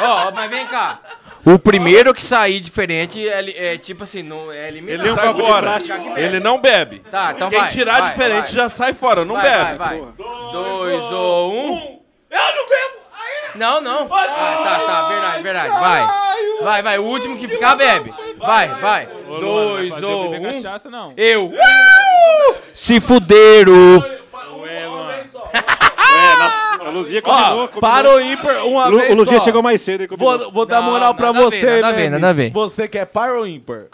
S2: Ó, ó, mas vem cá. O primeiro que sair diferente é, li- é tipo assim, não é eliminado.
S1: Ele sai fora. Ele não bebe.
S2: Tá, então
S1: Quem
S2: vai,
S1: tirar
S2: vai,
S1: diferente
S2: vai.
S1: já sai fora,
S9: é um
S1: não
S2: Vai,
S1: bebe.
S2: vai, vai. Dois ou um.
S9: é.
S2: Eu não bebo! Não, não. Ah, tá, tá, verdade, verdade. Vai. Vai, vai. O último que ficar bebe. Vai, vai.
S10: Dois
S2: Dois
S10: ou
S2: ou
S10: beber
S2: um.
S10: cachaça, não.
S2: Eu. Se fudeiro.
S4: É, nossa, a Luzia combinou, combinou.
S9: Para o ímpar uma
S4: Lu-
S9: vez
S4: O Luzia
S9: só.
S4: chegou mais cedo e combinou.
S9: Vou, vou dar
S4: Não,
S9: moral pra
S4: nada a ver,
S9: você,
S4: nada a ver,
S2: né,
S9: Lemes.
S4: nada a ver.
S9: Você quer par ou ímpar?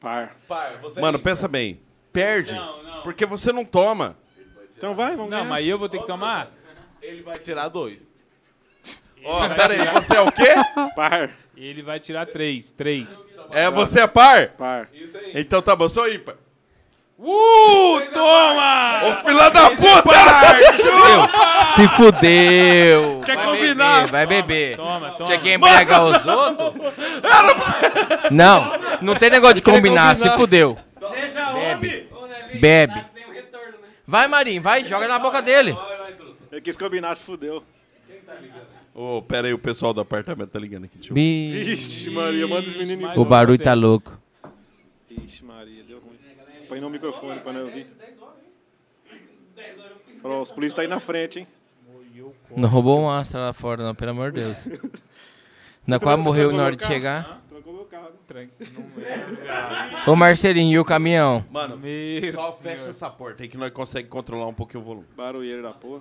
S4: Par.
S9: Par. Você
S1: Mano, pensa bem. é Perde. Porque você não toma.
S4: Então vai, vamos
S10: Não, mas eu vou ter que tomar?
S9: Ele vai tirar dois.
S1: Ó, pera aí, você é o quê?
S4: Par.
S10: Ele vai tirar três, três.
S1: É, você é par?
S4: Par.
S1: Então tá bom, eu sou ímpar.
S10: Uh, toma!
S1: Ô, fila da puta!
S2: Se fudeu. Quer
S1: combinar?
S2: Vai beber.
S10: Toma, toma.
S2: Você quer embriagar os outros? Não, não tem negócio de combinar. Se fudeu.
S9: um
S2: Bebe. Bebe. Vai, Marinho, vai. Joga na boca dele.
S4: Eu quis combinar, se fudeu.
S1: Ô, pera aí, o pessoal do apartamento tá ligando aqui, tio.
S4: Vixe, Maria, manda os meninos
S2: O barulho tá louco.
S4: Vixe, Maria, deu ruim. Põe no microfone pra não ouvir. Ó, os polícias tá aí na frente, hein?
S2: Não roubou um astra lá fora, não, pelo amor de Deus. Na qual morreu na hora de chegar.
S4: Trocou meu carro.
S2: Ô Marcelinho, e o caminhão?
S1: Mano,
S10: Meu
S1: só
S10: senhor.
S1: fecha essa porta aí que nós conseguimos controlar um pouquinho o volume.
S4: Barulheiro da porra.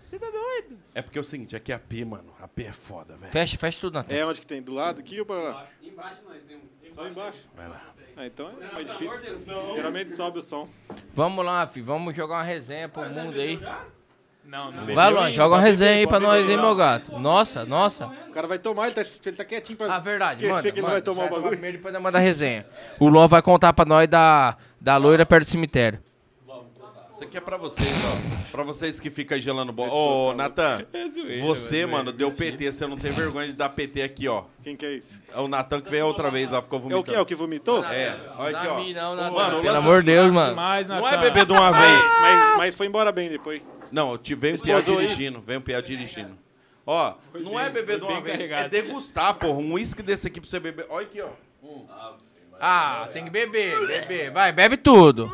S10: Você tá doido?
S1: É porque é o seguinte, aqui é AP, mano. AP é foda, velho.
S2: Fecha, fecha tudo na tela.
S4: É onde que tem? Do lado aqui ou pra lá? Embaixo nós temos. Só embaixo?
S1: Vai lá.
S4: Ah, então é mais difícil. Geralmente sobe o som.
S2: Vamos lá, filho, vamos jogar uma resenha
S4: Ah,
S2: pro mundo aí.
S10: Não, não.
S2: Vai, Luan, joga uma resenha aí pra
S4: pode
S2: nós,
S4: beber,
S2: hein,
S4: não.
S2: meu gato. Nossa, nossa.
S4: O cara vai tomar, ele tá, ele tá quietinho pra
S2: Ah, verdade,
S4: esquecer
S2: manda,
S4: que ele
S2: manda.
S4: vai tomar o
S2: Vai tomar
S4: bagulho.
S2: primeiro, depois nós manda a resenha. O Luan vai contar pra nós da, da loira perto do cemitério.
S1: Isso aqui é pra vocês, ó. Pra vocês que ficam aí gelando bola. Ô, Natan,
S10: *laughs* é
S1: você, mano, deu PT. Você não tem vergonha de dar PT aqui, ó.
S4: Quem que é isso?
S1: É o Natan que veio outra vez lá, ficou
S4: É o que?
S1: vomitando.
S4: É o que vomitou?
S1: É, olha aqui,
S2: Não,
S1: ó.
S2: não, não,
S1: Mano,
S2: não,
S1: o
S2: pelo
S1: lance-
S2: amor de Deus, mano.
S10: Mais, Natan. Ah!
S1: Não é beber de uma vez.
S4: Mas, mas foi embora bem depois.
S1: Não, eu te- veio um piá
S4: Explosou aí?
S1: dirigindo, veio um piá dirigindo. Ó, não é beber de
S10: bem
S1: uma vez, é
S10: carregado.
S1: degustar, porra. Um uísque desse aqui pra você beber. Olha aqui, ó.
S2: Ah, tem que beber, beber. Vai, bebe tudo.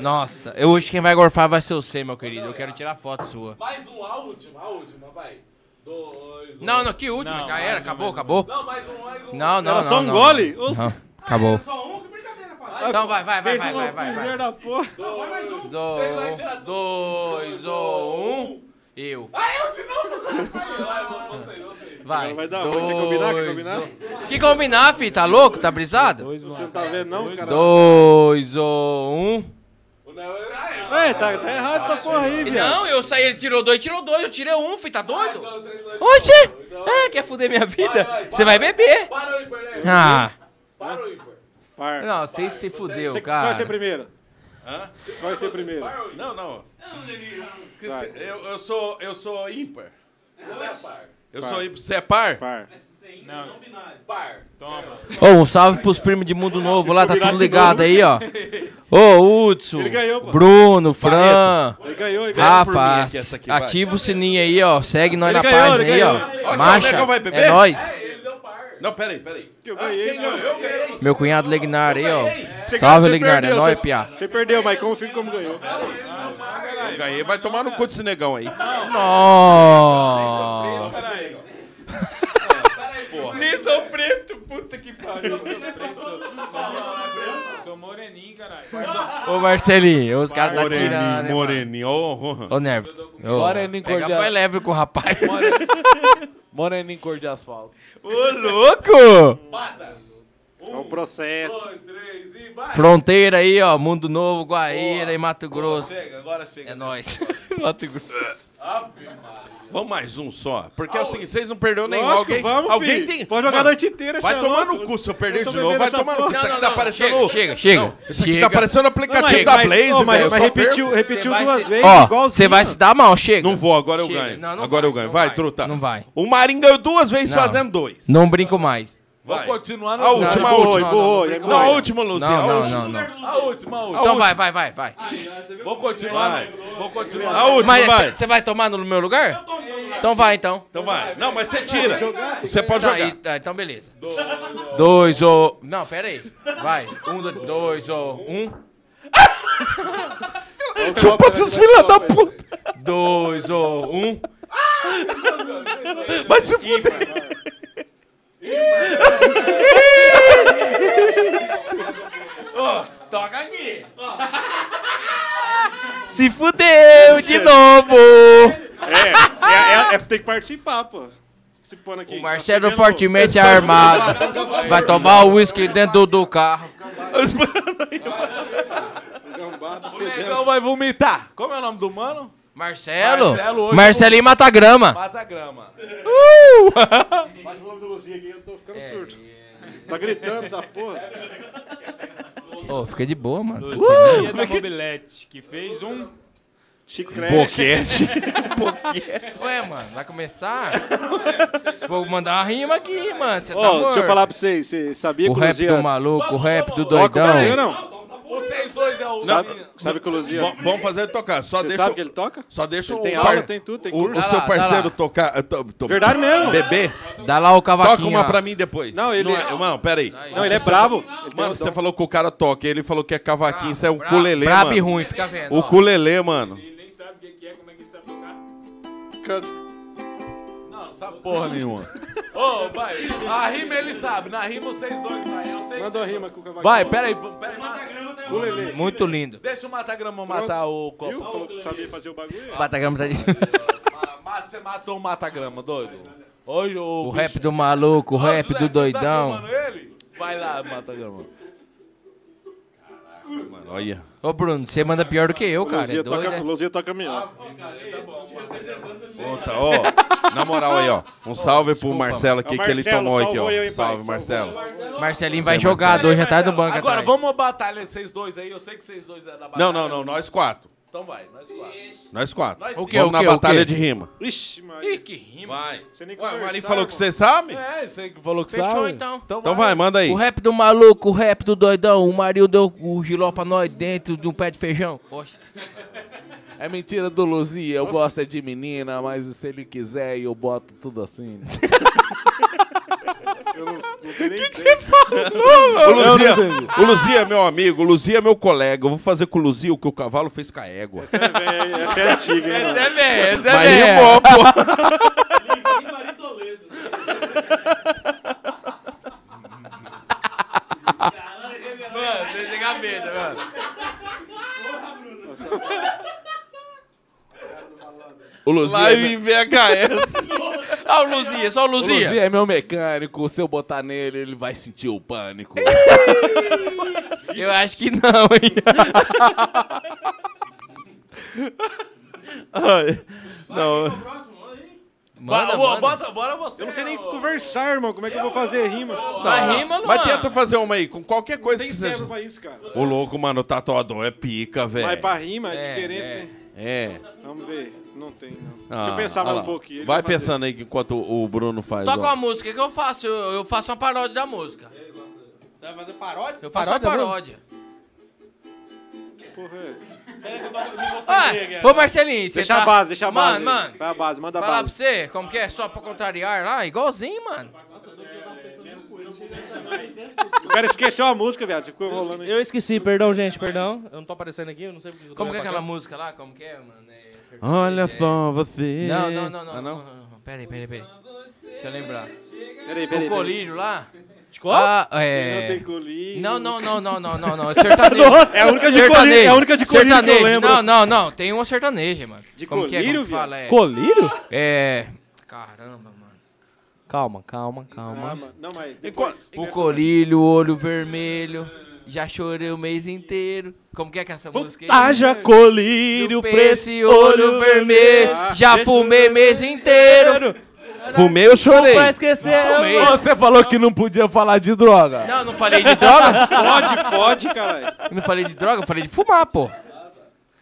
S2: Nossa, eu hoje quem vai gorfar vai ser você, meu querido. Eu quero tirar foto sua.
S9: Mais um, a última, a última, vai. Dois. um.
S2: Não, não, que última,
S10: Não,
S2: já era,
S10: mais
S2: acabou,
S10: ou menos.
S2: acabou.
S9: Não, mais um, mais um.
S2: Não, não,
S4: Era
S2: não.
S4: só um
S2: não,
S4: gole?
S2: não.
S4: Ou-
S2: Não, acabou.
S9: Só um, que brincadeira, faz.
S2: Então vai, vai, vai, vai, vai, vai. vai.
S4: Mulher da porra.
S9: Vai mais um.
S2: Dois, dois ou um. Eu.
S9: Ah, eu de novo? Vai, vou, vou, sei, vou, sei.
S2: Vai.
S4: Vai dar ruim, quer combinar? Quer combinar?
S2: um. Que combinar, fi? Tá louco? Tá brisado?
S10: Dois,
S4: Você não
S10: Luan.
S4: tá vendo não, cara?
S2: Dois ou um.
S9: O Neo- Ah, eu-
S4: Ué, tá, tá errado essa porra aí, viado.
S2: Não, eu saí, ele tirou dois, tirou dois, eu tirei um, fi, tá doido?
S9: Então, vocês dois-
S2: Oxi! Ah, quer fuder minha vida?
S9: vai,
S2: Você vai beber.
S9: Para o ímpar, né?
S2: Ah,
S9: Para o ímpar.
S4: Par.
S2: não, você se fudeu,
S4: Você que escolhe
S2: cara.
S4: ser primeiro.
S1: Hã?
S4: Vai ser primeiro.
S1: Não, não. Que se- Eu, eu sou, eu sou ímpar.
S2: é
S1: Eu
S17: Par.
S1: sou ímpar. Você é par?
S4: Par.
S10: Não,
S1: Par.
S10: Toma.
S2: Ô, um salve pros primos de Mundo Novo lá, tá
S4: Descobri lá
S2: tudo
S4: de
S2: ligado
S4: novo. né?
S2: aí,
S4: *laughs*
S2: ó. Ô, Hudson,
S4: Ele ganhou, pô.
S2: Bruno, Fran,
S4: Ele ganhou, ele ganhou. Por mim
S2: Rafa,
S4: aqui, essa aqui, vai.
S2: ativa o sininho aí, ó. Segue nós
S1: Ele
S2: na
S1: ganhou,
S2: página
S1: ele
S2: aí,
S1: ganhou. Ó,
S2: ó.
S1: quem
S2: Macha,
S1: é que vai beber?
S2: é nóis.
S1: Não, peraí, peraí. Ah,
S4: Eu ganhei. né? eu ganhei.
S2: Meu cunhado Legnar aí, ó.
S4: Você
S2: Salve,
S4: ganhou,
S2: Legnar, é
S4: perdeu,
S2: nóis,
S4: você-
S2: piá.
S4: Você perdeu, mas confio como ganhou.
S1: Eu ganhei, vai tomar no cu desse negão aí.
S2: Nossa.
S1: Nem sou preto, puta que pariu.
S10: Sou moreninho, caralho.
S2: Ô, Marcelinho, os caras tá
S1: Moreninho,
S2: tirando.
S1: moreninho,
S2: Ô, ô. Ô, Nervo. Ô,
S3: Moreninho
S2: pega
S3: cordial.
S2: mais leve com o rapaz.
S3: Moreninho cor de asfalto.
S1: Ô,
S2: louco!
S4: É um processo.
S2: Fronteira aí, ó. Mundo Novo, Guaíra e Mato Grosso.
S1: Chega, agora chega.
S2: É nóis. Mato Grosso.
S1: Vamos mais um só. Porque é o seguinte, vocês não perderam nenhum.
S4: Lógico,
S1: alguém,
S4: vamos,
S1: alguém
S4: filho.
S1: tem.
S4: Pode jogar a noite inteira,
S1: Vai
S4: cê é
S1: tomar
S4: louco.
S1: no cu se eu
S4: Eu
S1: perder
S4: tô
S1: de novo.
S4: bebendo
S1: Vai
S4: essa
S1: tomar no cu.
S4: porra.
S1: Isso aqui
S4: Não,
S1: tá
S4: não, não,
S1: aparecendo.
S4: chega,
S1: no-
S2: chega, chega,
S1: Não, Isso aqui tá aparecendo o aplicativo
S4: Não, mas-
S1: da
S4: mas-
S1: Blaze,
S4: ô, mas-
S1: velho,
S4: mas
S1: só
S4: repetiu,
S1: perco.
S4: repetiu duas vezes,
S2: Ó,
S4: igualzinho.
S2: você vai se dar mal, chega.
S1: Não vou, agora
S2: Chega.
S1: eu ganho.
S2: Não, não
S1: agora
S2: vai,
S1: eu ganho.
S2: não
S1: Vai,
S2: vai.
S1: truta.
S2: Não vai.
S1: O Marinho ganhou duas vezes
S2: Não.
S1: fazendo dois.
S2: Não brinco mais.
S1: Vai.
S3: continuar
S1: A última, a
S2: não,
S1: última.
S2: não, não,
S1: Não,
S2: não,
S1: a
S2: não.
S1: última, Luzinha.
S2: Não,
S1: a
S2: não,
S1: última.
S2: não, não.
S3: A última, a última.
S2: Então vai, vai, vai, vai.
S3: Vou continuar,
S1: Vai.
S3: né? Vou continuar.
S1: A última, vai.
S2: Mas você vai tomar no meu lugar? Então vai, então.
S1: Então vai. Não, mas você tira. Você pode
S2: Não,
S1: jogar.
S2: e- tá, então beleza. Dois ou. Não, pera aí. Vai. Um, do- dois ou. Um. *laughs*
S1: Chupa esses filha da puta.
S2: Dois ou. Um.
S1: Vai se fuder.
S2: Toca aqui. Se fudeu de
S4: Sério.
S2: novo.
S4: É, é, é, é, tem que participar, pô. Se pondo aqui. Tá
S2: O Marcelo é fortemente armado. Vai tomar o uísque dentro do, do carro.
S3: Então vai vomitar. Como é o nome do mano?
S2: Marcelo?
S3: Marcelo hoje-
S2: Marcelinho mata grama.
S3: Mata grama.
S4: Mas o nome do Luzinho aqui, eu tô ficando surdo. Tá gritando essa porra.
S2: Ô, fica de boa, mano.
S10: Luzinha da Mobilete, que fez um.
S4: Chico Creche.
S1: Boquete.
S2: Ué, mano, vai começar? Vou mandar uma rima aqui, mano. Você tá
S4: Ó, deixa eu
S2: morto.
S4: falar pra vocês. Você sabia
S2: O
S4: que o
S2: rap do
S4: Luzinha...
S2: maluco, o rap do
S4: Ó, como é que eu
S2: doidão.
S4: não.
S3: Vocês dois é o...
S4: Sabe, sabe que o Luzinha...
S1: V- Vamos fazer ele tocar. Só
S4: Você
S1: deixa.
S4: sabe
S1: o-
S4: que ele toca?
S1: Só deixa
S4: Ele
S1: o,
S4: tem
S1: par-
S4: aula, tem tudo, tem
S1: o,
S4: curso.
S1: o seu
S2: lá,
S1: parceiro
S2: dá lá.
S1: tocar. eh, to- to-
S4: Verdade mesmo.
S1: Bebê,
S2: Dá lá o
S1: né? toca
S2: cavaquinho.
S1: uma
S2: lá.
S1: pra mim depois.
S4: Não, ele-
S1: é, mano, peraí.
S4: Não, ele é brabo. Ele tem um
S1: Mano, você
S4: dom.
S1: falou que o cara toca. Ele falou que é cavaquinho. Isso é um
S2: Brabo,
S1: culelê,
S2: brabo e
S1: mano.
S2: ruim, fica vendo.
S1: O
S2: ó.
S1: culelê, mano.
S10: Ele nem sabe o que que é, como é que ele sabe tocar.
S4: Canta.
S3: Não, sabe
S1: Porra nenhuma.
S3: Ô, vai. A rima é ele sabe. Na rima vocês dois vai. Eu sei que
S4: Manda uma
S3: vocês
S4: rima com o cavaquinho.
S3: Vai, peraí. peraí mata...
S4: Lele.
S2: Muito lindo.
S3: Deixa o Matagrama matar o
S4: Viu?
S3: copo.
S4: Falou que sabia fazer o bagulho.
S2: Batagrama tá de...
S3: Ma- ma- Você matou o Matagrama, doido. Hoje o...
S2: O rap do maluco, o
S3: Ô,
S2: rap
S3: José,
S2: do
S3: você tá
S2: doidão.
S3: filmando ele? Vai lá, Matagrama.
S1: Mano, olha.
S2: Ô, Bruno, você manda pior do que eu, cara. É
S4: Luzinha
S2: doido,
S4: toca,
S2: né?
S4: Luzinha toca melhor.
S1: Puta, ó. Na moral aí, ó. Um salve pro Marcelo aqui
S4: É o
S1: que ele
S4: Marcelo,
S1: tomou aqui,
S4: salvou
S1: ó.
S4: eu, hein, pai?
S1: salve,
S4: Salvou.
S1: Marcelo.
S2: Marcelinho vai jogar, dois já tá no banco.
S3: Agora,
S2: atrás.
S3: vamos uma batalha, vocês dois aí. Eu sei que vocês dois é da batalha.
S1: Não, não, não. Nós quatro.
S3: Então vai, nós quatro.
S1: Nós quatro.
S3: Nós
S1: Vamos
S3: cinco.
S2: O quê, o
S1: na
S2: quê, o
S1: batalha
S2: quê?
S1: de rima.
S4: Ixi, mas...
S2: Que rima.
S1: Vai.
S4: Você nem
S1: Ué, o Marinho
S4: conversar,
S1: falou que você sabe?
S3: É, você que falou que
S2: Fechou,
S3: sabe.
S2: então.
S1: Então vai, manda aí.
S2: O rap do maluco, o rap do doidão. O Marinho deu o giló pra nós dentro de um pé de feijão. Poxa.
S3: É mentira do Luzia, eu gosto é de menina, mas se ele quiser, eu boto tudo assim.
S4: Eu não, não tenho nem ideia.
S1: O Luzia, o Luzia é meu amigo, o Luzia é meu colega. Eu vou fazer com o Luzia o que o cavalo fez com a égua.
S4: Essa é velha, essa é antiga, hein, mano?
S1: Mas
S3: é.
S1: rimou,
S3: *laughs*
S1: pô.
S3: O Luzia, é
S1: Live
S3: meu-
S1: em VHS.
S2: Ah, o Luzia, só o
S3: o
S2: Luzia.
S3: Luzia é meu mecânico, se eu botar nele, ele vai sentir o pânico.
S2: Eu acho que não, *laughs* hein?
S1: Não.
S4: Ba-
S2: Manda, manda.
S4: ô, bota- bora você. Eu não sei nem conversar, irmão. Como é que eu vou fazer rima?
S1: Não, Mas tenta fazer uma aí, com qualquer coisa
S4: Tem
S1: que seja.
S4: cérebro pra isso, cara.
S1: O louco, mano, o tatuador é pica, velho.
S4: Vai pra rima, é
S1: É,
S4: diferente, né?
S1: É.
S4: Vamos ver. Não tem, não.
S1: Ah,
S4: Deixa eu pensar
S1: olha
S4: mais um
S1: lá.
S4: pouquinho. Ele
S1: Vai
S4: fazer.
S1: pensando aí que enquanto o Bruno faz.
S2: Toca
S1: ó.
S2: uma música que eu faço, eu, eu faço uma paródia da música.
S11: Você vai fazer paródia?
S2: Eu faço uma paródia.
S4: Porra. é.
S2: Ué, Ah, ô Marcelinho, você
S4: Deixa
S2: tá...
S4: a base, deixa a base.
S2: Mano, mano,
S4: Vai a base, manda a
S2: falar pra
S4: base.
S2: você como que é, só pra contrariar lá, igualzinho, mano.
S4: O cara esqueceu a música, viado. Você ficou rolando aí.
S7: Eu esqueci, perdão, gente, perdão. Eu não tô aparecendo aqui, eu não sei porque eu tô
S2: Como que é
S7: olhando pra
S2: aquela
S7: cá.
S2: música lá, como que é, mano? É,
S1: Olha
S7: Então
S1: só você.
S2: Não, não, não, não.
S1: Ah,
S2: não, não, não. Pera aí, pera aí, pera aí. Deixa eu lembrar.
S4: Peraí, peraí.
S2: O colírio lá. De
S4: qual?
S2: Ah, é...
S4: Não tem colírio.
S2: Não, não, não, não, não,
S4: *laughs*
S2: não, não. É sertanejo.
S4: Nossa, é a única de
S2: Sertanejo.
S4: colírio- é a única de colírio que eu
S2: Sertanejo.
S4: lembro.
S2: Não, não, não. Tem uma sertaneja, mano.
S4: De
S2: que é?
S4: colírio,
S2: que fala?
S4: viado?
S2: É...
S7: Colírio?
S2: É... Caramba, mano.
S7: Calma, calma, calma.
S4: Ah, mano. Não, mas...
S2: O colírio, olho vermelho. Já chorei o mês inteiro. Como que é que é essa música aí?
S7: Haja colírio
S2: pra esse olho vermelho. Ah, Já fumei mês inteiro.
S1: Fumei, eu chorei.
S7: vai esquecer, eu-
S2: Fumei.
S3: Ô, Você falou que não podia falar de droga.
S2: Não, não falei de *laughs* droga.
S4: Pode, pode, caralho.
S2: Eu não falei de droga, eu falei de fumar, pô.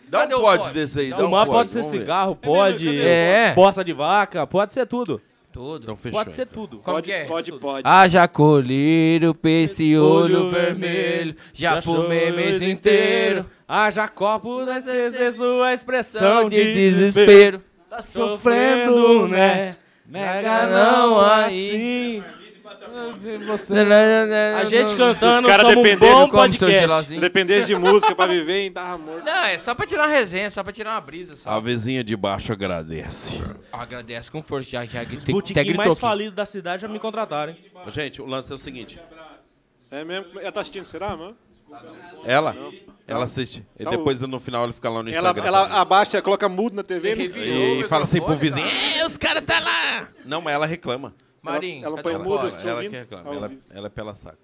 S1: Dá um pode desse aí. dá um
S7: Fumar pode ser
S1: vamos ver.
S7: cigarro, pode.
S2: É.
S7: Bosta de vaca, pode ser tudo.
S2: Tudo.
S1: Então fechou.
S7: Pode ser tudo.
S2: Como que é?
S4: Pode, pode.
S2: Haja colírio pra esse olho vermelho. Já fumei
S7: chorou
S2: mês
S7: o dia
S2: inteiro.
S7: Haja copo, mas essa é sua expressão
S2: São de desespero.
S7: Tá sofrendo, né? Nega não assim. A gente
S4: Os
S7: cantando,
S4: caras
S7: somos um
S4: dependendo
S7: bom
S2: como seu
S7: podcast.
S2: gelazinho.
S4: Se dependesse de música pra viver, hein, dava morto.
S2: Não, é só pra tirar uma resenha, só pra tirar uma brisa. Só.
S1: A vizinha de baixo agradece.
S2: Agradece com força, já, já. Os
S7: Botiquim mais falido da cidade já me contrataram, hein?
S1: Gente, o lance é o seguinte.
S4: É mesmo? Ela tá assistindo, será, mano?
S1: Ela, ela assiste. E
S4: Tá
S1: depois no final ele fica lá no
S4: Ela,
S1: Instagram. assim,
S4: ela abaixa, coloca mudo na TV. né?
S1: e fala assim pro vizinho, "É, os caras tá lá. Não, mas ela reclama.
S2: Marinho,
S4: ela
S2: cadê
S4: põe
S2: o
S4: o
S1: Ela,
S4: mudo,
S2: fone?
S4: fica
S1: ela, ela
S4: ouvindo
S1: que reclama.
S4: ao
S1: Ela,
S4: vivo.
S1: ela é pela saco.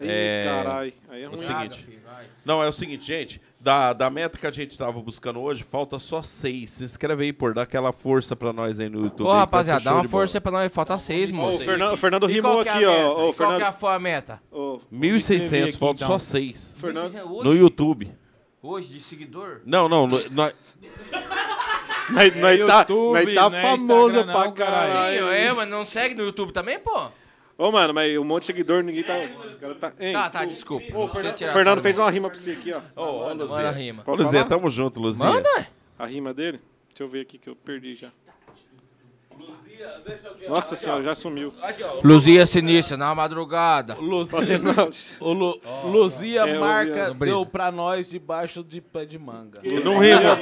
S4: Ih,
S1: É,
S4: caralho. Aí é
S1: o
S4: ruim.
S1: seguinte. Não, é o seguinte, gente. Da, da meta que a gente tava buscando hoje, falta só seis. Se inscreve aí, por dá aquela força pra nós aí no YouTube.
S2: Ô,
S1: aí, que vai
S2: rapaziada,
S1: ser tá
S2: dá
S1: show
S2: uma
S1: de bola.
S2: força aí pra nós. Falta seis,
S4: Ó,
S2: moço.
S4: Ah, o Fernando, o Fernando
S2: E
S4: rimou
S2: qual que é a
S4: aqui,
S2: meta?
S4: ó. Ó,
S2: E
S4: o
S2: Qual que é a
S4: Fernando.
S2: foi a meta?
S4: ó,
S1: 1.600,
S10: aqui,
S1: falta
S10: então.
S1: só seis.
S4: Fernando.
S1: No
S2: é Hoje,
S1: YouTube.
S2: hoje, de seguidor?
S1: Não, não. no- nós-
S4: Nós nós tá, nós tá
S10: né,
S4: famoso
S10: Instagram
S4: pra
S10: não,
S2: Sim,
S4: caralho.
S2: é, mas não segue no YouTube também, pô?
S4: Ô, mano, mas um monte de seguidor, ninguém tá. Os caras tá. Hein,
S2: Tá, tá,
S4: o-
S2: desculpa.
S4: Ô,
S2: Não
S4: o
S2: precisa
S4: Fernando,
S2: tirar
S4: o Fernando
S2: sarro.
S4: fez uma rima pra você aqui, ó.
S2: Ô, ô, Luzia. rima.
S1: Ô,
S4: Pode
S1: Luzia,
S4: falar?
S1: tamo junto, Luzia.
S2: Manda,
S4: A rima dele? Deixa eu ver aqui que eu perdi já. Nossa senhora, já sumiu.
S2: Luzia Sinistra, na
S4: *laughs*
S2: madrugada.
S4: Pode- não.
S3: O Lu- Luzia
S4: é, eu
S3: Marca
S4: ouvi,
S3: deu pra nós debaixo de pé de manga.
S1: Não rimou.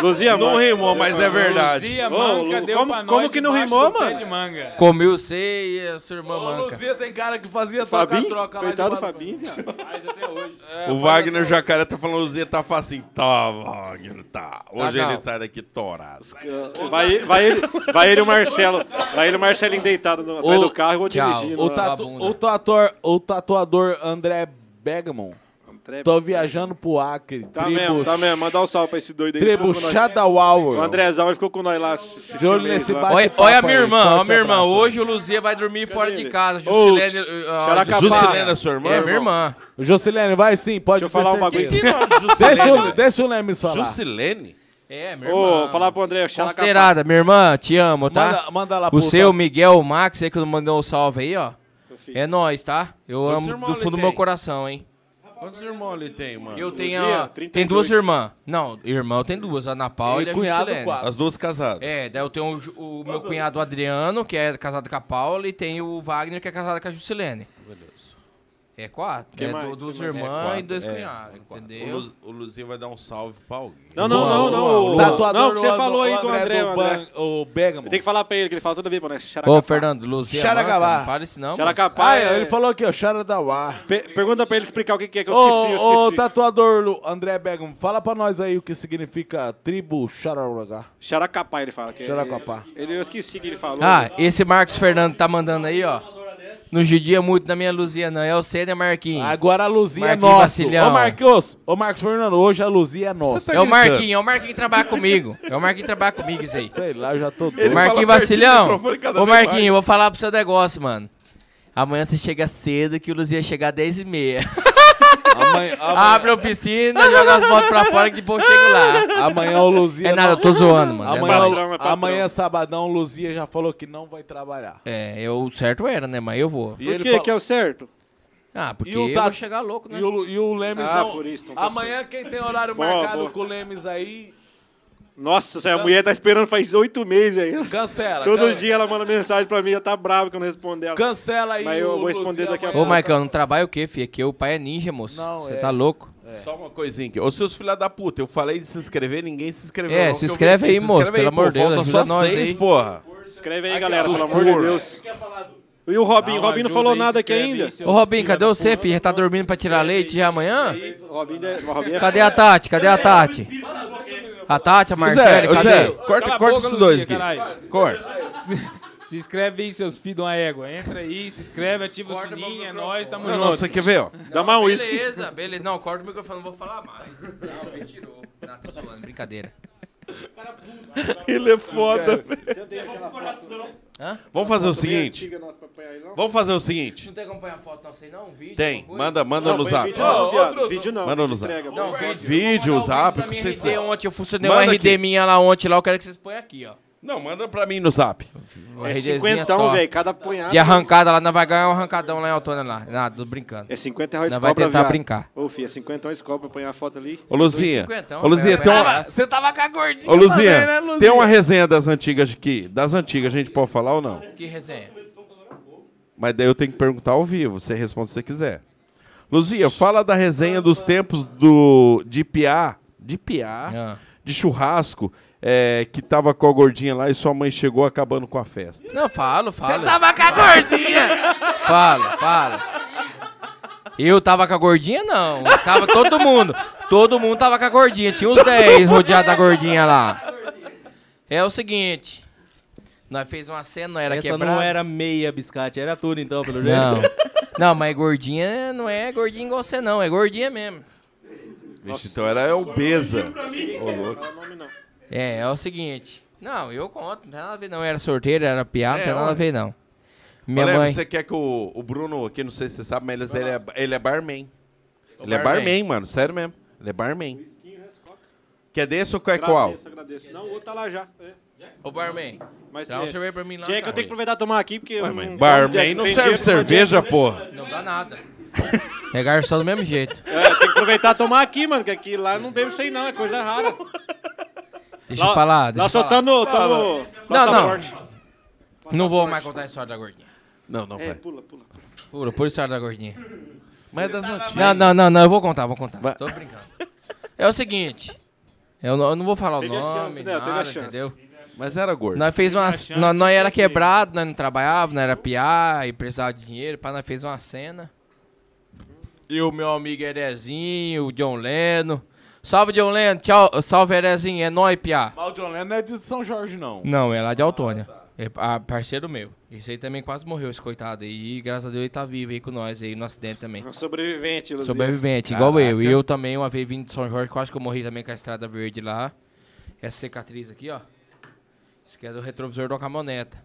S4: Luzia,
S1: Não
S4: mano.
S1: rimou, mas é verdade.
S10: Zia,
S4: Ô,
S10: manga,
S4: Lu-
S10: deu
S4: como-
S10: pra nós
S4: como que não
S10: debaixo
S4: rimou,
S10: do pé
S4: mano?
S10: de manga.
S2: Comeu você e a sua irmã
S3: Ô,
S2: manca.
S3: Luzia tem cara que fazia
S4: Fabinho?
S3: troca-troca lá
S4: Coitado do
S3: de Badu-
S4: Fabinho, cara.
S1: O Wagner Jacaré tá falando, Luzia tá facinho. Tá, Wagner, tá. Hoje
S2: não.
S1: ele sai daqui torado.
S4: Vai, vai, ele, vai ele e o Marcelo. Vai ele e o Marcelinho deitado no, atrás
S3: Ô, tá
S4: do carro e vou
S2: tchau.
S4: dirigindo.
S3: O,
S4: lá.
S3: tatu-
S2: Vagabunda.
S3: o tatuador, o tatuador André Begamon.
S4: André-
S3: Tô viajando pro Acre.
S4: Tá
S3: tribo,
S4: mesmo, tá mesmo. Mandar um salve pra esse doido aí.
S3: Tribo
S4: ficou com nós. O
S3: Chadawauer.
S4: Andrezão ele ficou com nós lá. esse- esse
S3: De olho
S4: mês
S3: nesse
S4: lá.
S3: bate-
S2: Olha,
S3: papo
S2: olha a
S3: aí,
S2: minha irmã,
S3: forte
S2: olha a minha irmã.
S3: abraço.
S2: Hoje o Luzia vai dormir fora de
S4: ele?
S2: casa.
S4: Ô,
S2: Juscelene. ah,
S4: Xaracapá.
S1: Juscelene é sua irmã?
S2: É minha irmã.
S3: Juscelene, vai sim, pode
S4: Deixa eu falar
S3: ter
S4: um bagulho.
S3: certeza.
S1: *laughs*
S4: aqui.
S3: Deixa, o- deixa o Lemes falar.
S1: Juscelene?
S2: É, minha irmã.
S4: Ô, falar pro André, xalacapá.
S2: Considerada, minha irmã, te amo, tá?
S3: Manda, manda lá
S2: O
S3: pro
S2: seu, Miguel, o Max, aí que mandou um salve aí, ó.
S4: filho.
S2: É nóis, tá? Eu
S1: Quantos
S2: amo
S1: irmãos
S2: do
S1: ele
S2: fundo do meu
S1: tem? Ah.
S2: coração, hein?
S1: Quantos irmãos ele tem, mano?
S2: Eu tenho.
S4: Luzia,
S2: a- tem
S4: 32.
S2: duas irmãs. Não, irmão tem duas, a Ana Paula e,
S3: E
S2: a
S3: cunhado,
S2: Juscelene.
S3: quatro.
S1: As duas casadas.
S2: É, daí eu tenho o, Ju- o meu cunhado Adriano, que é casado com a Paula, e tem o Wagner, que é casado com a Juscelene. É quatro. é
S4: mais?
S2: du-
S4: Quem
S2: duas
S4: mais?
S1: É
S2: irmãs
S1: quatro,
S2: e dois
S1: é,
S2: cunhados,
S1: é quatro.
S2: entendeu?
S1: O, Luz- o Luzinho vai dar um salve pra alguém.
S4: Não, não, não, não.
S3: Tatuador
S4: o- Não, o que você
S3: do-
S4: falou aí
S3: o
S4: do André, o André.
S3: Ban- O Begamon.
S4: Tem que falar pra ele, que ele fala toda vez pra nós. Xaracapá.
S2: Ô, Fernando, Luzia,
S3: Xaragabá.
S2: Manca, não fala isso não. moço.
S4: Xaracapá.
S3: Ah,
S4: é-
S3: ele falou aqui, ó, Charadawá.
S4: Pe- pergunta pra ele explicar o que que é que eu esqueci.
S3: Ô,
S4: eu
S3: tá- ô,
S4: esqueci.
S3: tatuador Lu- André Begamon, fala pra nós aí o que significa tribo Charawagá.
S4: Xaracapá, ele fala. que é-
S3: Xaracapá.
S4: Ele, eu esqueci o que ele falou.
S2: Ah, esse Marcos Fernando tá mandando aí, ó. Não judia muito da minha Luzia, não. É o Célia Marquinhos.
S1: Ah,
S3: Agora a Luzia
S2: Marquinhos
S3: é nossa.
S2: Vacilhão.
S3: Ô Marquinhos, ô Marcos Fernando, hoje a Luzia é nossa.
S1: tá
S4: tá
S2: é o Marquinhos, é o Marquinhos que trabalha comigo. É o Marquinhos que trabalha comigo, isso aí.
S3: Sei lá, eu já tô
S2: O
S3: doido.
S2: Marquinhos Vacilhão. Ô Marquinhos, eu vou falar pro seu negócio, mano. Amanhã você chega cedo que o Luzia chegar às 10 e meia. Abre a oficina, joga as motos pra fora que depois eu chego lá.
S3: Amanhã o Luzia.
S2: É nada, eu tô zoando, mano. É
S3: Amanhã,
S2: nada.
S3: amanhã, é sabadão, o Luzia já falou que não vai trabalhar.
S2: É, eu, o certo era, né? Mas eu vou.
S3: E Por ele que fala- que é
S4: o certo?
S2: Ah, porque
S3: E o
S2: eu
S3: Tato-
S2: vou chegar louco, né?
S3: E o, e o Lemes
S4: Ah,
S3: não.
S4: por isso, então tá
S3: amanhã, quem tem horário
S4: Boa,
S3: marcado
S4: boa.
S3: com o Lemes aí.
S4: Nossa, essa mulher tá esperando faz oito meses aí.
S3: Cancela.
S4: Todo
S3: cancela.
S4: dia ela manda mensagem pra mim, ela tá brava que eu não respondo ela.
S3: Cancela aí
S4: Mas eu
S3: o
S4: vou responder
S3: Luciano
S4: daqui a
S2: Ô,
S4: pouco.
S2: Marcão, não trabalha o quê, filho? Aqui o pai é ninja, moço. Você tá louco?
S1: É. Só uma coisinha aqui. Ô, seus filha da puta, eu falei de se inscrever, ninguém se inscreveu.
S2: É,
S1: não,
S2: se
S1: que eu
S2: inscreve
S1: vi aqui.
S2: aí, moço, pelo
S1: pô,
S2: amor de Deus,
S1: falta
S2: ajuda
S1: só
S2: nós
S1: seis,
S2: aí.
S1: porra.
S4: Escreve aí,
S1: Aqui,
S4: galera,
S1: ó,
S4: pelo
S1: os
S4: amor de
S1: porra.
S4: Deus. E o Robinho? O Robinho não falou nada aqui ainda.
S2: Ô, Robinho, cadê você, filho? Já tá dormindo pra tirar leite já amanhã?
S4: Robinho é- Robinho *laughs* é-
S2: Cadê a Tati? Cadê a Tati? A Tati, a
S1: Zé,
S2: Marcele,
S1: ô, Zé,
S2: cadê?
S1: corta,
S10: Cala a
S1: corta
S10: boca,
S1: esses dois aqui.
S10: Luzinha, caralho.
S1: Corta.
S10: Se inscreve aí, seus filhos de uma égua. Entra aí, se inscreve, ativa o sininho, é nóis, tamo
S1: Não,
S10: junto.
S1: não, você quer ver, ó.
S4: Dá mais um uísque.
S2: Beleza, beleza. Não, corta o microfone, não vou falar mais. Não, me tirou. Não, tô zoando, brincadeira.
S1: Ele é foda, velho.
S2: Hã?
S1: Vamos fazer o seguinte. Vamos fazer o seguinte.
S2: Não tem como pôr a foto, não sei não? Um vídeo?
S1: Tem,
S2: alguma coisa?
S1: manda, manda
S4: Não,
S1: no
S4: põe
S1: zap.
S4: vídeo não, viado. Vídeo não,
S1: Manda
S4: vídeo
S1: no zap.
S4: entrega.
S2: Não, vídeo.
S1: Vídeo, zap,
S2: Pra
S1: o que
S2: mim,
S1: vocês
S2: RD
S1: são.
S2: ontem, eu funcionei
S1: Manda
S2: um
S1: aqui.
S2: RD minha lá ontem, lá, eu quero que vocês ponham aqui, ó.
S1: Não, manda pra mim no zap.
S2: Um
S4: É
S2: RDzinho
S4: 50,
S2: top.
S4: velho, cada punhado.
S2: De arrancada lá, nós vai ganhar um arrancadão lá em Autônia lá. Nada, tô brincando.
S4: É 50 reais
S2: Nós
S4: cobra,
S2: vai tentar
S4: viado.
S2: brincar.
S4: Ô, filho, é 50 reais cobra pra apanhar a foto ali.
S1: Ô, Luzinha.
S2: 2,50,
S1: Ô, Luzinha,
S2: vai,
S1: tem
S2: vai,
S1: uma...
S2: vai. Você tava com a gordinha
S1: Ô, Luzinha,
S2: também, né, Luzinha?
S1: tem uma resenha das antigas aqui. Das antigas, a gente pode falar ou não?
S2: Que resenha.
S1: Mas daí eu tenho que perguntar ao vivo. Você responde se você quiser. Luzia, fala da resenha dos tempos do de piá, de piá,
S2: Ah.
S1: de churrasco, é, que tava com a gordinha lá e sua mãe chegou acabando com a festa.
S2: Não, falo, falo.
S14: com a gordinha!
S2: Fala, fala. Eu tava com a gordinha, não. Tava todo mundo. Todo mundo tava com a gordinha. Tinha uns 10 rodeados da gordinha lá. É o seguinte. Nós fez uma cena, não era
S7: Essa
S2: quebrada.
S7: não era meia biscate, era tudo então, pelo
S2: É
S7: jeito.
S2: Não. Não, mas gordinha não é gordinha igual você, não. É gordinha mesmo.
S1: Vixe, então era obesa. Ô, louco.
S2: É, é o seguinte. Não, eu conto. Não tem nada a ver, não. Era sorteira, era
S4: É,
S2: piada, não tem nada a ver, não. Minha
S1: Olha,
S2: mãe.
S1: você quer que o, o Bruno, aqui não sei se você sabe, mas eles- ele, é, ele é barman. Ele é
S2: barman.
S1: barman, mano, sério mesmo. Ele é barman.
S4: né,
S1: Quer desse ou quer qual?
S4: Agradeço, agradeço. Não, o outro tá lá já. É.
S2: Ô, barman.
S4: Mas,
S2: Dá um
S4: é,
S2: cerveja pra mim lá.
S4: Jack, eu
S2: cara.
S4: tenho que aproveitar e tomar aqui, porque... eu não-
S1: Barman
S4: Jack,
S1: não serve
S4: tem dinheiro, né? não
S1: cerveja,
S4: adianta.
S1: porra.
S2: Não dá nada. *laughs* É garçom do mesmo jeito.
S4: *laughs* É, tem que aproveitar e tomar aqui, mano, que aqui lá não bebo isso aí não, é coisa rara.
S2: Deixa eu falar. Deixa
S4: Lá
S2: eu
S4: só
S2: falar.
S4: tá no... Tá no
S2: Não, não.
S4: passaporte.
S2: Não vou mais contar a história da gordinha.
S1: Não, não
S4: É,
S1: vai.
S4: pula, pula.
S2: Pura, pura história da gordinha.
S1: Mas das antigas.
S2: Não, não, não, não, eu vou contar, vou contar. Tô brincando. É o seguinte. Eu não, eu não vou falar o
S4: Teve a
S2: nome,
S4: chance, né? Teve a
S2: nada,
S4: chance.
S2: entendeu?
S1: Mas era gordo.
S2: Nós fez uma. Nós, nós era quebrado, nós não trabalhava, nós era piá e precisava de dinheiro. Pá, nós fez uma cena. E o meu amigo Erezinho, o John Leno. Salve, John Leno. Tchau, salve, Erezinho. É nóis, piá.
S3: Mas o John Lennon não é de São Jorge, não.
S2: Não, é lá de Autônia. É pa- parceiro meu. Esse aí também quase morreu, esse coitado. aí. E graças a Deus ele tá vivo aí com nós aí no acidente também.
S4: Um sobrevivente, Luzia.
S2: Sobrevivente, igual eu. E eu também, uma vez vindo de São Jorge, quase que eu morri também com a estrada verde lá. Essa cicatriz aqui, ó. Isso aqui é do retrovisor da caminhoneta.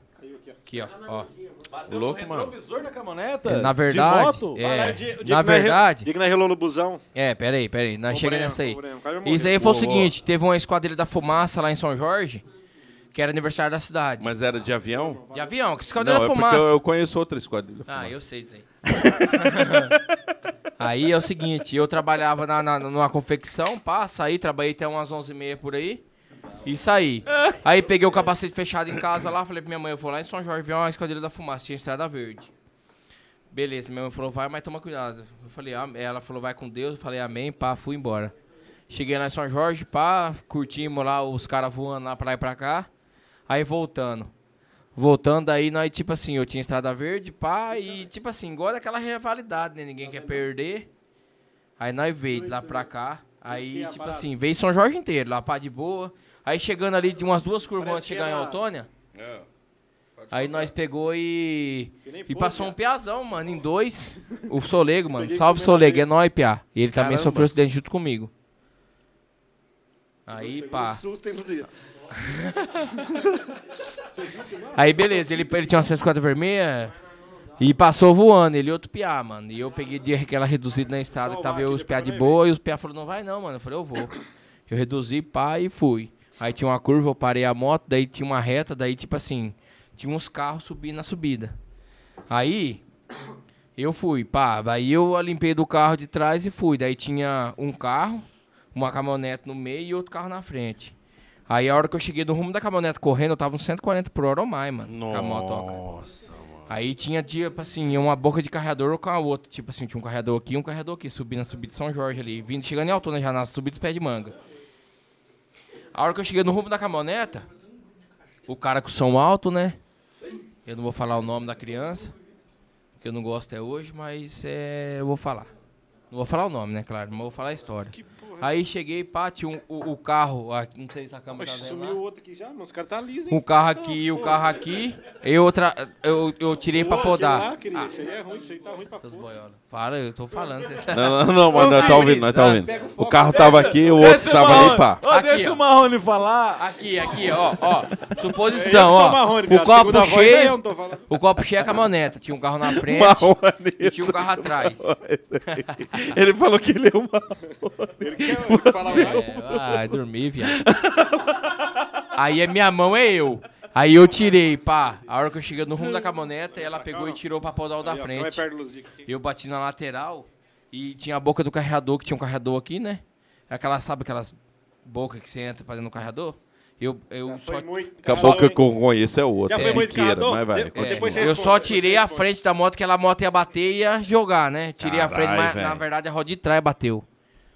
S2: Aqui, ó. ó.
S1: Bateu louco, mano.
S3: Retrovisor da caminhoneta?
S2: É, na verdade.
S3: De moto?
S2: é,
S4: Caralho, diga- diga
S2: na
S4: que nós re-
S2: verdade.
S4: Diga que nós relou no busão.
S2: É, peraí, peraí. Nós
S4: Ô,
S2: chegamos
S4: Breno,
S2: nessa aí.
S4: ô, Breno, quase morreu.
S2: Isso aí foi o
S1: Boa,
S2: seguinte: teve uma esquadrilha da fumaça lá em São Jorge, que era aniversário da cidade.
S1: Mas era de avião?
S2: De avião, que esquadrilha
S1: Não,
S2: da
S1: é
S2: fumaça.
S1: porque eu, eu conheço outra esquadrilha.
S2: Ah, eu sei disso aí. *laughs* aí é o seguinte, eu trabalhava na, na, numa confecção, pá, saí, trabalhei até umas 11h30 por aí e saí. Aí peguei o capacete fechado em casa lá, falei pra minha mãe, eu vou lá em São Jorge ver uma esquadrilha da fumaça, tinha estrada verde. Beleza, minha mãe falou, vai, mas toma cuidado. Eu falei, "Am-" ela falou, vai com Deus, eu falei, amém, pá, fui embora. Cheguei lá em São Jorge, pá, curtimos lá os caras voando lá pra lá e pra cá, aí voltando. Voltando aí, nós, tipo assim, eu tinha Estrada Verde, pá, e tipo assim, igual daquela rivalidade, né? Ninguém quer perder. Aí nós veio de lá pra cá. Aí, tipo assim, veio São Jorge inteiro, lá pá de boa. Aí chegando ali de umas duas curvas antes de chegar em Autônia. Aí nós pegou e. E passou um piazão, mano, em dois. O Solego, mano. Salve, Solego. É nóis, piá. E ele também
S14: Caramba.
S2: sofreu acidente junto comigo. Aí, pá.
S4: um Susto, hein, Luzia? Você viu que não?
S2: Aí, beleza. Ele, ele tinha uma 150 vermelha e passou voando. Ele e outro piá, mano. E eu peguei de aquela reduzida na estrada que tava eu e os piá de boa. E os piá falaram, não vai não, mano. Eu falei, eu vou. Eu reduzi, pá, e fui. Aí tinha uma curva, eu parei a moto. Daí tinha uma reta. Daí, tipo assim, tinha uns carros subindo na subida. Aí, eu fui, pá. Daí eu limpei do carro de trás e fui. Daí tinha um carro, uma caminhonete no meio e outro carro na frente. Aí a hora que eu cheguei do rumo da caminhonete correndo, eu tava uns 140 por hora ou mais, mano. com a motoca. Aí tinha, tipo assim, uma boca de carregador com a outra. Tipo assim, tinha um carregador aqui e um carregador aqui, subindo na subida de São Jorge ali. Vindo, chegando em Altona já, na subida do pé de manga. A hora que eu cheguei no rumo da caminhoneta, o cara com som alto, né? Eu não vou falar o nome da criança, que eu não gosto até hoje, mas é, eu vou falar. Não vou falar o nome, né, claro, mas vou falar a história. Aí cheguei, pá, tinha um- o, o carro, ah, não sei se a câmera tá
S4: Oxe,
S2: vendo lá.
S4: sumiu o outro aqui já, mas os caras tá liso, hein?
S2: Um carro aqui, o carro aqui, e outra, eu, eu tirei pra
S4: Pô, aquele
S2: podar.
S4: lá, querido, Isso aí é ruim, isso aí tá ruim pra porra.
S2: Fala, eu tô falando. você-
S1: Não, não, não, mas nós tá ouvindo, nós tá ouvindo.
S2: ah, Pega
S1: O carro tava aqui, o outro tava ali, pá.
S2: deixa
S9: o Marrone falar.
S2: *laughs* Aqui, aqui, ó, ó.
S1: É eu que
S2: Suposição,
S1: sou
S2: ó.
S1: Marrone,
S2: o
S1: cara, segunda
S2: copo
S1: voz daí eu
S2: cheio.
S1: não tô falando.
S2: O copo cheio é a caminhoneta. Tinha um carro na frente
S1: Marrone,
S2: e tinha um carro atrás.
S1: *laughs* Ele falou que ele é o Marrone. é um
S2: Ele
S1: quer falar o nome?
S2: É, Vai
S1: *laughs*
S2: dormir, viado. Aí é minha mão, é eu. Aí eu tirei, pá. A hora que eu cheguei no rumo da caminhoneta, ela pegou e tirou pra podar o da
S4: Aí, ó,
S2: Tá frente.
S4: vai perto do Luzica aqui.
S2: Eu bati na lateral e tinha a boca do carregador, que tinha um carregador aqui, né? Aquela, sabe aquelas bocas que você entra pra dentro do carregador? Eu,
S1: Ah,
S2: eu só...
S1: A boca que eu conheço é outra.
S2: Já foi muito
S1: Queira,
S2: carregador?
S1: mas vai,
S2: É,
S1: continua.
S2: eu só tirei a frente da moto, que ela- a moto ia bater e ia jogar, né? Tirei a
S1: Caralho,
S2: frente, mas
S1: velho.
S2: na verdade a roda de trás bateu.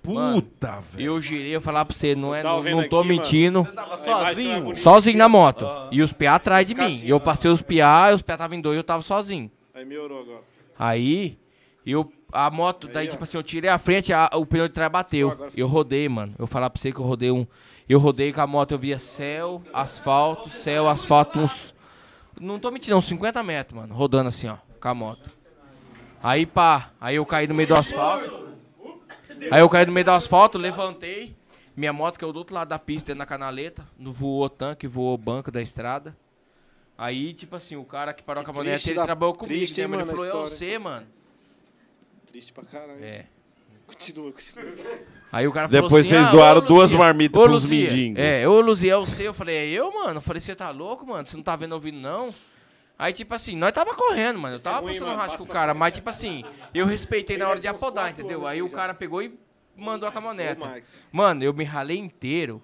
S1: Puta,
S2: velho. Eu girei, eu falar pra você, não, é,
S1: tava
S2: não,
S1: Tá vendo
S2: não tô
S1: aqui, mano.
S2: mentindo.
S1: Você tá tava sozinho?
S2: Sozinho na moto. E os piá atrás de mim.
S1: assim,
S2: Eu passei os piá, os piá estavam em dois, eu tava sozinho.
S4: Aí melhorou agora.
S2: Aí, eu. A moto, daí, tipo assim, eu tirei a frente, a- o pneu de trás bateu. Eu rodei, mano. Eu falar pra você que eu rodei um. Eu rodei com a moto, eu via céu, asfalto, céu, asfalto, uns. Não tô mentindo, uns 50 metros, mano. Rodando assim, ó, com a moto. Aí, pá, aí eu caí no meio do asfalto. Aí eu caí no meio do asfalto, levantei. Minha moto que é do outro lado da pista, dentro da canaleta. No voou tanque, voou o banco da estrada. Aí, tipo assim, o cara que parou a caminhonete,
S4: triste
S2: ele
S4: da-
S2: trabalhou comigo,
S4: triste,
S2: né,
S4: hein,
S2: mano? Ele
S4: mano, a
S2: falou, eu
S4: história.
S2: sei, mano.
S4: Triste pra caralho.
S2: É.
S4: Continua, continua.
S2: Aí o cara falou
S1: Depois
S2: assim,
S1: vocês
S2: "Ah,
S1: doaram
S2: ô,
S1: duas
S2: Luzia,
S1: marmitas
S2: ô,
S1: pros
S2: Luzia,
S1: mendigos.
S2: É, ô Luzia, é o seu. Eu falei, é eu, mano? Eu falei, você tá louco, mano? Você não tá vendo ouvindo, não? Aí, tipo assim, nós tava correndo, é mano. Eu tava passando rasgo com o cara, mas, tipo assim, eu respeitei na hora de apodar, entendeu? Aí o cara pegou e mandou a caminhoneta. Mano, eu me ralei inteiro.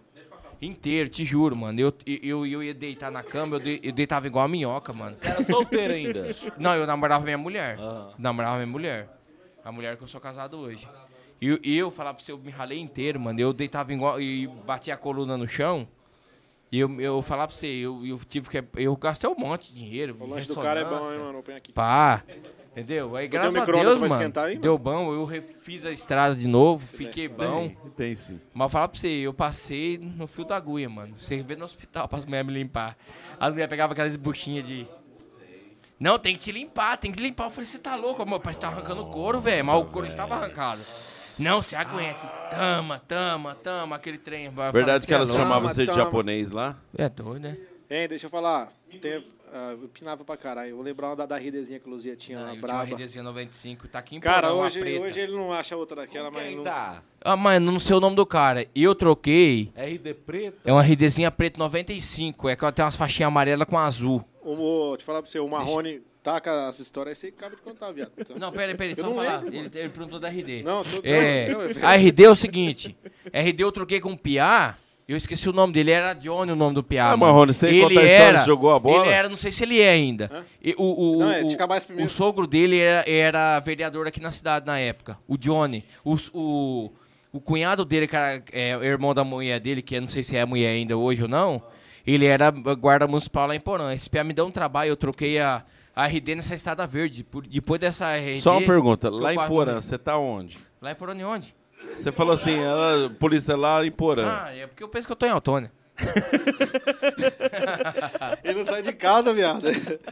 S2: Inteiro, te juro, mano. Eu, eu, eu ia deitar na cama, eu, de- eu deitava igual a minhoca, mano. Você
S9: era solteiro ainda?
S2: Não, eu namorava minha mulher. Namorava minha mulher. A mulher que eu sou casado hoje. E eu, e eu falava pra você, eu me ralei inteiro, mano. Eu deitava igual. E batia a coluna no chão. E eu, eu falava pra você, eu, eu tive que. Eu gastei um monte de dinheiro.
S4: O lanche do cara é bom,
S2: ressonância,
S4: hein, mano? Põe aqui.
S2: Pá. Entendeu? Aí,
S4: Eu dei
S2: graças
S4: um
S2: a
S4: micro-ondas
S2: Deus,
S4: pra
S2: mano,
S4: esquentar aí, mano?
S2: deu bom. Eu refiz a estrada de novo, fiquei
S1: tem,
S2: bom.
S1: tem sim.
S2: Mas falar pra você, eu passei no fio da agulha, mano. Você vê no hospital pra as mulheres me limpar. As mulheres pegavam aquelas buchinhas de... Não, tem que te limpar, tem que limpar. Eu falei, você tá louco, amor? Parece que tá arrancando couro, velho. Mas o couro já tava arrancado. Não, você aguenta. Tama, tama, tama, aquele trem. Vai falar
S1: Verdade que
S2: pra
S1: elas
S2: você,
S1: chamavam
S2: tama,
S1: você de
S2: tama.
S1: japonês lá?
S2: É doido, né?
S4: Hein, deixa eu falar. Tem, ah, eu pinava pra caralho. Eu vou lembrar uma da, da ridezinha que o Luzia tinha lá,
S2: Ah, Eu tinha uma
S4: Ah, braba.
S2: RDzinha 95, tá aqui em
S4: Cara,
S2: Porão, uma
S4: hoje,
S2: preta.
S4: hoje ele não acha outra daquela, mas não... dá?
S2: Ah, mas não sei o nome do cara. Eu troquei...
S4: RD preta?
S2: É uma RDzinha preta 95. É que ela tem umas faixinhas amarelas com azul.
S4: O, te falar pra você, o Marrone taca essa história aí, você acaba de contar, viado. Então-
S2: Não, peraí, peraí, só falar. ele, ele perguntou da RD.
S4: Não, tô...
S1: *laughs*
S2: É,
S4: não,
S2: *laughs* a RD é o seguinte. RD eu troquei com o Piá. Eu esqueci o nome dele. Era Johnny o nome do Piá.
S1: Ah,
S2: mano.
S1: Marrone, você conta a história, jogou a bola?
S2: Ele era, não sei se ele é ainda. E o, o,
S4: Não, é,
S2: o-
S4: de acabar esse primeiro.
S2: o sogro dele era, era vereador aqui na cidade na época. O Johnny. Os- o, o cunhado dele, cara, é o irmão da mulher dele, que eu não sei se é mulher ainda hoje ou não. Ele era guarda municipal lá em Porã. Esse PA me deu um trabalho, eu troquei a, a RD nessa estrada verde. Por- depois dessa RD.
S1: Só uma pergunta,
S2: que eu
S1: lá em
S2: pago-
S1: Porã, você tá onde?
S2: Lá em Porã de onde?
S1: Você falou assim, ela, polícia lá em Porã.
S2: Ah, é porque eu é penso que eu tô em Altônia.
S4: Ele não sai de casa, viado.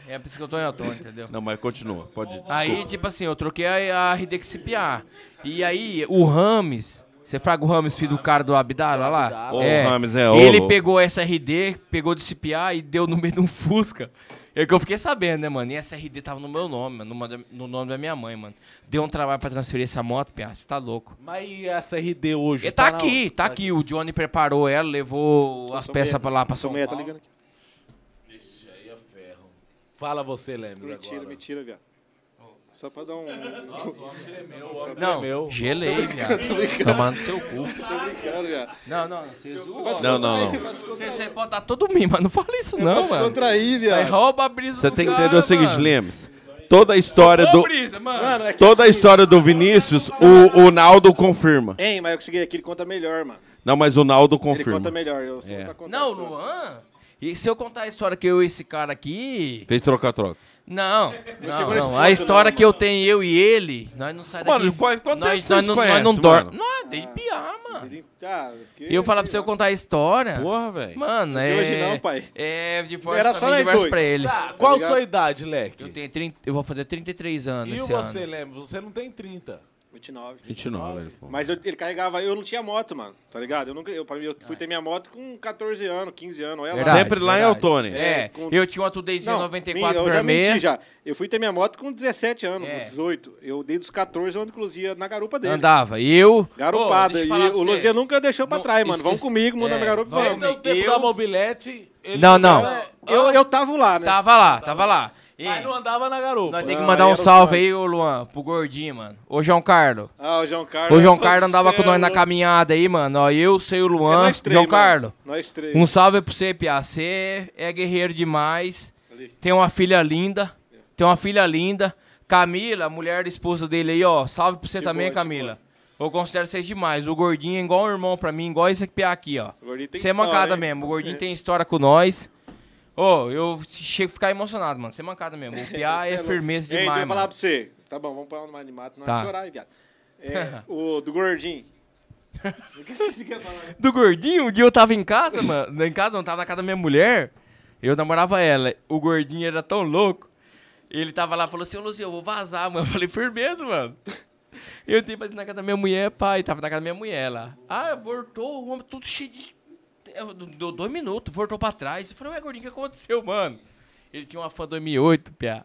S2: É por isso que eu tô em outono, entendeu?
S1: Não, mas continua. Pode. Desculpa.
S2: Aí, tipo assim, eu troquei a, a Ridexipiar. E aí, o Rames. Você fraga o Rames, filho do cara do Abdala lá?
S1: Ô, Rames, é, ô,
S2: Ele
S1: louco.
S2: pegou essa RD, pegou de CPA e deu no meio de um Fusca. É que eu fiquei sabendo, né, mano? E essa RD tava no meu nome, mano. numa da- No nome da minha mãe, mano. Deu um trabalho pra transferir essa moto, piá. Você tá louco.
S3: Mas e essa RD hoje?
S2: E tá
S3: na-
S2: aqui, tá aqui. O Johnny preparou ela, levou as
S3: Sou
S2: peças
S3: meia.
S2: pra lá, pra
S3: Sou
S2: São
S3: meia,
S2: Paulo.
S3: tá ligando
S4: aqui.
S3: Fala você, Lemes,
S4: Mentira,
S3: agora.
S4: mentira, viado. Só pra dar um. *laughs* Nossa, o homem tremeu, o
S2: Não, gelei, viado.
S4: Tô brincando.
S2: Tomando seu cu.
S4: Tô brincando, viado.
S2: Não, não, você
S4: zoou.
S1: Não, não, não.
S2: Você você pode dar todo mim, mas não fala isso
S1: Eu
S2: não,
S1: posso
S2: mano.
S1: contrair,
S4: viado.
S2: Aí rouba a brisa
S1: Você
S2: do
S1: tem que
S2: cara,
S1: entender o seguinte,
S2: mano.
S1: Lemes. Toda a história
S2: Ô,
S1: do.
S2: Brisa, mano. Mano, é que
S1: Toda a história do Vinícius, o, o Naldo confirma.
S4: Hein, mas eu consegui aqui, ele conta melhor, mano.
S1: Não, mas o Naldo
S4: Ele
S1: confirma.
S4: conta melhor, eu sou
S1: É.
S4: pra contar.
S2: Não, Luan. E se eu contar a história que eu e esse cara aqui.
S1: Fez troca-troca. Não
S2: Não, não,
S1: chegou
S2: não.
S1: nesse ponto,
S2: A história
S1: não,
S2: que eu tenho, eu e ele, nós não saímos
S1: Mano,
S2: daqui.
S1: quanto- quanto
S2: nós,
S1: tempo vocês
S2: nós não, nós não
S1: conhecem,
S2: dormimos.
S1: mano?
S2: Não, dei piar, mano.
S4: Tá, que...
S2: E eu falar pra você eu contar a história.
S1: Porra, velho.
S2: Mano,
S4: Não
S2: é.
S4: de hoje não, pai.
S2: É, de
S4: Era
S2: força
S4: só
S2: pra mim,
S4: nós
S2: diverso
S4: dois.
S2: pra ele.
S4: Tá, Tá qual ligado? sua
S3: idade, Leque?
S2: Eu tenho 30, eu vou fazer 33 anos
S3: E
S2: esse
S3: você,
S2: ano.
S3: Lemes? Você não tem 30.
S4: 29.
S1: 29, ele falou.
S4: Mas eu- ele carregava, eu não tinha moto, mano, tá ligado? Eu, nunca, eu, pra mim, eu fui ter minha moto com 14 anos, 15 anos. olha
S2: É. Verdade,
S1: Sempre lá em
S2: verdade.
S1: Altone.
S2: É, eu tinha uma Tudeizinha
S4: Não,
S2: 94
S4: eu já
S2: vermelha.
S4: menti já. Eu fui ter minha moto com 17 anos,
S2: É.
S4: com 18. Eu dei dos 14 eu ando com o Luzia na garupa dele.
S2: Andava. E eu.
S4: Garupada.
S2: Ô, deixa eu
S4: e
S2: falar pra
S4: o
S2: você.
S4: Luzia nunca deixou pra
S2: Não,
S4: trás, mano. Vão
S2: esqueci-
S4: comigo, manda
S2: é,
S4: na garupa.
S2: vamos.
S4: vamos.
S3: Não, o tempo da mobilete... ele um
S2: Não, não.
S4: Eu, eu tava lá, né?
S2: Tava lá, tava lá.
S3: Mas não andava na garupa.
S2: Nós tem que
S4: Não,
S2: mandar
S4: aí
S2: um
S4: era o
S2: salve
S4: Santos.
S2: aí, ô Luan, pro gordinho, mano. Ô João Carlos.
S4: Ah, o João Carlos.
S2: Ô João
S4: Pô,
S2: Carlos andava com
S4: cê é
S2: nós na
S4: louco.
S2: caminhada aí, mano. Ó, eu, sei o Luan,
S4: É nós três,
S2: João
S4: mano.
S2: Carlos.
S4: Nós três.
S2: Um salve pra você, Pia. Você é guerreiro demais. Tem uma filha linda.
S4: É.
S2: Tem uma filha linda. Camila, mulher da esposa dele aí, ó. Salve pra você também, Camila. Eu considero vocês demais. O gordinho é igual um irmão pra mim, igual esse Pia aqui, ó.
S4: O gordinho tem
S2: Você é
S4: história,
S2: mancada
S4: hein?
S2: mesmo. O gordinho tem história com nós. Ô, eu chego a ficar emocionado, mano. Você é mancada mesmo. O
S4: *laughs*
S2: Pia
S4: Cê
S2: é
S4: louco.
S2: firmeza
S4: Ei, então
S2: demais.
S4: eu falar
S2: mano.
S4: pra você. Tá bom, vamos pra um animado, não
S2: Tá.
S4: vai chorar aí, viado. É, o do
S2: *laughs*
S4: gordinho. O que você quer falar?
S2: do gordinho, um dia eu tava em casa, mano. Não, Em casa não, tava na casa da minha mulher. Eu namorava ela. O gordinho era tão louco. Ele tava lá e falou assim, ô Luzinho, eu vou vazar, mano. Eu falei, firmeza, mano. *laughs* Eu tenho pra ir na casa da minha mulher, pai. Tava na casa da minha mulher lá. Ah, voltou, o homem tudo cheio de... é, Deu dois minutos, voltou pra trás. Eu falei, ué, gordinho, o que aconteceu, mano? Ele tinha uma fã 2008, piá.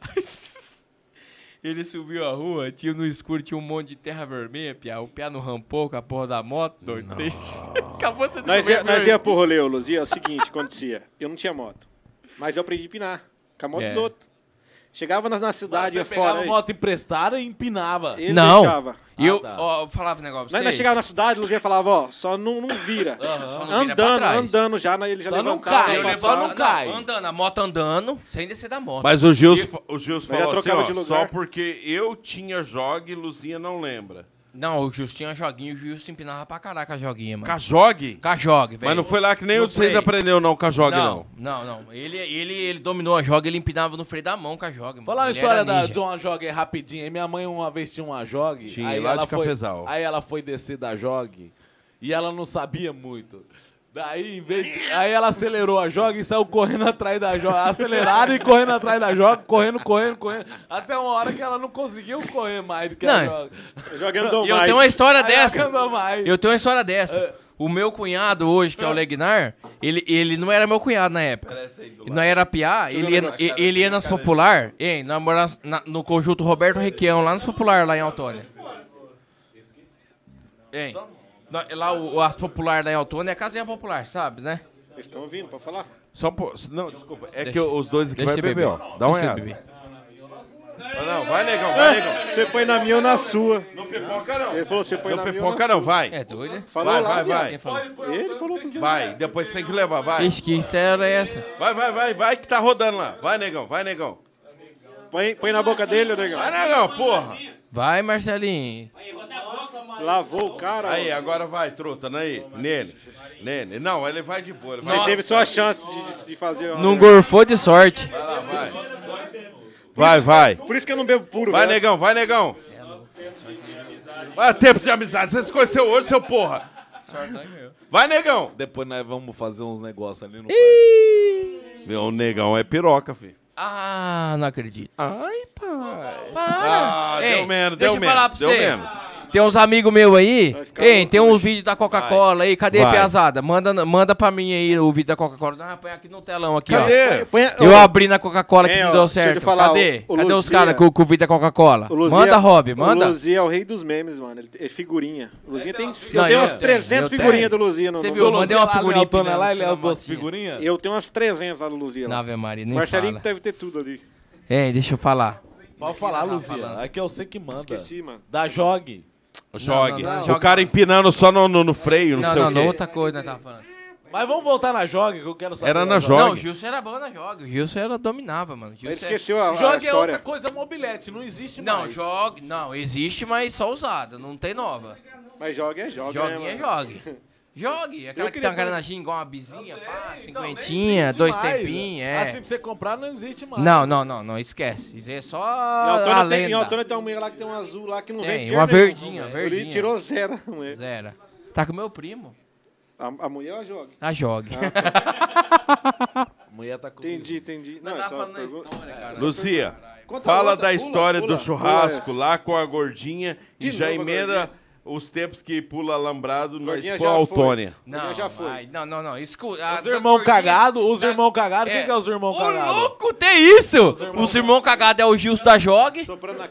S2: *laughs* Ele subiu a rua, tinha no escuro, tinha um monte de terra vermelha, piá. O piá não rampou com a porra da moto, doido. Vocês- *laughs* Acabou de você
S4: Nós ia, nós ia pro rolê, ô, Luzia, é o seguinte, acontecia. Eu não tinha moto. Mas eu aprendi a pinar. Com a moto
S2: É.
S4: dos outros. Chegava nas, na cidade
S3: Você
S4: ia
S3: pegava
S4: é fora. aí,
S3: moto emprestada e empinava.
S4: Ele
S2: Não.
S4: deixava.
S2: Eu, ó, eu falava um negócio pra
S4: Nós,
S2: vocês.
S4: nós chegava é na cidade, o Luzia falava, ó, só não, não vira.
S2: Só não vira pra
S4: Andando,
S2: trás.
S4: andando já, né, ele já
S2: Só não
S4: levantava.
S2: cai,
S4: já
S2: ele
S4: passava.
S2: levanta- não, Andando, a moto andando, sem descer da moto.
S1: Mas o Gilson, fa- o Gilson
S4: Mas já
S1: falou assim,
S4: trocava
S1: ó,
S4: de lugar.
S1: só porque eu tinha jogue e Luzinha não lembra.
S2: Não, o Gilson tinha joguinho, o Gilson empinava pra caraca a joguinha, mano.
S1: Cajogue?
S2: Cajogue, velho.
S1: Mas não foi lá que nem o de vocês
S2: foi.
S1: aprendeu, não, Cajogue, não.
S2: Não, não, não. Ele, ele, ele dominou a joga, ele empinava no freio da mão com a joga, mano.
S3: Falar uma
S2: Ele
S3: história
S2: era
S3: da,
S2: ninja.
S3: de uma jogue aí rapidinho. Aí minha mãe uma vez tinha uma jogue.
S1: Tinha,
S3: aí
S1: lá
S3: ela
S1: de
S3: foi,
S1: Cafezal.
S3: Aí ela foi descer da jogue e ela não sabia muito. Daí, em vez de- aí ela acelerou a joga e saiu correndo atrás da joga. Acelerada e correndo atrás da joga, correndo, correndo, correndo. Até uma hora que ela não conseguiu correr mais do que a
S2: Não.
S3: joga.
S4: Jogando
S2: E eu tenho um uma história dessa.
S3: Andou mais.
S2: Eu tenho uma história dessa. O meu cunhado hoje, que é o Legnar, ele, ele não era meu cunhado na época. Não era piá, ele ia, e- ele ia nas Popular, hein, nós morávamos na- no conjunto Roberto Requião, lá nas Popular, lá em Autônia. Hein? Nó- Lá o, o- as Popular lá em Autônia é a casinha popular, sabe, né?
S4: Eles estão ouvindo, pode falar?
S1: Só um po- Não, desculpa. É
S2: Deixa-
S1: que os dois aqui
S2: deixa
S1: vai
S2: eu
S1: beber,
S2: beber.
S1: ó. Dá uma
S2: Deixa eu
S1: olhada.
S2: beber.
S1: Não, vai, negão, vai, negão.
S4: É, Você põe na minha ou na sua.
S1: Não pipoca, não.
S4: Ele falou, você põe
S1: Não
S4: na minha ou na
S1: pipoca, não,
S4: sua.
S1: vai.
S2: É doido, né?
S4: Falou
S1: Vai,
S4: lá,
S1: vai,
S4: viado.
S1: vai.
S2: Quem falou?
S4: Ele falou que
S1: Vai, depois tem que levar, vai.
S2: Ixi, que história é essa?
S1: Vai, vai, vai, vai que tá rodando lá. Vai, negão, vai, negão.
S4: põe, põe na boca dele, ô, negão.
S1: Vai, negão, porra.
S2: Vai, Marcelinho.
S4: Lavou o cara.
S1: Aí,
S4: ó.
S1: agora vai, truta, aí. Nele. Nele. Não, ele vai de boa. ele vai-
S4: Você teve sua chance de, de fazer... uma-
S2: Não gorfou de sorte.
S1: Vai lá, vai. Vai, vai.
S4: Por isso que eu não bebo puro,
S1: Vai,
S4: velho.
S1: negão, vai, negão. Vai, tempo de amizade. Você se conheceu hoje, seu porra. Vai, negão!
S3: Depois nós vamos fazer uns negócios ali no
S1: Meu negão é piroca, filho.
S2: Ah, não acredito.
S1: Ai, pai.
S2: Para!
S1: Ah,
S2: Ei,
S1: deu menos,
S2: deixa
S1: deu
S2: eu
S1: menos,
S2: falar pra
S1: deu
S2: você.
S1: menos.
S2: Tem uns amigos meus aí. Ei, tem uns
S14: hoje.
S2: vídeos da Coca-Cola aí. Cadê,
S14: Vai.
S2: Piazada? Manda, manda pra mim aí o vídeo da Coca-Cola. Ah, põe aqui no telão aqui,
S14: Cadê?
S2: ó.
S14: Põe-
S2: eu
S14: ó.
S2: abri na Coca-Cola que
S14: Hein,
S2: não
S14: ó,
S2: deu
S14: deixa eu te
S2: certo.
S14: falar,
S2: Cadê?
S14: o- o
S2: Cadê os
S14: Luzia-
S2: caras com, com o vídeo da Coca-Cola?
S14: O Luzia-
S2: manda, Rob,
S4: o
S2: manda.
S4: Luzia é o rei dos memes, mano. Ele é figurinha. O Luzia tem. Eu
S2: Não,
S4: tenho
S2: eu
S4: umas
S2: tenho,
S4: 300
S2: eu tenho.
S4: figurinhas do Luzia no
S2: Você
S4: no-
S2: viu, eu
S4: no-
S2: mandei uma figurinha pra ele,
S4: lá,
S2: né,
S4: ele é
S2: na
S4: o duas
S2: motinha.
S4: figurinhas? Eu tenho umas 300 lá do Luzia. lá.
S2: Ave Maria, nem
S4: Marcelinho
S2: fala.
S4: que deve ter tudo ali.
S2: Ei, deixa eu falar.
S3: Pode falar, Luzia. Aqui é você que manda.
S4: Esqueci, mano.
S3: Da Jogue.
S1: Jogue.
S3: Não, não, não.
S1: O cara empinando só no, no, no freio, não,
S2: Não,
S1: sei
S2: não,
S1: o
S2: não,
S1: quê.
S2: outra coisa que nós tava falando.
S3: Mas vamos voltar na Jogue, que eu quero saber.
S1: Era
S3: da
S1: na
S3: Jogue.
S2: Não, o
S1: Jogue.
S2: Gilson era bom na joga. O Gilson era, dominava, mano. O Gilson é-
S3: Jogue é outra coisa, mobilete. Não existe
S2: Não,
S3: mais.
S2: jogue. Não, existe, mas só usada. Não tem nova.
S4: Mas jogue é jogue.
S2: Joguinho
S4: né,
S2: é
S4: mano?
S2: jogue. Jogue.
S3: Eu
S2: Aquela
S3: queria
S2: que tem uma
S3: também-
S2: granadinha igual uma bizinha, pá,
S3: Não
S2: cinquentinha,
S3: existe
S2: dois
S3: então, mais.
S2: tempinhos, é.
S3: Assim, pra você comprar, não existe mais.
S2: Não, não, não, não, esquece. Isso aí é só
S4: E o
S2: a
S4: Antônio tem, e o
S2: lenda.
S4: Antônio tem uma mulher lá que tem um azul lá que não
S2: Tem,
S4: vem.
S2: uma verdinha, verdinha.
S4: Ele tirou zero. a mulher.
S2: Zero. Tá com meu primo.
S4: A, a mulher ou a jogue?
S2: A jogue.
S4: Ah, tá.
S3: mulher tá com.
S4: Entendi, entendi. Não, é só
S2: falando da
S4: pergun-
S2: história,
S4: é,
S2: cara.
S4: só
S1: Lucia,
S4: pergunta. Conta
S1: fala
S4: outra,
S1: da
S4: pula,
S1: história
S4: pula,
S1: do
S4: pula
S1: churrasco
S4: essa.
S1: lá com a gordinha e
S4: De
S1: já
S4: novo a
S1: emenda os tempos que pula alambrado na
S4: Gordinha
S1: Expo
S4: já foi.
S1: Autônia.
S2: *laughs* Não,
S4: já foi.
S2: ai, não, não, não. Escuta. Ah, tá
S3: Os irmãos cagados, os irmãos cagados,
S2: É.
S3: quem que é os irmãos cagados?
S2: Escutei isso! Os irmãos cagados é o Gilson da Jogue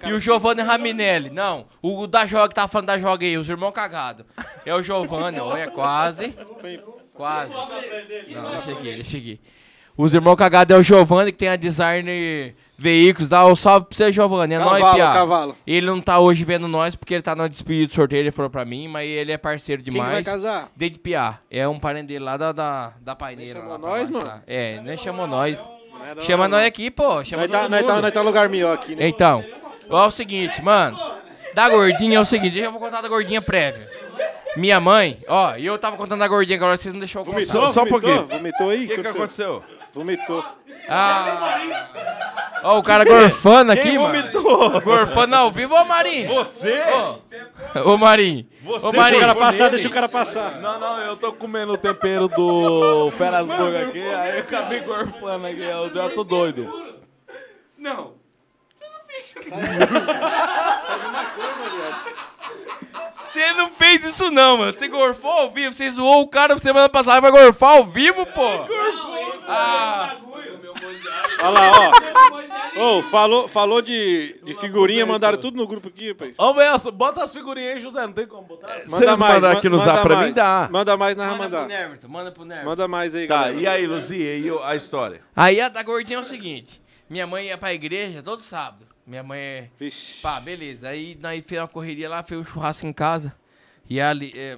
S2: e o Giovanni Raminelli. Não, o o da Jogue tava falando da Jogue aí, os irmãos cagados. É o Giovanni, olha, quase. Quase. Não, deixa aqui, deixa aqui. Os irmãos cagados é o Giovanni, que tem a designer veículos. Dá um salve pra você, Giovanni. É
S4: Cavalo,
S2: nóis, piá.
S4: cavalo.
S2: Ele não tá hoje vendo nós porque ele tá na despedida do sorteio, ele falou pra mim, mas ele é parceiro
S4: que vai
S2: demais.
S4: casar?
S2: Desde piá. É um parente dele lá da, da, da paineira. lá pra
S4: nós, mano?
S2: lá. É, nem chamou nós.
S4: é da
S2: Chama
S4: hora,
S2: nós
S4: não.
S2: aqui, pô. Chama
S4: Nós tá-
S2: todo
S4: nós tá-
S2: mundo.
S4: nós tá no lugar melhor aqui, né?
S2: Então, ó, é o seguinte, mano. Da gordinha é o seguinte, deixa eu vou contar da gordinha prévia. Minha mãe, ó, e eu tava contando da gordinha, agora vocês não deixaram eu contar.
S4: Vomitou?
S1: Só um
S4: vomitou?
S1: pouquinho.
S4: Vomitou aí?
S1: O que que
S4: Vomitou.
S2: Ah. Ó, o cara gorfando aqui,
S1: Quem
S2: mano.
S1: vomitou?
S2: Gorfando ao vivo, ô Marinho.
S1: Você?
S2: Ô, Marinho.
S1: Você
S2: ô, Marinho.
S1: gorfou nele?
S4: passar.
S3: Não, não, eu tô comendo o tempero do Ferasburgo aqui, aí eu acabei gorfando aqui, é eu já tô doido.
S2: Não. Você não fez isso não, mano. Você gorfou ao vivo, você zoou o cara semana passada, vai gorfar ao vivo, pô. Ah.
S4: Olha lá, ó. Ô, falou, falou de, de figurinha, mandaram tudo no grupo aqui, pai.
S3: Ô, Belso, bota as figurinhas aí, José, não tem como botar?
S1: Se eles mandar aqui no
S4: manda
S1: zap pra
S4: mais.
S1: mim, dá.
S4: Ah, Manda mais, nós vamos
S2: Manda pro
S4: mandar.
S2: Nervito, manda pro Nervito.
S4: Manda mais aí,
S1: Tá,
S4: galera.
S1: e aí, Luzia, e o- a história?
S2: Aí a da gordinha é o seguinte: minha mãe ia pra igreja todo sábado. Minha mãe é. Pá, beleza. Aí nós fez uma correria lá, fez um churrasco em casa. E ali. é,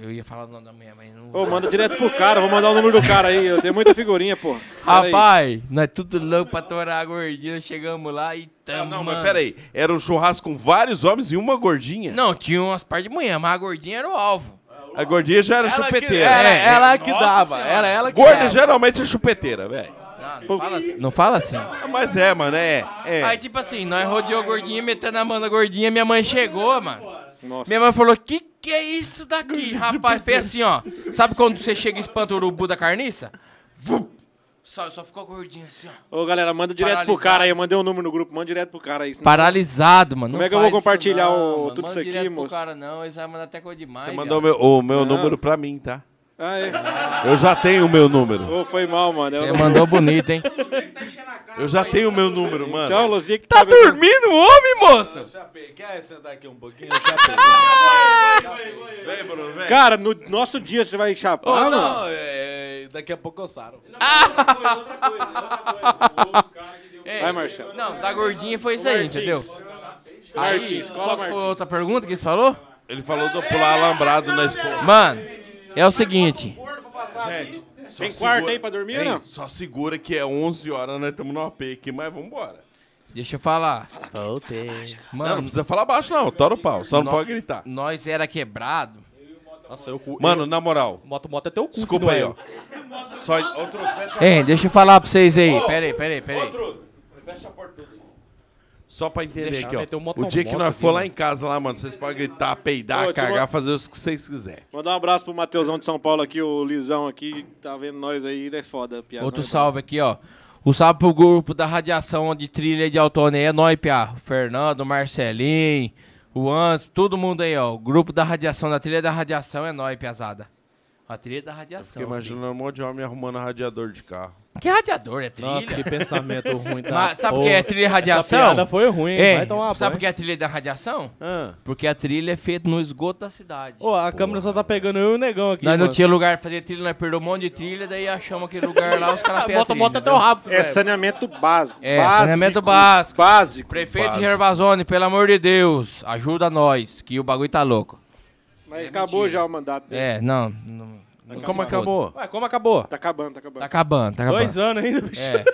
S2: eu ia falar o nome da minha mãe. Não...
S4: Ô, manda direto pro cara, vou mandar o número do cara aí. Eu tenho muita figurinha, pô. Pera aí.
S2: Rapaz, nós tudo louco pra torar a gordinha. Chegamos lá e tamo.
S1: Não,
S2: Ah, mano.
S1: mas peraí. Era um churrasco com vários homens e uma gordinha.
S2: Não, tinha umas partes de manhã, mas a gordinha era o alvo.
S1: A gordinha já era
S2: Ela que-
S1: chupeteira. né?
S2: era ela que
S1: Nossa
S2: dava,
S1: Senhora.
S2: era ela que
S1: Gorda
S2: dava.
S1: geralmente é chupeteira, velho.
S2: Não fala assim. Não fala assim.
S1: Mas é, mano, é. é.
S2: Aí, tipo assim, nós rodeou a gordinha, metendo a mão na gordinha, minha mãe chegou, mano. Minha mãe falou, que que é isso daqui, rapaz? Fez assim, ó. Sabe quando você chega e espanta o urubu da carniça? Vup! Só, só ficou a gordinha assim, ó.
S4: Ô, galera, manda direto pro
S2: Paralisado.
S4: cara aí. Eu mandei o número no grupo, manda direto pro cara aí. senão-
S2: Paralisado, mano.
S4: Como
S2: Não
S4: é que eu vou
S2: faz isso
S4: compartilhar
S2: não,
S4: o-
S2: mano.
S4: tudo
S2: Manda
S4: isso aqui,
S2: direto pro
S4: moço?
S2: cara não, eles vão mandar até coisa demais.
S1: Você mandou meu- o meu
S4: Não.
S1: número pra mim, tá?
S4: Ah, é.
S1: Eu já tenho o meu número.
S4: Ô, foi mal, mano.
S1: é
S2: Você mandou bonito,
S4: *laughs*
S2: hein?
S1: Eu já tenho o meu número, mano.
S4: Então, Luzia, que
S2: Tá
S4: bebendo-
S2: dormindo o homem, moça?
S3: Quer sentar aqui um pouquinho? Chapei.
S1: Vem, Bruno, vem.
S4: Cara, no nosso dia você vai chapar,
S3: Ah,
S4: mano?
S3: não, é, daqui a pouco eu saro.
S4: Vai, Marcelo.
S2: Não, da gordinha foi isso aí, entendeu? Aí,
S4: Martins, cola,
S2: qual que foi a outra pergunta que você falou?
S1: Ele falou do pular alambrado na escola.
S2: Mano, é o seguinte.
S1: Gente, só
S4: Tem quarto aí pra dormir ou
S1: Hein,
S4: não?
S1: Só segura que é 11 horas, nós estamos no AP aqui, mas vambora.
S2: Deixa eu falar. Mano,
S1: não, não precisa falar baixo não, tora o pau, só não
S2: nó-
S1: pode gritar.
S2: Nós era quebrado.
S9: Nossa, eu cu.
S1: Mano, na moral,
S9: Moto moto é teu cu.
S1: desculpa aí, ó. Só outro, fecha
S2: Hein, deixa eu falar pra vocês aí. Pera aí, pera aí, pera aí.
S1: Outro, fecha a porta. Só pra entender
S7: Deixar
S1: aqui, ó.
S7: meter um
S1: o
S7: motomoto
S1: dia que nós for
S7: aqui,
S1: lá
S7: mano.
S1: em casa, lá, mano, vocês podem gritar, peidar,
S4: Ô, te
S1: cagar,
S4: mando-
S1: fazer o que vocês quiserem.
S4: Mandar um abraço pro Mateusão de São Paulo aqui, o Lisão aqui, tá vendo nós aí, ele é foda, piazão.
S2: Outro salve aqui, ó. O salve pro grupo da radiação de trilha e de autonomia. É nóis, Pia. O Fernando, o Marcelinho, o Ans, todo mundo aí, ó. O grupo da radiação, da trilha da radiação é nóis, Piazada. A trilha da radiação.
S7: Então,
S1: Fiquei imaginando um monte de homem arrumando radiador de carro.
S2: Que radiador é trilha?
S1: Nossa, que pensamento ruim da
S2: *laughs* Mas sabe o que é
S1: porra.
S2: trilha e radiação?
S1: Essa piada foi ruim, hein?
S2: É.
S1: Vai tomar
S2: sabe
S1: banho.
S2: por que é trilha da radiação? Porque a trilha é feita no esgoto da cidade.
S7: Ah. Ô, a câmera só tá pegando eu e o negão aqui.
S2: nós não
S7: mano.
S2: tinha lugar pra fazer trilha, nós perdemos um monte de trilha, daí achamos aquele lugar lá, os
S7: *laughs*
S2: caras fez a
S7: Bota-
S2: trilha,
S7: bota até o
S2: entendeu?
S7: rabo,
S4: É saneamento básico.
S2: É, saneamento básico.
S4: Básico.
S2: Prefeito
S4: Básico.
S2: Gervasoni, pelo amor de Deus, ajuda nós, que o bagulho tá louco.
S4: Mas acabou já o mandato dele.
S2: É, não. não- não
S4: Como
S2: se
S4: acabou?
S2: foda.
S4: Ué,
S7: como acabou?
S4: Tá acabando, tá acabando.
S2: Tá acabando, tá acabando.
S7: Dois anos ainda, bicho.
S2: É.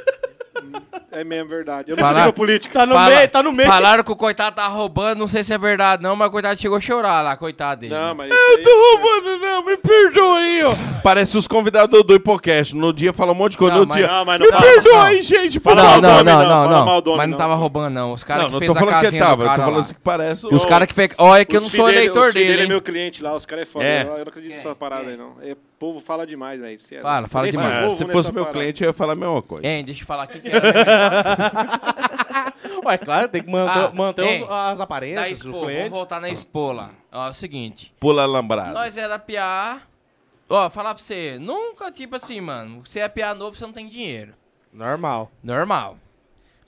S4: É mesmo, verdade. Eu não
S2: Falar-
S4: sigo a política.
S2: Fala- Falaram que o coitado tá roubando, não sei se é verdade não, mas o coitado chegou a chorar lá, coitado dele.
S4: Não, mas é
S1: Eu tô roubando, não, me perdoa aí, ó. Parece os convidados do Hipocast. No dia fala um monte de coisa,
S2: Não,
S1: no
S2: mas-
S1: dia.
S2: não, mas
S1: me
S2: não fala-
S1: perdoa
S2: não.
S1: aí, gente.
S2: Fala
S1: por
S2: mal
S1: favor."
S2: do homem, não, não, fala não. mal do homem, Mas não não. tava roubando, não. Os caras
S1: Não,
S2: que
S1: não
S2: fez
S1: tô
S2: a
S1: falando que
S2: casinha do
S1: tava. Eu tô
S2: cara
S1: falando assim
S2: lá.
S1: que parece.
S2: E os cara que fez- Olha que eu
S4: Os
S2: não
S4: filhos
S2: sou
S4: dele-
S2: eleitor
S4: os filhos
S2: dele,
S4: é
S2: hein?
S4: meu cliente lá, os caras é foda.
S1: É.
S4: Eu eu não acredito nessa parada aí, não. É, o povo fala demais, velho. Cê é
S2: Fala,
S4: louco.
S2: fala
S4: Nesse
S2: demais.
S4: povo,
S1: Se
S4: nessa
S1: fosse meu
S4: parada.
S1: cliente, eu ia falar a mesma coisa.
S2: Hein, deixa eu falar aqui que é era.
S7: Ué, claro, tem que manter-
S2: Ah,
S7: manter
S2: hein,
S7: os- as
S2: Da
S3: é
S7: aparências do
S2: Expo,
S7: cliente.
S2: vamos voltar na Expo lá. Ó, é o seguinte.
S1: Pula alambrado.
S2: Nós era PA. Ó, falar pra você, nunca, tipo assim, mano, você é PA novo, você não tem dinheiro.
S7: Normal.
S2: Normal.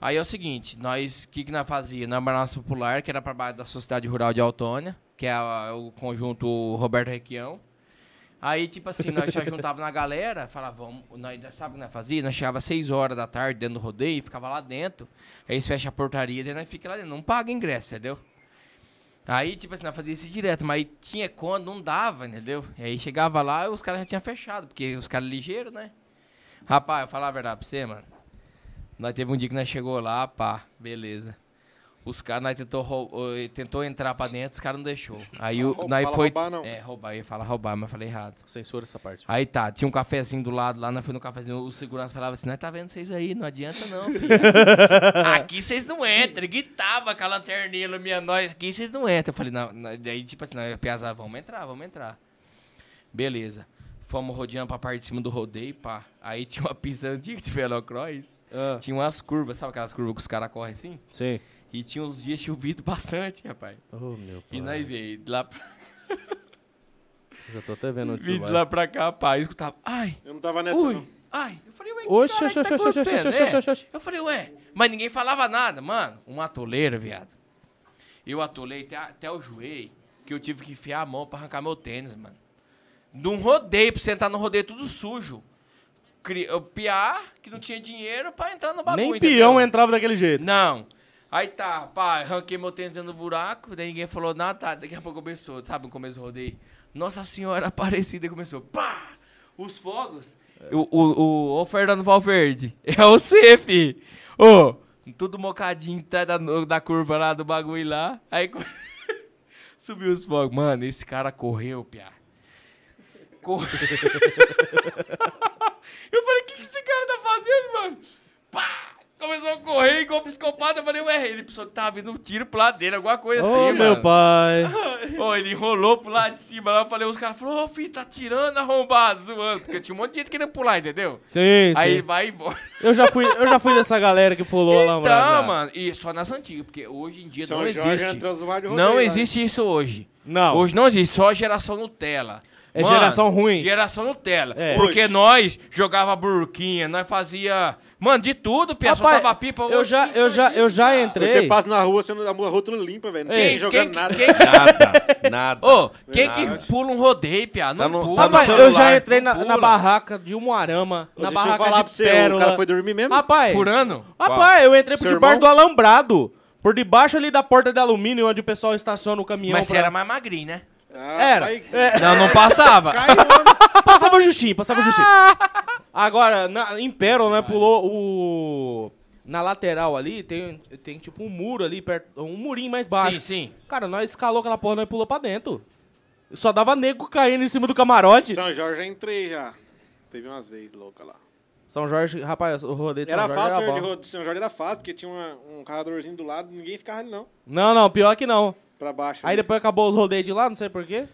S2: Aí é o seguinte, nós, o que, que nós fazia? Nós morávamos popular, que era pra baixo da Sociedade Rural de Autônia, que é a- o conjunto Roberto Requião. Aí, tipo assim, nós já *laughs* juntava na galera, falava, vamos, nós, nós- sabe o que nós fazia? Nós chegava às 6 horas da tarde dentro do rodeio, ficava lá dentro. Aí eles fecham a portaria, daí nós fica lá dentro, não paga ingresso, entendeu? Aí, tipo assim, nós fazia isso direto, mas tinha quando, não dava, entendeu? E aí chegava lá, os caras já tinham fechado, porque os caras ligeiros, né? Rapaz, eu vou falar a verdade pra você, mano. Nós teve um dia que nós chegou lá, pá, beleza. Os caras, nós tentou, rou- eh, tentou entrar pra dentro, os caras não deixou. Aí o,
S7: Rouba-
S2: nós
S7: fala
S2: foi...
S7: roubar, não.
S2: É, roubar, eu ia falar roubar, mas falei errado.
S7: Censura essa parte.
S2: Aí tá, tinha um cafezinho do lado lá, nós fomos no cafezinho, o segurança falava assim, nós tá vendo vocês aí, não adianta não, filho.
S7: *laughs*
S2: aqui vocês não entram, e gritava com a lanterninha iluminando nós, aqui vocês não entram. Eu falei, não, não, daí tipo assim, nós piazava, vamos entrar, vamos entrar. Beleza. Fomos rodeando pra parte de cima do rodeio, pá. Aí tinha uma pisandinha de velocross,
S7: Ah.
S2: tinha umas curvas, sabe aquelas curvas que os caras correm assim?
S7: Sim.
S2: E tinha uns dias chovido bastante, rapaz.
S7: Oh, meu
S2: E nós veio de lá pra...
S7: Já tô
S2: *laughs*
S7: até vendo o
S2: Vim de lá pra cá, pá, eu escutava, ai,
S4: Eu não tava nessa,
S2: Ui.
S4: não.
S2: Ai, eu falei, ué,
S7: Oxe,
S2: que caralho
S7: oxe,
S2: tá
S7: oxe, oxe,
S2: acontecendo,
S7: oxe,
S2: né?
S7: oxe, oxe, oxe.
S2: Eu falei, ué, mas ninguém falava nada, mano. Um atoleiro, viado. Eu atolei até, até o joelho, que eu tive que enfiar a mão pra arrancar meu tênis, mano. Num rodeio, pra sentar no rodeio tudo sujo. Cri- Eu piar que não tinha dinheiro pra entrar no bagulho.
S7: Nem peão
S2: entendeu?
S7: entrava daquele jeito.
S2: Não. Aí tá, pá, arranquei meu tênis dentro do buraco, daí ninguém falou nada, tá, daqui a pouco começou, sabe, no começo do rodeio. Nossa Senhora Aparecida e começou, pá, os fogos. É. O, o, o, o Fernando Valverde, *laughs* é você, fi. Ô, tudo mocadinho, tá da, da curva lá, do bagulho lá. Aí co- *laughs* subiu os fogos. Mano, esse cara correu, piá. Correu. Eu falei, o que, que esse cara tá fazendo, mano? Pá! Começou a correr igual um psicopata. Eu falei, ué, ele pensou que tava vindo um tiro pro lado dele, alguma coisa assim,
S7: Ô,
S2: mano.
S7: meu *laughs* pai.
S2: Ô, ele enrolou pro lado de cima lá, eu falei, os caras falaram, ô, filho, tá tirando arrombado, zoando. Porque tinha um monte de gente querendo pular, entendeu?
S7: Sim,
S2: Aí
S7: sim.
S2: vai e volta.
S7: Eu já fui, eu já fui dessa galera que pulou lá,
S2: Então, mano, e só nas antigas, porque hoje em dia
S4: São
S2: não
S4: Jorge
S2: existe.
S4: entrou no mar de rodeio,
S2: Não
S4: né?
S2: existe isso hoje.
S7: Não.
S2: Hoje não existe, só a geração Nutella.
S7: É geração ruim.
S2: Geração Nutella.
S7: É.
S2: Porque nós jogava burquinha, nós fazia. Mano, de tudo, pessoal.
S7: Rapaz,
S2: Soltava pipa.
S7: eu já- eu já- eu já entrei-
S4: Você passa na rua, você não, a rua tudo limpa, velho. Não
S2: Ei,
S4: tem ninguém jogando
S2: quem-
S4: nada.
S2: quem-
S7: *laughs*
S2: Nada, nada. Ô, quem que pula um rodeio, piá?
S7: Tá
S2: Não pula.
S7: Rapaz, eu já entrei na, na barraca de um arama,
S2: deixa
S7: na
S2: eu
S7: barraca
S2: falar
S7: de
S2: pra você, o
S7: pérola.
S2: cara foi
S4: dormir mesmo?
S7: Rapaz.
S2: Furando?
S7: Rapaz,
S2: Qual?
S7: eu entrei por
S2: Seu
S7: debaixo do
S2: irmão?
S7: alambrado. Por debaixo ali da porta de alumínio, onde o pessoal estaciona o caminhão.
S2: Mas você
S7: pra-
S2: era mais magrinho, né?
S7: Era. É.
S2: Não, não passava.
S7: passava o Justinho, passava o Justinho. *laughs* Agora, na, em Pérola, né, pulou o... Na lateral ali, tem, tem tipo um muro ali, perto, um murinho mais
S2: Sim,
S7: baixo.
S2: sim.
S7: Cara, nós escalou aquela porra, nós pulou pra dentro. Só dava nego caindo em cima do camarote.
S4: São Jorge eu entrei já. Teve umas vezes louca lá.
S7: São Jorge, rapaz, o rolê de
S4: Era
S7: São Jorge
S4: fácil,
S7: era
S4: o
S7: bom.
S4: de São Jorge era fácil, porque tinha uma- um carregadorzinho do lado, ninguém ficava ali, não.
S7: Não, não, pior que não.
S4: Pra baixo.
S7: Aí
S4: ali.
S7: depois acabou os rodeios de lá, não sei porquê.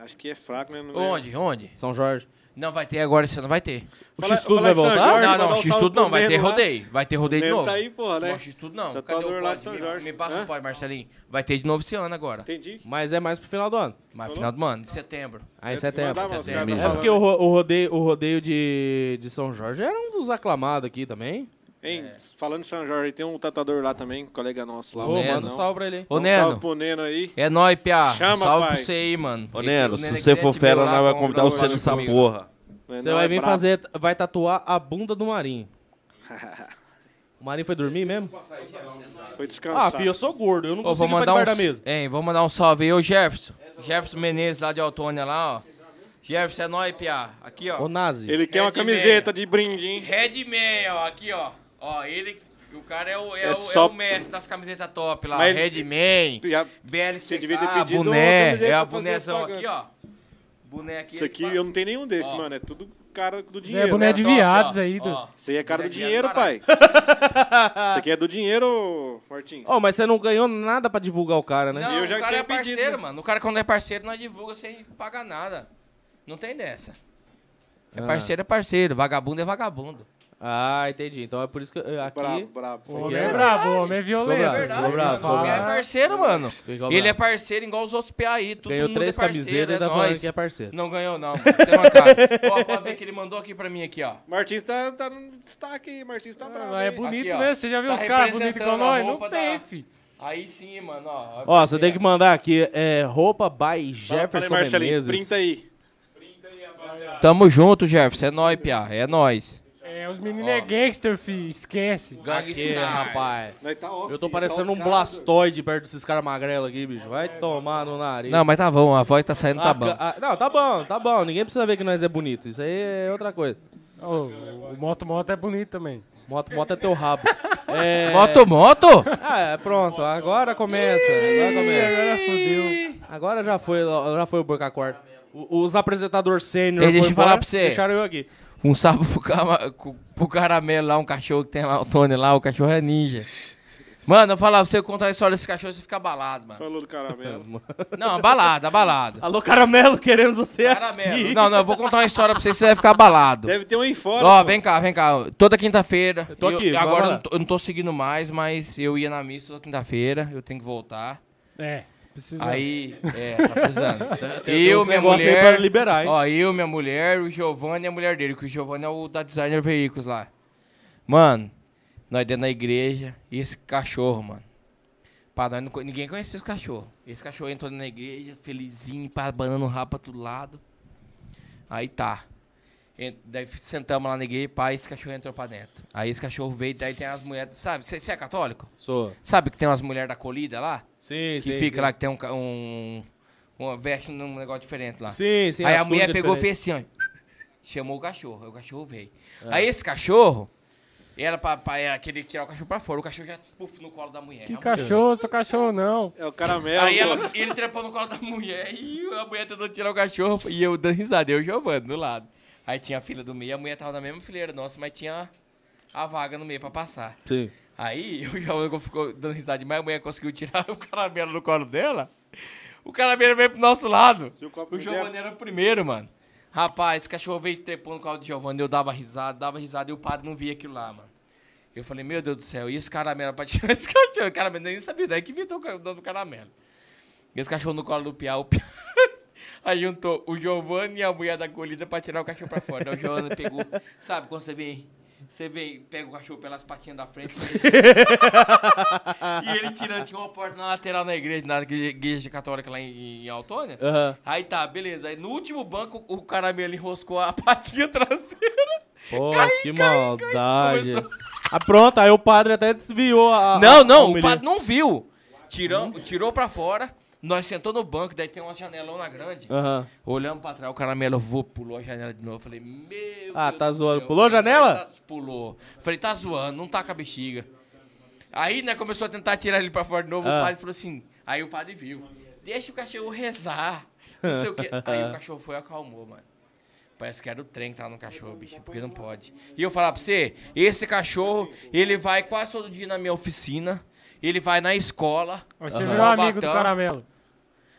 S4: Acho que é fraco, né? Não lembro.
S2: Onde? Onde?
S7: São Jorge.
S2: Não, vai ter agora esse ano, vai ter.
S4: O Fala- X-Tudo fala vai em São voltar? Jorge,
S2: Não,
S4: mandar
S2: não,
S4: um
S2: X-Tudo
S4: salve
S2: não,
S4: pro
S2: vai ter
S4: Leno lá.
S2: rodeio. Vai ter rodeio de
S4: Leno
S2: novo.
S4: tá aí, porra, né?
S2: Não, X-Tudo não.
S4: Tatuador
S2: Cadê o
S4: lá de
S2: pod?
S4: São
S2: Me-
S4: Jorge.
S2: Me passa
S4: Hã?
S2: o pod, Marcelinho. Vai ter de novo esse ano agora.
S4: Entendi.
S7: Mas é mais pro final do ano.
S2: Mas final do ano, de setembro.
S7: Aí em setembro.
S2: Mandar, mano,
S7: setembro.
S2: os
S7: É
S2: caras
S7: porque o, ro- o rodeio, o rodeio de, de São Jorge era um dos aclamados aqui também.
S4: Hein, falando em São Jorge, tem um tatuador lá também, um colega nosso lá.
S7: Ô,
S4: o
S7: manda
S4: Nenão.
S7: um salve pra ele aí.
S2: Ô,
S4: Dá um
S2: Neno.
S4: Salve pro Neno aí.
S2: É nóis, Pia.
S4: Chama,
S2: Salve
S4: pai.
S2: pra você aí, mano.
S9: Ô, Neno,
S2: Ele-
S9: se
S2: ele
S9: você
S2: é
S9: for
S2: de
S9: fera,
S2: Belo
S9: nós vai
S2: Horizonte,
S9: convidar você
S2: um comigo.
S9: nessa porra.
S7: Você
S4: é
S7: vai
S4: *laughs*
S7: vir fazer, vai tatuar a bunda do Marinho. O Marinho foi dormir mesmo?
S4: Foi
S7: Ah,
S4: descansar.
S7: filho, eu sou gordo, eu não
S2: Ô, vou
S7: consigo ir pra
S2: mandar um,
S7: debaixo da mesa.
S2: Hein, vou mandar um salve aí, ô Jefferson. Jefferson Menezes lá de Autônia lá, ó. Jefferson é nóis, Pia. Aqui, ó.
S7: Ô, Nazi.
S4: Ele quer uma
S2: Red Man.
S4: camiseta de brinde, hein?
S2: Red Man, ó, aqui, ó. Ó, ele. O cara é o, é
S4: É
S2: o,
S4: só-
S2: é o mestre das camisetas top lá.
S4: Mas-
S2: Red Man,
S4: Já-
S2: BLC,
S4: Você devia ter pedido uma
S2: boné.
S4: camiseta
S2: É
S4: pra
S2: a
S4: fazer
S2: bonézão
S4: propaganda.
S2: aqui, ó. Boné aqui.
S4: Isso
S2: ele
S4: aqui
S2: fala-
S4: eu não tenho nenhum desse,
S2: Ó.
S4: mano. É tudo cara do
S6: Zé
S4: dinheiro.
S7: Tá
S6: boné
S4: né?
S6: de
S4: Top,
S6: viados
S4: ó.
S6: aí, do...
S2: Ó,
S4: Isso aí é cara
S2: Boné
S4: do
S2: de
S4: dinheiro,
S2: viado,
S4: pai. Isso aqui é do dinheiro, Martins.
S7: Ô, mas você não ganhou nada pra divulgar o cara, né?
S2: Não,
S4: Eu já
S2: o cara
S4: tinha
S2: é parceiro,
S4: pedido, né?
S2: mano. O cara quando é parceiro, nós divulga sem pagar nada. Não tem dessa. É
S7: Ah.
S2: parceiro é parceiro, vagabundo é vagabundo.
S7: Ah, entendi. Então é por isso que eh, aqui...
S4: Brabo, brabo.
S6: O homem
S7: É
S6: é brabo, o homem é
S7: É
S6: violento.
S7: verdade, Ficou bravo, ficou
S6: Fala.
S2: Porque é parceiro, mano.
S7: Ficou bravo.
S2: Ele é parceiro igual os outros PA aí. Todo
S7: Ganhou
S2: mundo
S7: três
S2: é parceiro,
S7: camisetas e
S2: é
S7: tá falando
S2: nóis.
S7: que é parceiro.
S2: Não ganhou, não. mano. Você é uma cara.
S7: *laughs*
S2: ó, pode ver que ele mandou aqui pra mim aqui, ó.
S4: Martins tá, tá no destaque aí, Martins tá bravo.
S6: Mas é
S4: hein?
S6: bonito,
S2: Aqui, ó.
S6: né? Você já viu
S2: Tá
S6: os caras bonitos
S2: representando
S6: igual
S2: a
S6: nós? Não
S2: roupa
S6: tem,
S2: da-
S6: fi.
S2: Aí sim, mano, ó.
S7: Ó, você tem que mandar aqui, é, roupa by
S4: Fala- fala aí,
S7: Jefferson
S4: Marcelinho,
S7: Menezes.
S4: printa aí.
S2: Tamo junto, Jefferson. É nóis, Pia. É nóis.
S6: É, os meninos é gangster, fi. Esquece.
S7: Aqui, rapaz.
S4: Nós tá off,
S7: Eu tô
S4: filho,
S7: parecendo
S4: só
S7: um
S4: os caras, É,
S7: blastoide perto desses caras magrelos aqui, bicho. Vai tomar no nariz.
S2: Não, mas tá bom. A voz tá saindo,
S7: Ah,
S2: tá
S7: fica-
S2: bom.
S7: ah, não, tá bom, tá bom. Ninguém precisa ver que nós é bonito. Isso aí é outra coisa.
S6: Ô, o Moto Moto é bonito também.
S7: Moto, moto é teu rabo. É...
S2: Moto, moto?
S7: Ah, é, pronto. Agora começa. Agora começa.
S6: Agora fodeu.
S7: Agora já foi, já foi o Boca Quarta. O- Os apresentadores sênior
S2: Ei, é- deixa
S7: foi
S2: eu falar
S7: embora,
S2: pra você.
S7: deixaram eu aqui.
S2: Um salve pro, cama, cu- pro caramelo lá, um cachorro que tem lá, o Tony lá, o cachorro é ninja. Mano, eu falava, você contar a história desse cachorro, você fica abalado, mano.
S4: Falou do caramelo.
S2: Não, abalado, abalado.
S7: *laughs* Alô, Caramelo, queremos você
S2: Caramelo. Não, não, eu vou contar uma história pra vocês, você vai ficar abalado.
S4: Deve ter um aí fora.
S2: Ó,
S4: pô.
S2: vem cá, vem cá. Toda quinta-feira.
S7: tô
S2: eu-
S7: aqui, vai
S2: agora eu
S7: lá.
S2: não, tô, eu não tô seguindo mais, mas eu ia na missa toda quinta-feira, eu tenho que voltar.
S6: É, precisa.
S2: Aí, é, tá precisando.
S7: *laughs* Tem
S2: eu,
S7: uns
S2: minha
S7: negócios aí
S2: mulher.
S7: pra liberar, hein?
S2: Ó, eu, minha mulher, o Giovanni e a mulher dele, que o Giovanni é o da Designer Veículos lá. Mano, nós dentro da igreja e esse cachorro, mano. Pra nós, não co- ninguém conhecia esse cachorro. Esse cachorro entrou na igreja, felizinho, pá, banando o rabo pra todo lado. Aí tá. En- Daí sentamos lá na igreja, pá, esse cachorro entrou pra dentro. Aí esse cachorro veio, daí tem as mulheres, sabe? Você é católico?
S7: Sou.
S2: Sabe que tem umas mulheres da colhida lá?
S7: Sim,
S2: Que fica lá, que tem um, ca- um, um. Veste num negócio diferente lá.
S7: Sim, sim.
S2: Aí
S7: as
S2: a mulher
S7: frutas
S2: pegou e
S7: diferentes. É.
S2: fez assim, ó. Chamou o cachorro. Aí o cachorro veio. Aí esse cachorro, era pra, pra era querer tirar o cachorro pra fora. O cachorro já puf no colo da mulher.
S6: Que
S2: A mulher-
S6: cachorro, seu cachorro não.
S4: É o caramelo.
S2: Aí
S4: pô.
S2: ela- ele trepou no colo da mulher e a mulher tentou tirar o cachorro. E eu dando risada, eu e o Giovanni do lado. Aí tinha a fila do meio, a mulher tava na mesma fileira nossa, mas tinha a vaga no meio pra passar.
S7: Sim.
S2: Aí *laughs* o Giovanni ficou dando risada demais, a mulher conseguiu tirar o caramelo do colo dela. O caramelo veio pro nosso lado.
S4: Se o copo
S2: O
S4: não
S2: Giovanni
S4: der-
S2: era o primeiro, mano. Rapaz, esse cachorro veio trepando no colo do Giovanni, eu dava risada, dava risada e o padre não via aquilo lá, mano. Eu falei, meu Deus do céu, e esse caramelo pra tirar *laughs* esse cachorro? O caramelo nem sabia, daí que inventou o ca- o dono do caramelo. E esse cachorro no colo do Piau, o Piau. *laughs* Aí juntou o Giovanni e a mulher da colhida pra tirar o cachorro pra fora. Daí o Giovanni pegou, sabe quando você vem, você vem, pega o cachorro pelas patinhas da frente. assim, *laughs* e ele tirando, tinha uma porta na lateral na igreja, na igreja igreja católica lá em, em Autônia.
S7: Aham.
S2: Aí tá, beleza. Aí no último banco, o caramelo enroscou a patinha traseira.
S7: Pô, que maldade.
S2: cai.
S7: Ah, pronto, aí o padre até desviou a.
S2: Não,
S7: a- a
S2: não, o
S7: homilia.
S2: padre não viu. Tirou, tirou pra fora, nós sentou no banco, daí tem uma janelona grande.
S7: Aham.
S2: Olhamos pra trás, o caramelo voou, pulou a janela de novo. Eu Falei, meu
S7: Ah,
S2: Deus
S7: tá
S2: do
S7: zoando.
S2: céu.
S7: Pulou a janela?
S2: Falei, tá- pulou. Falei, tá zoando, não tá com a bexiga. Aí, né, começou a tentar tirar ele pra fora de novo.
S7: Ah.
S2: O padre falou assim. Aí o padre
S7: *laughs*
S2: viu. Deixa o cachorro rezar. Não sei o quê. Aí o cachorro foi e acalmou, mano. Parece que era o trem que tava no cachorro, bicho, porque não pode. E eu falar pra você, esse cachorro, ele vai quase todo dia na minha oficina, ele vai na escola.
S6: Mas Você
S2: no
S6: virou amigo do
S2: Taubaté.
S6: caramelo.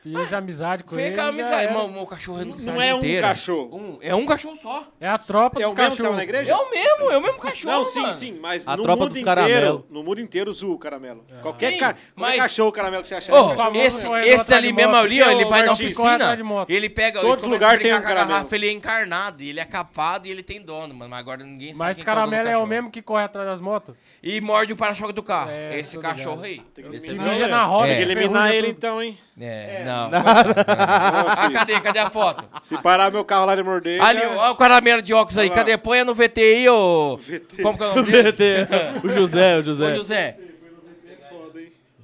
S6: Fiz amizade com ele.
S2: Fica a
S6: já
S2: amizade,
S6: era.
S2: irmão. Meu cachorro é amizade
S6: Não é um
S2: inteira.
S6: cachorro.
S2: Um- é um cachorro só.
S6: É a tropa
S4: É
S6: dos
S4: o mesmo
S6: cachorros.
S4: que tava na igreja?
S2: É o mesmo, é o mesmo cachorro.
S4: Não, sim,
S2: mano.
S4: sim, mas
S2: A
S4: no
S2: tropa
S4: mundo
S2: dos
S4: inteiro,
S2: caramelo.
S4: no mundo inteiro zoa o caramelo. Qualquer, ca... qualquer
S2: mas-
S4: cachorro caramelo que você achar.
S2: Ô,
S4: O famoso
S2: esse,
S4: corre atrás
S2: esse
S4: de
S2: ali
S4: moto,
S2: mesmo ali, ó,
S4: porque
S2: ele
S4: o
S2: vai na
S4: Martim corre atrás
S2: oficina,
S4: tá de moto.
S2: ele pega, ele
S4: Todos
S2: começa
S4: lugar
S2: a brincar
S4: tem um
S2: com a garrafa,
S4: caramelo.
S2: ele é encarnado, e ele é capado e ele tem dono, mano, mas agora ninguém sabe
S6: Mas
S2: quem que é o dono do
S6: caramelo é o
S2: cachorro.
S6: mesmo que corre atrás das motos?
S2: E morde o para-choque do carro.
S6: É,
S2: esse
S6: tô
S2: cachorro
S6: ligado.
S2: aí.
S6: Tem que
S2: Esse
S6: eliminar
S2: aí.
S6: ele na roda,
S2: É.
S6: que
S4: Eliminar
S6: ferrulha
S4: ele
S6: tudo.
S4: então, hein?
S2: É, não.
S4: Não.
S2: *laughs* Ah, cadê? Cadê
S4: *laughs*
S2: a foto?
S4: Se parar meu carro lá de morder.
S2: Ali,
S4: já-
S2: ó, o caramelo de óculos aí.
S4: é- Olha lá.
S2: Cadê? Põe no VT aí, ô. Como que é o nome dele?
S10: VT. O José, o José.
S2: Ô, José.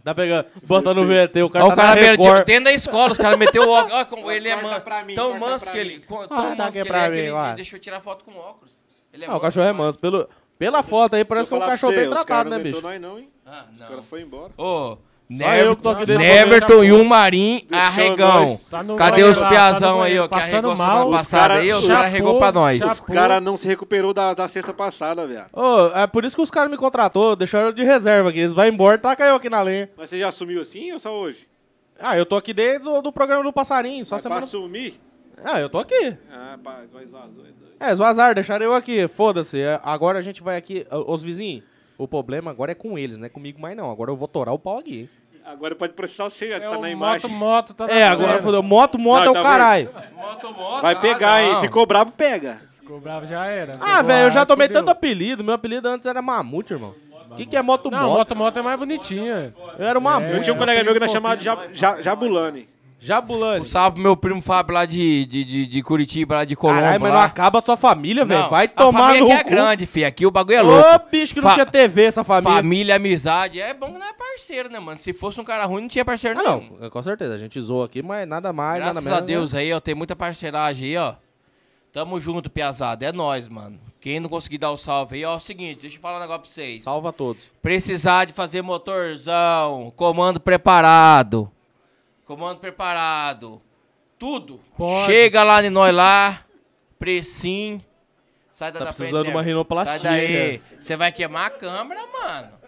S10: Tá pegando, bota no VT, o cara
S2: Ó,
S10: tá
S2: o cara
S10: na
S2: meteu-
S10: Record.
S2: dentro da escola, os caras meteu o óculos. Ó, como ele é
S4: Corta
S2: man,
S4: pra mim,
S2: tão
S4: corta
S2: manso
S4: pra
S2: que ele.
S4: mim.
S2: co-
S4: Ah,
S2: Tão
S4: tá
S2: manso que
S4: aqui
S2: ele
S4: pra
S2: é
S4: mim,
S2: que ele
S4: vai.
S2: deixou tirar foto com óculos. Ele é
S7: Não, o
S2: manso.
S7: cachorro é manso. Pelo, pela foto aí, parece que é
S4: Vou
S7: um
S4: falar pra
S7: cachorro
S4: você,
S7: bem
S4: os
S7: tratado,
S4: caras
S7: né,
S4: não
S7: bicho?
S4: aguentou nós não, hein?
S2: Ah, não.
S4: Os caras foram embora.
S2: Ô,
S7: eu que tô aqui
S2: Never,
S7: dentro
S2: Neverton
S7: da
S2: e um Marim
S4: Deixou
S2: arregão.
S4: nós- Tá no
S2: Cadê
S4: banheiro
S2: os
S4: lá, tá
S2: piazão
S4: no
S2: aí, ó, que
S4: banheiro,
S2: arregou
S4: passando
S2: semana
S4: mal.
S2: passada
S4: Os
S2: aí, os
S4: cara-
S2: caras arregou pra nós.
S4: Os caras não se recuperou da, da sexta passada, velho.
S7: Ô, é por isso que os caras me contratou, deixaram eu de reserva aqui. Eles vão embora, tá caiu aqui na lenha.
S4: Mas você já assumiu assim ou só hoje?
S7: Ah, eu tô aqui desde do, do programa do passarinho, só
S4: Mas
S7: semana.
S4: Pra assumir?
S7: Ah, eu tô aqui.
S4: Ah, pá, igual vazou. é doido.
S7: É, zoazar, deixaram eu aqui. Foda-se. É, Agora a gente vai aqui. Ô, Os vizinhos, o problema agora é com eles, não é comigo mais não. Agora eu vou torar o pau aqui. hein?
S4: Agora pode processar você,
S6: É
S2: um
S4: tá
S6: o
S4: na
S6: moto,
S4: imagem.
S6: moto, tá na
S7: É, agora
S6: cena.
S7: fodeu. Moto, moto
S4: Não,
S7: é o
S4: tá bom.
S7: caralho.
S4: Vai pegar, hein? Ficou brabo, pega.
S6: Ficou bravo, já era.
S7: Ah, velho, eu já tomei
S6: Fudeu.
S7: tanto apelido. Meu apelido antes era Mamute, irmão. O que, que é moto
S6: Não,
S7: moto?
S6: moto, moto é mais bonitinha.
S7: Eu era o
S2: É.
S7: Mamute.
S4: Eu tinha um colega meu que nós chamava de Jab- Ja- Jabulani.
S7: Jabulani.
S2: Um salve pro meu primo Fábio lá de, de, de, de Curitiba, lá de Colombo.
S7: Caralho, mas não
S2: tá lá.
S7: acaba a tua família, velho.
S2: Não,
S7: Vai tomar
S2: a família
S7: no
S2: aqui
S7: cu.
S2: é grande, fi. Aqui o bagulho é
S7: Ô,
S2: louco.
S7: bicho, que não
S2: Fa-
S7: tinha TV essa família.
S2: Família, amizade. É bom que não é parceiro, né, mano? Se fosse um cara ruim, não tinha parceiro
S7: Ah,
S2: nenhum.
S7: não, com certeza. A gente zoa aqui, mas nada né? mais,
S2: Graças
S7: nada menos.
S2: a Deus aí, ó. Tem muita parceiragem aí, ó. Tamo junto, piazada. É nóis, mano. Quem não conseguir dar o salve aí, ó. É o seguinte, deixa eu falar um negócio pra vocês.
S7: Salva todos.
S2: Precisar de fazer motorzão, comando preparado. Comando preparado. Tudo.
S6: Pode.
S2: Chega lá em nós lá. Precinho. Sai da
S7: Tá
S2: da frente
S7: precisando de uma
S2: dela.
S7: rinoplastia,
S2: Sai daí. Você vai queimar a câmera, mano.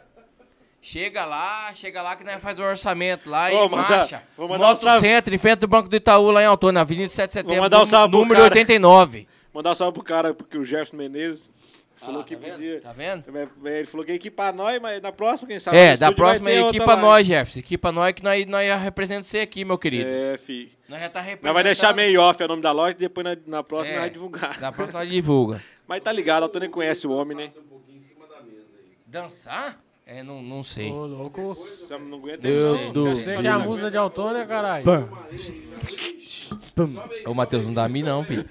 S2: Chega lá, chega lá que nós faz o orçamento lá
S4: Ô,
S2: e
S4: mandar-
S2: marcha.
S4: vou mandar um
S2: Moto
S4: salve.
S2: Centro, em frente do Banco do Itaú, lá em Autônomo, na Avenida 7 de Setembro,
S4: mandar um
S2: nú-
S4: salve pro
S2: número
S4: cara.
S2: 89.
S4: Mandar um salve pro cara, porque o Gerson Menezes falou
S2: Ah,
S4: que
S2: tá vendo?
S4: podia.
S2: Tá vendo?
S4: É, Ele falou que ia equipar nós, Tá, mas na próxima, quem sabe. no
S2: É, da
S4: estúdio
S2: próxima
S4: vai ter
S2: aí,
S4: outra
S2: equipa
S4: lá.
S2: nós, Jefferson. Equipa nós que nós, nós representamos você aqui, meu querido.
S4: É, fi.
S2: Nós já tá representando.
S4: Nós vai deixar meio off é o nome da loja e depois na, na próxima
S2: É,
S4: nós vai divulgar.
S2: Na próxima nós divulga.
S4: Mas tá ligado, o Tony conhece o homem, né?
S2: Dançar? É, não, não sei.
S6: Ô, louco.
S4: Você não aguenta
S7: Deus
S4: não.
S7: do
S6: Você que é a musa de Autônia, caralho.
S2: Ô, Matheus, não dá a mim não, filho.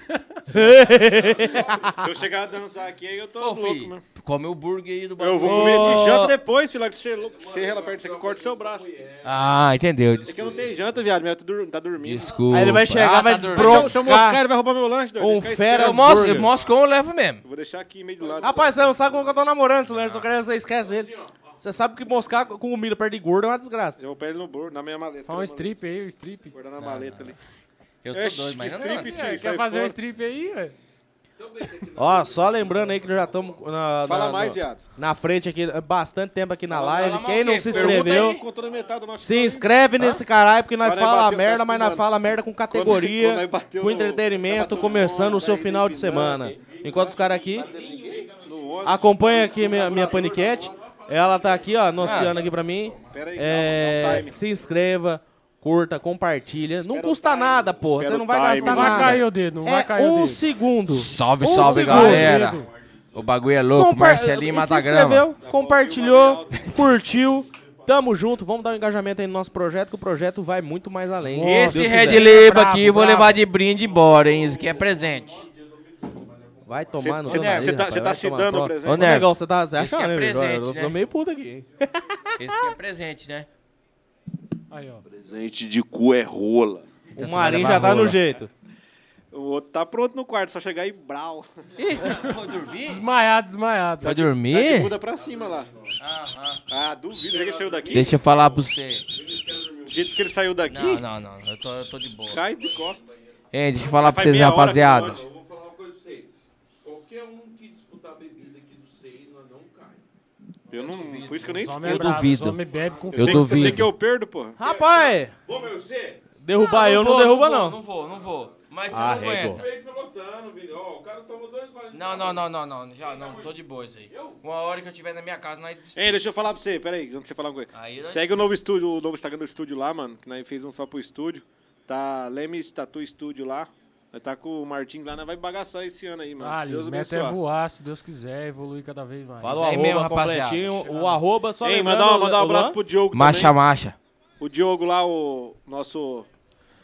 S4: Se eu chegar a dançar aqui, aí eu tô
S2: Ô,
S4: louco,
S2: filho,
S4: mano.
S2: come o burger aí do
S4: Eu vou comer
S2: bagulho.
S4: de janta depois, filho. que Você é louco, você ela perto, você corta seu braço. É
S2: Ah, entendeu.
S4: que eu não tenho janta, viado. Minha tá dur- tá dormindo.
S2: Desculpa.
S7: Aí ele vai chegar,
S2: Ah,
S7: vai
S2: tá dormindo.
S7: desbroncar.
S4: Se eu
S6: Ah.
S4: moscar, ele vai roubar meu lanche, doido.
S7: Um
S4: Ele fica
S6: é
S7: fera-
S2: Eu
S4: esperando.
S2: mostro,
S7: Burger.
S2: eu mostro como eu levo mesmo.
S4: Eu Vou deixar aqui, meio de lado.
S7: Rapaz, você não sabe como que eu tô namorando, Silêncio. Tô querendo que você esquece ele. Você sabe que moscar com comida perto de gordo é uma desgraça.
S4: Eu vou pôr ele no bolo, na minha maleta.
S6: Faz um strip aí, o strip.
S4: Guardar na maleta ali.
S2: Eu
S4: Oxi,
S2: tô doido, mas
S4: que
S2: não, não.
S4: strip,
S6: É,
S4: tio,
S6: quer
S4: sai
S6: fazer um
S4: fora.
S6: strip aí, velho?
S7: Ó, só lembrando aí que nós já estamos na,
S4: Fala
S7: na-
S4: mais,
S7: na-
S4: viado.
S7: na frente aqui, há bastante tempo aqui na
S2: Fala-
S7: live.
S2: fala mais
S7: Quem
S2: o
S7: não
S2: quê?
S7: se
S2: Pergunta
S7: inscreveu,
S4: aí, contou na metade do nosso
S7: se
S4: programa.
S7: inscreve nesse caralho, porque nós
S4: Quando nós
S7: fala
S4: bateu,
S7: merda,
S4: nós
S7: mas nós
S4: fumando.
S7: fala merda com categoria,
S4: quando nós bateu
S7: com
S4: no- nós
S7: entretenimento,
S4: bateu no
S7: começando o
S4: ombro,
S7: seu
S4: aí
S7: final de
S4: tem pindando,
S7: semana. Enquanto os caras aqui,
S4: No ônibus.
S7: acompanha aqui minha, minha paniquete. Ela tá aqui, ó, anunciando aqui pra mim.
S4: Ah, Pera aí, calma, dá um
S7: É,
S4: time.
S7: se inscreva, curta, compartilha. Não custa nada, porra. Você
S4: Espera
S7: não
S4: o
S7: vai
S4: time.
S3: Tá
S7: gastar
S6: Não vai cair
S7: nada.
S6: o dedo, não vai
S7: É
S6: cair o
S7: um
S6: dedo.
S7: segundo.
S2: Salve,
S7: Um
S2: salve,
S7: segundo.
S2: galera. O bagulho é louco,
S7: Compa-
S2: Marcelinho
S7: se
S2: Matagrama.
S7: inscreveu, compartilhou, curtiu. Tamo junto, vamos dar um engajamento aí no nosso projeto, que o projeto vai muito mais além.
S2: Esse
S7: Deus
S2: Red
S7: quiser.
S2: Label
S6: Brabo,
S2: aqui eu vou
S6: brabo.
S2: levar de brinde embora, hein? Isso aqui é presente.
S7: Vai tomar no
S4: Cê-
S7: seu
S4: cê tá-
S7: nariz,
S4: cê tá-
S7: rapaz,
S4: cê tá
S7: vai
S4: se
S7: tomar
S4: dando
S7: no-
S4: o presente.
S7: Ô, Negão, você tá...
S2: Esse
S7: Você acha,
S2: que é
S7: né, Vitor?
S2: presente,
S7: Eu
S2: né?
S7: tô meio puto aqui.
S2: Esse aqui é presente, né?
S6: Aí, ó.
S1: Presente de cu é rola.
S2: você
S7: O Marinho
S2: vai
S7: já tá
S2: levar
S7: no
S2: rola.
S7: jeito.
S4: O outro tá pronto no quarto, só chegar e brau.
S2: Eita, foi dormir?
S6: Desmaiado, desmaiado.
S7: Tá
S2: Foi
S4: Daqui
S2: dormir?
S4: muda Tá pra cima lá.
S2: Aham.
S4: Ah, duvido. Já que ele saiu daqui,
S2: Deixa eu falar pra você.
S4: do jeito que ele saiu daqui,
S2: Não, não, não. Eu tô, eu tô de boa.
S4: cai de costa.
S2: Hein, deixa eu falar pra
S4: Faz
S2: vocês,
S4: meia hora que
S2: rapaziada.
S4: pode.
S1: qualquer um que disputar a bebida aqui dos seis, nós não cai.
S4: Eu não, por isso que eu nem
S6: Os
S4: discuto.
S6: homens é bravo, os homens bebem com
S4: eu sei,
S6: fogo.
S4: que- Eu sei que eu perdo, porra.
S3: Rapaz!
S1: Vou, meu, você?
S3: Derrubar eu não
S2: vou,
S3: derruba,
S2: vou,
S3: não.
S2: Não vou, não vou. Mas você
S3: Ah,
S2: não
S3: regou.
S2: aguenta. Não, não, não, não, não. Já não, tô de boa isso aí. Uma hora que eu tiver na minha casa, nós
S4: Ei, deixa eu falar pra você, peraí, antes de você falar uma coisa.
S2: Aí, né?
S4: Segue o novo estúdio, o novo Instagram do estúdio lá, mano, que nós fez um só pro estúdio. Tá Lemes Tatu Estúdio lá. Nós tá com o Martim lá, nós vai bagaçar esse ano aí, mano.
S6: Ah,
S4: se Deus
S6: Deus meta é
S4: abençoe.
S6: voar, se Deus quiser, evoluir cada vez mais.
S4: Fala o Isso aí arroba mesmo, rapaziada. completinho, o arroba, só Ei, mandar- lembrando, mandar um o abraço Luan? pro Diogo também.
S18: Macha, macha.
S4: O Diogo lá, o nosso...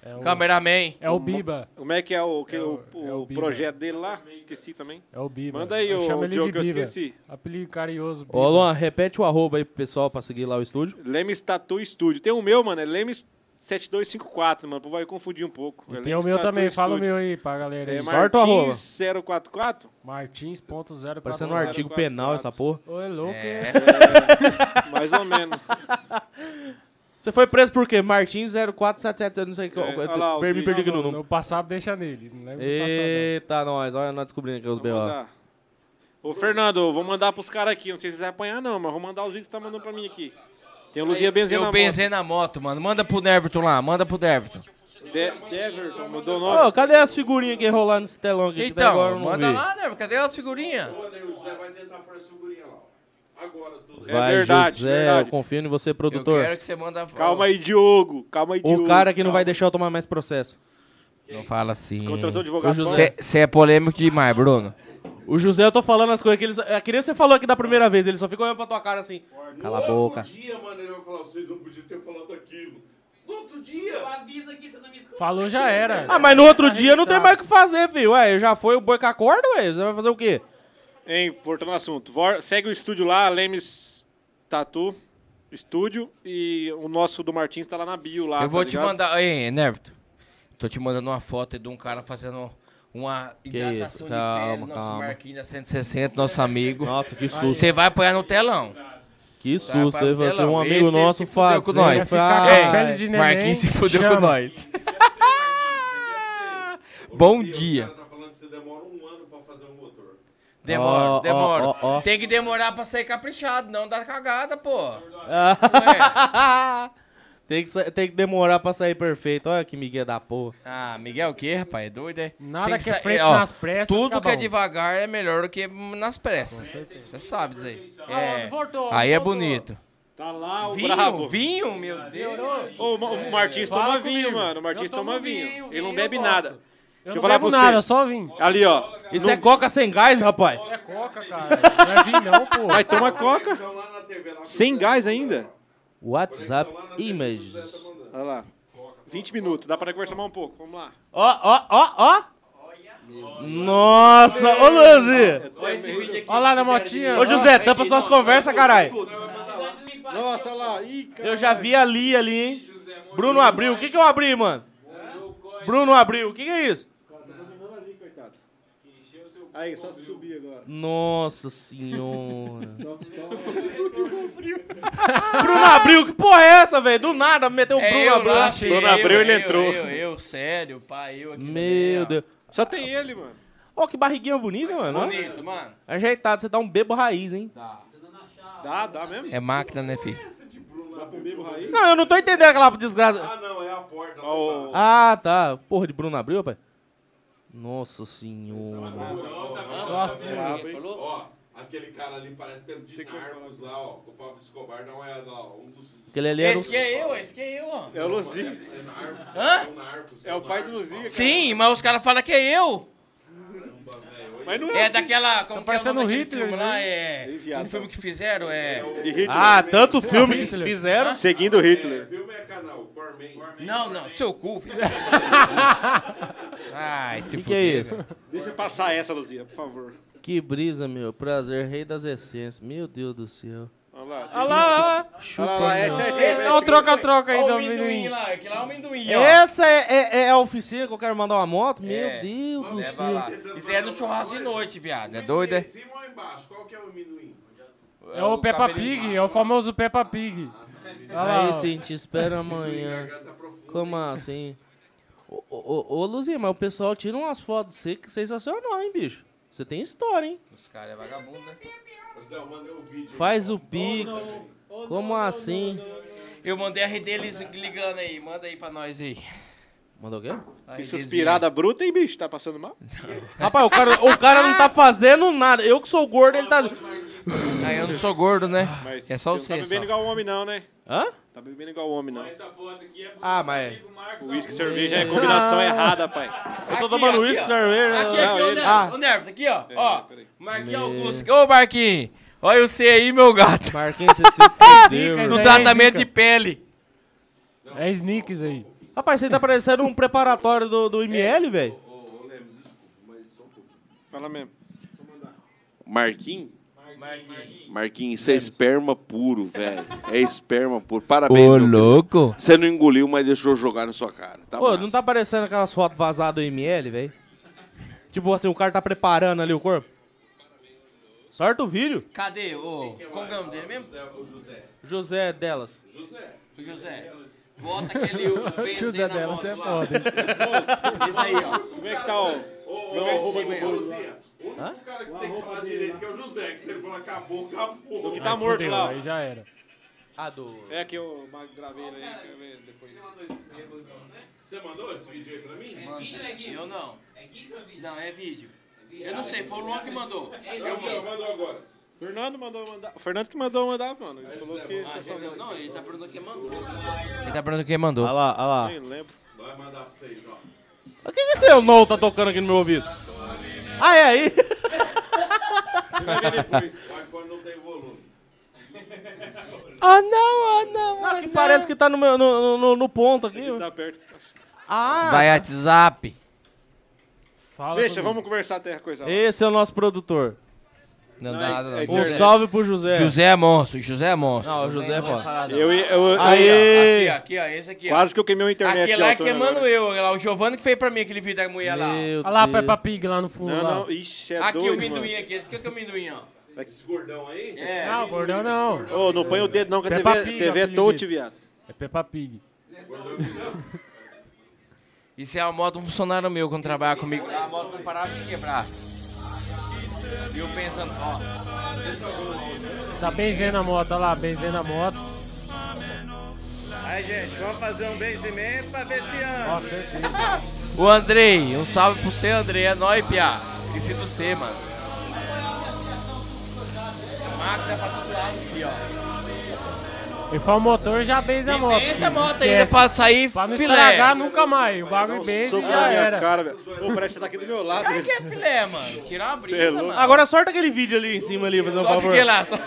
S6: É
S18: Cameraman.
S6: É o Biba.
S4: Como é que é o, que, o, o
S6: Biba.
S4: projeto dele lá? Esqueci também.
S6: É o Biba.
S4: Manda aí,
S6: Eu chamo
S4: o
S6: ele
S4: Diogo,
S6: de
S4: que eu
S6: Biba.
S4: esqueci.
S6: Apelido carinhoso. Biba.
S3: Ô, Luan, Ah, repete o arroba aí pro pessoal pra seguir lá o estúdio.
S4: Lemes Tatu Estúdio. Tem o meu, mano, é Lemes 7254, mano. pô, Vai confundir um pouco. É
S6: Tem o
S4: Lemes
S6: meu
S4: Tattoo
S6: também, fala o
S4: Studio.
S6: meu aí pra galera. aí.
S4: É Martins 044.
S6: Martins.044.
S3: Parecendo um artigo penal essa porra.
S6: Ô, é louco,
S3: É.
S6: hein?
S3: É,
S4: mais ou menos.
S3: *laughs* Você foi preso por quê? Martins 0477, eu não sei qual.
S6: É,
S3: qual-
S6: olha lá, o
S3: per- me
S6: Zico.
S3: perdi aqui
S6: Não,
S3: no
S4: É.
S6: não,
S3: número.
S6: No passado deixa nele. Não lembro do passado.
S3: Eita, nós, olha nós descobrindo aqui os B.O.
S4: mandar. Ô, Fernando, eu vou mandar pros caras aqui. Não sei se vocês vão apanhar, não, mas vou mandar os vídeos que você tá mandando pra mim aqui. Tem o Luzia Benzema.
S2: Eu benzei na moto, mano. Manda pro Neverton lá, manda pro Neverton.
S4: Deverton, mudou o nome.
S3: Ô, cadê as figurinhas aqui rolando nesse telão aqui? que até agora eu
S2: Então,
S3: não
S2: manda
S3: vi?
S2: lá, Neverton. Cadê as figurinhas?
S3: Vai,
S4: verdade,
S3: José,
S4: verdade.
S3: eu confio em você, produtor.
S2: quero que você manda-
S4: Calma aí, Diogo. Calma aí, Diogo.
S3: O cara que não vai deixar eu tomar mais processo.
S2: Não fala assim.
S4: Contratou advogado
S2: Você você é polêmico demais, Bruno.
S3: O José, eu tô falando as coisas que ele. Só... É que nem você falou aqui da primeira vez, ele só fica olhando pra tua cara assim.
S2: Cala a boca.
S1: dia, mano, ele vai falar, vocês não podiam ter falado aquilo. No outro dia... Eu aviso aqui, você não me escuta.
S6: Falou já era.
S3: Ah, mas no outro dia não tem mais o que fazer, filho. Ué, já foi o boi com a corda, ué. Você vai fazer o quê?
S4: Hein, voltando ao assunto. Vor- segue o estúdio lá, Lemes Tatu Estúdio. E o nosso do Martins tá lá na bio lá.
S2: eu vou
S4: tá
S2: te
S4: ligado?
S2: mandar. Ei, Neverton. Tô te mandando uma foto aí de um cara fazendo uma
S3: isso,
S2: hidratação de pele,
S3: calma,
S2: nosso
S3: calma.
S2: Marquinhos da 160, nosso amigo.
S3: Nossa, que susto.
S2: Você vai apanhar no telão.
S3: Que
S2: Vai
S3: susto,
S2: apanhar
S3: aí
S2: no
S3: você,
S2: telão.
S3: um amigo
S2: Esse
S3: nosso
S2: se fudeu
S3: faz.
S2: com nós. Ei, Marquinhos se fudeu com nós. Bom dia.
S1: um
S2: Demora,
S3: Ó, ó,
S2: demora.
S3: ó, ó.
S2: Tem que demorar pra sair caprichado, não dá cagada, pô.
S3: Ah. *laughs* tem, que, sa- tem que demorar pra sair perfeito. Olha que Miguel da porra.
S2: Ah, Miguel o quê, rapaz? É doido, é?
S6: Nada
S2: Tem
S6: que é
S2: sa-
S6: feito nas pressas,
S2: Tudo
S6: fica
S2: que é
S6: bom.
S2: devagar é melhor do que nas pressas. Você sabe disso aí.
S6: Ah,
S2: É.
S6: voltou,
S2: Aí é
S6: voltou.
S2: bonito.
S4: Tá lá o
S2: Vinho,
S4: brabo.
S2: vinho, meu Deus.
S4: Ô, o Ma- o Martins
S6: É, Fala
S4: toma vinho,
S6: comigo.
S4: mano. O Martins
S6: Eu tomo
S4: toma vinho.
S6: vinho,
S4: Ele não
S6: vinho
S4: bebe
S6: eu
S4: nada.
S6: gosto.
S4: Deixa
S6: não
S4: eu falar
S6: bebo
S4: pra você.
S6: nada, só vinho.
S4: Ali, ó.
S3: Isso
S4: Não-
S3: é coca sem gás, rapaz.
S6: É coca, cara. Não é vinho, não, pô.
S4: Vai, toma coca. Sem gás ainda.
S3: WhatsApp Images.
S6: tá
S4: Olha lá. 20 minutos, dá pra conversar mais um pouco. Vamos lá.
S3: Ó, ó, ó, ó. Nossa, ô Luzi.
S6: Olha lá na motinha.
S3: Ô José, tampa suas conversas, caralho.
S4: Nossa, olha lá. Ih, cara.
S3: Eu já vi ali, ali, hein? Bruno abriu. O que que eu abri, mano? Bruno abriu. O que que é isso?
S4: Aí, só se subir agora.
S3: Nossa senhora.
S4: Só,
S2: *laughs*
S4: só...
S3: Bruno Abril, que porra é essa, velho? Do nada meteu o
S2: É
S3: Bruno
S2: eu,
S3: Abril.
S2: lá, filho,
S3: Bruno
S2: eu, é
S3: Abril, ele
S2: eu,
S3: entrou.
S2: Eu, eu, sério, pai, eu aqui.
S3: Meu Deus.
S4: Só tem ele, mano.
S3: Ó, que barriguinha bonita, mano. ó.
S2: Bonito, mano.
S3: Ajeitado, você tá um bebo raiz, hein?
S4: Dá, dá mesmo.
S2: É máquina, né, filho?
S4: Dá pro mesmo raiz.
S3: Não, eu não tô entendendo aquela desgraça.
S1: Não, é a porta.
S4: Ó, o-
S3: Ah, tá. Porra de Bruno Abril, rapaz. Nossa senhora.
S6: Só as
S1: Quem falou? Ó, aquele cara ali parece que tem de Narcos lá, ó. O Pablo Escobar, dá uma olhada lá, ó. Um dos...
S3: Aquele ali era
S2: Esse
S3: o...
S2: que é eu, esse que é eu, ó.
S4: É o Luzi.
S1: É Narcos,
S2: Hã?
S1: é o Narcos.
S4: É o pai do Luzi. cara.
S2: Sim, mas os caras falam que é eu.
S4: Mas não é,
S2: É
S4: assim.
S2: daquela. Como que é o
S6: parecendo
S2: nome daquele
S6: Hitler,
S2: filme lá?
S6: hein?
S2: É.
S4: Ih, viado.
S2: Um filme que fizeram é.
S4: De Hitler.
S3: Ah, tanto filme que fizeram.
S4: Seguindo o Hitler.
S1: Filme é canal, Forman.
S2: Não, não, seu cu, filho. Ai, se
S3: O que, que é
S2: fuder,
S3: isso?
S4: Deixa eu passar essa, Luzia, por favor.
S3: Que brisa, meu. Prazer, rei das essências. Meu Deus do céu.
S4: Olha lá.
S6: Olha lá, olha lá.
S3: Chupa,
S4: essa, essa,
S6: Esse é o troca-troca aí do amendoim.
S2: lá, que lá é o amendoim, ó.
S3: Essa é, é- é a oficina que eu quero mandar uma moto?
S2: É.
S3: Meu Deus do
S2: Leva lá.
S3: céu.
S2: Isso aí é no churrasco de noite, viado. É doido, é?
S1: Em cima ou embaixo? Qual que é o amendoim?
S6: É o Peppa
S2: cabelinho É
S6: Pig, é o famoso Peppa Pig. Olha lá,
S3: Aí
S6: ó.
S3: sim, te
S7: *laughs*
S3: espero amanhã. Como assim? Ô, ô, ô, ô, Luzinha, mas o pessoal tira umas fotos de você que é sensacional, hein, bicho?
S7: Você tem história, hein?
S2: Os caras é vagabundo, né?
S7: Faz o Pix. Como assim?
S2: Eu mandei a RD eles ligando aí, manda aí pra nós aí.
S7: Mandou o quê?
S4: Que é, suspirada bruta, hein, bicho? Tá passando mal?
S7: Rapaz, o cara, o cara
S2: *laughs*
S7: não tá fazendo nada. Eu que sou gordo, ele tá.
S2: Ah, eu não sou gordo, né?
S4: Mas
S2: é só o
S4: você não tá
S2: C.
S4: bebendo
S2: só.
S4: igual homem, não, né?
S7: Hã?
S4: Tá bebendo igual homem, não.
S1: é
S7: Ah, mas.
S4: O uísque e cerveja é combinação errada, pai.
S7: Eu tô tomando uísque,
S3: né,
S7: cerveja.
S2: Aqui, aqui, ô
S7: ele-
S2: Nervo,
S7: Ah.
S2: ô Nervo, aqui,
S1: É,
S2: ó. ó. Marquinhos Augusto. aqui. Ô, Marquinhos. Olha você aí, meu gato.
S7: Marquinhos, você
S6: se fudeu,
S2: No
S6: velho.
S2: tratamento
S6: Fica.
S2: de pele.
S6: É sneaks aí.
S7: Rapaz, você tá parecendo um preparatório do, do ML, velho.
S4: Fala mesmo.
S16: Marquinhos? Marquinhos, isso é esperma puro, velho. É esperma puro. Parabéns, meu querido.
S7: louco.
S16: Você não engoliu, mas deixou jogar na sua cara. Tá
S7: Pô,
S16: massa.
S7: não tá parecendo aquelas fotos vazadas do ML, velho? Tipo assim, o cara tá preparando ali o corpo. Sorte o vídeo.
S2: Cadê? Ô, como que é o nome dele mesmo?
S7: José é delas.
S2: O José. É Bota aquele
S7: *laughs*
S2: o BZ na
S7: José dela,
S2: moto
S7: você é
S2: lá.
S7: foda,
S2: *laughs*
S4: hein?
S2: Esse aí, ó.
S4: Como é que tá, ó?
S2: Roberto
S4: arroba
S2: Silva,
S4: do
S2: ó.
S4: Bolsa.
S1: O único cara que você tem que falar direito que é o José, que você fala acabou, acabou.
S4: que tá Aí morto fudeu, lá, ó. aí
S6: já era.
S7: Ah, do...
S4: É que eu gravei ele aí, quero ver depois.
S1: Você mandou esse vídeo aí pra mim?
S2: É Eu não. É GIF ou vídeo? Não, é vídeo. Eu não sei, foi o Luan que mandou.
S1: Eu mando, eu mando agora.
S4: Fernando mandou mandar. O Fernando que mandou mandar, mano. Ele falou que.
S2: Ah, entendeu? Não, ele tá perguntando quem mandou.
S7: Ele tá perguntando quem mandou. Olha lá, olha lá.
S4: Nem lembro.
S1: Vai mandar pra vocês, ó.
S7: O que que esse é o No tá tocando aqui no meu ouvido? Ah, é aí?
S1: Mas quando não tem volume.
S7: Ah, não, ah, não. Não, que parece que tá no, meu, no, no, no ponto aqui.
S4: Tá perto.
S7: Ah!
S2: Vai WhatsApp.
S4: Deixa, vamos conversar até a coisa lá.
S7: Esse é o nosso produtor.
S2: Não,
S4: Não,
S2: dá
S4: é-
S2: nada, não.
S4: é
S7: Um salve pro José.
S2: José é monstro, José é monstro.
S7: Não, o José é foda.
S4: Eu, ia- eu, eu-
S2: Aí, ó, aqui, ó, aqui, ó, esse aqui. ó.
S4: Quase que eu queimei a internet
S2: Aquele
S4: de
S2: lá é
S4: autor
S2: queimando
S4: agora.
S2: eu, lá, o Giovanni que fez pra mim aquele vídeo da mulher lá. ó.
S6: Olha lá, Peppa Pig lá no fundo.
S4: Não,
S6: lá.
S4: não, ixi, é
S2: aqui o
S4: doido, mano.
S2: amendoim aqui, esse aqui é o amendoim, ó.
S1: Esse gordão aí?
S2: É.
S6: Não, gordão não.
S4: Ô, não põe o dedo não, que a
S6: Peppa
S4: TV,
S6: Pig,
S4: TV é
S6: apelido
S4: touch,
S6: dele.
S4: viado.
S6: É Peppa Pig.
S2: Isso é a moto de um funcionário meu quando trabalha comigo. A moto não parava de quebrar. E eu pensando, ó.
S6: Tá benzendo a moto, olha lá, benzendo a moto.
S8: Aí, gente, vamos fazer um benzimento pra ver se anda.
S6: Ó, certeza.
S2: O Andrei, um salve pro você, Andrei. É nóis, piá. Esqueci do C, mano. Máquina pra todo lado aqui, ó.
S6: E foi o motor, já benze a
S2: E
S6: moto.
S2: benze
S6: filho,
S2: a moto
S6: esquece.
S2: ainda pra sair
S6: Pra não
S2: filé.
S6: estragar nunca mais. O bagulho benze
S4: Soco
S6: e
S4: na
S6: já
S4: minha
S6: era.
S4: cara, velho. Ô, parece que você tá aqui do meu lado.
S2: Cara que é filé, mano. Tirar uma
S4: Cê é
S2: brisa,
S4: louco.
S2: mano.
S7: Agora sorta aquele vídeo ali em cima ali, fazer um
S2: só
S7: favor.
S2: fiquei lá. Só...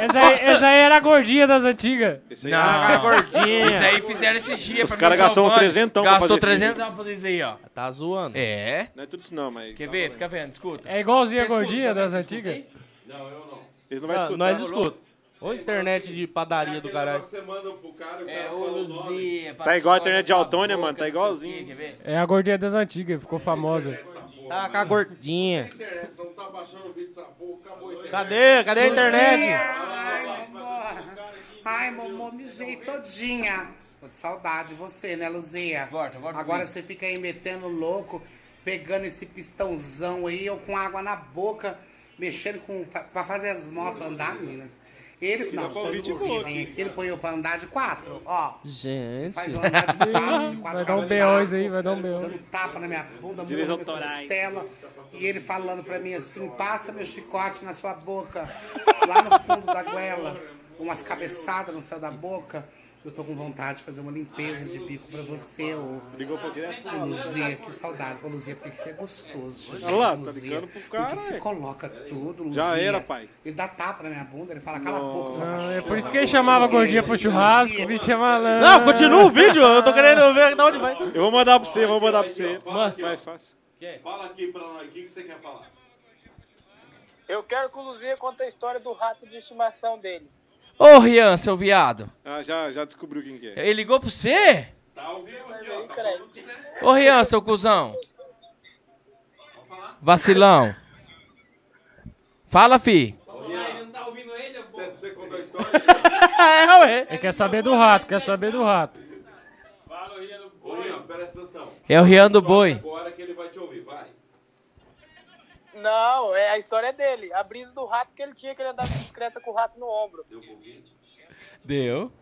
S6: Essa aí, essa aí era a gordinha das antigas.
S4: Esse aí-
S2: Não,
S7: gordinha.
S2: Isso aí fizeram esses dias.
S4: Os
S2: pra
S4: caras
S2: mim,
S4: gastou uns
S2: Giovanni.
S4: 300 pra fazer
S2: Gastou
S4: esse
S2: 300 pra fazer isso aí, ó.
S7: Tá zoando.
S2: É.
S4: Não é tudo isso não, mas...
S2: Quer ver? Fica vendo, escuta.
S6: É igualzinha a
S2: Você escuta
S6: gordinha
S2: também?
S6: das
S2: Você
S6: antigas.
S2: escuta aí?
S4: Eles não vão
S7: Ah,
S4: escutar.
S7: nós escuta. Ô internet de padaria do caralho.
S1: Você manda pro cara, o cara
S2: É, ô,
S1: fala o nome.
S2: Luzia,
S4: Tá igual a
S2: passou
S4: internet de
S2: na sua
S4: Altônia,
S2: boca,
S4: mano, tá
S2: não sei o
S4: igualzinho.
S2: quê, Quer ver?
S6: É a gordinha das antigas, ficou famosa.
S7: Tá com a gordinha.
S1: Internet, não tá baixando o vídeo dessa porra, acabou a internet.
S7: Cadê? Cadê a internet?
S5: Ai, morra. Ai, momomizei todinha. Tô de saudade de você, né, Luzia?
S2: Volta, volta
S5: Agora
S2: comigo.
S5: você fica aí metendo louco, pegando esse pistãozão aí, eu com água na boca, mexendo com. fa- pra fazer as motos andar, meninas. Ele, não, sou
S4: convite
S5: inclusive,
S4: boa,
S5: hein? Aqui ele põe eu pra andar de quatro, ó.
S7: Gente.
S5: Faz eu andar de quatro, de quatro
S6: Vai dar
S5: pra
S6: um B.O.s aí, vai dar um B.O.
S5: dando tapa na minha bunda,
S4: Direitos
S5: murro na minha
S4: autorais.
S5: costela, e ele falando pra mim assim, passa meu chicote na sua boca, lá no fundo da goela, com umas cabeçadas no céu da boca. Eu tô com vontade de fazer uma limpeza de bico pra você, ô
S4: Ligou pro quê?
S5: ô, Luzia, que saudade. Ô Luzia, porque você é gostoso.
S4: Olha lá, tá
S5: Luzia.
S4: ligando pro cara,
S5: Por que que você
S4: é.
S5: coloca tudo, Luzia?
S4: Já era, pai.
S5: Ele dá tapa na minha bunda, ele fala, cala a boca, sua
S6: Ah, É
S5: cachorra.
S6: por isso que ele chamava a gordinha pro churrasco, bicho é malandro.
S7: Não, continua o vídeo. Eu tô querendo ver de onde vai.
S4: Eu vou mandar pra você, vou mandar pra você.
S1: Fala aqui, ó.
S4: Mais fácil.
S1: Fala aqui pra nós, o que, que você quer falar?
S19: Eu quero que o Luzia conte a história do rato de estimação dele.
S2: Ô, Rian, seu viado.
S4: Ah, já, já descobriu quem que é.
S2: Ele ligou pra você?
S1: Tá ao vivo aqui, ó. Tá
S19: Peraí.
S1: falando que você
S2: Ô, Rian, seu cuzão. Vacilão. Fala, fi.
S1: você- você contou a história.
S7: É, ué.
S6: Ele quer saber do rato, quer saber do rato.
S1: Ô, Ian, presta atenção.
S2: É o Rian do Boi.
S1: Agora que ele vai te ouvir, vai.
S19: Não, é, a história é dele. A brisa do rato que ele tinha, que ele andava de bicicleta com o rato no ombro. Deu Covid?
S7: Deu.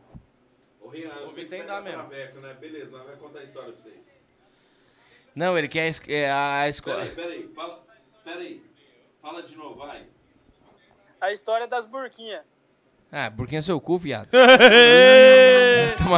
S1: Ô, Rian, eu sei que
S14: sem dar
S1: tá indo pra
S14: mesmo.
S1: Veco, né? Beleza, nós vamos contar a história pra vocês.
S2: Não, ele quer es- é, a, a escola.
S1: Peraí, peraí, fala, peraí. Fala de novo, vai.
S19: A história das burquinhas.
S2: Ah, porque é seu cu,
S7: *laughs*
S2: viado.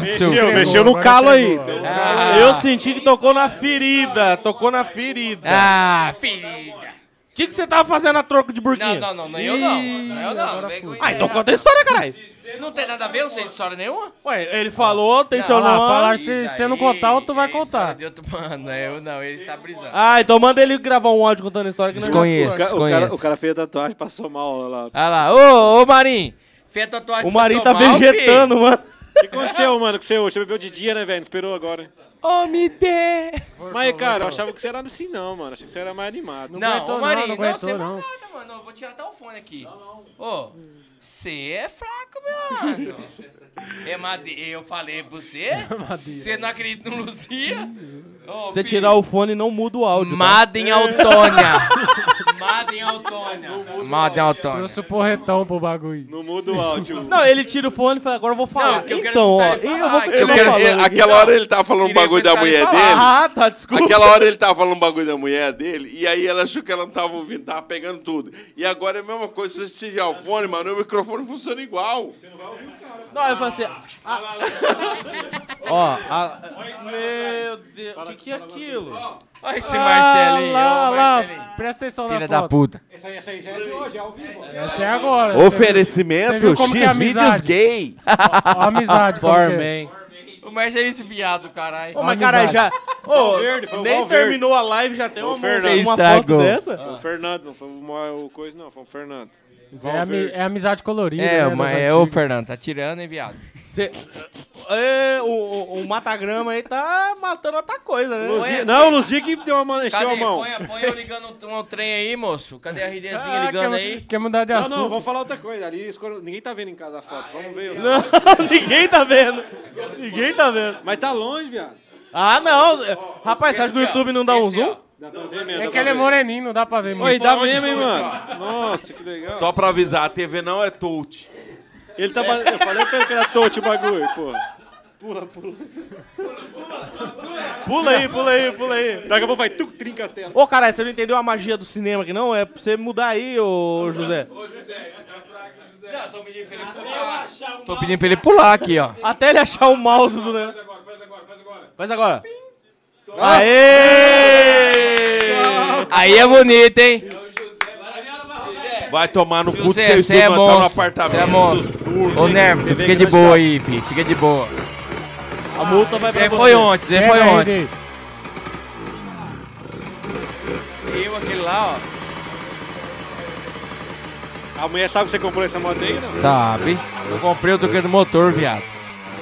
S7: Mexeu, mexeu no calo aí.
S2: Ah.
S7: Eu senti que tocou na ferida. Tocou na ferida.
S2: Ah, ferida.
S7: O que, que você tava fazendo a troco de burquinha?
S2: Não, não, não, não eu não. Não é eu não. Vem com
S7: Ah, então
S2: ideia.
S7: conta a história, caralho.
S2: Não tem nada a ver, não sei de história nenhuma.
S7: Ué, ele falou, tem
S2: Não,
S7: seu
S2: lá,
S7: nome.
S2: falaram se- se você não contar,
S7: tu vai
S2: História de outro- Mano, eu não, ele está brisando.
S7: Ah, então manda ele gravar um áudio contando a história que não é
S2: Desconheço,
S7: sua. Ca- o
S4: O cara,
S7: cara-
S4: o cara fez a tatuagem, passou mal lá.
S2: Ah lá, ô, ô Marim. Fez a tatuagem
S7: O
S2: pra
S7: Marim tá
S2: somar, filho.
S7: vegetando, mano.
S4: O que aconteceu, mano, com você hoje? Você bebeu de dia, né, velho? Não esperou agora, hein?
S7: Ô, me dê.
S4: Mas, cara, eu achava que você era assim, não, mano. Achei que você era mais animado.
S2: Não, ô Marinho, não, você maltrata, mano. Eu vou tirar até o fone aqui. Não, não. Ô, você é fraco, meu mano. é made... Eu falei pra você? Você não acredita no Luzia? Ô,
S7: Você
S2: filho,
S7: tirar o fone, não muda o áudio.
S2: Madem Autônia. Madem Autônia.
S7: Madem Autônia.
S6: Trouxe o porretão pro bagulho.
S4: Não muda o áudio.
S2: é
S7: Não, ele tira o fone e fala, agora eu vou falar.
S2: eu quero
S7: então, ó,
S2: escutar é ele
S7: eu vou
S2: falar,
S7: ele
S2: que eu
S7: não
S2: quero-
S7: falou.
S2: Não,
S16: Aquela hora ele tava falando um
S2: queria
S16: bagulho da
S2: pensar em
S16: mulher
S2: falar.
S16: dele.
S7: Ah, tá, desculpa.
S16: Aquela hora ele tava falando um bagulho da mulher dele e aí ela achou que ela não tava ouvindo, tava pegando tudo. E agora é a mesma coisa, se você tirar o fone, mano, o microfone funciona igual.
S7: Não, eu falei assim. ah, Ó, a- meu Deus, o que, que é aquilo?
S2: Olha esse
S6: Marcelinho, ó, Marcelinho. Presta atenção na
S7: Filha
S6: foto.
S7: da puta.
S6: Essa aí, essa aí já é de hoje, é ao vivo. Essa é agora. Você
S9: Oferecimento
S6: viu como que é
S9: X vídeos
S6: amizade?
S9: gay.
S6: Ó, ó a amizade, como que é.
S2: O Marcelinho é esse viado, caralho.
S7: Ô, mas caralho, já. Ô,
S4: Valverde, foi o
S7: nem
S4: Valverde.
S7: terminou a live, já tem
S4: Foi
S7: uma,
S4: o Fernando.
S7: uma foto dessa?
S4: Foi o Fernando, não foi o o coisa, não. Foi o Fernando.
S6: É, ami- é amizade colorida.
S2: É,
S6: né,
S2: mas
S6: das
S2: é o
S6: antigas.
S2: Fernando, tá tirando, hein, viado.
S7: Cê- é, o, o, o matagrama aí tá matando outra coisa, né?
S4: Luzia- não, o Luzia que deu uma mão- encheu
S2: Cadê?
S4: a mão.
S2: Põe, a- põe eu ligando um, um trem aí, moço. Cadê a RDzinha
S6: Ah,
S2: ligando
S6: quer-
S2: aí?
S6: Quer mudar de
S4: não,
S6: assunto?
S4: não, vamos falar outra coisa. Ali escuro- ninguém tá vendo em casa a foto. vamos ver.
S7: *laughs* Ninguém tá vendo. Ninguém tá vendo.
S4: Mas tá longe, viado.
S7: Ah, não. Rapaz, você acha que o YouTube não dá um zoom?
S4: Dá pra ver mesmo.
S6: É
S4: dá
S6: que
S4: pra
S6: ele é
S4: ver.
S6: moreninho, não dá pra ver muito.
S4: Oi, dá mesmo, hein, mano? Nossa, que legal.
S1: Só pra avisar, a TV não é touch.
S4: Ele tá. ba- Eu falei pra ele que era touch o bagulho, pô. Pula, pula.
S7: Pula aí, pula aí, pula aí.
S4: Daqui a pouco vai tu, trinca a tela.
S7: Ô, caralho, você não entendeu a magia do cinema aqui, não? É pra você mudar aí, ô José.
S2: Tô pedindo pra ele pular aqui, ó.
S7: Até ele achar o mouse do negócio. Faz agora. Aê!
S2: Aí é bonito, hein?
S1: Vai tomar no cu do
S2: José,
S1: seu
S2: você é
S1: irmão, tá no
S2: monstro. Você é
S1: apartamento dos
S2: monstro.
S1: turcos.
S2: Ô, Nervo, tu fica de boa aí, fi. Fica de boa.
S7: A multa vai pra
S2: Zé foi ontem, Zé foi ontem. Eu, aquele lá, ó.
S4: A mulher sabe que você comprou essa moto aí, não?
S2: Sabe? Eu comprei o troquei do motor, viado.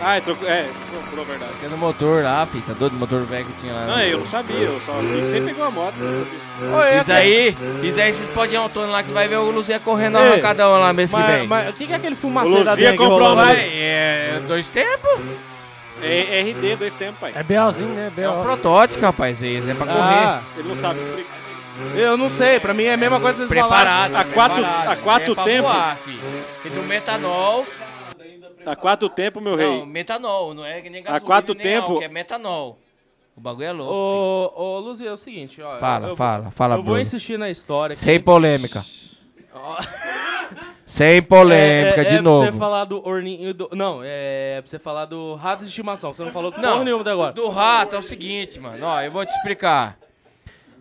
S4: Ah, é, trocou. É, comprou, verdade.
S2: Troquei do motor lá, fi. Tá doido do motor velho que tinha lá.
S4: Não, eu não sabia, eu só vi que você pegou a moto. eu sabia.
S2: Isso aí, isso aí vocês podem ir ao torno lá que vai ver o Luzia correndo na arrancada lá mês que
S7: mas-
S2: vem.
S7: Mas o que que é aquele
S4: Ô,
S7: fumaceiro da
S4: Luzia
S7: dengue
S4: comprou
S7: rolando
S4: uma-
S7: aí?
S2: É, dois tempos.
S4: É RD, dois tempos, pai.
S6: É Belzinho, né?
S2: É
S6: Bel.
S2: um protótipo, rapaz. Esse é pra
S7: Ah,
S2: correr.
S4: Ele não sabe explicar.
S7: eu não sei, pra mim é a mesma coisa que vocês
S2: Preparado.
S7: falaram.
S4: A quatro,
S2: preparado.
S4: a quatro
S2: é pra
S4: tempos.
S2: voar, fi. E do metanol.
S4: A quatro tempos, meu
S2: Não,
S4: rei.
S2: metanol. Não é que nem
S4: A
S2: gasolina.
S4: quatro
S2: nem álcool,
S4: tempo-
S2: É metanol. O bagulho é louco.
S7: Ô, ô, Luzia, é o seguinte, ó.
S2: Fala,
S7: eu- eu-
S2: fala, fala,
S7: Eu vou
S2: Bruno.
S7: insistir na história. aqui.
S2: Sem polêmica. Sem polêmica,
S7: é,
S2: de
S7: é pra você
S2: novo.
S7: falar do orninho do... Não, é, pra você falar do rato de estimação. Você não falou
S2: Não,
S7: porra nenhuma até agora.
S2: Do rato é o seguinte, mano. Ó, eu vou te explicar.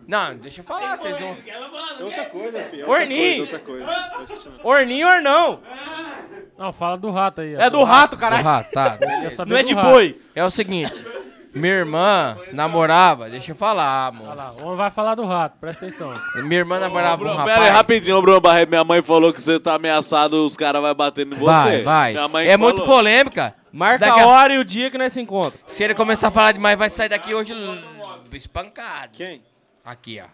S2: Não, deixa eu falar, vocês vão.
S4: É outra coisa, filho. é outra
S7: Orninho.
S4: coisa, outra coisa. Pode continuar.
S7: Orninho ou não?
S6: Não, fala do rato aí. ó.
S7: É do rato,
S2: Do
S7: caralho.
S2: rato, *laughs* tá.
S6: Quer saber
S7: Não é
S6: do
S7: de
S6: rato.
S7: boi.
S2: É o seguinte, minha irmã namorava, deixa eu falar,
S6: Olha
S2: amor.
S6: lá, o homem vai falar do rato, presta atenção.
S2: Minha irmã namorava um
S16: Pera aí,
S2: rapaz.
S16: rapidinho, ô, Bruno Barreto, minha mãe falou que você tá ameaçado, os caras vão batendo em você.
S2: Vai, vai.
S16: Minha mãe
S2: É
S16: que
S2: muito
S16: falou.
S2: polêmica.
S7: Marca
S2: Daqui
S7: a
S2: a-
S7: hora e o dia que nós se encontramos.
S2: Se ele começar a falar demais, vai sair daqui hoje l- espancado.
S4: Quem?
S2: Aqui, ó.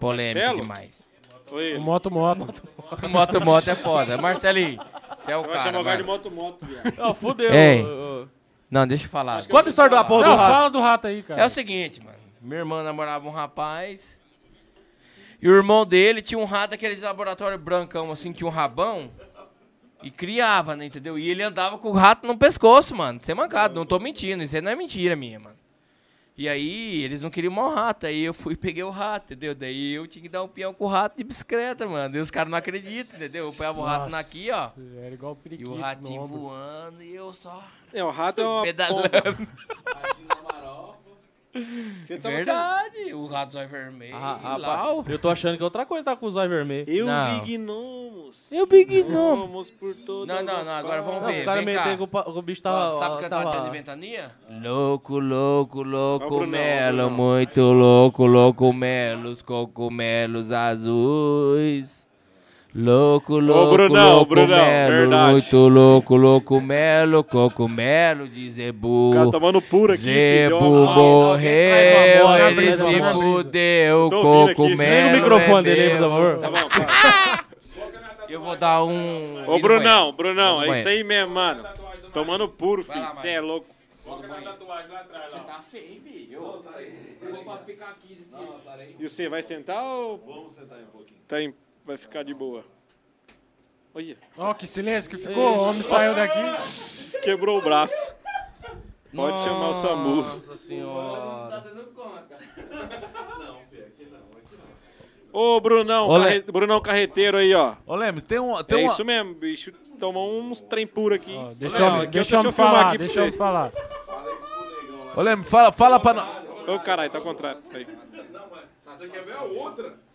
S2: Polêmica
S4: Marcelo?
S2: demais.
S4: Foi
S6: O
S4: ele.
S6: moto moto.
S2: *laughs* Moto, moto é foda. Marcelinho, você é o
S4: Eu vou
S2: cara.
S4: chamar o cara de
S2: vai.
S4: moto moto, viado.
S7: Não, fudeu.
S2: Ei.
S7: ô, ô.
S2: Não, deixa eu falar.
S7: Conta a história da porra do
S6: Não,
S7: rato.
S6: fala do rato aí, cara.
S2: É o seguinte, mano. Minha irmã namorava um rapaz. E o irmão dele tinha um rato daqueles laboratório brancão, assim, tinha um rabão. E criava, né, entendeu? E ele andava com o rato no pescoço, mano. Sem mancado, não tô mentindo. Isso aí não é mentira minha, mano. E aí, eles não queriam mal rato. Aí eu fui *laughs* e peguei o rato, entendeu? Daí eu tinha que dar um peão com o rato de bicicleta, mano. E os caras não acreditam, entendeu? Eu pegava o rato
S10: Nossa,
S2: naqui, ó.
S10: era igual o
S2: E
S10: periquito
S2: o
S10: no
S2: ratinho
S10: ombro.
S2: voando e eu só.
S4: É, o rato é uma
S2: Pedalando.
S4: pomba.
S2: É
S4: tava
S2: *laughs* verdade, o rato zóio vermelho.
S7: Ah,
S2: lá.
S7: rapaz, eu tô achando que outra coisa tá com o zóio vermelho.
S4: Eu
S7: Não.
S4: vi gnomos.
S7: Eu vi gnomos.
S4: Gnomos por todas
S2: Não, não,
S4: as
S2: não, agora vamos
S7: Não,
S2: ver.
S7: o cara
S2: vem
S7: meteu
S2: cá.
S7: que o pa- o bicho tava-
S2: Ó, Sabe cantar
S7: tava-
S2: tava... de ventania?
S14: Louco, louco,
S2: Vamos pro
S14: louco
S2: não,
S14: melo, muito louco, louco melos, cogumelos azuis. Louco, louco,
S19: Brunão,
S14: louco
S19: Brunão,
S14: melo,
S19: verdade.
S14: muito louco, louco melo, cogumelo de zebu.
S4: Tá
S19: Cara, tomando pura aqui,
S14: Zebu
S19: filhão. Alguém-
S14: morreu,
S19: alguém traz uma
S14: ele
S19: brisa,
S14: se
S19: uma brisa.
S14: fudeu, é
S19: Tô ouvindo aqui,
S14: cogumelo
S19: desliga o microfone dele aí, por favor.
S14: Tá bom, *laughs* Eu vou dar um...
S4: Ô,
S14: ir no
S4: Brunão,
S14: banheiro.
S4: Brunão,
S14: Vou no
S4: é isso
S14: banheiro.
S4: aí mesmo, mano. Tomando puro, filho. Você é louco.
S2: Você tá feio, filho. Eu, eu vou pra ficar aqui desse jeito.
S4: E você vai sentar ou. Vamos sentar
S9: um pouquinho.
S4: Tá em- Vai ficar de boa. Olha.
S6: Ó, que silêncio que ficou. O homem saiu daqui.
S4: Quebrou o braço. Pode chamar o SAMU.
S7: Nossa
S2: tá
S7: senhora.
S4: Ô, Brunão,
S3: Ô, Le-
S4: carre- Brunão Carreteiro aí, ó.
S3: Ô, Lemos, tem um.
S4: é
S3: Tem uma-
S4: isso mesmo, bicho. Tomou uns trem puro aqui.
S6: Deixa
S4: Não,
S6: eu,
S4: aqui
S6: deixa eu me
S4: filmar
S6: falar,
S4: aqui pra
S6: deixa eu
S4: você.
S6: falar.
S3: Ô, Lemos, fala, fala pra nós.
S4: Ô, caralho, tá ao contrário. Aí.
S16: Você quer ver a outra?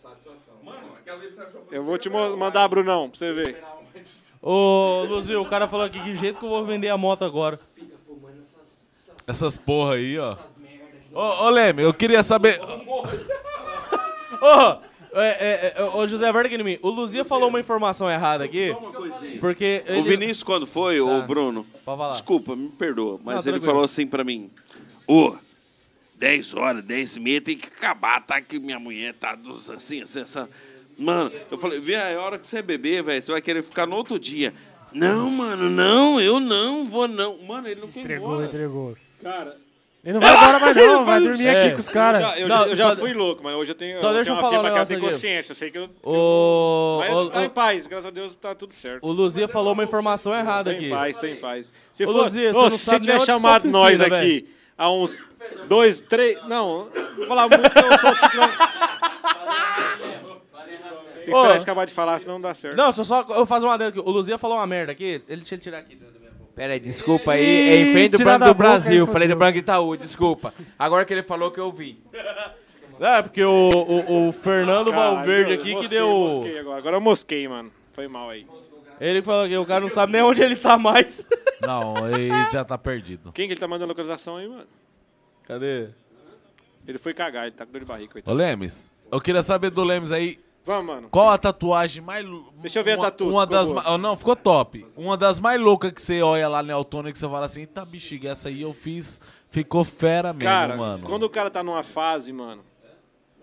S16: Mano, aquela vez você achou
S4: Eu vou te mo- mandar, Brunão, pra você ver.
S7: Ô, Luzio, o cara falou aqui, que jeito que eu vou vender a moto agora?
S3: Essas porra aí, ó. Ô, ô Leme, eu queria
S16: *laughs*
S3: saber.
S7: Ô, é, é, é, ô José, verga em mim. O Luzia falou uma informação errada aqui. Porque ele-
S16: O Vinícius, quando foi, o
S2: Tá.
S16: Bruno,
S7: falar.
S16: desculpa, me perdoa, mas
S7: Não,
S16: ele
S7: tranquilo.
S16: falou assim pra mim: Ô, 10 horas, 10 e meia tem que acabar, tá? Que minha mulher tá dos- assim, assim, assim. Mano, eu falei: Vê, é a hora que você beber, velho, você vai querer ficar no outro dia. Não, mano, não, eu não vou, não. Mano, ele não quer ir
S6: Entregou,
S16: embora.
S6: entregou.
S4: Cara.
S6: *laughs* Ele não vai embora mais não, vai dormir
S7: É.
S6: aqui com os caras.
S4: Eu já, eu
S7: Não,
S4: já- eu já
S7: só-
S4: fui louco, mas hoje eu tenho,
S7: só
S4: eu
S7: deixa
S4: tenho
S7: eu
S4: uma
S7: falar um
S4: firma que eu
S7: negócio
S4: tenho
S7: aqui.
S4: consciência. Eu sei que eu.
S7: Ô,
S4: Mas
S7: ô,
S4: tá em
S7: ô,
S4: paz, graças a Deus tá tudo certo.
S7: o Luzia falou uma informação errada
S4: Tô
S7: aqui.
S4: em paz, tô em paz. Se
S7: Ô,
S4: for,
S7: Luzia,
S4: ô,
S7: você não
S4: se
S7: sabe nem
S4: tiver
S7: onde sua
S4: chamado
S7: oficina,
S4: nós
S7: velho.
S4: aqui há uns dois, três. Não, não vou falar muito, eu sou assim, não. Tem que esperar
S7: Ô.
S4: eles acabar de falar, senão não dá certo.
S7: Não, só, só eu fazer uma dentro aqui. O Luzia falou uma merda aqui. Ele deixa ele tirar aqui.
S14: Peraí, desculpa aí, é em frente do
S7: Ih, tirar
S14: Branco
S7: da
S14: do
S7: boca,
S14: Brasil.
S7: aí
S14: Falei do
S7: fodeu.
S14: Branco Itaú, desculpa. Agora que ele falou que eu vi.
S7: *laughs* É, porque o, o, o Fernando
S4: Caralho,
S7: Valverde
S4: eu
S7: aqui que
S4: mosquei,
S7: deu.
S4: mosquei agora. Agora eu mosquei, mano. Foi mal aí.
S7: Ele falou que o cara não sabe nem onde ele tá mais.
S3: Não, ele já tá perdido.
S4: Quem que ele tá mandando a localização aí, mano?
S7: Cadê?
S4: Ele foi cagar, ele tá com dor de barriga,
S3: Ô,
S4: coitado.
S3: Lemes, eu queria saber do Lemes aí.
S4: Vamos, mano.
S3: Qual a tatuagem mais. lou-
S4: Deixa eu ver
S3: uma,
S4: a tatu.
S3: Uma
S4: ficou
S3: das
S4: boa.
S3: ma- oh, Não, ficou top. Uma das mais loucas que você olha lá no Altona que você fala assim: tá bexiga, essa aí eu fiz. Ficou fera mesmo,
S4: Cara,
S3: mano.
S4: quando o cara tá numa fase, mano,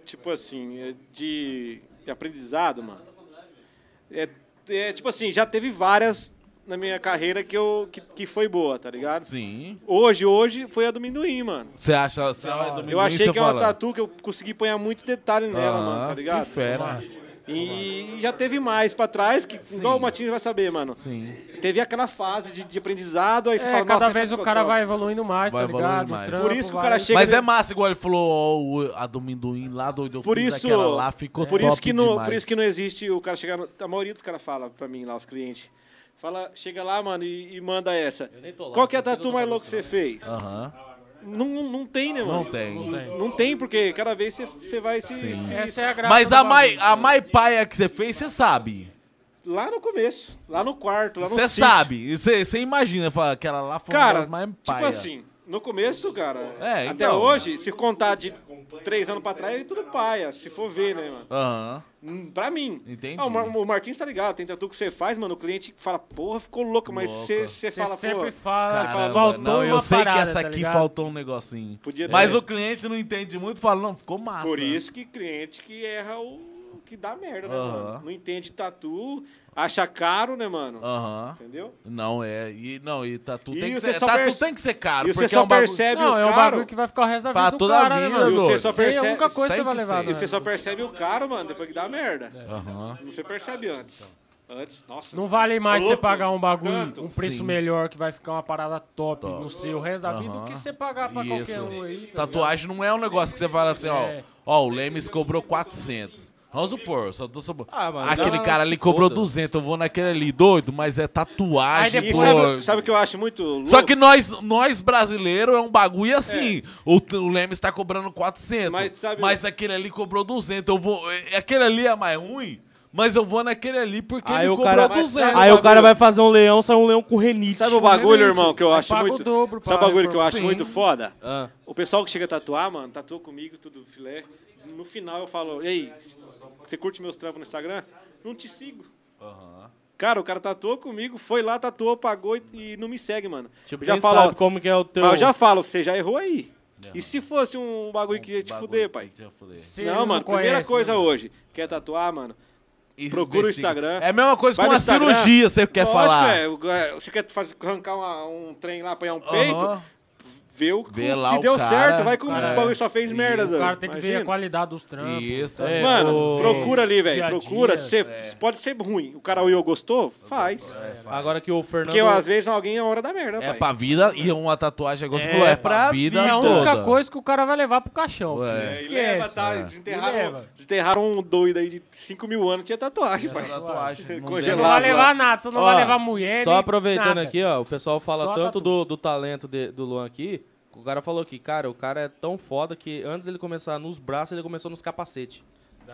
S4: tipo assim, é de de aprendizado, mano, é, é tipo assim, já teve várias na minha carreira que, eu, que, que foi boa, tá ligado?
S3: Sim.
S4: Hoje, hoje foi a do Minduim, mano.
S3: Você acha. Você olha Ah, do
S4: eu
S3: amendoim,
S4: achei
S3: você
S4: que é uma
S3: fala,
S4: tatu que eu consegui pôr muito detalhe nela,
S3: Aham,
S4: mano, tá ligado?
S3: que fera.
S4: E já teve mais pra trás, que igual o Matinho vai saber, mano.
S3: Sim.
S4: Teve aquela fase de, de aprendizado, aí
S6: É,
S4: fala,
S6: cada
S4: "Nossa,
S6: vez
S4: essa
S6: o cara
S4: ficou
S6: vai evoluindo mais,
S3: Vai
S6: tá
S3: evoluindo
S6: ligado? O
S3: mais.
S6: trampo
S4: Por isso que o cara
S6: vai-
S4: chega
S3: Mas
S4: de-
S3: é massa, igual ele falou, ó, o- a do amendoim lá, doido, eu
S4: Por
S3: fiz
S4: isso,
S3: aquela lá, ficou
S4: por
S3: top
S4: isso que não,
S3: demais.
S4: por isso que não existe o cara chegar, no, a maioria dos caras fala pra mim lá os clientes. Fala, chega lá, mano, e, e manda essa. Qual que é a tatu mais louca que você fez?
S3: Aham.
S4: Não, não tem, né, mano?
S3: Não tem.
S4: Não tem, Não tem, porque cada vez você, você vai se, se-
S6: Essa é a graça
S3: Mas
S6: do
S3: a
S6: bagulho.
S3: mai, a mai paia que você fez, você sabe.
S4: Lá no começo, lá no quarto, lá no
S3: Você
S4: sítio.
S3: sabe. Você você imagina, fala, aquela lá foi uma
S4: Cara,
S3: das mais
S4: tipo
S3: paia.
S4: assim, no começo, cara,
S3: É,
S4: até
S3: então.
S4: hoje, se contar de três anos pra trás, é tudo paia, se for ver, né, mano?
S3: Aham.
S4: Hum, Pra mim.
S3: Entendi.
S4: Ah, o, Mar o Martins tá ligado, tem tatu que você faz, mano, o cliente fala, porra, ficou louco, mas você você
S6: Você
S4: fala, pô,
S6: sempre fala,
S4: você
S3: Caramba,
S6: faltou
S3: não, eu
S6: uma
S3: sei que
S6: parada,
S3: essa
S6: tá
S3: aqui
S6: ligado?
S3: faltou um negocinho.
S4: Podia ter.
S3: Mas o cliente não entende muito, fala, não, ficou massa.
S4: Por isso que cliente que erra o que dá merda, né,
S3: Aham.
S4: mano? Não entende tatu, acha caro, né, mano?
S3: Aham.
S4: Entendeu?
S3: Não, é. E, não, e tatu,
S4: E
S3: tem, que
S4: você
S3: ser,
S4: só
S3: tatu
S4: perce-
S3: tem que ser caro.
S4: E você
S3: porque
S4: só
S3: é um bagulho-
S4: percebe
S6: Não,
S4: o
S6: é um
S4: caro.
S6: bagulho que vai ficar o resto da
S3: Pra
S6: vida do
S3: toda a
S6: cara, né,
S3: vida,
S6: mano?
S4: E você só
S6: Isso aí é a
S4: percebe.
S6: única coisa que você vai
S4: sempre
S6: levar,
S4: sei. E você
S6: né?
S4: só percebe o caro, mano, depois que dá merda.
S3: Aham.
S4: Não Você percebe antes.
S3: Então.
S4: Antes, nossa.
S6: É. Não vale mais
S4: Louco,
S6: você pagar um bagulho,
S4: tanto.
S6: um preço
S3: Sim.
S6: melhor, que vai ficar uma parada top, não sei, o resto da vida, do
S3: Aham.
S6: que você pagar pra
S3: Isso.
S6: qualquer um aí. tá
S3: Tatuagem não é um negócio que você fala assim, ó.
S6: É.
S3: Ó, o Lemes cobrou 400. Vamos supor, eu só tô supor.
S6: Ah, mano,
S3: Aquele
S6: não, não,
S3: cara
S6: se
S3: ali cobrou
S6: foda.
S3: 200, eu vou naquele ali, doido, mas é tatuagem,
S4: E
S3: pô.
S4: sabe, sabe o que eu acho é muito louco?
S3: Só que nós, nós brasileiros, é um bagulho assim. O, o Lemes tá cobrando 400, mas,
S4: Mas sabe-
S3: aquele ali cobrou 200. Eu vou, aquele ali é mais ruim, mas eu vou naquele ali porque
S7: Aí
S3: ele
S7: o
S3: cobrou
S7: cara,
S3: 200.
S7: aí o cara vai fazer um leão, sai um leão com renite.
S4: Sabe o bagulho, irmão, que eu acho muito. sabe o bagulho que eu acho
S7: Sim.
S4: muito foda?
S7: Ah.
S4: O pessoal que chega a tatuar, mano, tatuou comigo, tudo filé. No final eu falo, ei, você curte meus trampos no Instagram? Não te sigo. Cara, o cara tatuou comigo, foi lá, tatuou, pagou e, e não me segue, mano.
S7: Tipo,
S4: Eu já
S7: nem
S4: falo,
S7: sabe como que é o teu-
S4: Mas eu já falo, você já errou aí. E se fosse um bagulho que ia te fuder, pai?
S3: Se ele
S4: Não,
S3: não
S4: mano, primeira
S3: conhece,
S4: coisa
S3: né?
S4: hoje, quer tatuar, mano? Procura o
S3: investiga.
S4: Instagram.
S3: É a mesma coisa
S4: vai
S3: que
S4: no
S3: uma
S4: Instagram.
S3: cirurgia, você quer
S4: Lógico,
S3: falar.
S4: é. O- é, Você quer faz- arrancar uma- um trem lá, apanhar um peito,
S3: Aham.
S4: vê o
S3: Vê
S4: que
S3: lá o
S4: deu
S3: cara.
S4: certo, vai com
S3: É.
S4: o bagulho só fez merda.
S6: O
S4: Zé.
S6: cara tem que ver
S4: Imagina.
S6: a qualidade dos trampos.
S3: Isso,
S6: é.
S4: Mano,
S6: o-
S4: procura ali,
S6: dia
S4: velho.
S6: a
S4: Procura.
S6: dia. é.
S4: Cê, Pode ser ruim. O cara olhou, gostou? Faz.
S7: Agora que o Fernando.
S4: Porque às vezes alguém é hora da merda,
S3: É
S4: pai.
S3: pra vida e uma tatuagem, igual você falou, é pra vida
S6: É a
S3: toda.
S6: única coisa que o cara vai levar pro caixão.
S3: Ué.
S6: filho.
S3: É,
S4: E
S6: Esquece.
S4: leva, tá?
S6: É.
S4: Desenterraram,
S6: E leva.
S4: desenterraram um doido aí de 5 mil anos, tinha tatuagem, pai. *laughs*
S3: Tatuagem,
S6: Não vai levar nada, você não vai
S7: Ó,
S6: levar mulher.
S7: Só
S6: nem
S7: aproveitando
S6: nada.
S7: aqui, ó, o pessoal fala
S6: Só
S7: tanto
S6: tatu.
S7: do, do talento de- do Luan aqui. que O cara falou que, cara, o cara é tão foda que antes dele começar nos braços, ele começou nos capacetes.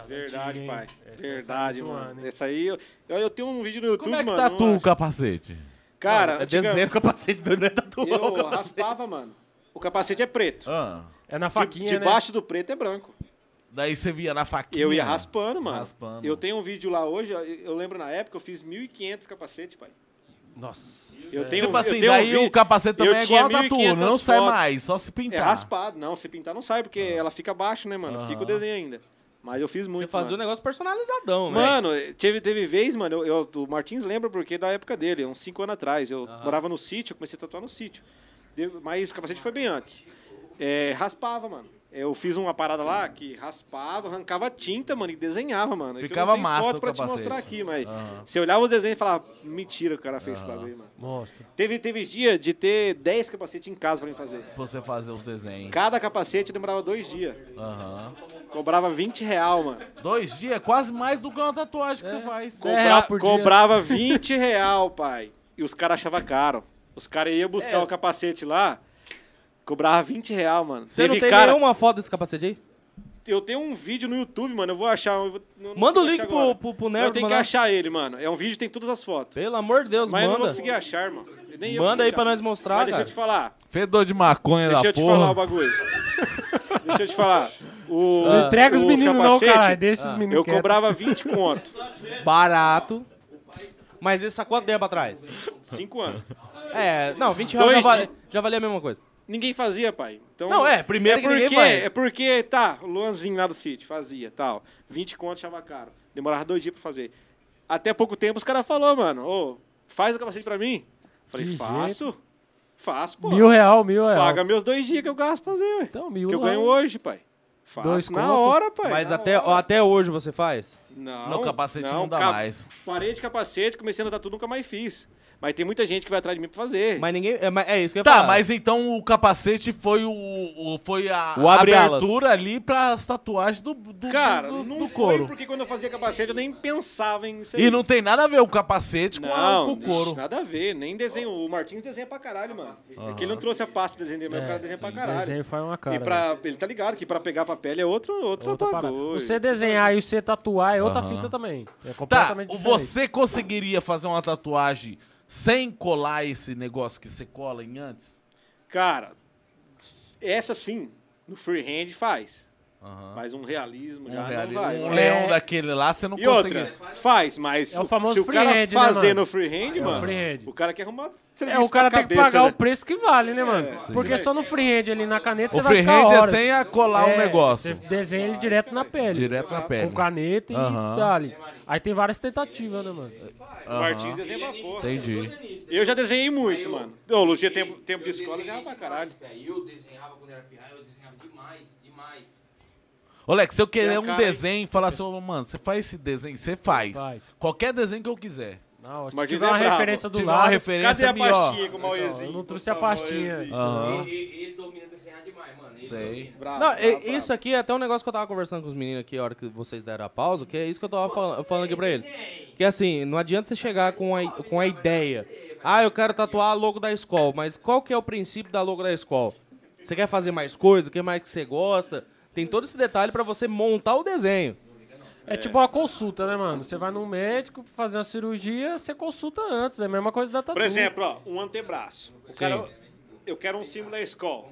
S4: Verdade,
S6: antigas,
S4: pai.
S6: hein? Essa aí
S4: Verdade,
S6: faz muito
S4: mano.
S6: ano, hein?
S4: Essa aí, eu, eu- eu tenho um vídeo no YouTube,
S3: Como é que
S4: mano.
S3: tatua
S4: não-
S3: o capacete?
S4: Cara,
S7: Mano, é
S4: antiga-
S7: desenho o capacete do não é tatuar o
S4: Eu
S7: capacete.
S3: *laughs*
S4: raspava, mano. O capacete é preto.
S6: É na
S4: De-
S6: faquinha, né?
S4: Debaixo do preto é branco.
S3: Ah, Daí você via na faquinha.
S4: Eu ia raspando, mano.
S3: Raspando.
S4: Eu tenho um vídeo lá hoje, eu- eu lembro na época, eu fiz 1.500 capacete, pai.
S6: Nossa.
S4: Eu
S6: É.
S4: tenho,
S3: Tipo assim,
S4: eu tenho um
S3: daí
S4: vídeo-
S3: o capacete também
S4: eu
S3: é
S4: tinha
S3: igual a tatu,
S4: 1.500
S3: não sai
S4: fotos.
S3: mais, só se pintar. Ah.
S4: É raspado. Não, se pintar não sai, porque ela fica abaixo, né, mano?
S3: Aham.
S4: Fica o desenho ainda. Mas eu fiz muito,
S7: Você fazia um
S4: mano.
S7: negócio personalizadão, né?
S4: Mano, teve, teve vez, mano, eu, eu- o Martins lembra porque da época dele, uns 5 anos atrás. Eu morava no sítio, eu comecei a tatuar no sítio. De- Mas o capacete foi bem antes. É, raspava, mano. Eu fiz uma parada lá que raspava, arrancava tinta, mano, e desenhava, mano. É que eu
S3: Ficava
S4: não tenho
S3: massa
S4: foto
S3: o
S4: pra
S3: capacete.
S4: te mostrar aqui, mas
S3: Aham.
S4: você olhava os desenhos e falava, mentira que o cara fez esse
S3: Aham.
S4: bagulho, mano.
S6: Mostra.
S4: Teve, teve dia de ter 10 capacetes em casa pra mim fazer.
S3: Pra você fazer os desenhos.
S4: Cada capacete demorava dois dias.
S3: Aham.
S4: Cobrava 20 real, mano.
S3: Dois dias é quase mais do que uma tatuagem que você faz.
S4: Cobra- Cobrava 20 real, pai. E os caras achavam caro. Os caras iam
S7: É.
S4: buscar o capacete lá, cobrava 20 real, mano.
S7: Você não
S4: Teve
S7: tem
S4: cara...
S7: nenhuma foto desse capacete aí?
S4: Eu tenho um vídeo no YouTube, mano. Eu vou achar. eu vou- não- não
S7: Manda o
S4: vou
S7: link
S4: achar
S7: pro,
S4: agora.
S7: pro, pro
S4: Eu
S7: Nerd
S4: tenho que
S7: mandar.
S4: achar ele, mano. É um vídeo que tem todas as fotos.
S7: Pelo amor de Deus,
S4: Mas eu não vou
S7: manda.
S4: conseguir achar, irmão. Eu nem ia
S7: Manda aí
S4: conseguir
S7: pra
S4: achar.
S7: nós mostrar,
S4: Mas deixa eu
S7: cara.
S4: te falar.
S3: Fedor de maconha
S4: Deixa
S3: da
S4: eu te
S3: porra.
S4: falar o bagulho. deixa eu te falar. O,
S6: Não entrega os meninos não,
S4: capacete, Ah,
S6: caralho, deixa os meninos
S4: Eu
S6: quietos.
S4: cobrava 20 conto.
S7: Barato. Mas isso há quanto tempo atrás?
S4: 5 anos.
S7: É, não, 20 reais já
S4: Dois
S7: vale-
S4: di-
S7: já valia a mesma coisa.
S4: Ninguém fazia, pai. Então,
S7: Não, é, primeiro
S4: é
S7: que
S4: porque,
S7: ninguém faz.
S4: É porque, tá, o Luanzinho lá do sítio fazia, tal. 20 conto, achava caro. Demorava dois dias pra fazer. Até pouco tempo os caras falaram, mano, ô, faz o capacete pra mim. Falei,
S6: De
S4: faço. Faço, pô.
S6: Mil real, mil real.
S4: Paga meus dois dias que eu gasto pra fazer, ué.
S6: Então, mil
S4: Que eu
S6: lá.
S4: ganho hoje, pai. Faço
S6: Dois
S4: na
S6: conto.
S4: hora, pai.
S7: Mas
S4: na
S7: até,
S4: hora.
S7: até hoje você faz?
S4: Não,
S3: Não, capacete não dá mais.
S4: Parei de capacete, comecei a andar tudo, nunca mais fiz. Mas tem muita gente que vai atrás de mim pra fazer.
S7: Mas ninguém. É, mas é isso que eu ia
S3: Tá,
S7: falar.
S3: mas então o capacete foi o, o- foi a
S7: O abre-alas.
S3: abertura ali para as tatuagens do, do
S4: Cara,
S3: do- do-
S4: não
S3: do
S4: foi
S3: couro.
S4: porque quando eu fazia capacete eu nem pensava em isso aí.
S3: E não tem nada a ver o capacete com, a-
S4: Não,
S3: com o couro.
S4: ixi, nada a ver, nem desenho. O Martins desenha pra caralho, mano.
S6: Ah,
S4: É que ele não trouxe a pasta de desenho
S6: é,
S4: dele, mas o cara desenha pra caralho.
S6: desenho faz uma cara, né?
S4: E pra, ele tá ligado que pra pegar pra pele é outro, outro
S6: Outra parada.
S4: bagulho.
S6: Você desenhar e você tatuar é outra
S3: Aham.
S6: fita também. É
S3: Tá,
S6: completamente diferente.
S3: você conseguiria fazer uma tatuagem sem colar esse negócio que você cola em antes?
S4: Cara, essa sim, no freehand faz.
S3: Aham.
S4: Mas um realismo
S3: Um
S4: já
S3: realismo,
S4: não vai. né?
S3: um leão daquele lá, você não
S4: e
S3: consegue-
S4: outra, faz, mas
S6: É o famoso
S4: se o cara
S6: freehand, né,
S4: fazer
S6: mano?
S4: no freehand,
S6: É o
S4: mano,
S6: freehand.
S4: o cara quer arrumar
S6: É, o cara tem que pagar o
S4: o
S6: preço que vale, né, mano?
S4: sim.
S6: Porque só no freehand ali na caneta
S3: É, O
S6: você vai ficar
S3: freehand é
S6: horas.
S3: sem a colar o negócio.
S6: Você desenha ele direto na pele.
S3: Direto na pele.
S6: Com caneta
S3: Aham.
S6: e dali. Aí tem várias tentativas, né, mano?
S4: O artista desenha pra porra.
S3: Entendi.
S4: Eu já desenhei muito, mano. Ô, Lucia, tempo, tempo de escola já é pra caralho.
S2: Ah, É, Eu desenhava quando era pirraia, eu desenhava demais, demais.
S3: Ô, Lex, se eu
S4: E
S3: querer
S4: a
S3: um
S4: cara,
S3: desenho e falar assim, ô, mano, você faz esse desenho? Você faz.
S6: Faz.
S3: Qualquer desenho que eu quiser.
S6: Não, Ah, se
S4: Martins
S6: tiver
S4: é
S6: uma
S4: brabo.
S6: referência do
S3: Tiver
S6: lado...
S3: uma referência,
S7: é
S4: Cadê a pastinha com o Mauezinho?
S6: Eu não trouxe a pastinha.
S3: Aham.
S2: Ele, ele domina desenhar demais, mano. Ele
S3: Sei.
S4: Bravo,
S7: Não,
S4: Ah, tá bravo,
S7: e- isso aqui é até um negócio que eu tava conversando com os meninos aqui a hora que vocês deram a pausa, que é isso que eu tava fal- falando aqui pra eles. Que assim, não adianta você chegar com a, com a ideia. Ah, eu quero tatuar a logo da escola, mas qual que é o princípio da logo da escola? Você quer fazer mais coisa? O que mais que você gosta? Tem todo esse detalhe pra você montar o desenho.
S6: É tipo uma consulta, né, mano? Você vai num médico fazer uma cirurgia, você consulta antes. É a mesma coisa da tatu.
S4: Por exemplo, ó, um antebraço. O cara, eu quero um símbolo da escola.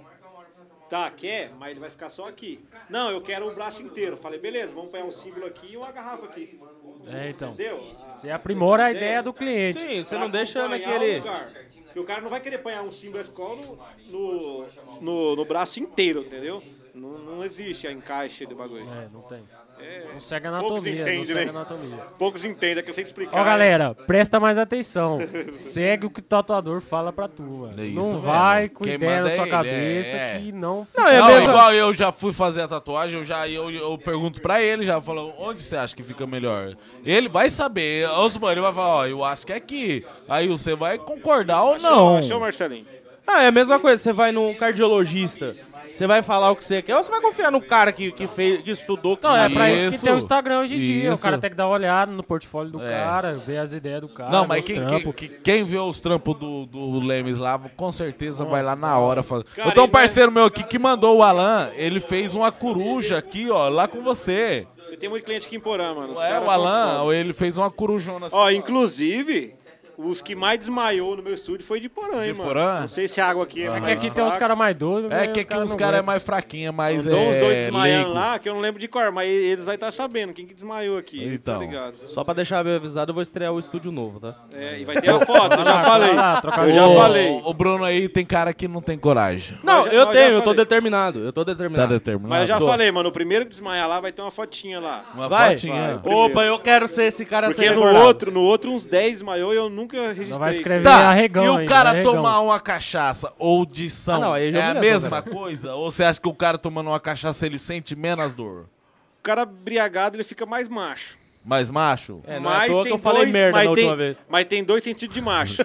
S4: Tá, quer, mas ele vai ficar só aqui. Não, eu quero o braço inteiro. Falei, beleza, vamos pegar um símbolo aqui e uma garrafa aqui.
S6: É, então.
S4: Entendeu?
S6: Você aprimora a ideia do cliente.
S7: Sim, você
S4: Pra
S7: não deixa
S4: acompanhar
S7: naquele-
S4: o lugar. E o cara não vai querer apanhar um símbolo da escola no, no, no, no braço inteiro, entendeu? Não, não existe a encaixe do bagulho.
S6: É, não tem.
S4: É,
S6: Não segue
S4: poucos
S6: anatomia, não
S4: entendem,
S6: segue
S4: né?
S6: anatomia.
S4: Poucos entendem, é que eu sei explicar.
S6: Ó, galera, presta mais atenção. Segue o que o tatuador fala pra tu, mano.
S3: É isso
S6: não
S3: mesmo.
S6: vai com
S3: Quem
S6: ideia
S3: manda
S6: na
S3: é
S6: sua
S3: ele,
S6: cabeça
S3: é, é.
S6: que não
S3: Não, igual eu já fui fazer a tatuagem, eu já eu, eu pergunto pra ele, já falo, onde você acha que fica melhor? Ele vai saber, os mano, ele vai falar, ó, eu acho que é aqui. Aí você vai concordar ou não.
S4: Achou, Marcelinho?
S7: Ah, é a mesma coisa, você vai num cardiologista, você vai falar o que você quer, ou você vai confiar no cara que, que, fez, que estudou, que
S6: Não, é pra isso, que
S7: Isso,
S6: tem o Instagram hoje em dia. O
S7: isso.
S6: cara tem que dar uma olhada no portfólio do
S3: É.
S6: cara, ver as ideias do cara.
S4: Ah,
S3: Não, mas
S6: ver
S3: quem,
S6: os
S3: quem,
S6: trampos.
S3: que- quem vê os trampos do, do Lemes lá, com certeza vai lá na hora fazer.
S4: Cara,
S3: eu tenho um
S4: ele vai-
S3: parceiro meu aqui que mandou o Alan, ele fez uma coruja aqui, ó, lá com você.
S4: Eu tenho muito cliente aqui em Porã, mano. Os
S3: É,
S4: caras
S3: o
S4: são
S3: Alan,
S4: foda.
S3: ele fez uma corujona assim.
S4: Ó, inclusive, os que mais desmaiou no meu estúdio foi de Porã, hein, mano.
S3: Porã?
S4: Não sei se a água aqui é
S6: É
S4: mais
S6: que aqui tem
S4: fraca.
S6: uns caras mais doidos.
S3: É
S6: né,
S3: que
S6: os
S3: aqui os
S6: não
S3: caras é
S6: aguentam.
S3: mais fraquinho, é mais.
S4: Mandou uns dois
S3: é,
S4: desmaiando
S3: leigo.
S4: lá, que eu não lembro de cor, mas eles vai estar sabendo quem que desmaiou aqui.
S7: Então.
S4: Tá ligado?
S7: Só pra deixar bem avisado, eu vou estrear o estúdio novo, tá?
S4: É, e vai ter a foto, eu já falei. Eu já
S3: Ô,
S4: falei.
S3: O Bruno aí tem cara que não tem coragem.
S7: Não,
S4: Mas já-
S7: eu
S4: mas já
S7: tenho, eu tô
S4: falei.
S7: determinado, eu tô determinado.
S3: Tá determinado.
S4: Mas eu já
S3: Tô.
S4: falei, mano, o primeiro que desmaiar lá vai ter uma fotinha lá.
S3: Uma
S7: Vai.
S3: fotinha.
S4: Vai.
S7: Opa, eu quero ser esse cara
S4: Porque
S3: é
S7: sem
S4: no outro, no outro uns 10 desmaiou e eu nunca registrei
S6: vai
S4: isso.
S6: escrever
S3: Tá,
S6: arregão
S3: e o
S6: ainda,
S3: cara
S6: arregão.
S3: tomar uma cachaça ou dição
S7: Ah, não, aí já
S3: é a
S7: humilhação,
S3: mesma coisa? Ou você acha que o cara tomando uma cachaça ele sente menos dor?
S4: O cara briagado, ele fica mais macho.
S3: Mais macho?
S7: É, não é à toa que eu falei merda
S4: mas
S7: na
S4: tem-
S7: última vez.
S4: Mas tem dois sentidos de macho.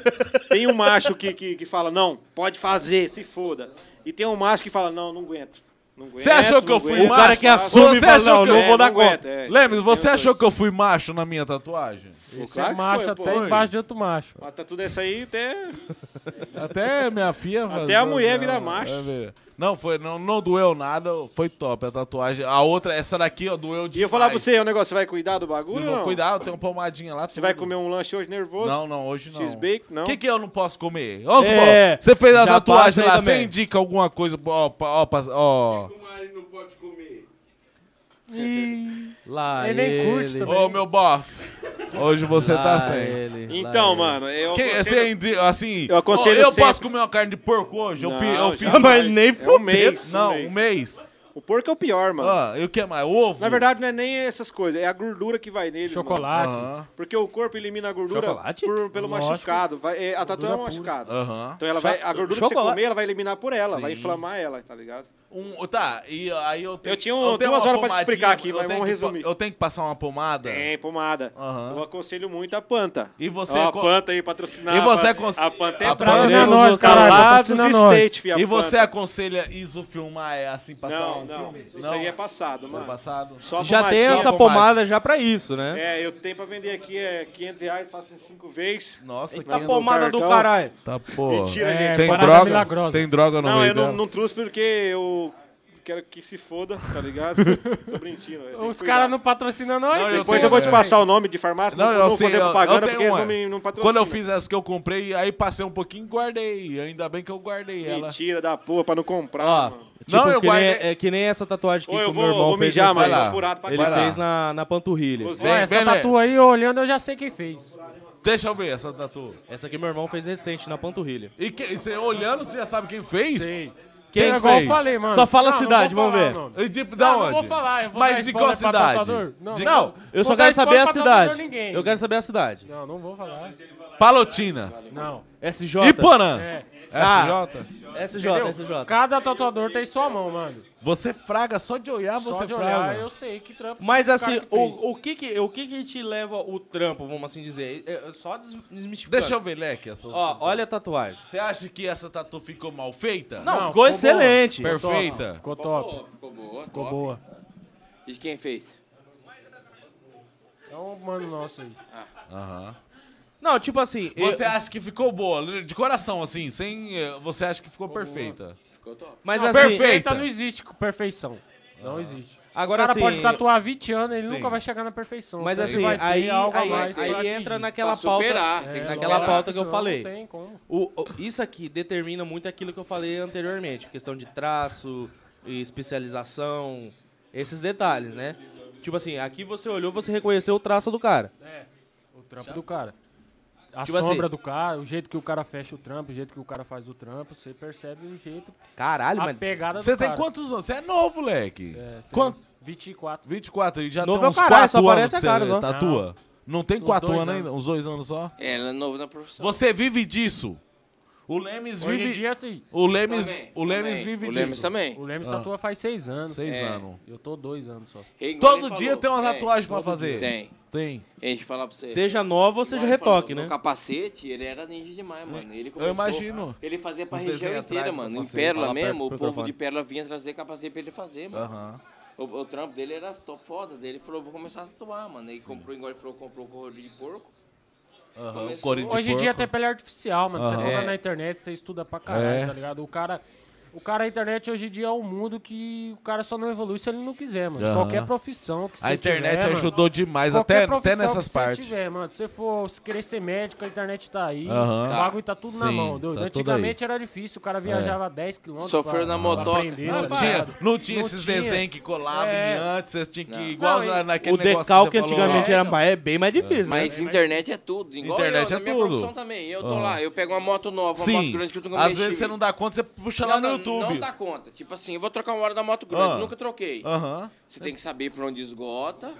S4: tem um macho que, que, que fala, não, pode fazer, se foda. E tem um macho que fala, não, não aguento. Não aguento,
S3: Você achou que
S4: não
S3: eu fui
S4: aguento,
S3: macho?
S7: cara que assume
S3: você
S7: e fala,
S3: achou
S7: não,
S3: que
S7: não
S3: eu vou
S4: vou
S3: dar
S4: dar
S3: conta?
S4: conta. É,
S3: Lembra, você
S4: tem os
S3: achou
S4: dois.
S3: que eu fui macho na minha tatuagem?
S6: Esse
S4: Claro
S6: é
S4: que
S6: macho
S4: foi,
S6: até
S4: pô.
S6: embaixo de outro macho.
S4: Mas tá tudo essa aí até...
S3: Até minha assim, filha.
S4: Até a mulher vira macho.
S3: Não, foi, não, não doeu nada, foi top a tatuagem. A outra, essa daqui, ó, doeu demais.
S4: E eu falar pra você, o negócio, você vai cuidar do bagulho
S3: Eu
S4: ou
S3: vou
S4: não?
S3: cuidar, eu tenho uma pomadinha lá.
S4: Você vai comer um lanche hoje nervoso?
S3: Não, não, hoje não.
S4: Cheesebake, não.
S3: O que, que eu não posso comer? Ô,
S7: É,
S3: é, você fez a
S7: já passa
S3: tatuagem
S7: aí
S3: lá,
S7: também.
S3: você indica alguma coisa, ó, pa- ó, pa- ó.
S7: Lá
S6: Ele nem curte também.
S3: Ô, meu bof, hoje você
S7: lá
S3: tá sem.
S7: Ah, ele, lá é.
S4: Então,
S7: ele.
S4: mano, eu
S3: Quem-
S4: aconselho-
S3: você indi- assim,
S4: Eu aconselho
S3: ó, eu
S4: sempre-
S3: posso comer uma carne de porco hoje? eu
S4: Não,
S3: fiz, eu
S4: já
S3: fiz
S4: foi.
S7: Mas nem
S4: É um
S7: fudendo.
S4: mês, um
S3: Não,
S4: mês.
S3: um mês.
S4: O porco é o pior, mano.
S3: Ah, e o que mais? Ovo?
S4: Na verdade, não é nem essas coisas, é a gordura que vai nele. mano.
S6: Chocolate.
S3: Aham.
S4: Porque o corpo elimina a gordura
S7: Chocolate?
S4: por- pelo
S6: Lógico.
S4: machucado. Vai, é, a tatuagem é um machucado.
S3: Aham.
S4: Então ela vai, a gordura que
S7: Chocolate.
S4: você comer, ela vai eliminar por ela, vai
S3: Sim.
S4: inflamar ela, tá ligado?
S3: Um, tá, e aí eu tenho
S4: Eu tinha um-
S3: eu tenho
S4: duas
S3: uma
S4: horas pra te
S3: pomadinha,
S4: explicar aqui,
S3: eu
S4: mas
S3: tenho
S4: vamos
S3: que pa-
S4: resumir. É.
S3: Eu tenho que passar uma pomada?
S4: Tem, pomada.
S3: Aham.
S4: Eu aconselho muito a Panta.
S3: E você
S4: Ó, a
S3: co-
S4: Panta aí patrocinar.
S3: E você
S4: a-
S3: aconse-
S4: A Panta é
S3: a
S4: brava.
S3: Panta- Patrocina
S6: nós, caralho,
S4: Calados
S6: patrocina
S4: e
S6: nós.
S4: State, fi, a
S3: E você
S4: Panta.
S3: aconselha ISO filmar é assim, passar
S4: Não,
S3: um
S4: não.
S3: filme?
S4: Isso aí é passado,
S3: Ano
S4: mano.
S3: passado?
S4: Só
S7: Já tem
S4: pomadinha.
S7: essa pomada já pra isso, né?
S4: É, eu tenho pra vender aqui é 500 reais, faço em 5 vezes.
S3: Nossa,
S7: Eita
S3: que
S7: pomada do
S4: cartão.
S7: caralho. É.
S3: Tá, pô.
S4: Mentira, gente.
S6: Tem
S4: Parada
S6: droga? É, milagrosa.
S3: Tem droga no
S4: Não,
S3: meio
S4: eu não,
S3: dela?
S4: não trouxe porque eu quero que se foda, tá ligado?
S1: *laughs*
S4: Tô mentindo. velho, tem
S6: Os
S4: que
S6: caras
S4: cuidar.
S6: não patrocinam Tá nós.
S3: Não,
S6: se
S3: eu
S4: Depois
S6: for-
S4: eu vou te
S1: um
S3: É.
S4: passar o nome de farmácia, não,
S3: Não,
S4: não,
S3: eu
S4: vou
S3: sei,
S4: fazer
S3: eu, eu
S4: propaganda porque
S3: tenho
S4: eles
S3: uma.
S4: não me não patrocinam.
S3: Quando eu fiz essa que eu comprei, aí passei um pouquinho e guardei. Ainda bem que eu guardei ela.
S4: Mentira da porra pra não comprar,
S7: Ó,
S4: mano.
S7: Tipo,
S4: Não, eu
S7: que,
S4: guardei-
S7: nem, é que nem essa tatuagem que
S4: Ô, eu
S7: o
S4: vou-
S7: meu irmão
S4: vou
S7: fez.
S4: mijar,
S7: nessa-
S4: mano, tô furado pra
S7: Ele
S4: caralho.
S7: fez na, na panturrilha.
S6: Ó, essa
S3: né?
S6: tatu aí, olhando, eu já sei quem fez.
S7: Deixa eu ver essa tatu. Essa aqui meu irmão fez recente, na panturrilha.
S3: E, que- e você olhando, você já sabe quem fez? Sei.
S7: Quem fez? Só fala a cidade, vamos ver.
S3: E de, da
S6: Não,
S3: onde?
S6: não vou falar, eu vou dar
S3: Mas de qual
S6: spoiler pra
S3: cidade?
S6: tatuador. Não,
S3: De-
S6: não.
S7: Eu
S6: Vou
S7: só
S6: dar
S7: quero saber
S6: spoiler
S7: a
S6: pra tatuador
S7: cidade.
S6: ninguém.
S7: Eu quero saber a cidade.
S6: Não, não vou falar.
S3: Palotina.
S6: Não.
S7: SJ.
S3: Ipanã.
S6: É.
S7: Ah,
S6: Ah,
S7: SJ,
S6: entendeu?
S7: SJ.
S6: Cada tatuador tem sua mão, mano.
S3: Você fraga, só de olhar
S6: Só
S7: você
S6: de
S7: fraga.
S6: olhar, eu sei que trampo.
S7: Mas
S6: que o
S7: assim,
S6: cara que fez.
S7: o, o, que que, o que que te leva o trampo, vamos assim dizer? É, é só des- desmistificando.
S3: Deixa eu ver, Leque. Essa...
S7: Ó, olha a tatuagem.
S3: Você acha que essa tatu ficou mal feita?
S7: Não, Não, ficou ficou excelente. boa.
S3: Perfeita.
S6: Ficou top.
S2: Ficou boa.
S6: Ficou boa.
S4: E quem fez?
S6: É um mano nosso aí.
S3: Aham.
S7: Não, tipo assim...
S3: Você
S7: eu-
S6: é
S3: acha que ficou boa? De coração, assim, sem... eh, Você acha que ficou perfeita?
S2: Ficou top.
S7: Mas
S6: não,
S7: assim...
S6: perfeita não tá existe com perfeição. Não existe.
S7: Agora
S6: o cara
S7: assim-
S6: pode tatuar 20 anos, ele
S7: Sim.
S6: nunca vai chegar na perfeição.
S7: Mas
S6: Sempre
S7: assim,
S6: vai ter
S7: aí,
S6: algo a
S7: aí,
S6: mais
S7: aí
S6: pra
S7: entra
S6: atingir.
S7: naquela
S6: Pra
S7: pauta,
S6: superar,
S3: É,
S6: tem que
S7: naquela
S6: superar.
S7: pauta que eu
S6: Não
S7: falei.
S6: tem como.
S7: O- o- isso aqui determina muito aquilo que eu falei anteriormente, questão de traço, e especialização, esses detalhes, né? Tipo assim, aqui você olhou, você reconheceu o traço do cara.
S6: É, o trampo do cara. A
S7: Tipo assim-
S6: sombra do cara, o jeito que o cara fecha o trampo, o jeito que o cara faz o trampo, você percebe o jeito.
S7: Caralho,
S6: a
S7: mano.
S6: pegada do
S3: Você tem
S6: cara.
S3: quantos anos? Você é novo, Leque.
S6: É, tem
S3: Quanto?
S6: 24.
S3: 24. E já
S7: Novo
S3: tem
S7: é o
S3: uns
S7: caralho, só
S3: 4 anos
S7: aparece
S3: que você
S7: agora, só.
S3: tatua? Não, tem
S7: Uns
S3: 4
S7: dois
S3: anos ainda?
S7: anos.
S3: Uns 2 anos só?
S2: É, ela é novo na profissão.
S3: Você vive disso. O Lemes
S6: Hoje em
S3: vive...
S6: dia, sim.
S3: O Lemes,
S2: Também,
S3: o Lemes
S2: também.
S3: vive
S2: O
S3: disso.
S2: Lemes também.
S6: O Lemos
S3: Ah.
S6: tatua faz seis anos.
S3: Seis anos.
S6: Eu tô dois anos só.
S2: É igual
S3: Todo
S2: ele
S3: dia
S2: falou.
S3: tem uma
S2: É,
S3: tatuagem pra
S2: todo
S3: fazer.
S2: dia. Tem.
S3: Tem.
S2: A gente falar pra você.
S7: Seja nova ou
S2: Igual
S7: seja
S2: ele falou,
S7: retoque,
S2: meu
S7: né?
S2: capacete, ele era ninja demais, mano. Ele começou,
S3: É. imagino.
S2: Ele fazia pra
S3: Os
S2: região
S3: desenhos
S2: inteira,
S3: atrás do
S2: mano. Em
S3: capacete.
S2: Pérola
S3: Fala perto
S2: mesmo,
S3: pro
S2: o povo
S3: microfone.
S2: de Pérola vinha trazer capacete pra ele fazer, mano.
S3: Aham.
S2: O, o trampo dele era to- foda. Daí ele falou, vou começar a tatuar, mano. Aí comprou, igual ele falou, comprou corrida de porco.
S3: Aham,
S2: Começou.
S3: couro de
S6: Hoje em dia
S3: porco.
S6: até pele artificial, mano. Você
S3: Aham.
S6: compra
S3: É.
S6: na internet, você estuda pra caralho,
S3: É.
S6: tá ligado? O cara. O cara, a internet hoje em dia é um mundo que o cara só não evolui se ele não quiser, mano.
S3: Aham.
S6: Qualquer profissão que
S3: A
S6: você
S3: internet
S6: tiver, mano,
S3: ajudou demais,
S6: qualquer
S3: até- até
S6: profissão
S3: nessas
S6: que
S3: partes.
S6: Você tiver, mano. Se você for se querer ser médico, a internet tá aí.
S3: Aham.
S6: O
S3: Tá.
S6: bagulho tá tudo na
S3: Sim,
S6: mão.
S3: tá
S6: doido.
S3: tudo É.
S6: Antigamente era difícil, o cara viajava 10km.
S2: Sofreu na motoca.
S3: Não,
S6: tá
S3: tinha, não tinha esses desenhos que colavam
S6: É.
S3: em antes, você tinha que
S2: Não.
S3: igual
S6: Não, e-
S3: naquele negócio
S7: O
S3: que
S7: decalque
S3: você falou
S7: antigamente
S3: lá.
S7: era mais- é bem mais difícil, né?
S2: Mas internet é tudo. Igual
S3: Internet
S2: eu,
S3: é
S2: na minha
S3: tudo.
S2: profissão também. Eu tô
S3: Aham.
S2: lá, eu pego uma moto nova, uma moto
S3: Sim,
S2: grande que eu nunca
S3: às
S2: mexi.
S3: vezes você não dá conta, você puxa
S2: Não,
S3: Tá lá no
S2: não,
S3: YouTube.
S2: Não dá conta. Tipo assim, eu vou trocar uma hora da moto grande,
S3: Ah.
S2: nunca troquei.
S3: Aham.
S2: Você tem que saber pra onde esgota.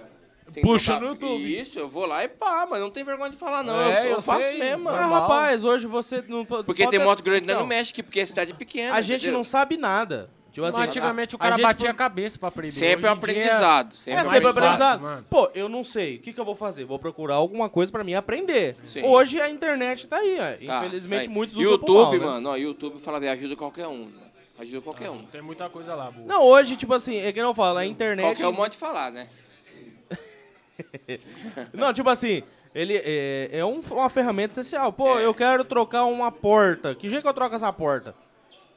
S2: tem que
S3: Puxa
S2: trocar-
S3: no YouTube.
S2: Isso, eu vou lá e pá, mas não tem vergonha de falar, não.
S7: É,
S2: eu, eu
S7: eu
S2: faço
S7: sei,
S2: mesmo,
S7: mas,
S2: mano.
S7: Ah, rapaz, hoje você não pode...
S2: Porque tem moto grande lá
S7: não
S2: no México, porque a cidade é pequena.
S7: Então, A gente
S2: entendeu?
S7: não sabe nada. Tipo
S6: Mas
S7: assim,
S6: antigamente
S7: a-
S6: o cara
S7: a gente
S6: batia a
S7: foi-
S6: cabeça pra aprender.
S2: Sempre é um
S6: Hoje em dia-
S2: aprendizado,
S7: É,
S2: sempre
S7: sempre
S2: mais fácil,
S7: aprendizado.
S2: mano.
S7: Pô, eu não sei. O que, que eu vou fazer? Vou procurar alguma coisa pra mim aprender.
S2: Sim.
S7: Hoje a internet tá aí, ó.
S2: Tá,
S7: Infelizmente
S2: aí.
S7: muitos usam pro mal,
S2: YouTube,
S7: né?
S2: mano, ó, YouTube fala, "Vê, ajuda qualquer um. mano. Ajuda qualquer um.
S6: Tem muita coisa lá, boa.
S7: Não, hoje, tipo assim, é que não fala, a internet.
S2: Qualquer um pode falar, né?
S7: Não, tipo assim, ele é, é um- uma ferramenta essencial. Pô,
S3: É.
S7: eu quero trocar uma porta. Que jeito que eu troco essa porta?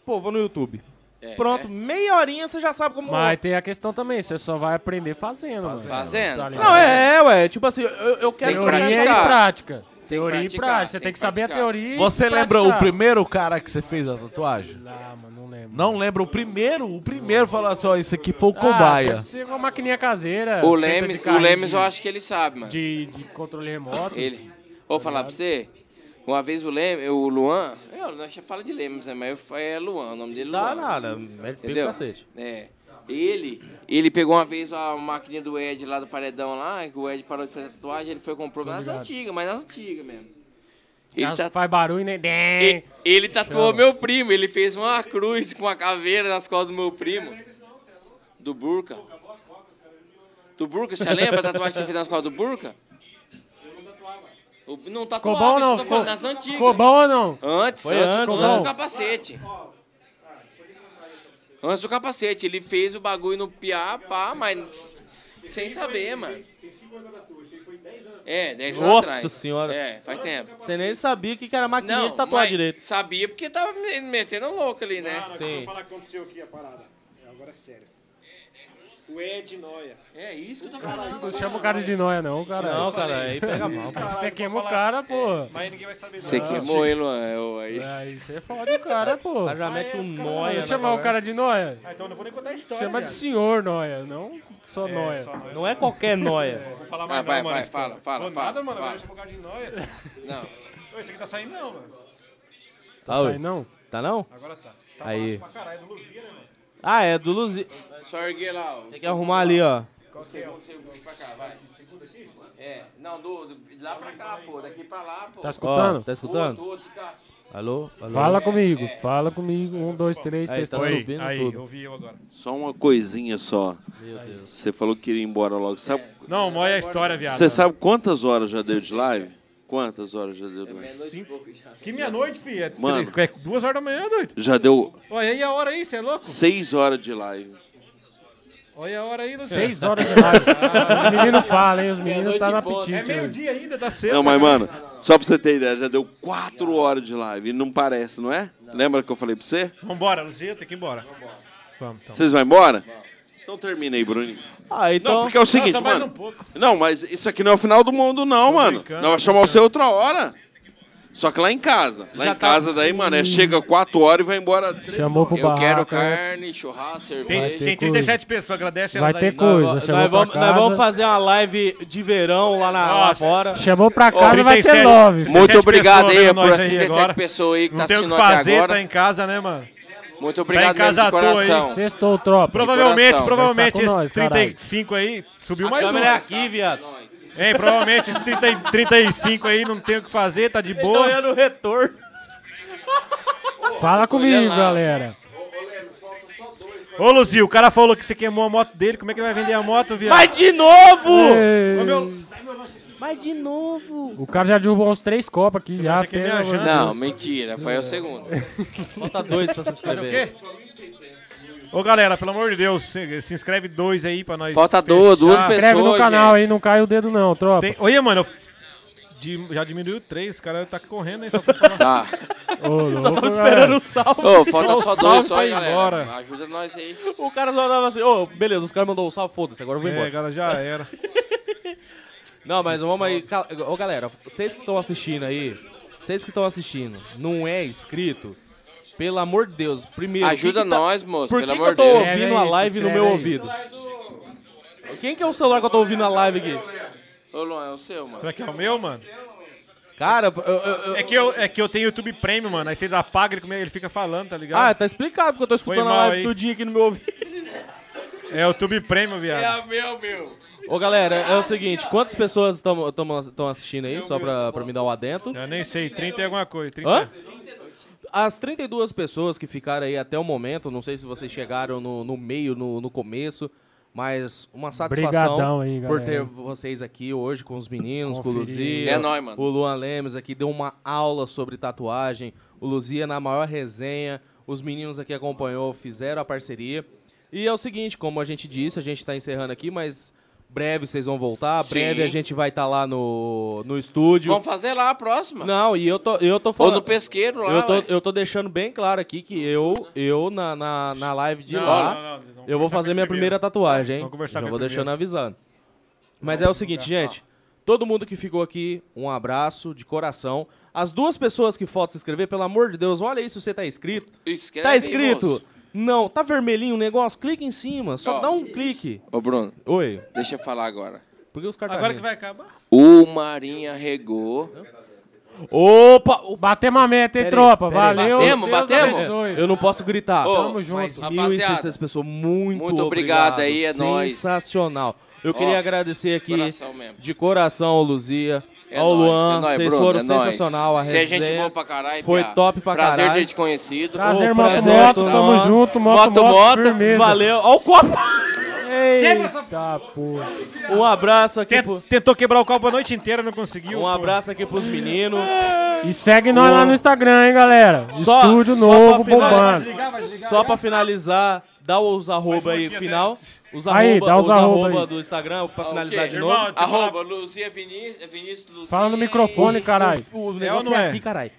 S7: Pô, vou no YouTube.
S2: É.
S7: Pronto, meia horinha você já sabe como.
S6: Mas tem a questão também, você só vai aprender fazendo, mano.
S2: Fazendo.
S6: Tá ligado?
S7: Não, é, é, ué. Tipo assim, eu, eu quero
S6: Teoria e
S7: praticar.
S6: prática.
S2: Tem
S6: teoria e
S2: praticar,
S6: prática. Você
S2: tem
S6: tem
S2: que
S6: que saber a
S2: praticar.
S6: teoria e
S3: Você lembra o
S6: praticar.
S3: primeiro cara que você fez a tatuagem?
S6: Ah, mano, não lembro.
S3: Não lembra o primeiro? O primeiro falou assim, ó, esse aqui foi o
S6: Ah,
S3: cobaia.
S6: deve ser uma maquininha caseira.
S2: O
S6: feita É, de
S2: Lemes, o
S6: carrinho
S2: Lemes
S6: de-
S2: eu acho que ele sabe, mano.
S6: De, de controle remoto.
S2: Ele. Vou falar pra você. Uma vez o Leme, o Luan, eu não fala de Lemes, né? Mas eu fa- é Luan, o nome dele é Luan.
S7: Dá nada, mete pelo
S2: Entendeu?
S7: cacete.
S2: É. Ele, ele pegou uma vez a maquininha do Ed lá do paredão lá, que o Ed parou de fazer tatuagem, ele foi comprou nas
S6: ligado.
S2: antigas, mas nas antigas mesmo. Ele
S6: Caso
S2: tá-
S6: faz barulho, né?
S2: E-
S6: Dem.
S2: Ele tatuou
S6: Chama.
S2: meu primo, ele fez uma cruz com uma caveira nas costas do meu primo. Do Burca. Do Burca, você lembra a tatuagem que você fez nas costas do Burca? O- Não
S6: Ficou
S2: tatuava,
S6: bom ou
S2: isso
S6: não?
S2: que eu tô
S6: Ficou,
S2: falando, nas antigas.
S6: ficou bom ou não?
S2: Antes,
S6: Foi
S2: antes,
S6: antes,
S2: antes,
S6: né?
S2: do capacete. Antes do capacete, ele fez o bagulho no piá, pá, mas sem saber, mano. É, 10 anos
S7: Nossa
S2: atrás.
S7: senhora.
S2: É, faz tempo.
S7: Você nem sabia o que que era maquininha
S2: Não,
S7: de tatuar
S2: mas
S7: direito.
S2: sabia porque tava me metendo louco ali, né?
S7: Sim.
S20: falar o que aconteceu aqui, a parada. É, agora é sério.
S1: O Ed Noia.
S2: É isso que eu tô
S1: falando.
S6: Não chama o cara de nóia, não, cara.
S3: Não, cara, aí
S6: *laughs*
S3: pega mal.
S6: Você queima o cara, pô.
S1: Mas ninguém vai saber. né?
S2: Você
S6: Não,
S2: queimou,
S6: chega.
S2: hein, Luan? Eu, aí...
S6: É, isso é foda, o cara, pô.
S3: já mete um nóia.
S6: Vou chamar o cara de nóia.
S1: Ah, então eu não vou nem contar a história.
S6: Chama de
S1: viado.
S6: senhor nóia, não só nóia.
S3: Não é qualquer nóia.
S1: Vou
S4: Ah,
S1: falar
S2: Vai,
S1: mais
S2: vai,
S1: não, mano.
S2: vai,
S1: a história.
S2: fala, fala,
S1: Vou
S2: fala,
S1: nada, mano.
S2: fala.
S1: Agora chama o cara de nóia.
S2: Não.
S1: Ô, esse aqui tá saindo não, mano.
S3: Tá,
S6: sai,
S3: oi?
S6: não?
S3: Tá não?
S1: Agora tá. Tá
S3: Aí.
S1: baixo pra caralho, é do Luzia, né, mano?
S3: Ah, é do Luzi.
S2: Só erguer lá. o-
S3: Tem que arrumar ali, ó.
S2: O segundo, segundo pra cá, vai. É, não, do, do- de lá pra cá, pô. Daqui pra lá, pô.
S6: Tá escutando?
S3: Ó, tá escutando?
S2: Outro, outro, tá.
S3: Alô? Alô?
S6: Fala comigo, fala comigo. Um, dois, três,
S3: Aí, tá
S6: testando.
S3: subindo tudo.
S1: eu agora.
S2: Só uma coisinha só. Meu Deus. É, Você falou que queria ir embora logo. Sabe,
S1: Não,
S3: é
S1: moia a história, viado.
S2: Você sabe quantas horas já deu de live? Quantas horas já deu de live?
S1: Cinco. Que meia-noite, filho. É
S2: Mano.
S1: três- é duas horas da manhã, doido.
S2: Já deu
S1: Olha aí a hora aí, você é louco?
S2: seis horas de live.
S1: Olha a hora aí, Luciano. Ah.
S6: Seis horas de live. Os meninos falam, hein? Os meninos tá no apetite.
S1: É meio-dia ainda, tá cedo.
S2: Não, mas,
S1: cara.
S2: mano, só pra você ter ideia, já deu quatro horas de live. E não parece, não é? Lembra que eu falei pra você?
S4: Vambora, Luzia, tem que ir embora.
S6: Vamos, então.
S2: Vocês vão embora? Então termina aí, Bruninho.
S3: Ah, então.
S2: Não, porque é o seguinte,
S4: mais
S2: mano.
S4: um pouco.
S2: Não, mas isso aqui não é o final do mundo, não, mano.
S4: brincando,
S2: Nós vamos chamar você outra hora. Só que lá em casa. Lá em casa, daí, mano, é chega 4 horas e vai embora. três
S6: Chamou pro
S2: horas.
S6: barraco.
S2: churrasco,
S4: Tem, tem
S6: ter
S4: 37 pessoas, agradece
S6: Vai
S4: elas
S6: ter
S4: aí.
S6: coisa.
S3: Nós,
S6: Chamou pra
S3: vamos,
S6: casa.
S3: nós vamos fazer uma live de verão lá, na, lá
S4: Nossa.
S3: fora.
S6: Chamou pra casa, Ah, vai ter
S4: 37.
S6: love. filho.
S2: Muito obrigado
S4: pessoas
S2: aí,
S4: vendo
S2: por
S4: nós aí
S2: 37
S4: agora.
S2: pessoas aí que
S4: Não
S2: tá
S4: tem o que
S2: assistindo até
S4: fazer, tá
S2: agora.
S4: em casa, né, mano?
S2: Muito obrigado
S4: casa
S2: mesmo de
S4: à toa aí.
S2: coração.
S6: Sextou, tropa.
S4: Provavelmente,
S2: coração,
S4: provavelmente,
S6: conversar com
S4: esse
S6: nós, caralho.
S4: 35 aí subiu
S3: A
S4: mais um.
S3: câmera é aqui, viado.
S4: Hein, provavelmente esse 30, e- 35 aí não tem o que fazer, tá
S1: Então,
S4: de
S3: Tô
S4: boa.
S3: olhando o retorno.
S6: Fala comigo, galera.
S4: Ô, Luzia, o cara falou que você queimou a moto dele, como é que ele vai vender a moto, viado?
S3: Mas de novo!
S6: Ei,
S4: Ô, meu-
S6: O cara já derrubou uns três copos aqui já.
S4: acha que é minha
S6: pelo amor de
S4: janta?
S2: Não, mentira, foi o segundo.
S3: Falta dois pra se
S4: O
S3: inscrever.
S4: quê? Ô, galera, pelo amor de Deus, se, se inscreve dois aí pra nós.
S2: Falta
S4: fechar.
S2: duas, duas
S6: Se inscreve no
S2: Pessoa,
S6: canal,
S2: gente.
S6: hein? Não cai o dedo, não, tropa.
S4: Tem... Olha, mano, eu f- di- já diminuiu três, o cara tá correndo aí.
S2: *laughs*
S4: Só pra falar.
S2: Tá.
S3: Só
S6: Ô, louco,
S3: tava esperando
S6: galera.
S3: o salve.
S2: Ô, falta só dois
S4: salve
S2: só,
S4: um pra
S2: hein,
S4: ir
S2: galera.
S4: embora.
S2: Ajuda nós aí.
S3: O cara só tava assim, ô, beleza, os caras mandou um salve, foda-se, agora eu vou
S4: é,
S3: embora.
S4: cara, já era.
S3: Não, mas vamos aí. cal- Ô, galera, vocês que estão assistindo aí, vocês que estão assistindo, não é inscrito, pelo amor de Deus, primeiro.
S2: Ajuda
S3: quem que tá-
S2: nós, moço,
S3: Por que,
S2: pelo
S3: que
S2: amor
S3: eu
S2: de
S3: tô
S2: Deus.
S6: Escreve
S3: ouvindo a
S6: aí, se
S3: live no
S6: inscreve
S3: meu
S6: aí.
S3: ouvido? Quem que é o celular que eu tô ouvindo a live aqui?
S2: Ô, Luan, é o seu, mano.
S4: Será que é o meu, mano?
S3: Cara, eu- eu- eu-
S4: É que eu, é que eu tenho YouTube Premium, mano. Aí você apaga, ele, come- ele fica falando, tá ligado?
S3: Ah, tá explicado, porque eu tô
S4: Foi
S3: escutando a
S4: mal
S3: live
S4: aí.
S3: tudinho aqui no meu ouvido.
S4: É o YouTube Premium, viado.
S2: É meu, meu.
S3: Ô, galera, é o seguinte, quantas pessoas estão assistindo aí, só pra, pra me dar o adentro?
S4: Eu nem sei, 30 e alguma coisa. 30.
S3: Hã? As 32 pessoas que ficaram aí até o momento, não sei se vocês chegaram no, no meio, no, no começo, mas uma satisfação
S6: Brigadão aí, galera.
S3: por ter vocês aqui hoje com os meninos, com o
S6: Conferir.
S3: Luzia.
S2: É nóis, mano.
S3: O Luan Lemes aqui deu uma aula sobre tatuagem. O Luzia na maior resenha. Os meninos aqui acompanhou, fizeram a parceria. E é o seguinte, como a gente disse, a gente está encerrando aqui, mas breve vocês vão voltar. Breve a gente vai estar lá no, no estúdio.
S2: Vamos fazer lá a próxima.
S3: Não, e eu tô, eu tô
S2: Ou
S3: falando.
S2: no pesqueiro lá.
S3: Eu tô, tá
S2: ué.
S3: eu tô deixando bem claro aqui que eu, eu na, na, na live de
S4: Não,
S3: lá,
S4: não, não, não, vamos
S3: eu vou
S4: conversar com
S3: fazer
S4: ele
S3: minha
S4: primeiro.
S3: primeira tatuagem, hein?
S4: Vamos conversar
S3: Já
S4: com
S3: vou
S4: ele
S3: deixando
S4: primeiro.
S3: avisando. Mas é o seguinte, gente. Todo mundo que ficou aqui, um abraço de coração. As duas pessoas que faltam se inscrever, pelo amor de Deus, olha aí se você tá inscrito.
S2: Escreve
S3: Tá
S2: aí,
S3: escrito?
S2: É, moço.
S3: Não, tá vermelhinho o negócio? Clica em cima, só
S2: Ó.
S3: dá um clique.
S2: Ô, Bruno,
S3: Oi,
S2: deixa eu falar agora.
S3: por que os caras tá
S4: Agora que vai acabar?
S2: O Marinha regou.
S3: Opa! o-
S6: Batemos a meta, hein,
S3: Pera aí,
S6: tropa?
S3: pera aí.
S6: Valeu.
S2: Batemos,
S6: Deus
S2: batemos?
S6: abençoe.
S3: Eu não posso gritar.
S2: Ô,
S6: Tamo junto.
S3: Mas
S2: Rapaziada,
S3: 1.600 pessoas, muito,
S2: muito obrigado aí, é nóis.
S3: Sensacional. Eu
S2: Ó,
S3: queria agradecer aqui
S2: coração mesmo.
S3: de coração ao Luzia,
S2: É
S3: ao
S2: nóis,
S3: Luan.
S2: é nóis,
S3: Vocês
S2: Bruno,
S3: foram
S2: é nóis.
S3: sensacional. A
S2: Você é
S3: resenha
S2: gente boa pra caralho,
S3: Foi
S2: piá.
S3: top pra
S2: Prazer
S3: caralho.
S2: ter te conhecido.
S6: Prazer,
S3: Ô,
S6: moto,
S3: prazer,
S6: moto.
S3: Tom.
S6: Tamo junto. Moto,
S2: Moto,
S6: moto.
S2: moto.
S6: Firmeza. tá,
S3: Valeu. Ó o copo.
S6: *laughs* Eita, porra.
S3: Um abraço aqui pro...
S4: Tentou quebrar o copo a noite inteira, não conseguiu.
S3: Um
S4: pô.
S3: abraço aqui pros meninos.
S6: E segue nós lá no Instagram, hein, galera.
S3: Só-
S6: Estúdio
S3: só
S6: novo,
S3: pra finalizar-
S6: bombando. né?
S3: Só pra finalizar, dá os arroba aí final. Os arroba,
S6: Aí, dá os
S3: os
S6: arroba
S3: arroba
S6: aí.
S3: do Instagram pra finalizar
S2: Ah, ok,
S3: de
S4: irmão,
S3: novo.
S2: Arroba Luzia Vinícius, Vinícius Luzia.
S6: Fala no microfone, caralho.
S3: O negócio
S4: não
S3: é
S4: é?
S3: aqui, caralho.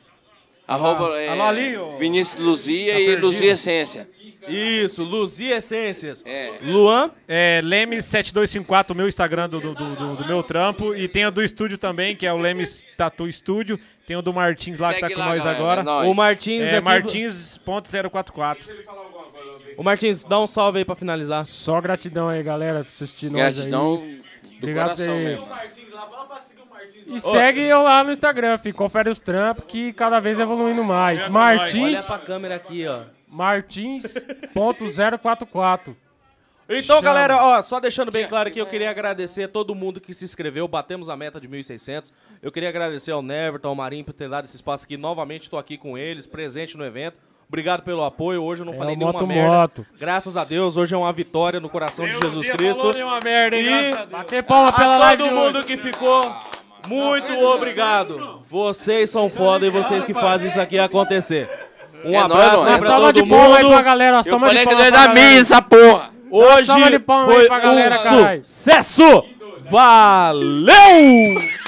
S3: Arroba, é,
S7: Alô, ali, ô.
S3: Vinícius Luzia
S7: Tá
S3: e
S7: perdido.
S3: Luzia Essência.
S7: Isso, Luzia Essências.
S3: É.
S7: Luan?
S4: É, Lemes7254, o meu Instagram do, do, do- do meu trampo. E tem o do estúdio também, que é o Lemes Tatu Estúdio. Tem o do Martins lá que
S7: Segue
S4: tá com
S7: lá,
S4: nós
S7: galera,
S4: agora.
S7: é nóis. O Martins
S4: é
S7: aqui-
S4: Martins.044.
S7: O Martins, dá um salve aí pra finalizar.
S6: Só gratidão aí, galera, por assistir nós
S7: Gratidão
S6: aí.
S7: do
S6: Obrigado
S7: coração
S6: aí.
S7: mesmo.
S6: E segue eu lá no Instagram, filho. Confere os trampos que cada vez evoluindo mais.
S7: Olha
S6: Martins.
S7: pra câmera aqui, ó. *laughs*
S6: Martins.044.
S7: Então,
S6: Chama. É.
S7: galera, ó, só deixando bem claro aqui, eu queria agradecer a todo mundo que se inscreveu, batemos a meta de 1.600. Eu queria agradecer ao Neverton, ao Marinho por ter dado esse espaço aqui. Novamente estou aqui com eles, presente no evento. Obrigado pelo apoio. Hoje eu não
S6: É
S7: falei
S6: o
S7: nenhuma
S6: Moto
S7: merda.
S6: Moto.
S7: Graças a Deus, hoje é uma vitória no coração de Jesus
S6: não
S7: Cristo.
S6: falou nenhuma merda, hein, graças a
S7: e
S6: Deus. Bater palma pela
S7: a
S6: live
S7: todo
S6: de
S7: mundo
S6: hoje.
S7: que ficou, muito obrigado. Vocês são foda e vocês que fazem isso aqui acontecer. Um
S3: É nóis,
S7: abraço
S3: mano.
S7: aí
S3: Uma
S7: pra
S3: salva
S7: todo
S3: de palma
S7: mundo.
S3: aí pra galera, uma
S7: Eu
S3: salva de
S7: falei que
S3: palma
S7: nós
S3: pra
S7: dá
S3: galera.
S7: mim essa é porra.
S3: Uma
S7: Hoje
S3: salva de palma aí
S7: foi
S3: pra galera,
S7: um
S3: caralho.
S7: sucesso. Valeu!